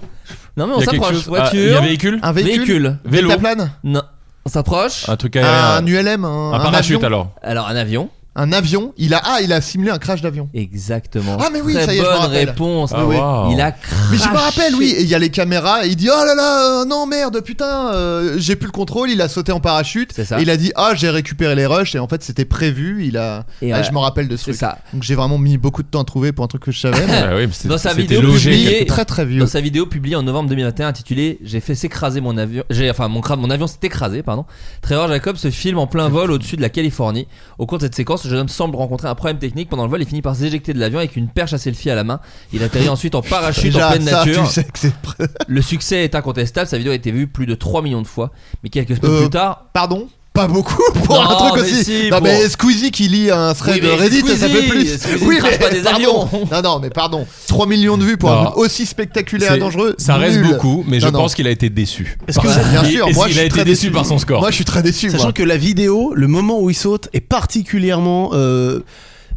Speaker 4: Non mais on
Speaker 7: Il y a quelque
Speaker 4: s'approche.
Speaker 7: chose Ah, Il y
Speaker 4: Voiture.
Speaker 7: a véhicule
Speaker 8: Un véhicule,
Speaker 4: Véhicule.
Speaker 7: Vélo. Ah.
Speaker 8: Deltaplane
Speaker 4: Non. On s'approche.
Speaker 7: Un truc
Speaker 8: un
Speaker 7: aérien.
Speaker 8: ULM, un,
Speaker 7: Un parachute
Speaker 8: avion.
Speaker 7: alors.
Speaker 4: Alors un avion.
Speaker 8: Un avion, il a ah, il a simulé un crash d'avion.
Speaker 4: Exactement.
Speaker 8: Ah, mais oui,
Speaker 4: Très
Speaker 8: ça y est, je me
Speaker 4: bonne
Speaker 8: rappelle.
Speaker 4: réponse.
Speaker 7: Ah,
Speaker 8: oui.
Speaker 7: waouh.
Speaker 4: Il a craché.
Speaker 8: Mais je me rappelle, oui, et il y a les caméras, et il dit Oh là là, euh, non, merde, putain, euh, j'ai plus le contrôle, il a sauté en parachute.
Speaker 4: C'est ça.
Speaker 8: Et il a dit Ah, j'ai récupéré les rushs, et en fait, c'était prévu, il a.
Speaker 4: Et
Speaker 8: Ah,
Speaker 4: ouais.
Speaker 8: je me rappelle de ce
Speaker 4: C'est
Speaker 8: truc.
Speaker 4: ça.
Speaker 8: Donc j'ai vraiment mis beaucoup de temps à trouver pour un truc que je savais. mais
Speaker 7: Ah oui, mais c'est-
Speaker 4: Dans sa
Speaker 7: c'était
Speaker 4: vidéo
Speaker 7: logé
Speaker 4: publiée-
Speaker 7: quelque-
Speaker 8: Très très vieux.
Speaker 4: Dans sa vidéo publiée en novembre 2021 intitulée J'ai fait s'écraser mon avion, j'ai enfin mon crâne, mon avion s'est écrasé, pardon. Trevor Jacob se filme en plein vol au-dessus de la Californie. Au cours de cette séquence, le jeune homme semble rencontrer un problème technique pendant le vol et finit par s'éjecter de l'avion avec une perche à selfie à la main. Il atterrit ensuite en parachute
Speaker 8: Déjà,
Speaker 4: en pleine
Speaker 8: ça,
Speaker 4: nature.
Speaker 8: tu sais que c'est.
Speaker 4: Le succès est incontestable, sa vidéo a été vue plus de 3 millions de fois, mais quelques semaines
Speaker 8: Euh,
Speaker 4: plus tard,
Speaker 8: Pardon Pas beaucoup pour
Speaker 4: Non,
Speaker 8: un truc
Speaker 4: mais
Speaker 8: aussi.
Speaker 4: si,
Speaker 8: non,
Speaker 4: pour-
Speaker 8: mais Squeezie qui lit un thread
Speaker 4: Oui,
Speaker 8: de
Speaker 4: mais
Speaker 8: Reddit, ça
Speaker 4: Squeezie,
Speaker 8: fait plus.
Speaker 4: Squeezie
Speaker 8: oui,
Speaker 4: crache
Speaker 8: mais
Speaker 4: pas des
Speaker 8: pardon.
Speaker 4: avions.
Speaker 8: Non, non, mais pardon. 3 millions de vues pour un
Speaker 7: Non.
Speaker 8: truc aussi spectaculaire et
Speaker 7: C'est-
Speaker 8: dangereux.
Speaker 7: Ça reste
Speaker 8: nul.
Speaker 7: beaucoup, mais je
Speaker 8: Non, non.
Speaker 7: pense qu'il a été déçu.
Speaker 6: Est-ce que vous
Speaker 8: Bah,
Speaker 6: êtes-
Speaker 8: Bien
Speaker 7: Et-
Speaker 8: sûr,
Speaker 7: et
Speaker 8: moi
Speaker 7: s'il
Speaker 8: je
Speaker 7: a
Speaker 8: suis
Speaker 7: été
Speaker 8: très
Speaker 7: déçu par son score.
Speaker 8: Moi je suis très déçu. moi.
Speaker 6: Sachant que la vidéo, le moment où il saute est particulièrement euh,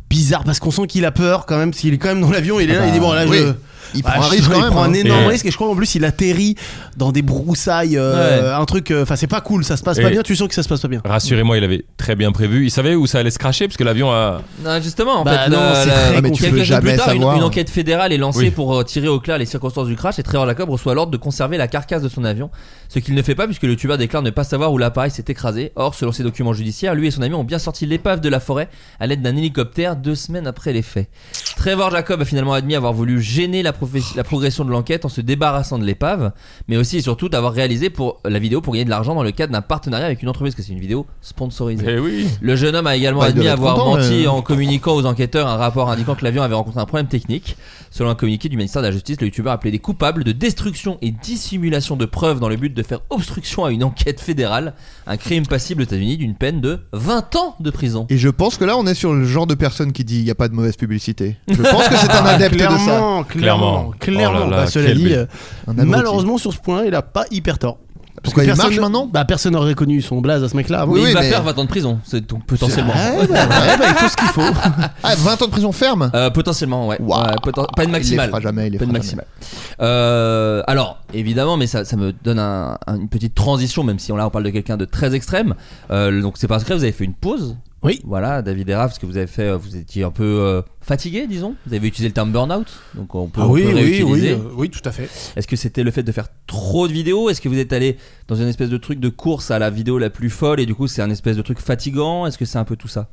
Speaker 6: bizarre parce qu'on sent qu'il a peur quand même. S'il est quand même dans l'avion, il est là, il dit bon là
Speaker 8: oui.
Speaker 6: je.
Speaker 8: Il
Speaker 6: Ah,
Speaker 8: prend un
Speaker 6: je-
Speaker 8: risque quand
Speaker 6: il
Speaker 8: même.
Speaker 6: prend
Speaker 8: hein.
Speaker 6: un énorme
Speaker 7: Et-
Speaker 6: risque et je crois en plus il atterrit dans des broussailles, euh, un truc, euh, enfin c'est pas cool, ça se passe pas
Speaker 7: Et-
Speaker 6: bien, tu sens que ça se passe pas bien.
Speaker 7: Rassurez-moi, il avait très bien prévu. Il savait où ça allait se cracher parce que l'avion a.
Speaker 4: Non, Ah, justement, en
Speaker 6: Bah
Speaker 4: fait,
Speaker 6: non,
Speaker 4: la-
Speaker 6: c'est
Speaker 4: euh, la- la-
Speaker 6: très
Speaker 8: Ah, compliqué. Mais tu peux
Speaker 4: quelques jours plus
Speaker 8: jamais
Speaker 4: tard, une,
Speaker 8: savoir. hein.
Speaker 4: une enquête fédérale est lancée
Speaker 7: Oui.
Speaker 4: pour euh, tirer au clair les circonstances du crash et Trevor Jacob reçoit l'ordre de conserver la carcasse de son avion, ce qu'il ne fait pas puisque le tueur déclare ne pas savoir où l'appareil s'est écrasé. Or, selon ses documents judiciaires, lui et son ami ont bien sorti l'épave de la forêt à l'aide d'un hélicoptère deux semaines après les faits. Trevor Jacob a finalement admis avoir voulu gêner la, professe- la progression de l'enquête en se débarrassant de l'épave, mais aussi et surtout d'avoir réalisé pour la vidéo pour gagner de l'argent dans le cadre d'un partenariat avec une entreprise, parce que c'est une vidéo sponsorisée.
Speaker 7: Eh oui.
Speaker 4: Le jeune homme a également
Speaker 8: Bah, il
Speaker 4: admis
Speaker 8: devait être
Speaker 4: avoir
Speaker 8: content,
Speaker 4: menti
Speaker 8: mais-
Speaker 4: en communiquant aux enquêteurs un rapport indiquant que l'avion avait rencontré un problème technique. Selon un communiqué du ministère de la Justice, le youtubeur a plaidé coupable de destruction et dissimulation de preuves dans le but de faire obstruction à une enquête fédérale, un crime passible aux États-Unis d'une peine de 20 ans de prison.
Speaker 8: Et je pense que là on est sur le genre de personne qui dit il n'y a pas de mauvaise publicité. Je pense que c'est un adepte de ça.
Speaker 6: Ah,
Speaker 7: Clairement.
Speaker 6: clairement, clairement, clairement.
Speaker 7: Oh là là,
Speaker 6: Bah, cela
Speaker 7: quel
Speaker 6: dit,
Speaker 7: bête.
Speaker 6: euh,
Speaker 8: Un abruti.
Speaker 6: malheureusement sur ce point, il a pas hyper tort. Parce
Speaker 8: Pourquoi il
Speaker 6: personne-
Speaker 8: marche maintenant
Speaker 6: Bah personne n'aurait connu son blaze à ce mec-là avant.
Speaker 8: Oui,
Speaker 4: il va
Speaker 8: mais-
Speaker 4: faire 20 ans de prison, c'est donc potentiellement.
Speaker 8: Ouais, bah, ouais, bah, il faut ce qu'il faut. Ah, 20 ans de prison ferme
Speaker 4: Euh, potentiellement, ouais.
Speaker 8: Waouh.
Speaker 4: Ouais, poten- peine
Speaker 8: Il
Speaker 4: maximale.
Speaker 8: les fera jamais, il les
Speaker 4: Peine
Speaker 8: fera
Speaker 4: maximale. Euh, alors, évidemment, mais ça, ça me donne un- un- une petite transition, même si on, là on parle de quelqu'un de très extrême. Euh, donc c'est pas secret, vous avez fait une pause.
Speaker 6: Oui.
Speaker 4: Voilà, David Era, parce que vous avez fait, euh, vous étiez un peu euh, fatigué, disons. Vous avez utilisé le terme burn-out, donc on peut,
Speaker 6: Ah
Speaker 4: on
Speaker 6: oui,
Speaker 4: peut
Speaker 6: oui, oui,
Speaker 4: réutiliser.
Speaker 6: euh, oui, tout à fait.
Speaker 4: Est-ce que c'était le fait de faire trop de vidéos Est-ce que vous êtes allé dans une espèce de truc de course à la vidéo la plus folle et du coup c'est un espèce de truc fatigant Est-ce que c'est un peu tout ça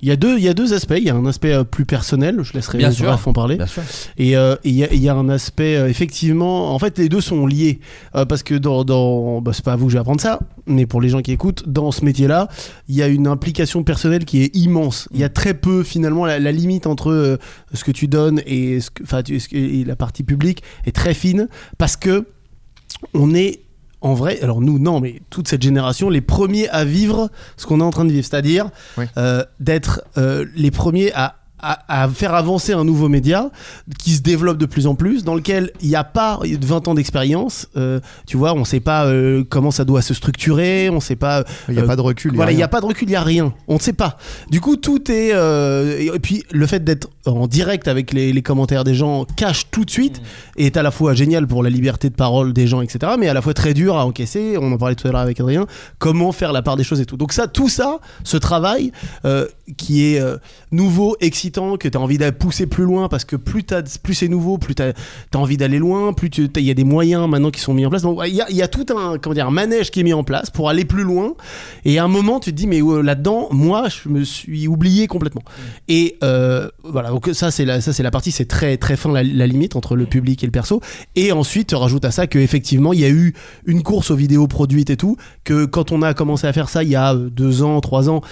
Speaker 6: Il y, a deux, il y a deux aspects. Il y a un aspect euh, plus personnel, je laisserai
Speaker 4: Bien
Speaker 6: Bien
Speaker 4: sûr.
Speaker 6: en parler.
Speaker 4: Bien sûr.
Speaker 6: Et euh, et il y, a- il y a un aspect, euh, effectivement, en fait, les deux sont liés. Euh, parce que dans. dans bah, c'est pas à vous que je vais apprendre ça, mais pour les gens qui écoutent, dans ce métier-là, il y a une implication personnelle qui est immense. Il y a
Speaker 8: Mm.
Speaker 6: très peu, finalement, la, la limite entre euh, ce que tu donnes et, ce que, enfin, tu- ce que- et la partie publique est très fine. Parce que on est. En vrai, alors nous, non, mais toute cette génération, les premiers à vivre ce qu'on est en train de vivre, c'est-à-dire
Speaker 8: Oui.
Speaker 6: euh, d'être euh, les premiers à à, à faire avancer un nouveau média qui se développe de plus en plus, dans lequel il n'y a pas 20 ans d'expérience. euh, tu vois, on ne sait pas euh, comment ça doit se structurer, on ne sait pas. euh,
Speaker 8: Il y
Speaker 4: Euh,
Speaker 8: a pas de recul, il y a
Speaker 6: Voilà, il n'y a
Speaker 8: rien.
Speaker 6: pas de recul, il n'y a rien. On ne sait pas. Du coup, tout est. euh, et et puis, le fait d'être en direct avec les, les commentaires des gens cache tout de
Speaker 8: Mm.
Speaker 6: suite et est à la fois génial pour la liberté de parole des gens, etc., mais à la fois très dur à encaisser. On en parlait tout à l'heure avec Adrien. Comment faire la part des choses et tout. Donc, ça, tout ça, ce travail euh, qui est euh, nouveau, excitant, que tu as envie d'aller pousser plus loin parce que plus, t'as- plus c'est nouveau, plus tu as, envie d'aller loin, plus tu- t'as- il y a des moyens maintenant qui sont mis en place. Donc, il y a, il y a tout un, comment dire, un manège qui est mis en place pour aller plus loin. Et à un moment, tu te dis, mais euh, là-dedans, moi, je me suis oublié complètement. Et euh, voilà, donc ça, c'est la, ça, c'est la partie, c'est très, très fin la, la limite entre le public et le perso. Et ensuite, rajoute à ça qu'effectivement, il y a eu une course aux vidéos produites et tout, que quand on a commencé à faire ça il y a euh, deux ans, trois ans,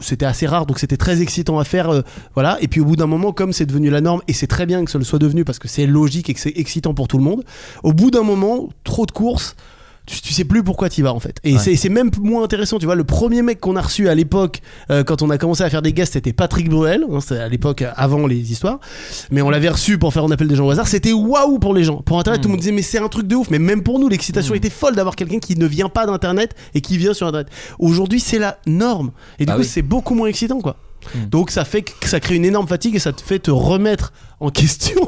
Speaker 6: c'était assez rare, donc c'était très excitant à faire. euh, voilà. Et puis au bout d'un moment, comme c'est devenu la norme, et c'est très bien que ce le soit devenu parce que c'est logique et que c'est excitant pour tout le monde, au bout d'un moment, trop de courses. Tu, tu sais plus pourquoi tu vas en fait. Et
Speaker 2: Ouais.
Speaker 6: c'est c'est même moins intéressant. Tu vois, le premier mec qu'on a reçu à l'époque, euh, quand on a commencé à faire des guests, c'était Patrick Bruel. hein, c'est à l'époque, euh, avant les histoires. Mais on l'avait reçu pour faire On appelle des gens au hasard. C'était waouh pour les gens. Pour Internet,
Speaker 4: Hmm.
Speaker 6: tout le monde disait, mais c'est un truc de ouf. Mais même pour nous, l'excitation était folle d'avoir quelqu'un qui ne vient pas d'Internet et qui vient sur Internet. Aujourd'hui, c'est la norme. Et du
Speaker 4: Bah
Speaker 6: coup,
Speaker 4: oui. Hmm.
Speaker 6: c'est beaucoup moins excitant, quoi. Donc ça fait que ça crée une énorme fatigue et ça te fait te remettre en question.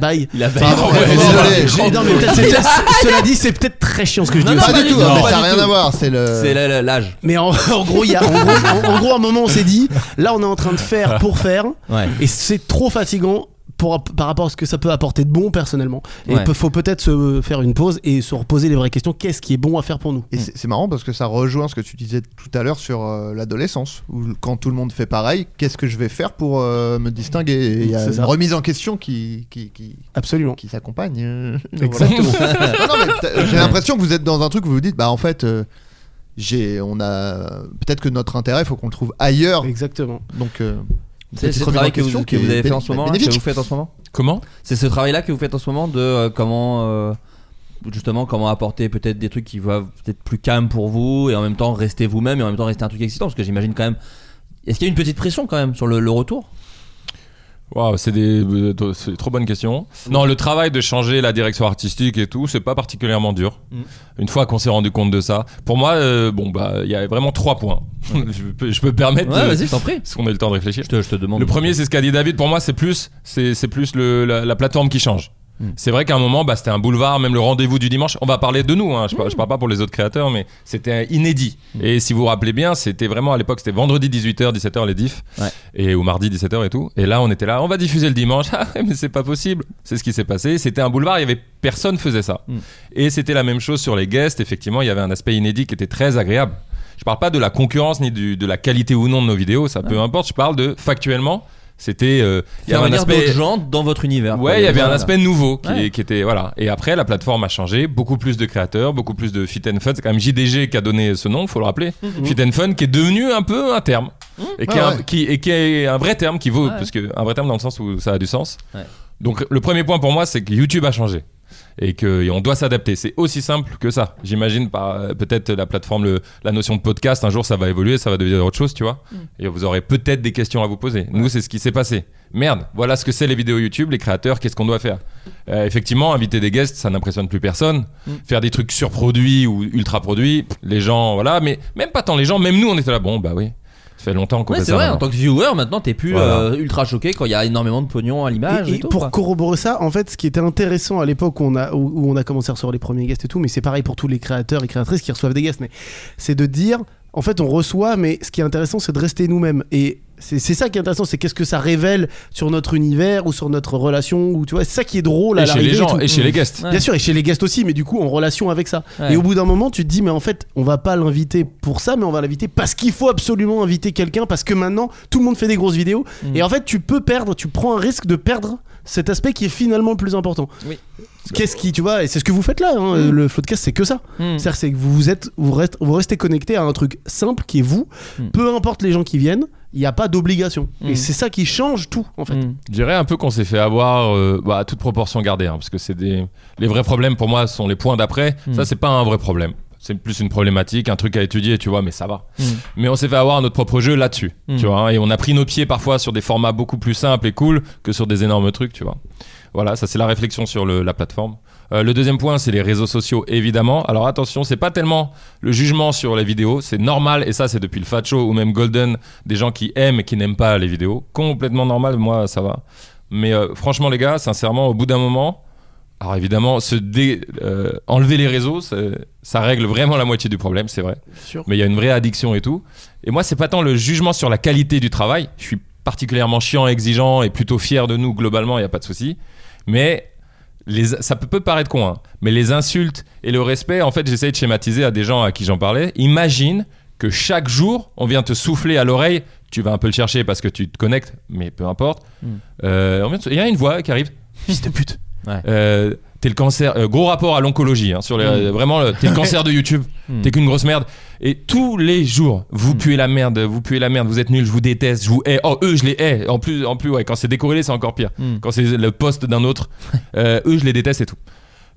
Speaker 6: Bye.
Speaker 4: Il a
Speaker 8: Pardon, ouais, bah, désolé.
Speaker 6: J'ai- non, mais peut-être c'est- cela dit, c'est peut-être très chiant ce que je dis.
Speaker 8: Non, non,
Speaker 6: aussi.
Speaker 8: pas du tout, mais ça n'a rien à voir, c'est le.
Speaker 4: C'est la- la- l'âge.
Speaker 6: Mais en, en gros, il y a, en, gros, en- en gros, à un moment, on s'est dit, là, on est en train de faire pour faire,
Speaker 4: Ouais.
Speaker 6: et c'est trop fatigant pour, par rapport à ce que ça peut apporter de bon personnellement. Et
Speaker 4: Ouais.
Speaker 6: il faut peut-être se faire une pause et se reposer les vraies questions. Qu'est-ce qui est bon à faire pour nous
Speaker 8: Et c'est c'est marrant parce que ça rejoint ce que tu disais tout à l'heure sur euh, l'adolescence, où quand tout le monde fait pareil, qu'est-ce que je vais faire pour euh, me distinguer Et Il y a
Speaker 6: C'est
Speaker 8: une
Speaker 6: ça.
Speaker 8: remise en question qui, qui, qui,
Speaker 6: Absolument.
Speaker 8: qui s'accompagne. euh,
Speaker 6: Exactement.
Speaker 8: voilà. Non, non, mais t'as- J'ai l'impression que vous êtes dans un truc où vous vous dites, bah en fait, euh, j'ai, on a peut-être que notre intérêt, il faut qu'on le trouve ailleurs.
Speaker 6: Exactement.
Speaker 8: Donc, euh,
Speaker 4: C'est
Speaker 8: peut-être
Speaker 4: ce
Speaker 8: remise en
Speaker 4: travail que vous,
Speaker 8: question
Speaker 4: que
Speaker 8: qui
Speaker 4: vous
Speaker 8: est
Speaker 4: avez fait en ce
Speaker 8: béné-
Speaker 4: moment, là, que
Speaker 8: bénéfique.
Speaker 4: vous faites en ce moment
Speaker 7: Comment
Speaker 4: C'est ce travail-là que vous faites en ce moment de euh, comment euh, justement comment apporter peut-être des trucs qui vont peut-être plus calmes pour vous et en même temps rester vous-même et en même temps rester un truc excitant parce que j'imagine quand même. Est-ce qu'il y a une petite pression quand même sur le, le retour
Speaker 7: Waouh, c'est des euh, c'est des trop bonnes questions.
Speaker 4: Mm.
Speaker 7: Non, le travail de changer la direction artistique et tout, c'est pas particulièrement dur.
Speaker 4: Mm.
Speaker 7: Une fois qu'on s'est rendu compte de ça, pour moi, euh, bon bah, il y a vraiment trois points. je, peux, je peux me permettre.
Speaker 4: Ouais,
Speaker 7: de-
Speaker 4: vas-y, je t'en prie.
Speaker 7: Parce qu'on a eu le temps de réfléchir.
Speaker 4: Je te, je te demande.
Speaker 7: Le premier, c'est ce qu'a dit David. Pour moi, c'est plus, c'est c'est plus le- la, la plateforme qui change.
Speaker 4: Hmm.
Speaker 7: C'est vrai qu'à un moment, bah, c'était un boulevard, même le rendez-vous du dimanche. On va parler de nous, hein, je,
Speaker 4: Hmm.
Speaker 7: par- je parle pas pour les autres créateurs, mais c'était inédit. Et si vous vous rappelez bien, c'était vraiment à l'époque, c'était vendredi 18h, 17h les diffs,
Speaker 4: Ouais.
Speaker 7: et, ou mardi 17h et tout. Et là, on était là, on va diffuser le dimanche. Ah, mais c'est pas possible. C'est ce qui s'est passé. C'était un boulevard, il y avait personne faisait ça. Et c'était la même chose sur les guests. Effectivement, il y avait un aspect inédit qui était très agréable. Je parle pas de la concurrence ni du- de la qualité ou non de nos vidéos, ça peu importe. Je parle de factuellement, c'était. euh, il y
Speaker 4: Faire
Speaker 7: avait un
Speaker 4: venir
Speaker 7: aspect.
Speaker 4: d'autres gens dans votre univers. quoi.
Speaker 7: Ouais, il y avait un
Speaker 4: Voilà.
Speaker 7: aspect nouveau qui,
Speaker 4: Ouais.
Speaker 7: qui était voilà. Et après, la plateforme a changé, beaucoup plus de créateurs, beaucoup plus de fit and fun. C'est quand même JDG qui a donné ce nom, faut le rappeler.
Speaker 4: Mhm.
Speaker 7: Fit and fun qui est devenu un peu un terme et qui, est
Speaker 8: Ouais,
Speaker 7: un,
Speaker 8: ouais.
Speaker 7: qui- et qui est un vrai terme qui vaut
Speaker 4: Ouais.
Speaker 7: parce que un vrai terme dans le sens où ça a du sens.
Speaker 4: Ouais.
Speaker 7: Donc le premier point pour moi, c'est que YouTube a changé et que et on doit s'adapter. C'est aussi simple que ça. J'imagine par euh, peut-être la plateforme, le- la notion de podcast. Un jour, ça va évoluer, ça va devenir autre chose, tu vois. Et vous aurez peut-être des questions à vous poser. Nous, c'est ce qui s'est passé. Merde, voilà ce que c'est les vidéos YouTube, les créateurs, qu'est-ce qu'on doit faire Euh, Effectivement, inviter des guests, ça n'impressionne plus personne. Faire des trucs surproduits ou ultra produits, les gens, voilà. Mais même pas tant les gens, même nous, on était là. Bon, bah oui. Ça fait longtemps qu'on
Speaker 4: Ouais,
Speaker 7: fait
Speaker 4: c'est
Speaker 7: ça,
Speaker 4: vrai,
Speaker 7: maintenant.
Speaker 4: en tant que viewer, maintenant t'es plus
Speaker 7: Voilà.
Speaker 4: euh, ultra choqué quand il y a énormément de pognon à l'image.
Speaker 6: Et,
Speaker 4: Et,
Speaker 6: et
Speaker 4: tout,
Speaker 6: pour
Speaker 4: quoi.
Speaker 6: corroborer ça, en fait, ce qui était intéressant à l'époque où, on a- où- où on a commencé à recevoir les premiers guests et tout, mais c'est pareil pour tous les créateurs et créatrices qui reçoivent des guests, mais c'est de dire, en fait, on reçoit, mais ce qui est intéressant, c'est de rester nous-mêmes. Et c'est c'est ça qui est intéressant, c'est qu'est-ce que ça révèle sur notre univers ou sur notre relation, ou tu vois, c'est ça qui est drôle à
Speaker 7: Et chez
Speaker 6: l'arrivée
Speaker 7: les
Speaker 6: et
Speaker 7: gens,
Speaker 6: tout. Mm.
Speaker 7: et chez les guests.
Speaker 4: Ouais.
Speaker 6: Bien sûr, et chez les guests aussi, mais du coup en relation avec ça.
Speaker 4: Ouais.
Speaker 6: Et au bout d'un moment, tu te dis, mais en fait, on va pas l'inviter pour ça, mais on va l'inviter parce qu'il faut absolument inviter quelqu'un, parce que maintenant, tout le monde fait des grosses vidéos.
Speaker 4: Mm.
Speaker 6: Et en fait, tu peux perdre, tu prends un risque de perdre cet aspect qui est finalement le plus important.
Speaker 4: Oui.
Speaker 6: Qu'est-ce qui, tu vois, et c'est ce que vous faites là, hein, le podcast, c'est que ça.
Speaker 4: Mm.
Speaker 6: C'est-à-dire c'est que vous, vous êtes, vous, restez, vous restez connecté à un truc simple qui est vous,
Speaker 4: Mm.
Speaker 6: peu importe les gens qui viennent, il n'y a pas d'obligation.
Speaker 4: Mm.
Speaker 6: Et c'est ça qui change tout, en fait.
Speaker 4: Mm.
Speaker 7: Je dirais un peu qu'on s'est fait avoir, euh, bah, à toute proportion gardée, hein, parce que c'est des... les vrais problèmes pour moi sont les points d'après.
Speaker 4: Mm.
Speaker 7: Ça, c'est pas un vrai problème. C'est plus une problématique, un truc à étudier, tu vois, mais ça va.
Speaker 2: Mm.
Speaker 7: Mais on s'est fait avoir notre propre jeu là-dessus,
Speaker 2: Mm.
Speaker 7: tu vois. hein, et on a pris nos pieds parfois sur des formats beaucoup plus simples et cool que sur des énormes trucs, tu vois. Voilà, ça c'est la réflexion sur le- la plateforme. Euh, le deuxième point, c'est les réseaux sociaux, évidemment. Alors attention, c'est pas tellement le jugement sur les vidéos, c'est normal, et ça c'est depuis le Fat Show ou même Golden, des gens qui aiment et qui n'aiment pas les vidéos. Complètement normal, moi ça va. Mais euh, franchement, les gars, sincèrement, au bout d'un moment, alors évidemment, se dé- euh, enlever les réseaux, ça, ça règle vraiment la moitié du problème, c'est vrai.
Speaker 6: sûr.
Speaker 7: Mais il y a une vraie addiction et tout. Et moi, c'est pas tant le jugement sur la qualité du travail. Je suis particulièrement chiant, exigeant et plutôt fier de nous globalement, il n'y a pas de souci. Mais les, ça peut, peut paraître con, hein, mais les insultes et le respect, en fait, j'essaye de schématiser à des gens à qui j'en parlais. Imagine que chaque jour, on vient te souffler à l'oreille. Tu vas un peu le chercher parce que tu te connectes, mais peu importe.
Speaker 2: Mm.
Speaker 7: Euh, on vient de- il y a une voix qui arrive. Fils de pute.
Speaker 2: Ouais.
Speaker 7: Euh, t'es le cancer. euh, gros rapport à l'oncologie. hein, sur les,
Speaker 2: Mm.
Speaker 7: Vraiment, le- t'es le cancer de YouTube.
Speaker 2: Mm.
Speaker 7: T'es qu'une grosse merde. Et tous les jours, vous puez la merde, vous puez la merde, vous êtes nuls, je vous déteste, je vous hais. Oh, eux, je les hais. En plus, en plus ouais, quand c'est décorrélé, c'est encore pire.
Speaker 2: Mm.
Speaker 7: Quand c'est le poste d'un autre, euh, eux, je les déteste et tout.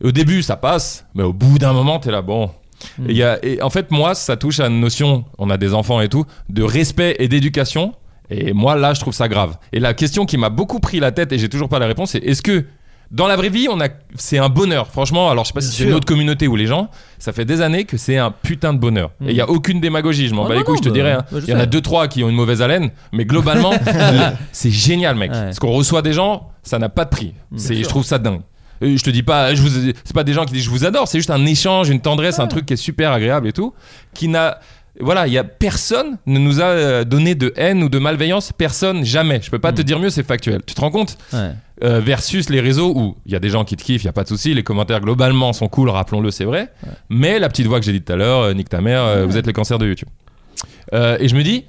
Speaker 7: Au début, ça passe, mais au bout d'un moment, t'es là, bon.
Speaker 2: Mm.
Speaker 7: Et, il y a- et en fait, moi, ça touche à une notion, on a des enfants et tout, de respect et d'éducation. Et moi, là, je trouve ça grave. Et la question qui m'a beaucoup pris la tête et j'ai toujours pas la réponse, c'est est-ce que dans la vraie vie, on a, c'est un bonheur, franchement. Alors, je sais pas si c'est
Speaker 6: sûr.
Speaker 7: notre communauté ou les gens, ça fait des années que c'est un putain de bonheur. Et il y a aucune démagogie, je m'en
Speaker 2: Ah
Speaker 7: bats
Speaker 2: Mm. non,
Speaker 7: les couilles,
Speaker 2: non,
Speaker 7: je te
Speaker 2: bah,
Speaker 7: dirais. hein.
Speaker 2: bah, je
Speaker 7: Il y en a
Speaker 2: sais.
Speaker 7: deux, trois qui ont une mauvaise haleine, mais globalement, le- c'est génial, mec.
Speaker 2: Ouais.
Speaker 7: Ce qu'on reçoit des gens, ça n'a pas de prix. C'est,
Speaker 2: sûr.
Speaker 7: je trouve ça dingue. Et je te dis pas, je vous, c'est pas des gens qui disent je vous adore, c'est juste un échange, une tendresse, un truc qui est super agréable et tout, qui n'a, voilà, il y a personne ne nous a euh, donné de haine ou de malveillance, personne, jamais. Je peux
Speaker 2: Mm.
Speaker 7: pas te dire mieux, c'est factuel. Tu te rends compte
Speaker 2: Ouais.
Speaker 7: euh, versus les réseaux où il y a des gens qui te kiffent, il y a pas de souci, les commentaires globalement sont cool, rappelons-le, c'est vrai. Mais la petite voix que j'ai dit tout à l'heure, euh, nique ta mère, euh, vous êtes le cancer de YouTube. Euh, et je me dis,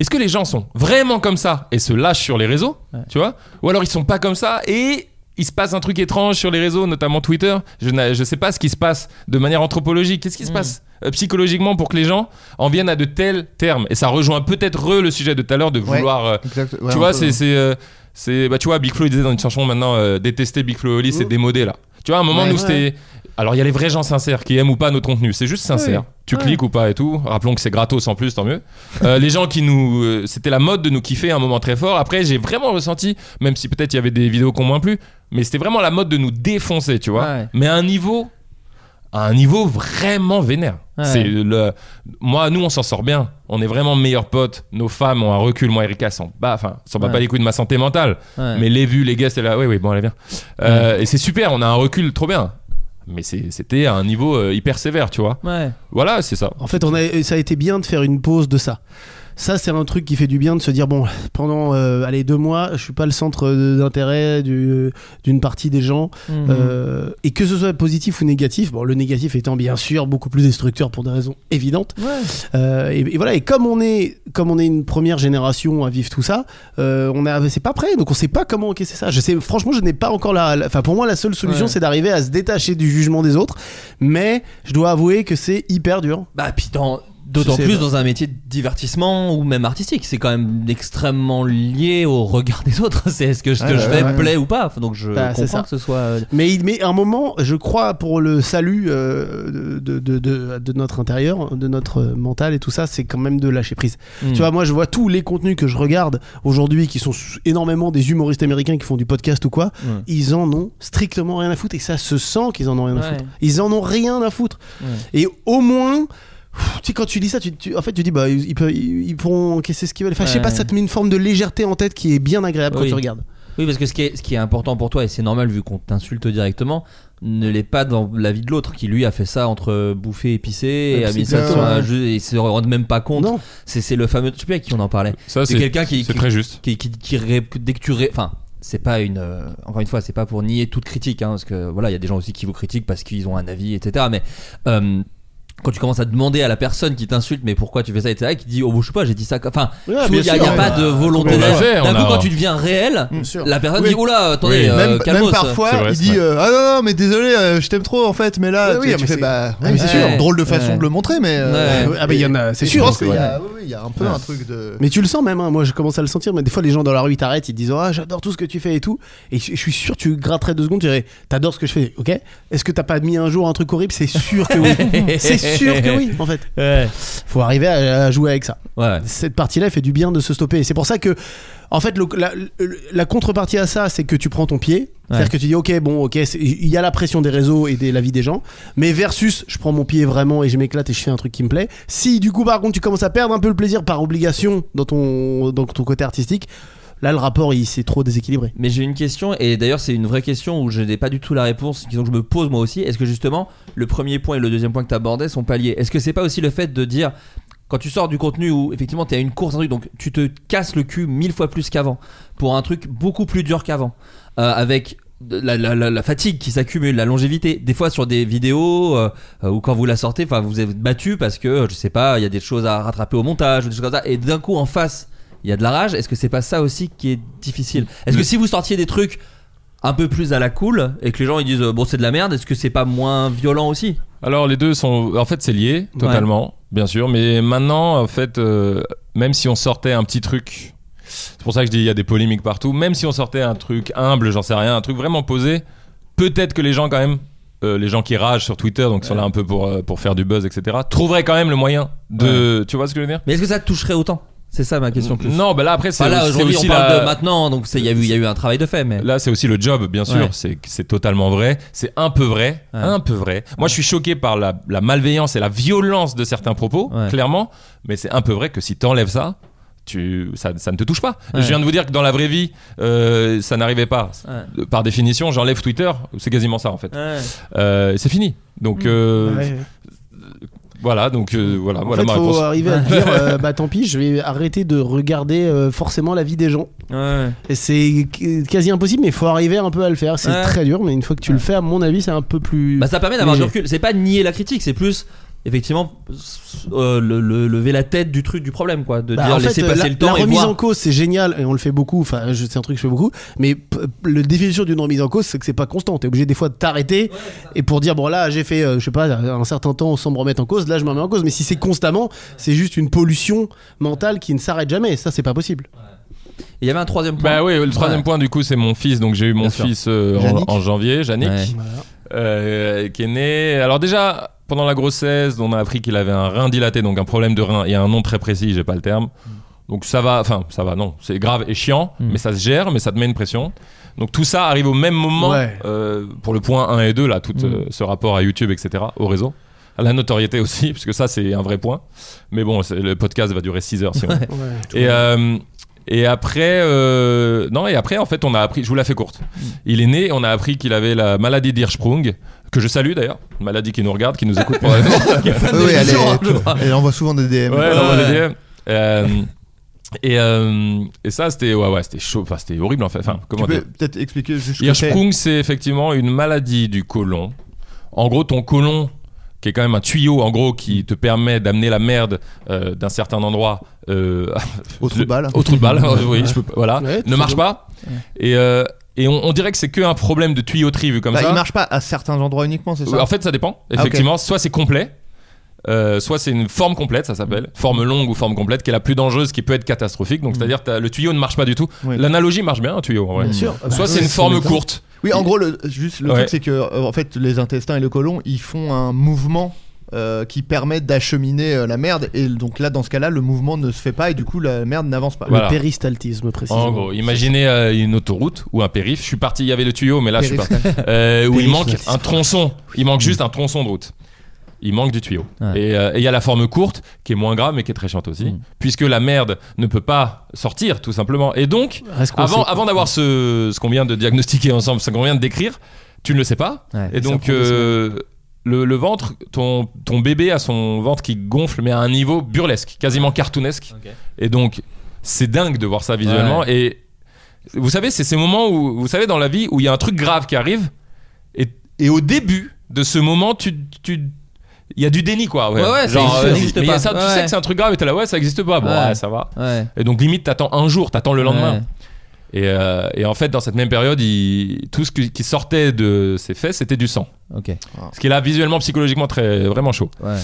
Speaker 7: est-ce que les gens sont vraiment comme ça et se lâchent sur les réseaux, tu vois Ou alors ils sont pas comme ça et il se passe un truc étrange sur les réseaux, notamment Twitter. Je ne je sais pas ce qui se passe de manière anthropologique. Qu'est-ce qui se passe euh, psychologiquement pour que les gens en viennent à de tels termes Et ça rejoint peut-être re le sujet de tout à l'heure de
Speaker 8: Ouais,
Speaker 7: vouloir euh,
Speaker 8: exact- ouais,
Speaker 7: tu
Speaker 8: un
Speaker 7: vois,
Speaker 8: peu.
Speaker 7: c'est. c'est, euh, c'est- bah, tu vois, Big Flo, il disait dans une chanson maintenant euh, détester Big Flo et Oli, c'est démodé là. Tu vois, à un moment,
Speaker 8: Mm. Ouais.
Speaker 7: nous, c'était. Alors, il y a les vrais gens sincères qui aiment ou pas notre contenu. C'est juste sincère. Tu cliques ou pas et tout. Rappelons que c'est gratos en plus, tant mieux. Euh, les gens qui nous. euh, c'était la mode de nous kiffer un moment très fort. Après, j'ai vraiment ressenti, même si peut-être il y avait des vidéos qu'on moins plus, mais c'était vraiment la mode de nous défoncer, tu vois.
Speaker 2: Ouais.
Speaker 7: Mais à un niveau. À un niveau vraiment vénère.
Speaker 2: Ouais.
Speaker 7: C'est le. Moi, nous, on s'en sort bien. On est vraiment meilleurs potes. Nos femmes ont un recul. Moi, Erika, s'en bat. Enfin, s'en bat
Speaker 2: Ouais.
Speaker 7: pas les couilles de ma santé mentale.
Speaker 2: Ouais.
Speaker 7: Mais les vues, les gars, c'est là. Oui, oui, bon, allez, bien. Euh, Et c'est super. On a un recul trop bien. Mais c'est- c'était à un niveau euh, hyper sévère, tu vois.
Speaker 2: Ouais.
Speaker 7: Voilà, c'est ça.
Speaker 6: En fait, on a, ça a été bien de faire une pause de ça. Ça, c'est un truc qui fait du bien de se dire bon, pendant euh, allez, deux mois, je suis pas le centre de- d'intérêt du- d'une partie des gens.
Speaker 2: Mhm.
Speaker 4: Mmh.
Speaker 6: Euh, et que ce soit positif ou négatif, bon, le négatif étant bien sûr beaucoup plus destructeur pour des raisons évidentes.
Speaker 2: Ouais.
Speaker 6: Euh, et, et voilà, et comme on est, comme on est une première génération à vivre tout ça, euh, on a- c'est pas prêt, donc on sait pas comment encaisser ça. Je sais, franchement, je n'ai pas encore la. la- Enfin, pour moi, la seule solution,
Speaker 2: Ouais.
Speaker 6: c'est d'arriver à se détacher du jugement des autres. Mais je dois avouer que c'est hyper dur.
Speaker 2: Bah, puis dans- D'autant
Speaker 6: Je sais
Speaker 2: plus
Speaker 6: pas.
Speaker 2: dans un métier de divertissement ou même artistique, c'est quand même extrêmement lié au regard des autres. C'est ce que je,
Speaker 8: Ouais,
Speaker 2: que je
Speaker 8: ouais,
Speaker 2: fais
Speaker 8: ouais.
Speaker 2: me plaît ou pas. Enfin, Donc je
Speaker 6: Bah, c'est ça.
Speaker 2: comprends que ce soit. euh,
Speaker 6: Mais il met un moment, je crois, pour le salut euh, de, de, de, de notre intérieur, de notre euh, mental et tout ça, c'est quand même de lâcher prise.
Speaker 2: Mm.
Speaker 6: Tu vois, moi, je vois tous les contenus que je regarde aujourd'hui, qui sont s- énormément des humoristes américains qui font du podcast ou quoi,
Speaker 2: Mm.
Speaker 6: ils en ont strictement rien à foutre et ça se sent qu'ils en ont rien à
Speaker 2: Ouais.
Speaker 6: foutre. Ils en ont rien à foutre.
Speaker 2: Ouais.
Speaker 6: Et au moins. pff, Tu sais, quand tu lis ça, tu, tu- en fait, tu dis, bah, ils, ils peuvent- ils- ils pourront encaisser ce qu'ils veulent. Enfin, je sais
Speaker 2: Ouais.
Speaker 6: pas, ça te met une forme de légèreté en tête qui est bien agréable quand
Speaker 2: Oui.
Speaker 6: tu regardes.
Speaker 2: Oui, parce que ce qui est, ce qui est important pour toi, et c'est normal vu qu'on t'insulte directement, ne l'est pas dans la vie de l'autre qui lui a fait ça entre bouffé,
Speaker 6: Ah,
Speaker 2: épicé, et a mis ça
Speaker 8: Exactement.
Speaker 2: sur un jeu et se rend même pas compte.
Speaker 6: Non.
Speaker 2: C'est c'est le fameux. Je sais plus à qui on en parlait.
Speaker 7: Ça,
Speaker 2: C'est
Speaker 7: c'est
Speaker 2: quelqu'un qui-
Speaker 7: C'est
Speaker 2: qui-
Speaker 7: très juste.
Speaker 2: qui, qui, qui ré- dès que tu ré- enfin c'est pas une euh, encore une fois c'est pas pour nier toute critique hein, parce que voilà il y a des gens aussi qui vous critiquent parce qu'ils ont un avis etc mais euh, quand tu commences à demander à la personne qui t'insulte mais pourquoi tu fais ça etc qui dit oh je sais pas j'ai dit ça comme- enfin
Speaker 6: Ouais,
Speaker 2: tu vois, il
Speaker 6: bien
Speaker 2: n'y a, il
Speaker 6: sûr,
Speaker 2: y a
Speaker 6: ouais.
Speaker 2: pas de volonté
Speaker 7: On l'a
Speaker 2: d'être-
Speaker 7: fait, on
Speaker 2: d'un coup
Speaker 7: a-
Speaker 2: quand tu deviens réel
Speaker 6: sûr.
Speaker 2: la personne
Speaker 8: Oui.
Speaker 2: dit oh là attendez
Speaker 7: Oui.
Speaker 2: euh,
Speaker 8: même,
Speaker 2: calmos.
Speaker 8: même
Speaker 4: hein,
Speaker 8: parfois,
Speaker 7: C'est vrai,
Speaker 8: il
Speaker 7: c'est
Speaker 8: dit
Speaker 7: vrai.
Speaker 8: euh, Ah non, non, mais désolé, euh, je t'aime trop en fait, mais là,
Speaker 6: Ouais,
Speaker 8: tu,
Speaker 6: oui,
Speaker 8: tu
Speaker 6: mais
Speaker 8: fais
Speaker 6: c'est-
Speaker 8: Bah,
Speaker 6: ouais, mais c'est
Speaker 2: sûr.
Speaker 8: drôle de façon
Speaker 2: Ouais.
Speaker 8: de le montrer, mais. euh,
Speaker 2: Ouais.
Speaker 6: Ah, bah, il y en a, c'est
Speaker 8: et
Speaker 6: sûr.
Speaker 8: Je pense qu'il y,
Speaker 6: Ouais.
Speaker 8: a- oui, oui, il y a un peu un truc de.
Speaker 6: Mais tu le sens même, hein. moi je commence à le sentir, mais des fois les gens dans la rue ils t'arrêtent, ils te disent Ah, j'adore tout ce que tu fais et tout. Et je je suis sûr, tu gratterais deux secondes, tu dirais T'adores ce que je fais, ok Est-ce que t'as pas mis un jour un truc horrible C'est sûr que oui. c'est sûr que oui, en fait. Faut arriver à, à jouer avec ça. Cette partie-là, elle fait du bien de se stopper. Et c'est pour ça que, en fait, le- la, le- la contrepartie à ça, c'est que tu prends ton pied. C'est-à-dire que tu dis, ok, bon, ok, c'est- il y a la pression des réseaux et de la vie des gens. Mais versus, je prends mon pied vraiment et je m'éclate et je fais un truc qui me plaît. Si du coup, par contre, tu commences à perdre un peu le plaisir par obligation dans ton, dans ton côté artistique, là, le rapport, il s'est trop déséquilibré.
Speaker 4: Mais j'ai une question, et d'ailleurs c'est une vraie question où je n'ai pas du tout la réponse, disons que je me pose moi aussi. Est-ce que justement le premier point et le deuxième point que tu abordais sont pas liés Est-ce que c'est pas aussi le fait de dire quand tu sors du contenu où effectivement tu as une course, un truc, donc tu te casses le cul mille fois plus qu'avant pour un truc beaucoup plus dur qu'avant, euh, avec de- la, la- la- la fatigue qui s'accumule, la longévité. Des fois sur des vidéos euh, euh, ou quand vous la sortez, enfin vous êtes battu parce que euh, je sais pas, il y a des choses à rattraper au montage ou des choses comme ça, et d'un coup en face il y a de la rage. Est-ce que c'est pas ça aussi qui est difficile Est-ce que si vous sortiez des trucs un peu plus à la cool et que les gens ils disent euh, bon c'est de la merde, est-ce que c'est pas moins violent aussi
Speaker 7: Alors les deux sont, en fait, c'est lié totalement, bien sûr. Mais maintenant, en fait, euh, même si on sortait un petit truc, c'est pour ça que je dis il y a des polémiques partout. Même si on sortait un truc humble, j'en sais rien, un truc vraiment posé, peut-être que les gens quand même. euh, les gens qui ragent sur Twitter, donc qui sont là un peu pour, euh, pour faire du buzz, etc., trouveraient quand même le moyen de. Tu vois ce que je veux dire
Speaker 4: Mais est-ce que ça te toucherait autant C'est ça ma question. Plus.
Speaker 7: Non, bah là, après, c'est-
Speaker 4: Enfin, là
Speaker 7: c'est
Speaker 4: aujourd'hui
Speaker 7: aussi
Speaker 4: on parle
Speaker 7: la-
Speaker 4: de maintenant, donc c'est- il y a eu il y a eu un travail de fait, mais
Speaker 7: Là, c'est aussi le job, bien sûr.
Speaker 4: Ouais.
Speaker 7: C'est c'est totalement vrai. C'est un peu vrai. Un peu vrai. Moi, je suis choqué par la, la malveillance et la violence de certains propos, clairement. Mais c'est un peu vrai que si t'enlèves ça, tu, ça, ça ne te touche pas.
Speaker 4: Ouais.
Speaker 7: Je viens de vous dire que dans la vraie vie, euh, ça n'arrivait pas.
Speaker 4: Ouais.
Speaker 7: Par définition, j'enlève Twitter. C'est quasiment ça, en fait.
Speaker 4: Ouais.
Speaker 7: Euh, c'est fini.
Speaker 4: Mmh.
Speaker 7: Donc. euh,
Speaker 6: Ouais.
Speaker 7: Voilà, donc euh, voilà,
Speaker 6: En
Speaker 7: voilà
Speaker 6: fait,
Speaker 7: ma
Speaker 6: faut
Speaker 7: réponse.
Speaker 6: arriver à te dire, euh, bah tant pis, je vais arrêter de regarder euh, forcément la vie des gens. Et c'est qu- quasi impossible, mais il faut arriver un peu à le faire. C'est
Speaker 4: Ouais.
Speaker 6: très dur, mais une fois que tu le fais, à mon avis, c'est un peu plus.
Speaker 4: Bah ça permet d'avoir du
Speaker 6: léger.
Speaker 4: recul. C'est pas nier la critique, c'est plus effectivement s- euh, le- le- lever la tête du truc du problème quoi, de
Speaker 6: Bah,
Speaker 4: dire
Speaker 6: en fait,
Speaker 4: laisser
Speaker 6: euh,
Speaker 4: passer
Speaker 6: la,
Speaker 4: le temps
Speaker 6: la
Speaker 4: et
Speaker 6: remise
Speaker 4: voir.
Speaker 6: en cause, c'est génial et on le fait beaucoup. Enfin, je- c'est un truc que je fais beaucoup. Mais p- la définition d'une remise en cause, c'est que c'est pas constant. T'es obligé des fois de t'arrêter et pour dire bon là, j'ai fait, euh, je sais pas, un certain temps sans me remettre en cause. Là, je me remets en cause. Mais si c'est constamment, c'est juste une pollution mentale qui ne s'arrête jamais. Et ça, c'est pas possible.
Speaker 4: Il y avait un troisième point.
Speaker 7: Bah oui, le troisième
Speaker 4: Ouais.
Speaker 7: point du coup c'est mon fils, donc j'ai eu mon
Speaker 4: Bien sûr.
Speaker 7: fils euh, en,
Speaker 4: Yannick.
Speaker 7: en janvier, Yannick,
Speaker 4: Ouais.
Speaker 7: euh, qui est né. Alors déjà pendant la grossesse, on a appris qu'il avait un rein dilaté, donc un problème de rein. Il y a un nom très précis, j'ai pas le terme. Donc ça va, enfin ça va, non, c'est grave et chiant, mais ça se gère, mais ça te met une pression. Donc tout ça arrive au même moment
Speaker 6: Ouais.
Speaker 7: euh, pour le point 1 et 2 là, tout euh, ce rapport à YouTube, etc., au réseau. À la notoriété aussi, parce que ça c'est un vrai point. Mais bon, c'est- le podcast va durer 6 heures si on
Speaker 4: Ouais.
Speaker 7: et, euh, et après, euh, non, et après, en fait, on a appris, je vous la fais courte. Il est né, on a appris qu'il avait la maladie d'Hirschsprung, que je salue d'ailleurs, une maladie qui nous regarde, qui nous écoute probablement.
Speaker 8: Oui, oui, elle, est-
Speaker 7: hein,
Speaker 8: elle envoie souvent des DM.
Speaker 7: Ouais, elle envoie des DM. Euh, et, euh, et ça, c'était ouais, ouais, c'était chaud, enfin, c'était horrible en fait. Enfin,
Speaker 8: Tu
Speaker 7: comment
Speaker 8: peux
Speaker 7: dire
Speaker 8: peut-être expliquer juste ce que c'est
Speaker 7: Hirschsprung, c'est effectivement une maladie du côlon. En gros, ton côlon, qui est quand même un tuyau, en gros, qui te permet d'amener la merde euh, d'un certain endroit euh,
Speaker 8: Au trou de balle.
Speaker 7: Au trou de balle, oui, je peux pas- voilà,
Speaker 8: Ouais,
Speaker 7: ne
Speaker 8: c'est
Speaker 7: marche
Speaker 8: bon.
Speaker 7: pas. Et, euh, et on, on dirait que c'est que un problème de tuyauterie vu comme
Speaker 8: Bah,
Speaker 7: ça.
Speaker 8: il marche pas à certains endroits uniquement, c'est ça
Speaker 7: En fait, ça dépend.
Speaker 8: Ah, ok.
Speaker 7: Effectivement, soit c'est complet. euh, soit c'est une forme complète, ça s'appelle, forme longue ou forme complète, qui est la plus dangereuse, qui peut être catastrophique. Donc, c'est-à-dire, t'as- le tuyau ne marche pas du tout.
Speaker 8: Mm. Oui.
Speaker 7: L'analogie marche bien, un tuyau. en vrai.
Speaker 8: Bien sûr.
Speaker 7: Soit
Speaker 8: Bah,
Speaker 7: c'est
Speaker 8: oui,
Speaker 7: une
Speaker 8: c'est
Speaker 7: forme
Speaker 8: l'état.
Speaker 7: courte.
Speaker 8: Oui, en gros, le, juste le
Speaker 7: Ouais.
Speaker 8: truc, c'est que euh, en fait, les intestins et le côlon, ils font un mouvement euh, qui permet d'acheminer euh, la merde. Et donc là, dans ce cas-là, le mouvement ne se fait pas et du coup, la merde n'avance pas.
Speaker 7: Voilà.
Speaker 6: Péristaltisme, précisément.
Speaker 7: En gros, imaginez euh, une autoroute ou un périph. Je suis parti, il y avait le tuyau, mais là je suis
Speaker 6: Périph.
Speaker 7: parti. Euh, où il
Speaker 6: Périph,
Speaker 7: manque
Speaker 6: ouais, Mm.
Speaker 7: un tronçon. Il manque juste un tronçon de route. Il manque du tuyau.
Speaker 4: Ouais.
Speaker 7: Et euh, et il y a la forme courte, qui est moins grave, mais qui est très chiante
Speaker 6: Mm.
Speaker 7: aussi. Puisque la merde ne peut pas sortir, tout simplement. Et donc,
Speaker 6: Reste coincé,
Speaker 7: avant,
Speaker 6: quoi.
Speaker 7: avant d'avoir ce, ce qu'on vient de diagnostiquer ensemble, ce qu'on vient de décrire, tu ne le sais pas.
Speaker 4: Ouais.
Speaker 7: et
Speaker 4: Ça
Speaker 7: donc,
Speaker 4: prend des
Speaker 7: euh, le, le ventre, ton, ton bébé a son ventre qui gonfle, mais à un niveau burlesque, quasiment cartoonesque. Et donc, c'est dingue de voir ça visuellement.
Speaker 4: Ouais.
Speaker 7: Et vous savez, c'est ces moments où, vous savez, dans la vie, où il y a un truc grave qui arrive, et, et au début de ce moment, tu. tu- il y a du déni quoi.
Speaker 4: Ouais, ouais, ça
Speaker 7: Genre,
Speaker 4: existe- ça
Speaker 7: euh,
Speaker 4: n'existe
Speaker 7: mais il y a
Speaker 4: pas.
Speaker 7: ça, tu
Speaker 4: Ouais.
Speaker 7: sais que c'est un truc grave et t'es là, ouais, ça existe pas. Bon,
Speaker 4: Ouais.
Speaker 7: ouais, ça va.
Speaker 4: Ouais.
Speaker 7: Et donc limite, t'attends un jour, t'attends le lendemain.
Speaker 4: Ouais.
Speaker 7: Et, euh, et en fait, dans cette même période, il- tout ce qui qui sortait de ses fesses, c'était du sang.
Speaker 4: Ok.
Speaker 7: Ce qui est là visuellement, psychologiquement, très vraiment chaud.
Speaker 4: Ouais.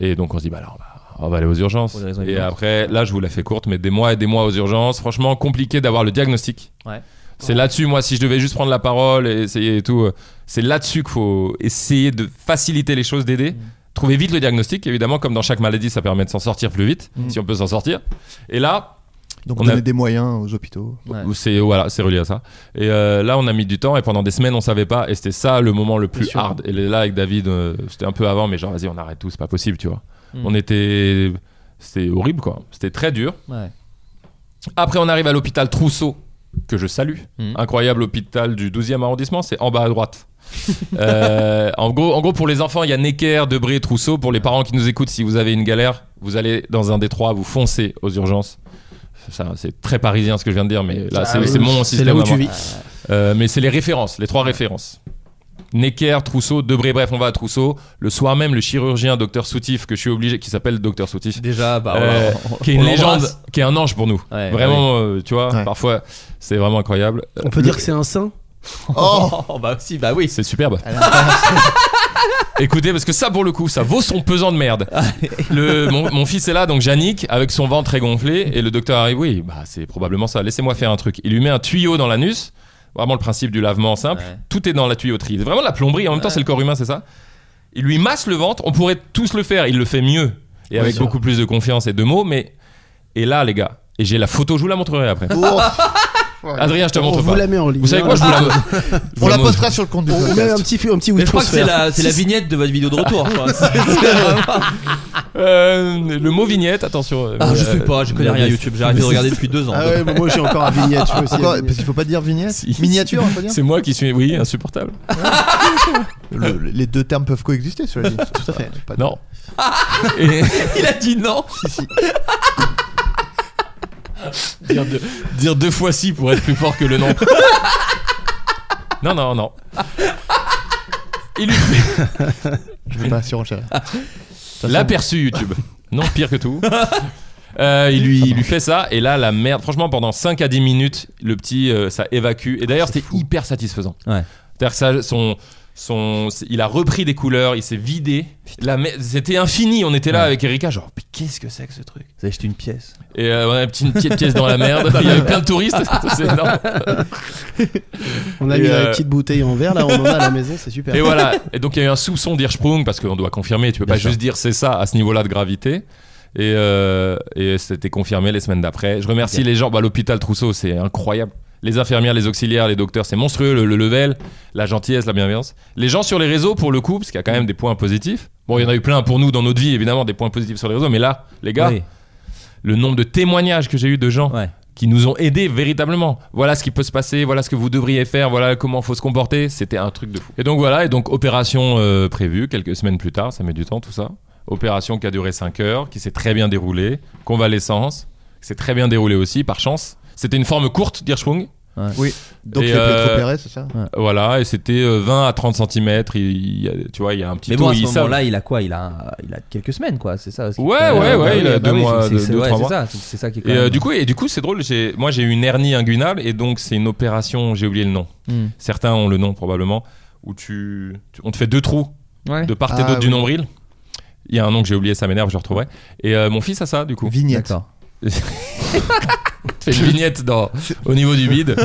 Speaker 7: Et donc on se dit, bah alors, on va- on va aller aux urgences.
Speaker 4: Pour des raisons
Speaker 7: Et
Speaker 4: évidentes.
Speaker 7: après, là, je vous la fais courte, mais des mois et des mois aux urgences. Franchement, compliqué d'avoir le diagnostic.
Speaker 4: Ouais.
Speaker 7: C'est là-dessus, moi, si je devais juste prendre la
Speaker 4: Mm.
Speaker 7: parole et essayer et tout, euh, c'est là-dessus qu'il faut essayer de faciliter les choses, d'aider. Trouver vite le diagnostic, évidemment, comme dans chaque maladie, ça permet de s'en sortir plus vite,
Speaker 8: Mm.
Speaker 7: si on peut s'en sortir. Et là, on
Speaker 8: Donc on
Speaker 7: a-
Speaker 8: donner des moyens aux hôpitaux.
Speaker 7: ou c'est voilà, c'est relié à ça. Et euh, là, on a mis du temps et pendant des semaines, on savait pas. Et c'était ça le moment le plus
Speaker 8: sûr.
Speaker 7: hard. Et là, avec David, euh, c'était un peu avant, mais genre vas-y, on arrête tout, c'est pas possible, tu vois.
Speaker 2: Mm.
Speaker 7: On était, c'était horrible quoi. C'était très dur.
Speaker 2: Ouais.
Speaker 7: Après, on arrive à l'hôpital Trousseau que je salue.
Speaker 2: Mhm.
Speaker 7: Incroyable hôpital du 12e arrondissement, c'est en bas à droite. Euh, en, gros, en gros, pour les enfants, il y a Necker, Debré, Trousseau. Pour les parents qui nous écoutent, si vous avez une galère, vous allez dans un des trois, vous foncez aux urgences. Ça, c'est très parisien ce que je viens de dire, mais là,
Speaker 6: Ah
Speaker 7: c'est
Speaker 6: oui,
Speaker 7: c'est mon
Speaker 6: c'est
Speaker 7: système.
Speaker 6: là où
Speaker 7: à
Speaker 6: tu
Speaker 7: moi.
Speaker 6: vis.
Speaker 7: Euh, mais c'est les références, les trois références. Necker, Trousseau, Debré, bref, on va à Trousseau. Le soir même, le chirurgien, docteur Soutif, que je suis obligé, qui s'appelle docteur Soutif.
Speaker 2: Déjà, bah,
Speaker 7: euh,
Speaker 2: on- on-
Speaker 7: qui est une
Speaker 2: on
Speaker 7: légende,
Speaker 2: l'embrasse.
Speaker 7: qui est un ange pour nous.
Speaker 2: Ouais,
Speaker 7: Vraiment, euh, tu vois,
Speaker 6: Ouais.
Speaker 7: parfois, c'est vraiment incroyable.
Speaker 6: On peut dire que c'est un saint
Speaker 2: Oh, bah si, bah oui.
Speaker 7: C'est superbe. Écoutez, parce que ça, pour le coup, ça vaut son pesant de merde. Le, mon, mon fils est là, donc Yannick, avec son ventre très gonflé, et le docteur arrive. Oui, bah c'est probablement ça. Laissez-moi faire un truc. Il lui met un tuyau dans l'anus. Vraiment le principe du lavement simple. Tout est dans la tuyauterie. C'est vraiment la plomberie. En même temps, c'est le corps humain, c'est ça. Il lui masse le ventre. On pourrait tous le faire. Il le fait mieux et
Speaker 2: Ouais,
Speaker 7: avec
Speaker 2: ça.
Speaker 7: beaucoup plus de confiance et de mots. Mais et là, les gars, et j'ai la photo. Je vous la montrerai après.
Speaker 2: Oh.
Speaker 7: Adrien, je te
Speaker 6: On
Speaker 7: montre
Speaker 6: vous
Speaker 7: pas.
Speaker 6: la met en ligne.
Speaker 7: Vous savez quoi, je vous la je vous
Speaker 8: On la
Speaker 7: montre.
Speaker 8: postera sur le compte du
Speaker 6: On met
Speaker 8: podcast.
Speaker 6: un petit, un petit
Speaker 2: Mais je crois que c'est
Speaker 6: transfert.
Speaker 2: la, c'est la vignette de votre vidéo de retour. quoi. C'est- c'est vraiment-
Speaker 7: Euh, le mot vignette, attention. euh,
Speaker 2: Ah, je
Speaker 7: euh,
Speaker 2: sais pas, je connais rien à YouTube. J'ai arrêté de regarder depuis deux ans.
Speaker 6: Ah
Speaker 2: donc.
Speaker 6: ouais, mais moi j'ai encore à vignette. Je suis aussi à
Speaker 8: Encore-
Speaker 6: vignette.
Speaker 8: parce qu'il faut pas dire vignette.
Speaker 7: Si.
Speaker 8: euh, Miniature, on peut dire.
Speaker 7: C'est moi qui suis, oui, insupportable.
Speaker 8: Le- le- les deux termes peuvent coexister, cela dit. Tout à fait.
Speaker 7: Non. Et
Speaker 2: Il a dit non.
Speaker 7: dire, deux, dire deux fois si pour être plus fort que le non. Non, non, non. Il lui fait
Speaker 8: Je veux pas surenchérir.
Speaker 7: l'aperçu YouTube. Non, pire que tout. Euh, il, lui, il lui fait ça, et là, la merde. Franchement, pendant 5 à 10 minutes, le petit, euh, ça évacue. Et d'ailleurs, c'était hyper satisfaisant.
Speaker 2: Ouais.
Speaker 7: C'est-à-dire que ça, son, son, il a repris des couleurs, il s'est vidé. La mer- C'était infini. On était là avec Erika, genre, mais qu'est-ce que c'est que ce truc
Speaker 2: Vous avez acheté une pièce.
Speaker 7: Et euh, on a une petite, petite pièce dans la merde. Il y avait plein de touristes. C'est énorme.
Speaker 6: On a
Speaker 7: Et
Speaker 6: mis
Speaker 7: euh,
Speaker 6: la petite bouteille en verre là, on en a à la maison, c'est super.
Speaker 7: Et voilà. Et donc il y a eu un soupçon d'Hirschsprung parce qu'on doit confirmer. Tu peux
Speaker 2: Bien
Speaker 7: pas
Speaker 2: sûr.
Speaker 7: juste dire c'est ça à ce niveau-là de gravité. Et, euh, et c'était confirmé les semaines d'après. Je remercie les gens. Bah, L'hôpital Trousseau, c'est incroyable. Les infirmières, les auxiliaires, les docteurs, c'est monstrueux. Le, le level, la gentillesse, la bienveillance. Les gens sur les réseaux, pour le coup, parce qu'il y a quand même des points positifs. Bon, il y en a eu plein pour nous dans notre vie, évidemment, des points positifs sur les réseaux. Mais là, les gars,
Speaker 2: Oui.
Speaker 7: le nombre de témoignages que j'ai eu de gens
Speaker 2: Ouais.
Speaker 7: qui nous ont aidés véritablement. Voilà ce qui peut se passer, voilà ce que vous devriez faire, voilà comment faut se comporter. C'était un truc de fou. Et donc voilà, et donc opération euh, prévue quelques semaines plus tard, ça met du temps tout ça. Opération qui a duré 5 heures, qui s'est très bien déroulée, convalescence, qui s'est très bien déroulée aussi par chance. C'était une forme courte d'Hirschsprung.
Speaker 8: Oui. Donc
Speaker 7: Et,
Speaker 8: il peut
Speaker 7: euh,
Speaker 8: être opéré, c'est ça
Speaker 7: Voilà, et c'était euh, 20 à 30 cm, tu vois, il y a un petit
Speaker 2: Mais
Speaker 7: taux,
Speaker 2: bon, à ce
Speaker 7: ils savent.
Speaker 2: moment-là, il a quoi il a, un- il a quelques semaines, quoi, c'est ça ce qui-
Speaker 7: Ouais, ouais, ouais, il a deux
Speaker 2: oui,
Speaker 7: mois,
Speaker 2: c'est-
Speaker 7: deux-
Speaker 2: c'est-
Speaker 7: deux,
Speaker 2: ouais,
Speaker 7: trois
Speaker 2: c'est
Speaker 7: mois.
Speaker 2: ça, c'est- c'est ça qui est quand
Speaker 7: Et, euh,
Speaker 2: même-
Speaker 7: du coup, et du coup, c'est drôle. j'ai- Moi, j'ai eu une hernie inguinale et donc c'est une opération. J'ai oublié le nom.
Speaker 2: Hmm.
Speaker 7: Certains ont le nom probablement. Où tu, tu- on te fait deux trous
Speaker 2: Ouais.
Speaker 7: de part et
Speaker 8: Ah,
Speaker 7: d'autre du
Speaker 8: oui.
Speaker 7: nombril. Il y a un nom que j'ai oublié, ça m'énerve, je le retrouverai. Et euh, mon fils a ça du coup.
Speaker 8: Vignette.
Speaker 2: D'accord.
Speaker 7: Tu fais une vignette dans, au niveau du bide.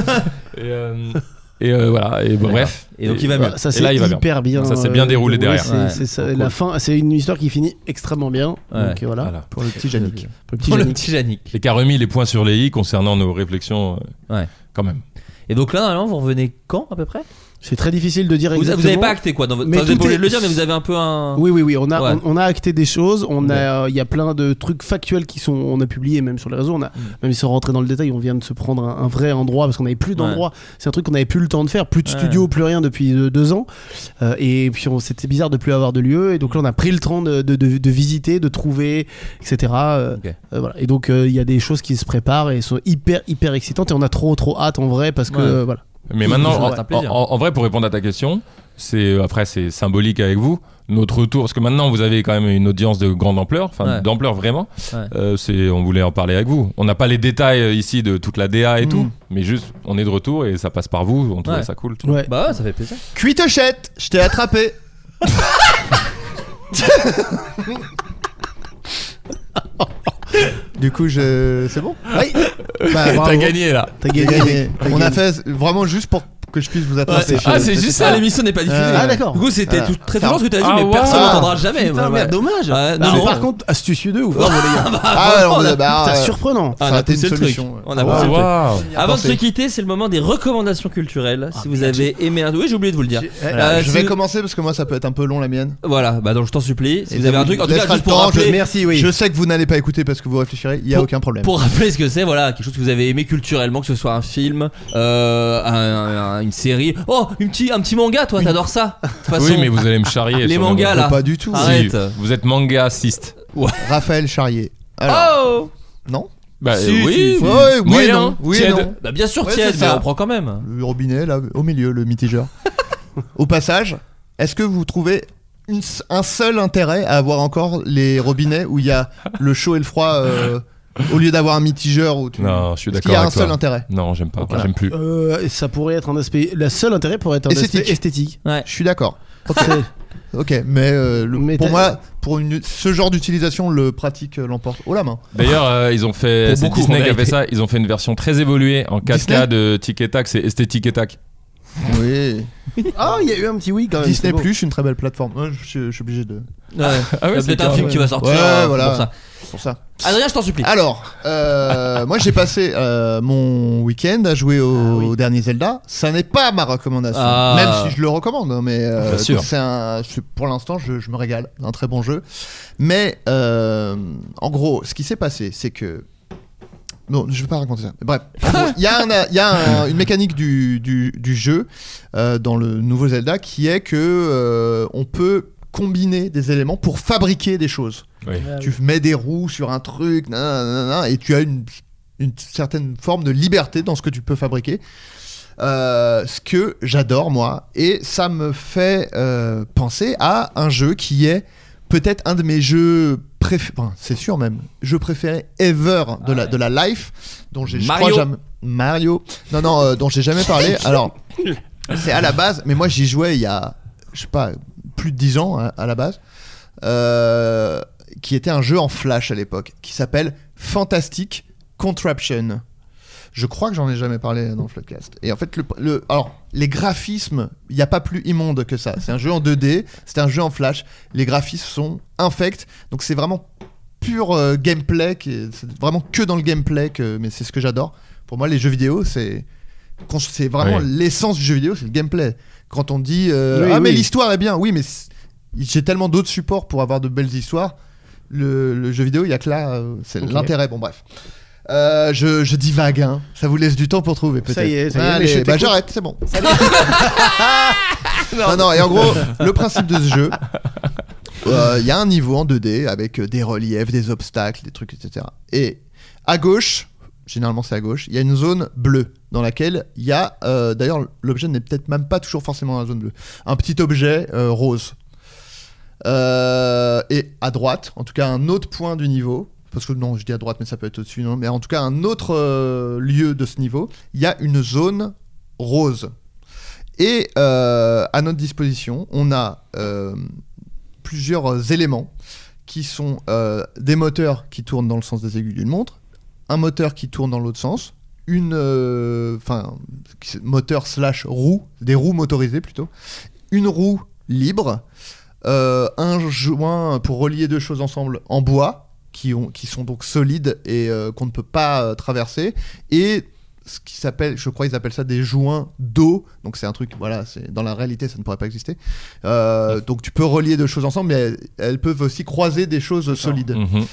Speaker 7: et euh, et, euh, voilà. Et bon,
Speaker 2: D'accord.
Speaker 7: bref.
Speaker 2: Et donc, il va mieux.
Speaker 6: Ça
Speaker 7: Et
Speaker 6: c'est
Speaker 7: là, il va bien.
Speaker 6: hyper bien.
Speaker 7: Ça s'est bien
Speaker 6: euh,
Speaker 7: déroulé
Speaker 6: déroulé,
Speaker 7: derrière.
Speaker 6: c'est-
Speaker 2: Ouais.
Speaker 6: c'est ça,
Speaker 2: Cool.
Speaker 6: la fin, c'est une histoire qui finit extrêmement bien.
Speaker 2: Ouais.
Speaker 6: Donc euh, voilà,
Speaker 7: Voilà.
Speaker 8: Pour le petit Yannick.
Speaker 6: pour le petit
Speaker 2: Pour le
Speaker 6: Yannick.
Speaker 2: petit Yannick.
Speaker 7: Et qui a remis les points sur les i concernant nos réflexions. euh,
Speaker 2: Ouais.
Speaker 7: Quand même.
Speaker 2: Et donc là, normalement, vous revenez quand à peu près
Speaker 6: C'est très difficile de dire
Speaker 2: vous, vous
Speaker 6: exactement.
Speaker 2: avez pas acté quoi dans votre.
Speaker 6: Mais
Speaker 2: enfin, vous avez
Speaker 6: tout
Speaker 2: pas obligé
Speaker 6: est-
Speaker 2: de le dire, mais vous avez un peu un.
Speaker 6: Oui, oui, oui. On a,
Speaker 2: Ouais.
Speaker 6: on, on a acté des choses. On a, euh, il y a plein de trucs factuels qui sont, on a publié même sur les réseaux. On a,
Speaker 2: Mm.
Speaker 6: même sans rentrer dans le détail, on vient de se prendre un, un vrai endroit parce qu'on n'avait plus d'endroit. C'est un truc qu'on n'avait plus le temps de faire, plus de
Speaker 2: Ouais.
Speaker 6: studio, plus rien depuis euh, deux ans. Euh, et puis on, c'était bizarre de plus avoir de lieu. Et donc là, on a pris le temps de, de, de- de visiter, de trouver, etc. Euh,
Speaker 2: Ok.
Speaker 6: euh, voilà. Et donc euh, il y a des choses qui se préparent et sont hyper, hyper excitantes. Et on a trop, trop hâte en vrai parce que
Speaker 2: Ouais.
Speaker 6: euh, voilà.
Speaker 7: Mais
Speaker 2: Oui,
Speaker 7: maintenant,
Speaker 2: toujours,
Speaker 7: en,
Speaker 2: c'est un plaisir.
Speaker 7: en- en vrai, pour répondre à ta question, c'est euh, après c'est symbolique avec vous notre retour parce que maintenant vous avez quand même une audience de grande ampleur, enfin
Speaker 2: Ouais.
Speaker 7: d'ampleur vraiment.
Speaker 2: Ouais.
Speaker 7: Euh, c'est on voulait en parler avec vous. On n'a pas les détails euh, ici de toute la DA et
Speaker 8: Mm.
Speaker 7: tout, mais juste on est de retour et ça passe par vous. On trouvait
Speaker 2: Ouais.
Speaker 7: ça cool. tu vois.
Speaker 6: Ouais.
Speaker 2: Bah ouais, ça fait plaisir.
Speaker 8: Cuitochette, je t'ai attrapé. du coup, je. C'est bon Oui. Bah, bravo.
Speaker 7: T'as gagné là.
Speaker 6: T'as
Speaker 8: J'ai
Speaker 6: gagné.
Speaker 8: gagné.
Speaker 6: T'as
Speaker 8: On a
Speaker 6: gagné.
Speaker 8: fait vraiment juste pour que je puisse vous attraper.
Speaker 2: Ouais, c'est- ah, c'est juste ça, l'émission n'est pas diffusée.
Speaker 8: Euh,
Speaker 2: Ah, d'accord. Du coup, c'était
Speaker 8: Voilà.
Speaker 2: tout- très étrange ce que t'as dit, mais personne n'entendra jamais.
Speaker 6: Putain,
Speaker 2: Ouais,
Speaker 6: merde,
Speaker 2: ouais.
Speaker 6: dommage.
Speaker 2: Ouais, non,
Speaker 6: Non, Ah, mais
Speaker 2: non.
Speaker 6: par contre, astucieux de ouf.
Speaker 2: Ah,
Speaker 6: Bravo, les gars.
Speaker 2: bah,
Speaker 8: Ah,
Speaker 2: vraiment,
Speaker 8: alors,
Speaker 2: on a-
Speaker 8: bah,
Speaker 6: Putain,
Speaker 8: euh,
Speaker 6: surprenant.
Speaker 2: Ah,
Speaker 8: Ça
Speaker 2: on a
Speaker 8: a été
Speaker 2: poussé
Speaker 8: une
Speaker 2: le truc.
Speaker 8: solution, ouais.
Speaker 2: On a
Speaker 8: Wow.
Speaker 2: poussé le truc.
Speaker 8: Ah,
Speaker 7: Waouh.
Speaker 2: Avant de se
Speaker 8: Pensez.
Speaker 2: quitter, c'est le moment des recommandations culturelles. Si vous avez aimé un. Oui, j'ai oublié de vous le dire.
Speaker 8: Voilà,
Speaker 2: Euh,
Speaker 8: je
Speaker 2: si
Speaker 8: vais
Speaker 2: vous-
Speaker 8: commencer parce que moi ça peut être un peu long la mienne.
Speaker 2: Voilà, bah donc je t'en supplie. Si
Speaker 8: Et
Speaker 2: vous
Speaker 8: ça
Speaker 2: avez un
Speaker 8: vous
Speaker 2: truc, en tout cas,
Speaker 8: laissera
Speaker 2: juste
Speaker 8: le
Speaker 2: pour
Speaker 8: temps, je-
Speaker 2: rappeler.
Speaker 6: Merci, oui.
Speaker 8: Je sais que vous n'allez pas écouter parce que vous réfléchirez, il y a
Speaker 2: Pour-
Speaker 8: aucun problème.
Speaker 2: Pour rappeler ce que c'est, voilà, quelque chose que vous avez aimé culturellement, que ce soit un film, euh, un- un- une série. Oh, une petit, un petit manga, toi, t'adores ça. De toute façon,
Speaker 7: Oui, mais vous allez me charrier.
Speaker 2: les
Speaker 7: sur
Speaker 2: mangas
Speaker 7: le-
Speaker 2: là.
Speaker 8: Pas du tout.
Speaker 7: Si,
Speaker 2: Arrête.
Speaker 7: Vous êtes manga assiste.
Speaker 8: Raphaël Charrier. Alors,
Speaker 2: Oh
Speaker 8: non
Speaker 7: Bah
Speaker 2: Si,
Speaker 7: euh, oui,
Speaker 8: si, si.
Speaker 7: oui,
Speaker 8: Ouais, oui et
Speaker 7: moyen,
Speaker 8: non, oui et
Speaker 7: tiède.
Speaker 8: non.
Speaker 2: Bah bien sûr,
Speaker 8: Ouais,
Speaker 2: tiède,
Speaker 8: c'est
Speaker 2: mais
Speaker 8: ça.
Speaker 2: on prend quand même.
Speaker 8: Le robinet là au milieu le mitigeur. au passage, est-ce que vous trouvez une s- un seul intérêt à avoir encore les robinets où il y a le chaud et le froid euh, au lieu d'avoir un mitigeur où tu
Speaker 7: Non, je suis
Speaker 8: Est-ce qu'il y
Speaker 7: d'accord
Speaker 8: a un
Speaker 7: avec toi.
Speaker 8: seul intérêt.
Speaker 7: Non, j'aime pas.
Speaker 8: Voilà.
Speaker 7: J'aime plus.
Speaker 6: Euh, ça pourrait être un aspect. La seule intérêt pourrait être un
Speaker 8: Esthétique.
Speaker 6: aspect esthétique.
Speaker 8: Je suis d'accord.
Speaker 6: C'est-
Speaker 8: Ok, mais, euh, le-
Speaker 6: Mais
Speaker 8: pour
Speaker 6: t'as-
Speaker 8: moi, pour une, ce genre d'utilisation, le pratique euh, l'emporte haut la main.
Speaker 7: D'ailleurs, euh, ils ont fait.
Speaker 2: Pour
Speaker 7: C'est
Speaker 2: beaucoup,
Speaker 7: Disney
Speaker 2: en
Speaker 7: qui a fait
Speaker 2: vérité.
Speaker 7: ça. Ils ont fait une version très évoluée en 4K
Speaker 8: Disney
Speaker 7: de Tic et Tac. C'est esthétique et Tac.
Speaker 8: Oui.
Speaker 6: Ah, il y a eu un petit oui quand même.
Speaker 8: Disney
Speaker 6: c'est beau.
Speaker 8: Plus, une très belle plateforme. Ouais, je, suis- je suis obligé de.
Speaker 2: Ouais.
Speaker 7: Ah
Speaker 2: Il
Speaker 7: ouais,
Speaker 2: y a
Speaker 7: c'est
Speaker 2: peut-être un
Speaker 7: clair.
Speaker 2: film qui va sortir.
Speaker 8: Ouais,
Speaker 2: euh,
Speaker 8: voilà.
Speaker 2: pour ça.
Speaker 8: Pour ça.
Speaker 2: Adrien, je t'en supplie.
Speaker 8: Alors, euh, moi j'ai passé euh, mon week-end à jouer au,
Speaker 7: Ah
Speaker 8: au dernier Zelda. Ça n'est pas ma recommandation,
Speaker 2: Ah.
Speaker 8: même si je le recommande. hein, Mais euh,
Speaker 7: Bien sûr.
Speaker 8: c'est un, c'est- pour l'instant, je, je me régale. Un très bon jeu. Mais euh, en gros, ce qui s'est passé, c'est que non, je vais pas raconter ça. Bref, En gros, il y a, un- il y a un- une mécanique du, du- du jeu euh, dans le nouveau Zelda qui est que euh, on peut combiner des éléments pour fabriquer des choses.
Speaker 7: Oui.
Speaker 6: Ah
Speaker 8: Tu mets des roues sur un truc, nan, nan, nan, nan, et tu as une, une certaine forme de liberté dans ce que tu peux fabriquer. Euh, ce que j'adore moi, et ça me fait euh, penser à un jeu qui est peut-être un de mes jeux préférés, c'est sûr même, jeu préféré ever de, la, de la life, dont j'ai je crois
Speaker 2: Mario.
Speaker 8: jamais- Mario. Non, non, euh, dont j'ai jamais parlé. Alors, c'est à la base, mais moi j'y jouais il y a, je sais pas, plus de 10 ans hein, à, à la base, euh, qui était un jeu en flash à l'époque, qui s'appelle Fantastic Contraption. Je crois que j'en ai jamais parlé dans le podcast. Et en fait, le, le- alors, les graphismes, il n'y a pas plus immonde que ça. C'est un jeu en 2D, c'est un jeu en flash. Les graphismes sont infects, donc c'est vraiment pur euh, gameplay, qui est- c'est vraiment que dans le gameplay, que, mais c'est ce que j'adore. Pour moi, les jeux vidéo, c'est cons- c'est vraiment
Speaker 7: Oui.
Speaker 8: l'essence du jeu vidéo, c'est le gameplay. Quand on dit euh,
Speaker 6: Oui,
Speaker 8: ah mais
Speaker 6: oui.
Speaker 8: l'histoire est bien, oui mais c'est- j'ai tellement d'autres supports pour avoir de belles histoires. Le, le jeu vidéo, il y a que là, euh, c'est
Speaker 6: Ok.
Speaker 8: l'intérêt. Bon bref. Euh, je, je divague, hein. ça vous laisse du temps pour trouver peut-être.
Speaker 6: Ça y est, ça y est, mais je
Speaker 8: Allez, bah
Speaker 6: t'écoute.
Speaker 8: j'arrête, c'est bon. non, non, et en gros, le principe de ce jeu, euh, il y a un niveau en 2D avec euh, des reliefs, des obstacles, des trucs, etc. Et à gauche, généralement c'est à gauche, il y a une zone bleue dans laquelle il y a, euh, d'ailleurs l'objet n'est peut-être même pas toujours forcément dans la zone bleue, un petit objet euh, rose. Euh, et à droite, en tout cas un autre point du niveau, parce que non, je dis à droite, mais ça peut être au-dessus, non, mais en tout cas un autre euh, lieu de ce niveau, il y a une zone rose. Et euh, à notre disposition, on a euh, plusieurs éléments qui sont euh, des moteurs qui tournent dans le sens des aiguilles d'une montre, un moteur qui tourne dans l'autre sens, une, euh, enfin, moteur slash roue, des roues motorisées plutôt, une roue libre, euh, un joint pour relier deux choses ensemble en bois qui, ont, qui sont donc solides et euh, qu'on ne peut pas euh, traverser et ce qui s'appelle je crois ils appellent ça des joints d'eau donc c'est un truc voilà c'est dans la réalité ça ne pourrait pas exister Euh, donc tu peux relier deux choses ensemble mais elles, elles peuvent aussi croiser des choses solides
Speaker 7: Mhm.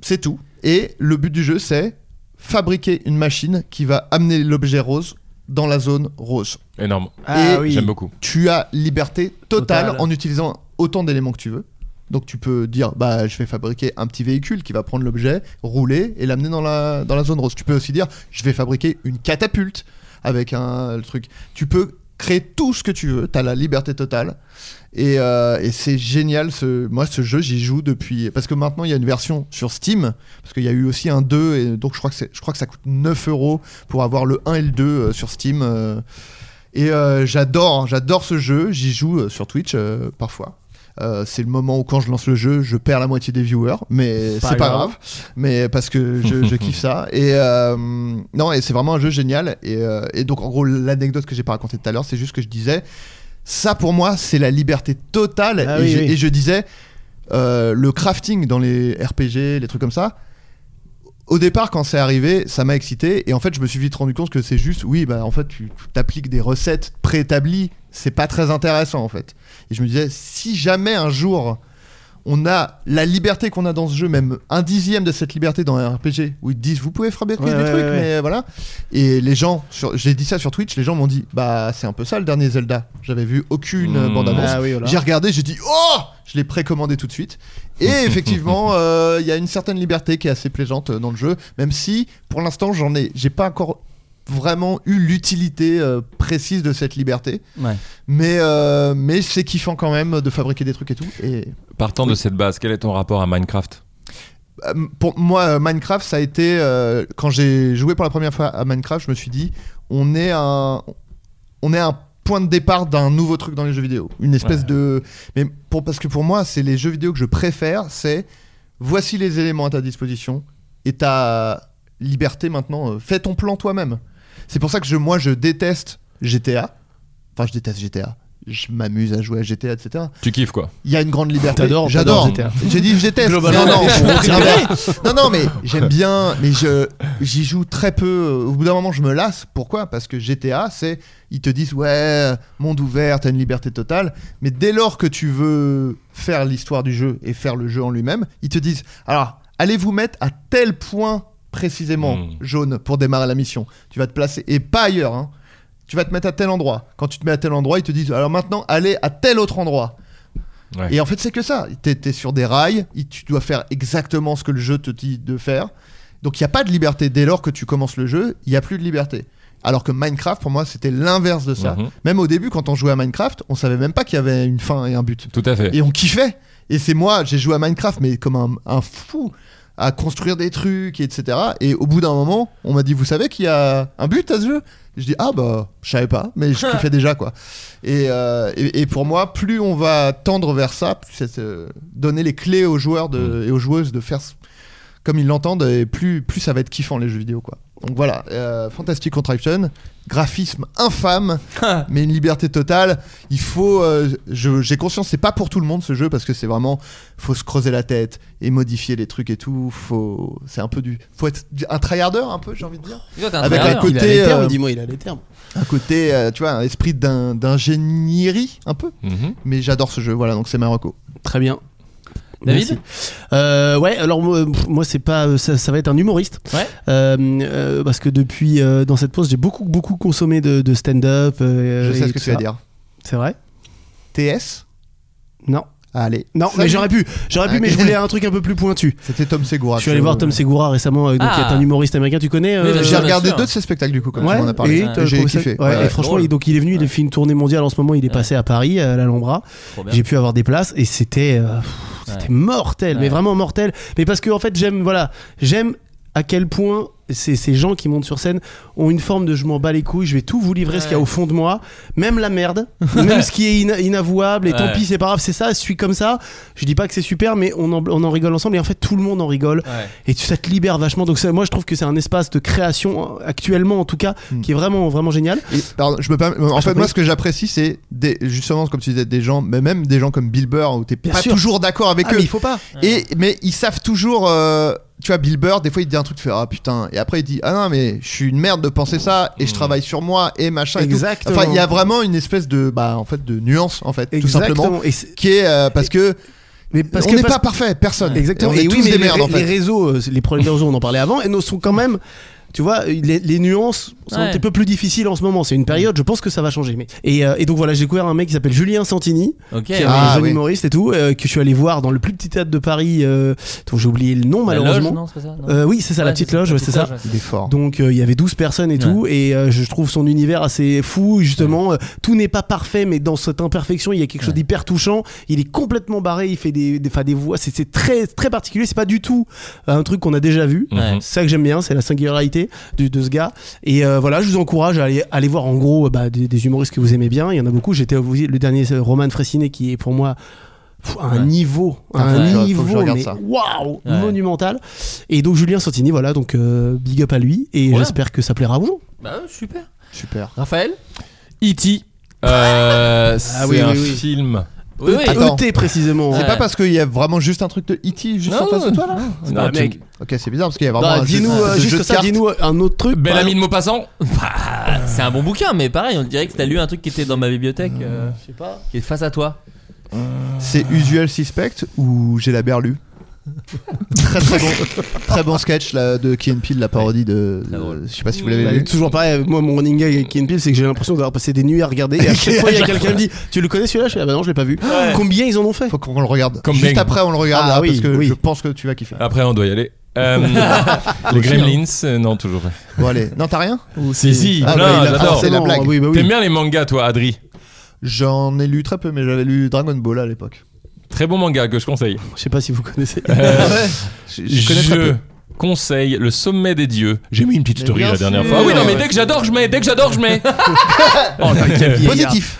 Speaker 8: c'est tout et le but du jeu c'est fabriquer une machine qui va amener l'objet rose dans la zone rose
Speaker 7: Énorme.
Speaker 6: Ah
Speaker 8: Et-
Speaker 6: oui.
Speaker 7: J'aime beaucoup.
Speaker 8: tu as liberté totale
Speaker 6: Totale.
Speaker 8: en utilisant autant d'éléments que tu veux. Donc tu peux dire bah je vais fabriquer un petit véhicule qui va prendre l'objet, rouler et l'amener dans la, dans la zone rose. Tu peux aussi dire je vais fabriquer une catapulte avec un le truc. Tu peux créer tout ce que tu veux, tu as la liberté totale. Et, euh, et c'est génial, ce, moi ce jeu j'y joue depuis... Parce que maintenant il y a une version sur Steam, parce qu'il y a eu aussi un 2, et donc je crois que, c'est- je crois que ça coûte 9 euros pour avoir le 1 et le 2 euh, sur Steam. hein, euh, et euh, j'adore, j'adore ce jeu. J'y joue euh, sur Twitch euh, parfois. Euh, c'est le moment où quand je lance le jeu, je perds la moitié des viewers, mais
Speaker 6: Pas
Speaker 8: c'est pas
Speaker 6: grave.
Speaker 8: grave. Mais parce que je, je kiffe ça. Et euh, non, et c'est vraiment un jeu génial. Et, euh, et donc en gros, l'anecdote que j'ai pas racontée tout à l'heure, c'est juste que je disais, ça pour moi, c'est la liberté totale.
Speaker 6: Ah
Speaker 8: et,
Speaker 6: oui,
Speaker 8: je,
Speaker 6: oui.
Speaker 8: et je disais, euh, le crafting dans les RPG, les trucs comme ça. Au départ, quand c'est arrivé, ça m'a excité et en fait, je me suis vite rendu compte que c'est juste, oui, bah en fait, tu tu t'appliques des recettes préétablies, c'est pas très intéressant en fait. Et je me disais, si jamais un jour on a la liberté qu'on a dans ce jeu, même un dixième de cette liberté dans un RPG, où ils te disent vous pouvez fabriquer
Speaker 6: Ouais,
Speaker 8: des
Speaker 6: ouais,
Speaker 8: trucs,
Speaker 6: ouais, ouais.
Speaker 8: mais voilà. Et les gens, sur- j'ai dit ça sur Twitch, les gens m'ont dit bah c'est un peu ça le dernier Zelda. J'avais vu aucune
Speaker 6: Mmh.
Speaker 8: bande annonce.
Speaker 6: Ah oui, voilà.
Speaker 8: J'ai regardé, j'ai dit oh, je l'ai précommandé tout de suite. Et effectivement, euh, il y a une certaine liberté qui est assez plaisante euh, dans le jeu, même si pour l'instant j'en ai, j'ai pas encore vraiment eu l'utilité euh, précise de cette liberté.
Speaker 2: Ouais.
Speaker 8: Mais, euh, mais c'est kiffant quand même de fabriquer des trucs et tout. Et
Speaker 7: Partant de cette base, quel est ton rapport à Minecraft
Speaker 8: euh, pour moi, euh, Minecraft, ça a été euh, quand j'ai joué pour la première fois à Minecraft, je me suis dit, on est un, on est un point de départ d'un nouveau truc dans les jeux vidéo, une espèce
Speaker 7: Ouais.
Speaker 8: de, mais pour parce que pour moi, c'est les jeux vidéo que je préfère, c'est voici les éléments à ta disposition et ta liberté maintenant, euh, fais ton plan toi-même. C'est pour ça que je, moi, je déteste GTA. Enfin, je déteste GTA. Je m'amuse à jouer à GTA, etc
Speaker 7: Tu kiffes quoi
Speaker 8: il y a une grande liberté.
Speaker 6: T'adores-
Speaker 8: J'adore.
Speaker 6: t'adores GTA.
Speaker 8: J'ai dit j'étais. Non, non,
Speaker 6: Globalement, t'es
Speaker 8: non,
Speaker 6: gentil.
Speaker 8: non, non, mais j'aime bien, mais je j'y joue très peu. Au bout d'un moment, je me lasse. Pourquoi Parce que GTA, c'est ils te disent ouais, monde ouvert, t'as une liberté totale. Mais dès lors que tu veux faire l'histoire du jeu et faire le jeu en lui-même, ils te disent alors allez vous mettre à tel point précisément
Speaker 7: Mm.
Speaker 8: jaune pour démarrer la mission. Tu vas te placer et pas ailleurs. hein. Tu vas te mettre à tel endroit. Quand tu te mets à tel endroit, ils te disent alors maintenant allez à tel autre endroit.
Speaker 7: Ouais.
Speaker 8: Et en fait, c'est que ça. T'es t'es sur des rails, il- tu dois faire exactement ce que le jeu te dit de faire. Donc il n'y a pas de liberté. Dès lors que tu commences le jeu, il n'y a plus de liberté. Alors que Minecraft, pour moi, c'était l'inverse de ça.
Speaker 7: Mhm.
Speaker 8: Même au début, quand on jouait à Minecraft, on savait même pas qu'il y avait une fin et un but.
Speaker 7: Tout à fait.
Speaker 8: Et on kiffait. Et c'est moi, j'ai joué à Minecraft, mais comme un, un fou, à construire des trucs, etc. Et au bout d'un moment, on m'a dit, vous savez qu'il y a un but à ce jeu Je dis, ah bah, je savais pas, mais je kiffais déjà, quoi. Et, euh, et, et pour moi, plus on va tendre vers ça, plus c'est euh, donner les clés aux joueurs de- et aux joueuses de faire ce- comme ils l'entendent, et plus, plus ça va être kiffant, les jeux vidéo, quoi. Donc voilà, euh, Fantastic Contraption, graphisme infâme, mais une liberté totale. Il faut, euh, je- j'ai conscience, c'est pas pour tout le monde ce jeu parce que c'est vraiment, faut se creuser la tête et modifier les trucs et tout. Faut, c'est un peu du, faut être un tryharder un peu, j'ai envie de dire.
Speaker 2: Toi, t'es un
Speaker 8: Avec un
Speaker 2: tryharder.
Speaker 6: Il a les
Speaker 8: côté,
Speaker 6: termes,
Speaker 8: euh,
Speaker 6: dis-moi, il a les termes.
Speaker 8: un côté, euh, tu vois, un esprit d'in- d'ingénierie un peu.
Speaker 7: Mhm.
Speaker 8: Mais j'adore ce jeu, voilà. Donc c'est Marocco.
Speaker 6: Très bien.
Speaker 2: David
Speaker 6: Merci. Euh, Ouais, alors moi, pff, moi, c'est pas euh, ça, ça va être un humoriste.
Speaker 2: Ouais.
Speaker 6: Euh, euh, parce que depuis euh, dans cette pause, j'ai beaucoup beaucoup consommé de, de stand-up. euh,
Speaker 8: Je sais
Speaker 6: et
Speaker 8: ce que
Speaker 6: tout
Speaker 8: tu vas
Speaker 6: ça.
Speaker 8: dire.
Speaker 6: C'est vrai
Speaker 8: TS.
Speaker 6: Non.
Speaker 8: Allez.
Speaker 6: Non, mais
Speaker 8: Salut.
Speaker 6: j'aurais pu, j'aurais pu, mais je voulais un truc un peu plus pointu.
Speaker 8: C'était Tom Segura.
Speaker 6: Je suis allé voir Tom Segura récemment, euh, donc,
Speaker 2: Ah.
Speaker 6: qui est un humoriste américain. Tu connais euh,
Speaker 2: Oui, bien
Speaker 8: J'ai
Speaker 2: sûr, bien
Speaker 8: regardé
Speaker 2: sûr.
Speaker 8: deux de ses spectacles du coup, comme
Speaker 6: Ouais,
Speaker 8: tu m'en as parlé.
Speaker 6: et euh, t'as
Speaker 8: j'ai
Speaker 6: trouvé ça-
Speaker 8: kiffé.
Speaker 6: ouais,
Speaker 8: Ouais,
Speaker 6: et
Speaker 8: ouais.
Speaker 6: franchement,
Speaker 2: drôle.
Speaker 6: il- donc il est venu, il a
Speaker 2: Ouais.
Speaker 6: fait une tournée mondiale en ce moment, il est passé à Paris, à l'Alhambra.
Speaker 2: Trop bien.
Speaker 6: J'ai pu avoir des places et c'était euh, pff, c'était mortel, mais
Speaker 2: Ouais.
Speaker 6: vraiment mortel. Mais parce que en fait, j'aime voilà, j'aime à quel point ces, ces gens qui montent sur scène ont une forme de je m'en bats les couilles, je vais tout vous livrer ce qu'il y a au fond de moi, même la merde, même ce qui est ina- inavouable, et tant
Speaker 2: Ouais.
Speaker 6: pis, c'est pas grave, c'est ça, je suis comme ça. Je dis pas que c'est super, mais on en, on en rigole ensemble, et en fait, tout le monde en rigole
Speaker 2: Ouais.
Speaker 6: et tu, ça te libère vachement. Donc ça, moi, je trouve que c'est un espace de création euh, actuellement, en tout cas,
Speaker 2: Hmm.
Speaker 8: Mm.
Speaker 6: qui est vraiment vraiment génial.
Speaker 8: Et, pardon, je me permets- en
Speaker 6: je t'en
Speaker 8: fait, moi,
Speaker 6: prie.
Speaker 8: ce que j'apprécie, c'est des- justement, comme tu disais, des gens, mais même des gens comme Bill Burr, où t'es
Speaker 6: Bien
Speaker 8: pas
Speaker 6: sûr.
Speaker 8: toujours d'accord avec
Speaker 6: Ah,
Speaker 8: eux.
Speaker 6: mais il faut pas.
Speaker 8: Et, mais ils savent toujours. euh, tu vois, Bill Burr, des fois, il te dit un truc, tu fais Ah putain. Et après, il dit Ah non, mais je suis une merde de penser ça, et je travaille sur moi, et machin. et tout.
Speaker 6: Hmm. Exactement.
Speaker 8: Enfin, il y a vraiment une espèce de, bah, en fait, de nuance, en fait, tout simplement.
Speaker 6: Exactement. Et c'est-
Speaker 8: Qui est euh, parce que
Speaker 6: mais parce
Speaker 8: on
Speaker 6: que
Speaker 8: n'est
Speaker 6: parce-
Speaker 8: pas parfait, personne.
Speaker 6: Exactement.
Speaker 8: Et on est
Speaker 6: oui,
Speaker 8: tous
Speaker 6: mais
Speaker 8: des
Speaker 6: les,
Speaker 8: merdes, en
Speaker 6: les
Speaker 8: fait.
Speaker 6: réseaux, euh, les problèmes des réseaux, on en parlait avant, et nous sont quand même. Tu vois, les, les nuances sont un
Speaker 2: Ouais.
Speaker 6: petit peu plus difficiles en ce moment. C'est une période, je pense que ça va changer. Mais... Et, euh, et donc voilà, j'ai découvert un mec qui s'appelle Julien Santini,
Speaker 2: Ok.
Speaker 6: qui est
Speaker 8: Ah,
Speaker 6: un jeune
Speaker 8: oui.
Speaker 6: humoriste et tout, euh, que je suis allé voir dans le plus petit théâtre de Paris, euh, dont j'ai oublié le nom
Speaker 2: La Bah, loge,
Speaker 6: malheureusement.
Speaker 2: non, c'est pas ça, non
Speaker 6: Euh, oui, c'est ça, la
Speaker 2: Ouais,
Speaker 6: petite loge, ouais, c'est ça.
Speaker 2: ouais.
Speaker 8: Il est fort.
Speaker 6: Donc euh, il y avait 12 personnes et tout, et euh, je je trouve son univers assez fou, justement. Euh, tout n'est pas parfait, mais dans cette imperfection, il y a quelque chose d'hyper touchant. Il est complètement barré, il fait des, des, enfin, des voix, c'est- c'est très, très particulier, c'est pas du tout euh, un truc qu'on a déjà vu.
Speaker 7: Mhm.
Speaker 6: C'est ça que j'aime bien, c'est la singularité du- de ce gars. Et euh, voilà, je vous encourage à aller, à aller voir en gros euh, bah, des, des humoristes que vous aimez bien. Il y en a beaucoup. J'étais au- le dernier, c'est Roman Fressinet, qui est pour moi pff, à un
Speaker 8: Ouais.
Speaker 6: niveau,
Speaker 8: Ah,
Speaker 6: à
Speaker 8: faut que je-
Speaker 6: un
Speaker 8: faut que je
Speaker 6: niveau,
Speaker 8: regarde
Speaker 6: mais
Speaker 8: ça.
Speaker 6: waouh,
Speaker 8: Ouais.
Speaker 6: monumental. Et donc Julien Santini, voilà, donc euh, big up à lui, et j'espère que ça plaira aux gens. Euh,
Speaker 2: Bah, super.
Speaker 8: Super.
Speaker 2: Raphaël
Speaker 7: E.T. E Euh, c'est
Speaker 6: oui,
Speaker 7: un
Speaker 6: oui, oui.
Speaker 7: film.
Speaker 6: Oui, oui.
Speaker 8: Attends.
Speaker 6: ET précisément. Bah,
Speaker 8: C'est
Speaker 6: Ouais.
Speaker 8: pas parce qu'il y a vraiment juste un truc de E.T. juste
Speaker 6: Non,
Speaker 8: en face de toi là
Speaker 6: non,
Speaker 8: C'est
Speaker 7: non,
Speaker 8: pas-
Speaker 7: tu-
Speaker 8: mec. Ok, c'est bizarre parce qu'il y a vraiment
Speaker 6: Bah,
Speaker 8: un
Speaker 6: dis-nous
Speaker 8: jeu-
Speaker 6: euh,
Speaker 8: un jeu
Speaker 6: juste
Speaker 8: de
Speaker 6: ça,
Speaker 8: cartes.
Speaker 6: dis-nous un autre truc.
Speaker 7: Bel
Speaker 6: par
Speaker 7: ami de
Speaker 6: exemple.
Speaker 7: Maupassant
Speaker 2: Bah, c'est un bon bouquin, mais pareil, on dirait que t'as lu un truc qui était dans ma bibliothèque, euh,
Speaker 6: Je sais pas.
Speaker 2: qui est face à toi.
Speaker 8: C'est Usual Suspect ou J'ai la berlue très très bon très bon sketch là, de KNP de la parodie de, de- je sais pas si vous l'avez
Speaker 6: Bah,
Speaker 8: vu
Speaker 6: toujours pareil, moi mon running gag avec Ken Peel, c'est que j'ai l'impression d'avoir passé des nuits à regarder. Et à chaque fois, il y a quelqu'un qui me dit Tu le connais celui-là Je fais, Ah bah non, je l'ai pas vu. Combien ils en ont fait
Speaker 8: faut qu'on le regarde
Speaker 7: Comme
Speaker 8: juste
Speaker 7: Bang.
Speaker 8: après on le regarde
Speaker 6: Ah
Speaker 8: là,
Speaker 6: oui,
Speaker 8: parce que
Speaker 6: oui.
Speaker 8: je pense que tu vas kiffer
Speaker 7: Après, on doit y aller. Euh, les Gremlins, euh, non, toujours. pas.
Speaker 8: bon allez non t'as rien Ou
Speaker 7: Si,
Speaker 8: c'est-
Speaker 7: si,
Speaker 8: Ah,
Speaker 7: plein,
Speaker 8: bah, il a
Speaker 7: j'adore.
Speaker 8: forcé la blague
Speaker 6: Oui, bah
Speaker 7: T'aimes
Speaker 6: oui.
Speaker 7: bien les mangas, toi, Adri
Speaker 8: j'en ai lu très peu mais j'avais lu Dragon Ball à l'époque
Speaker 7: Très bon manga que je conseille.
Speaker 6: Je sais pas si vous connaissez.
Speaker 8: Ouais, je, je connais très
Speaker 7: Je
Speaker 8: peu
Speaker 7: conseille Le Sommet des Dieux. J'ai mis une petite
Speaker 8: Mais
Speaker 7: story
Speaker 8: bien
Speaker 7: la dernière
Speaker 8: sûr.
Speaker 7: fois. Ah oui, non, mais
Speaker 8: Ouais.
Speaker 7: dès que j'adore, je mets. Dès que j'adore, je mets. Oh, t'inquiète.
Speaker 8: positif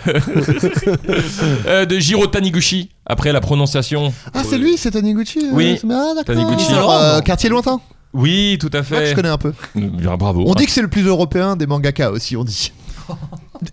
Speaker 7: Euh, de Jiro Taniguchi, après la prononciation.
Speaker 8: ah c'est lui c'est Taniguchi euh,
Speaker 7: Oui.
Speaker 8: c'est- ah, d'accord.
Speaker 7: Taniguchi.
Speaker 8: Sur, euh,
Speaker 7: Laurent.
Speaker 8: quartier lointain
Speaker 7: Oui, tout à
Speaker 8: Ah,
Speaker 7: fait. Euh,
Speaker 8: je connais un peu
Speaker 7: Bien, bravo.
Speaker 8: on dit que c'est le plus européen des mangaka aussi on dit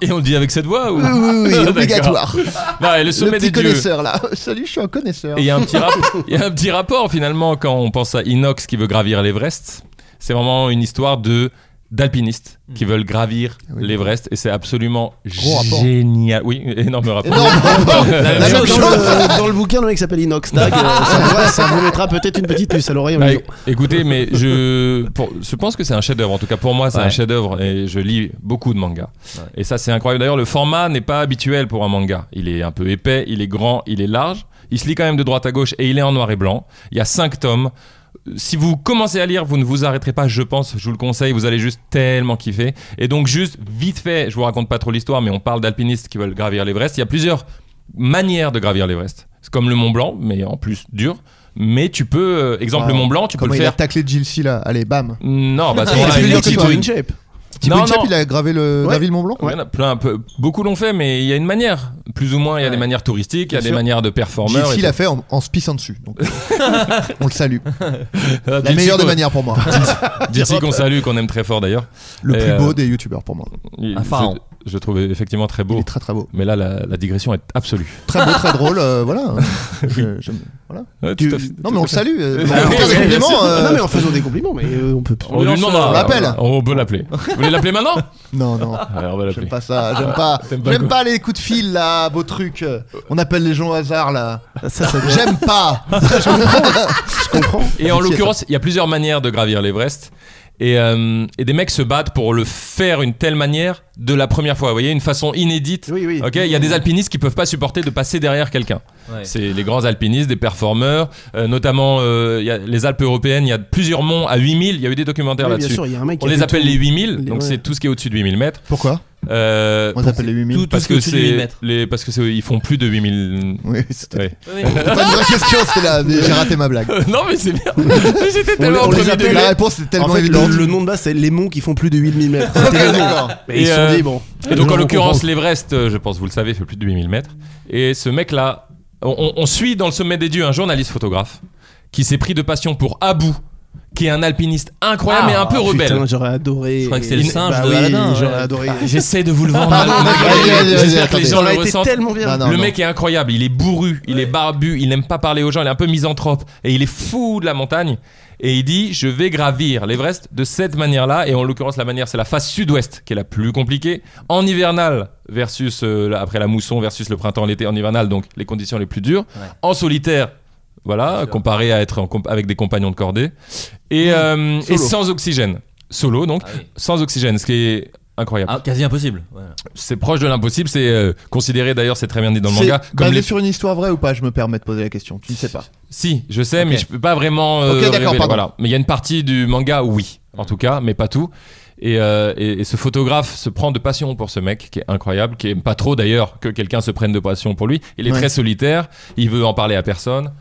Speaker 7: Et on le dit avec cette voix ou...
Speaker 8: oui oui oui
Speaker 7: D'accord.
Speaker 8: obligatoire
Speaker 7: Non, et le
Speaker 8: Ah. le
Speaker 7: sommet
Speaker 8: petit
Speaker 7: des dieux.
Speaker 8: connaisseur là salut je suis un connaisseur
Speaker 7: Et il y, a un petit rap- il y a un petit rapport finalement quand on pense à Inox qui veut gravir l'Everest. C'est vraiment une histoire de d'alpinistes qui veulent gravir
Speaker 8: Hmm. Oui.
Speaker 7: l'Everest et c'est absolument
Speaker 8: Gros rapport.
Speaker 7: génial. Oui, énorme rapport.
Speaker 8: Énorme rapport.
Speaker 7: La
Speaker 6: Dans
Speaker 7: même
Speaker 8: La
Speaker 7: chose.
Speaker 8: même chose.
Speaker 6: le, dans le bouquin, le mec s'appelle Inox Tag. euh, ça, ça vous mettra peut-être une petite puce à l'oreille. en
Speaker 7: Bah,
Speaker 6: disant,
Speaker 7: écoutez, mais je, pour- je pense que c'est un chef-d'œuvre. En tout cas, pour moi, c'est
Speaker 2: Ouais.
Speaker 7: un chef-d'œuvre et je lis beaucoup de mangas. Et ça, c'est incroyable. D'ailleurs, le format n'est pas habituel pour un manga. Il est un peu épais, il est grand, il est large. Il se lit quand même de droite à gauche et il est en noir et blanc. Il y a cinq tomes. Si vous commencez à lire, vous ne vous arrêterez pas, je pense, je vous le conseille, vous allez juste tellement kiffer. Et donc juste, vite fait, je vous raconte pas trop l'histoire, mais on parle d'alpinistes qui veulent gravir l'Everest. Il y a plusieurs manières de gravir l'Everest. C'est comme le Mont Blanc, mais en plus dur. Mais tu peux, euh, exemple
Speaker 8: Wow.
Speaker 7: le Mont Blanc, tu peux
Speaker 8: Comment
Speaker 7: le
Speaker 8: Ah, il Ah, a
Speaker 7: faire.
Speaker 8: taclé Gilles là Allez, bam.
Speaker 7: Non, bah c'est
Speaker 8: Il
Speaker 7: vrai,
Speaker 8: a fait
Speaker 7: il
Speaker 8: mieux
Speaker 7: est
Speaker 8: que
Speaker 7: petit
Speaker 8: toi,
Speaker 7: truc.
Speaker 8: une
Speaker 6: shape.
Speaker 8: Petit
Speaker 7: Non,
Speaker 8: Chap,
Speaker 7: non.
Speaker 8: il a gravé le
Speaker 6: Ouais.
Speaker 8: gravé le Mont Blanc.
Speaker 7: Il y en a plein, peu- beaucoup l'ont fait, mais il y a une manière. Plus ou moins, il y a des manières touristiques, il y a
Speaker 8: Bien
Speaker 7: des
Speaker 8: sûr.
Speaker 7: manières de performeurs.
Speaker 8: Gilles
Speaker 7: et
Speaker 8: l'a
Speaker 7: tout.
Speaker 8: fait en, en se pissant dessus. Donc, euh, on le salue.
Speaker 7: Ah,
Speaker 8: La
Speaker 7: Dizzy
Speaker 8: meilleure des
Speaker 7: qu'on-
Speaker 8: manières Ah, pour moi.
Speaker 7: Dizzy qu'on salue, qu'on aime très fort d'ailleurs.
Speaker 8: Le
Speaker 7: Et,
Speaker 8: plus
Speaker 7: euh,
Speaker 8: beau des youtubeurs pour moi.
Speaker 7: Il-
Speaker 2: Un pharaon.
Speaker 7: Je, je trouve effectivement très
Speaker 8: Il
Speaker 7: beau.
Speaker 8: est très très beau.
Speaker 7: Mais là, la, la digression est absolue.
Speaker 8: Très beau, très drôle. euh, voilà. Je- j'aime- voilà.
Speaker 7: Ouais,
Speaker 8: Tu-
Speaker 7: tout à fait.
Speaker 8: Non, mais on le salue. euh,
Speaker 7: Ah,
Speaker 8: on
Speaker 7: oui,
Speaker 8: peut faire des
Speaker 7: oui, bien
Speaker 8: compliments. euh,
Speaker 6: Non, mais en faisant des compliments, mais euh, on peut.
Speaker 7: On, lui demandera.
Speaker 8: on l'appelle.
Speaker 7: On peut l'appeler. Vous voulez l'appeler maintenant
Speaker 8: Non, non.
Speaker 7: Alors, on va l'appeler.
Speaker 8: J'aime pas ça. J'aime pas.
Speaker 7: T'aimes pas
Speaker 8: J'aime
Speaker 7: quoi
Speaker 8: pas les coups de fil là, beau truc. euh, On appelle les gens au hasard là.
Speaker 6: Ça, ça,
Speaker 8: J'aime pas.
Speaker 6: je comprends.
Speaker 7: Et en
Speaker 8: Merci,
Speaker 7: l'occurrence, il y a plusieurs manières de gravir l'Everest. Et, euh, et des mecs se battent pour le faire une telle manière de la première fois. Vous voyez, une façon inédite.
Speaker 6: Oui, oui.
Speaker 7: Ok, il y a des alpinistes qui peuvent pas supporter de passer derrière quelqu'un.
Speaker 2: Ouais.
Speaker 7: C'est les grands alpinistes, des performeurs, euh, notamment euh, il y a les Alpes européennes. Il y a plusieurs monts à 8000. Il y a eu des documentaires
Speaker 6: Oui, bien
Speaker 7: là-dessus.
Speaker 6: sûr, il y a un mec qui
Speaker 7: On
Speaker 6: a
Speaker 7: les
Speaker 6: fait
Speaker 7: appelle
Speaker 6: tout.
Speaker 7: les 8000. Donc
Speaker 6: ouais.
Speaker 7: c'est tout ce qui est au-dessus de 8000 mètres.
Speaker 8: Pourquoi
Speaker 7: Euh,
Speaker 8: On les appelle les 8000.
Speaker 2: Tout-
Speaker 7: parce
Speaker 2: ce qui est
Speaker 7: que
Speaker 2: au-dessus de 8000
Speaker 7: c'est
Speaker 2: mètres.
Speaker 7: les parce que c'est- ils font plus de 8000.
Speaker 8: Oui, c'était
Speaker 7: Ouais.
Speaker 8: c'était pas une vraie question. C'était là. mais J'ai raté ma blague.
Speaker 7: non mais c'est bien. Mais J'étais tellement
Speaker 6: on
Speaker 7: en
Speaker 6: les
Speaker 7: premier
Speaker 6: appelle
Speaker 7: degré.
Speaker 8: La réponse est
Speaker 6: En
Speaker 8: tellement
Speaker 6: fait,
Speaker 8: évidente.
Speaker 6: le, le nom de base, c'est les monts qui font plus de 8000 mètres. C'était le nom.
Speaker 8: D'accord.
Speaker 6: Mais ils
Speaker 7: Et,
Speaker 6: se sont
Speaker 7: euh,
Speaker 6: dit, bon.
Speaker 7: Et
Speaker 6: les
Speaker 7: donc
Speaker 6: gens
Speaker 7: en
Speaker 6: vont
Speaker 7: l'occurrence
Speaker 6: comprendre.
Speaker 7: l'Everest, euh, je pense vous le savez, fait plus de 8000 mètres. Et ce mec-là, on, on- on suit dans le sommet des dieux un journaliste photographe qui s'est pris de passion pour Abu, qui est un alpiniste incroyable
Speaker 2: Ah,
Speaker 7: et un peu
Speaker 6: Ah,
Speaker 7: rebelle.
Speaker 6: putain, j'aurais adoré.
Speaker 2: Je crois que c'est le
Speaker 6: Bah
Speaker 2: singe de
Speaker 6: oui,
Speaker 2: Aladdin, ouais. Ah,
Speaker 6: J'aurais adoré.
Speaker 7: J'essaie de vous le vendre. mal-
Speaker 8: Pardon,
Speaker 7: malgré
Speaker 8: allez,
Speaker 7: lui.
Speaker 8: allez, allez,
Speaker 7: J'espère que les
Speaker 8: attendez.
Speaker 7: gens
Speaker 6: Ça
Speaker 7: le
Speaker 6: aurait été
Speaker 7: ressentent.
Speaker 6: tellement bien.
Speaker 2: Bah
Speaker 8: Non, non,
Speaker 7: le
Speaker 8: non.
Speaker 7: mec est incroyable, il est bourru, il est barbu, il n'aime pas parler aux gens, il est un peu misanthrope et il est fou de la montagne. Et il dit Je vais gravir l'Everest de cette manière-là. Et en l'occurrence, la manière, c'est la face sud-ouest qui est la plus compliquée. En hivernal, versus euh, la- après la mousson, versus le printemps, l'été, en hivernal, donc les conditions les plus dures. En solitaire, voilà, comparé à être en comp- avec des compagnons de cordée. Et, euh, et sans oxygène. Solo, donc,
Speaker 2: Ah oui.
Speaker 7: sans oxygène, ce qui est incroyable.
Speaker 2: Ah, quasi impossible. Ouais.
Speaker 7: C'est proche de l'impossible, c'est euh, considéré d'ailleurs, c'est très bien dit dans le
Speaker 8: C'est
Speaker 7: manga. Comme
Speaker 8: basé
Speaker 7: les...
Speaker 8: sur une histoire vraie ou pas Je me permets de poser la question. Tu ne sais pas.
Speaker 7: Si, je sais, mais
Speaker 2: Ok.
Speaker 7: je peux pas vraiment. euh,
Speaker 8: Ok, d'accord,
Speaker 7: révéler,
Speaker 8: pardon.
Speaker 7: voilà. Mais il y a une partie du manga, où oui, en tout cas, mais pas tout. Et, euh, et- et ce photographe se prend de passion pour ce mec, qui est incroyable, qui aime pas trop d'ailleurs que quelqu'un se prenne de passion pour lui. Il est
Speaker 8: Ouais.
Speaker 7: très solitaire, il veut en parler à personne.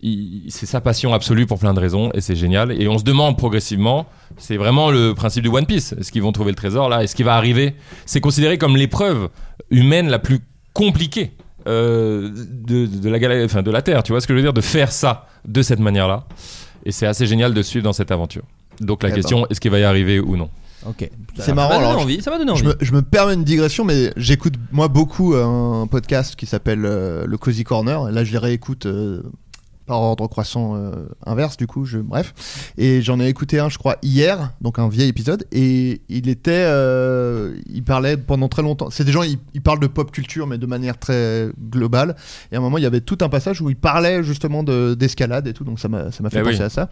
Speaker 7: Il- C'est sa passion absolue pour plein de raisons et c'est génial. Et on se demande progressivement, c'est vraiment le principe du One Piece. Est-ce qu'ils vont trouver le trésor là Est-ce qu'il va arriver C'est considéré comme l'épreuve humaine la plus compliquée. euh, de, de la galaxie, enfin de la Terre. Tu vois ce que je veux dire De faire ça de cette manière-là. Et c'est assez génial de suivre dans cette aventure. Donc la
Speaker 8: Eh
Speaker 7: question,
Speaker 8: ben.
Speaker 7: est-ce qu'il va y arriver ou non
Speaker 2: Ok.
Speaker 8: C'est marrant. alors,
Speaker 2: envie,
Speaker 8: je-
Speaker 2: Ah, ça m'a donné envie.
Speaker 8: Je me, je me permets une digression, mais j'écoute moi beaucoup euh, un podcast qui s'appelle euh, le Cozy Corner. Et là, je les réécoute euh, par ordre croissant euh, inverse, du coup. Je, bref. Et j'en ai écouté un, je crois, hier, donc un vieil épisode. Et il était, euh, il parlait pendant très longtemps. C'est des gens, ils, ils parlent de pop culture, mais de manière très globale. Et à un moment, il y avait tout un passage où il parlait justement de- d'escalade et tout. Donc ça m'a ça m'a fait
Speaker 7: Eh oui.
Speaker 8: penser à ça.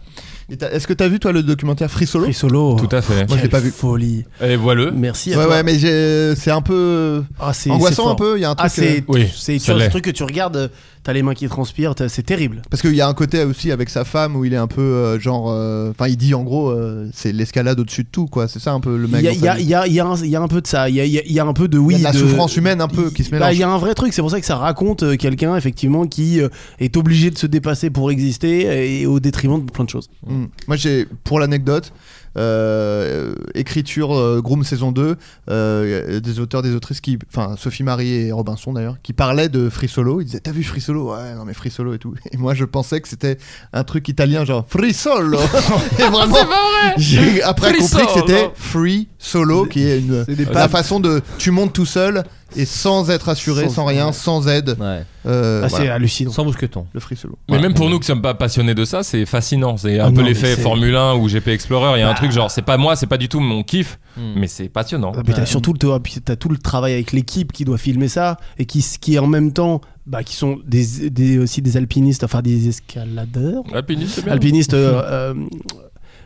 Speaker 8: Et t'as- Est-ce que t'as vu toi le documentaire Free Solo
Speaker 6: Free Solo.
Speaker 7: Tout à fait.
Speaker 8: Moi, je l'ai pas vu.
Speaker 6: Folie.
Speaker 7: Allez,
Speaker 2: Euh,
Speaker 7: voilà.
Speaker 6: Merci à
Speaker 8: Ouais,
Speaker 6: toi.
Speaker 8: ouais, mais j'ai- c'est un peu
Speaker 6: Ah, c'est- c'est
Speaker 8: angoissant
Speaker 6: fort.
Speaker 8: un peu. Il y a un
Speaker 6: Ah,
Speaker 8: truc.
Speaker 6: c'est
Speaker 8: euh,
Speaker 7: Oui,
Speaker 6: c'est
Speaker 7: ça
Speaker 6: tu vois, ce
Speaker 7: l'est.
Speaker 6: truc que tu regardes, euh, t'as les mains qui transpirent, t'as- c'est terrible.
Speaker 8: euh, Parce qu'il y a un côté aussi avec sa femme où il est un peu euh, genre. euh, Enfin, il dit en gros, euh, c'est l'escalade au-dessus de tout, quoi. C'est ça un peu le
Speaker 6: Il
Speaker 8: mec.
Speaker 6: y a,
Speaker 8: dans
Speaker 6: il y, a,
Speaker 8: sa vie.
Speaker 6: il y, a, il y a un- il y a un peu de ça, il y a, il y a- il y a un peu de
Speaker 8: Il
Speaker 6: oui.
Speaker 8: y a de la
Speaker 6: de-
Speaker 8: souffrance humaine un peu qui se
Speaker 6: Bah,
Speaker 8: mélange.
Speaker 6: Il y a un vrai truc, c'est pour ça que ça raconte euh, quelqu'un effectivement qui euh, est obligé de se dépasser pour exister et au détriment de plein de choses.
Speaker 8: Mm. Moi, j'ai, pour l'anecdote, euh, euh, écriture euh, Groom saison 2, euh, des auteurs, des autrices qui. Enfin, Sophie Marie et Robinson d'ailleurs, qui parlaient de Free Solo. Ils disaient T'as vu Free Solo Ouais, non, mais Free Solo et tout. Et moi, je pensais que c'était un truc italien, genre Free Solo Et vraiment, j'ai après
Speaker 7: Free
Speaker 8: compris que
Speaker 7: Solo.
Speaker 8: c'était Free Solo, qui est une,
Speaker 6: C'est des
Speaker 8: la façon de. Tu montes tout seul et sans être assuré, sans,
Speaker 6: Sans-
Speaker 8: rien, sans aide.
Speaker 2: Ouais.
Speaker 8: euh,
Speaker 6: Ah, C'est
Speaker 8: voilà,
Speaker 6: hallucinant.
Speaker 2: Sans mousqueton.
Speaker 8: le Free Solo.
Speaker 7: Mais même pour nous qui sommes pas passionnés de ça, c'est fascinant. C'est un
Speaker 6: Ah
Speaker 7: peu
Speaker 6: non, mais
Speaker 7: l'effet
Speaker 6: c'est-
Speaker 7: Formule 1 ou GP Explorer. Il y a
Speaker 8: Bah.
Speaker 7: un truc genre, c'est pas moi, c'est pas du tout mon kiff,
Speaker 2: Hmm.
Speaker 8: Mm.
Speaker 7: mais c'est passionnant.
Speaker 6: Ah, puis
Speaker 2: euh,
Speaker 6: t'as surtout le, t'as- puis t'as tout le travail avec l'équipe qui doit filmer ça et qui, qui en même temps, bah, qui sont des, des- aussi des alpinistes, enfin des escaladeurs,
Speaker 8: Euh,
Speaker 7: Alpiniste, Ah, c'est bien.
Speaker 6: alpinistes euh, euh,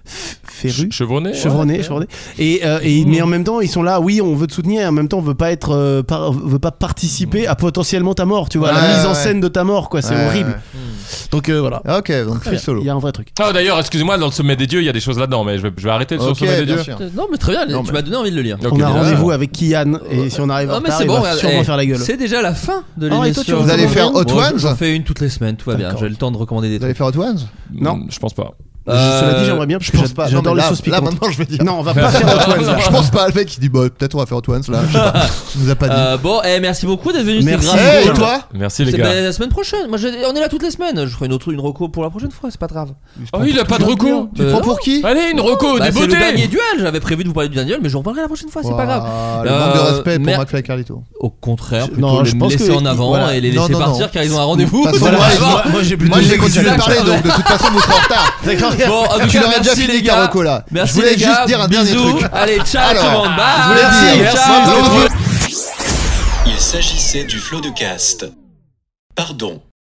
Speaker 6: f- férus.
Speaker 7: Ch- Chevronné.
Speaker 6: Chevronné, chevronné. Et, euh, et- mais en même temps, ils sont là. Oui, on veut te soutenir. Et en même temps, on veut pas être, euh, par- on veut pas participer à potentiellement ta mort. Tu vois,
Speaker 8: Ouais,
Speaker 6: la mise en
Speaker 8: ouais.
Speaker 6: scène de ta mort, quoi. C'est
Speaker 8: Ouais,
Speaker 6: horrible. Donc euh, voilà.
Speaker 8: ouais. Ok, donc Free Solo.
Speaker 6: Il y a un vrai truc.
Speaker 7: Ah d'ailleurs, excusez-moi, dans le sommet des dieux, il y a des choses là-dedans, mais je vais, je vais arrêter sur le
Speaker 8: Ok,
Speaker 7: sommet des
Speaker 8: bien
Speaker 7: dieux.
Speaker 8: sûr.
Speaker 2: Non, mais très bien,
Speaker 8: Non,
Speaker 2: tu
Speaker 8: mais-
Speaker 2: m'as donné envie de le lire.
Speaker 7: Ok,
Speaker 6: on a
Speaker 7: déjà.
Speaker 6: rendez-vous avec Kian et si on arrive en
Speaker 2: Non, mais
Speaker 6: retard,
Speaker 2: c'est bon,
Speaker 6: il va
Speaker 2: regarde,
Speaker 6: sûrement
Speaker 2: eh,
Speaker 6: faire la gueule.
Speaker 2: C'est déjà la fin de
Speaker 6: Ah ouais,
Speaker 2: l'émission.
Speaker 6: toi, tu Vous recommandes allez
Speaker 8: faire rien Hot
Speaker 2: Moi,
Speaker 8: Ones
Speaker 2: J'en fais une toutes les semaines, tout va bien.
Speaker 6: D'accord.
Speaker 2: J'ai le temps de recommander des
Speaker 8: Vous allez
Speaker 2: trucs.
Speaker 8: faire Hot Ones
Speaker 6: Non.
Speaker 7: Je pense pas.
Speaker 2: Euh,
Speaker 6: Cela dit, j'aimerais bien. parce
Speaker 8: Je
Speaker 6: que
Speaker 8: pense
Speaker 6: j'a-
Speaker 8: pas. Non,
Speaker 6: J'adore
Speaker 8: mais
Speaker 6: les
Speaker 8: là-
Speaker 6: sauces
Speaker 8: Là
Speaker 6: piquantes.
Speaker 8: maintenant, je vais dire.
Speaker 6: Non, on va pas faire Hot Ones.
Speaker 8: Je pense pas. Le mec, il dit bah, peut-être on va faire Hot Ones là. Je sais pas. Il nous a pas dit.
Speaker 2: euh, bon, eh, merci beaucoup d'être venu. c'est
Speaker 4: Euh,
Speaker 6: Merci.
Speaker 2: grave.
Speaker 8: Eh,
Speaker 6: cool.
Speaker 8: et toi
Speaker 7: Merci les
Speaker 2: C'est
Speaker 7: gars.
Speaker 2: ben, la semaine prochaine. Moi, je- on est là toutes les semaines. Je ferai une autre une reco pour la prochaine fois. C'est pas grave.
Speaker 7: Oh, il a pas de recours.
Speaker 8: Tu te
Speaker 2: Euh,
Speaker 8: prends
Speaker 2: non.
Speaker 8: pour qui
Speaker 7: Allez, une reco,
Speaker 2: Bah,
Speaker 7: des
Speaker 2: c'est le dernier
Speaker 7: beautés.
Speaker 2: duel. J'avais prévu de vous parler du dernier duel, mais je vous en parlerai la prochaine fois. C'est pas grave.
Speaker 8: Ouah, Le
Speaker 2: Euh,
Speaker 8: manque de respect pour
Speaker 2: mer-
Speaker 8: McFly et Carlito.
Speaker 2: Au contraire, plutôt
Speaker 6: Non,
Speaker 2: les
Speaker 6: je pense
Speaker 2: laisser
Speaker 6: que-
Speaker 2: en avant
Speaker 6: voilà.
Speaker 2: et les
Speaker 8: Non,
Speaker 2: laisser
Speaker 8: non, non.
Speaker 2: partir car ils ont un rendez-vous.
Speaker 8: De toute façon,
Speaker 2: Voilà.
Speaker 8: moi,
Speaker 2: Bon,
Speaker 6: Moi, j'ai plutôt
Speaker 8: Moi, je vais
Speaker 6: des
Speaker 8: continuer de
Speaker 6: exemples.
Speaker 8: parler donc euh, de toute façon, vous serez en retard.
Speaker 6: D'accord.
Speaker 2: en tout
Speaker 8: Tu
Speaker 2: cas,
Speaker 8: l'aurais déjà
Speaker 2: merci,
Speaker 8: fini,
Speaker 2: les gars.
Speaker 8: ta reco, là.
Speaker 2: Merci
Speaker 8: Je voulais
Speaker 2: les gars.
Speaker 8: juste dire un dernier
Speaker 2: Bisous.
Speaker 8: truc.
Speaker 2: Allez, ciao
Speaker 8: Alors,
Speaker 2: tout le monde. Bye.
Speaker 8: je voulais dire,
Speaker 2: Ciao.
Speaker 8: merci,
Speaker 2: Ciao.
Speaker 8: c'était drôle.
Speaker 1: Il s'agissait du flot de cast. Pardon.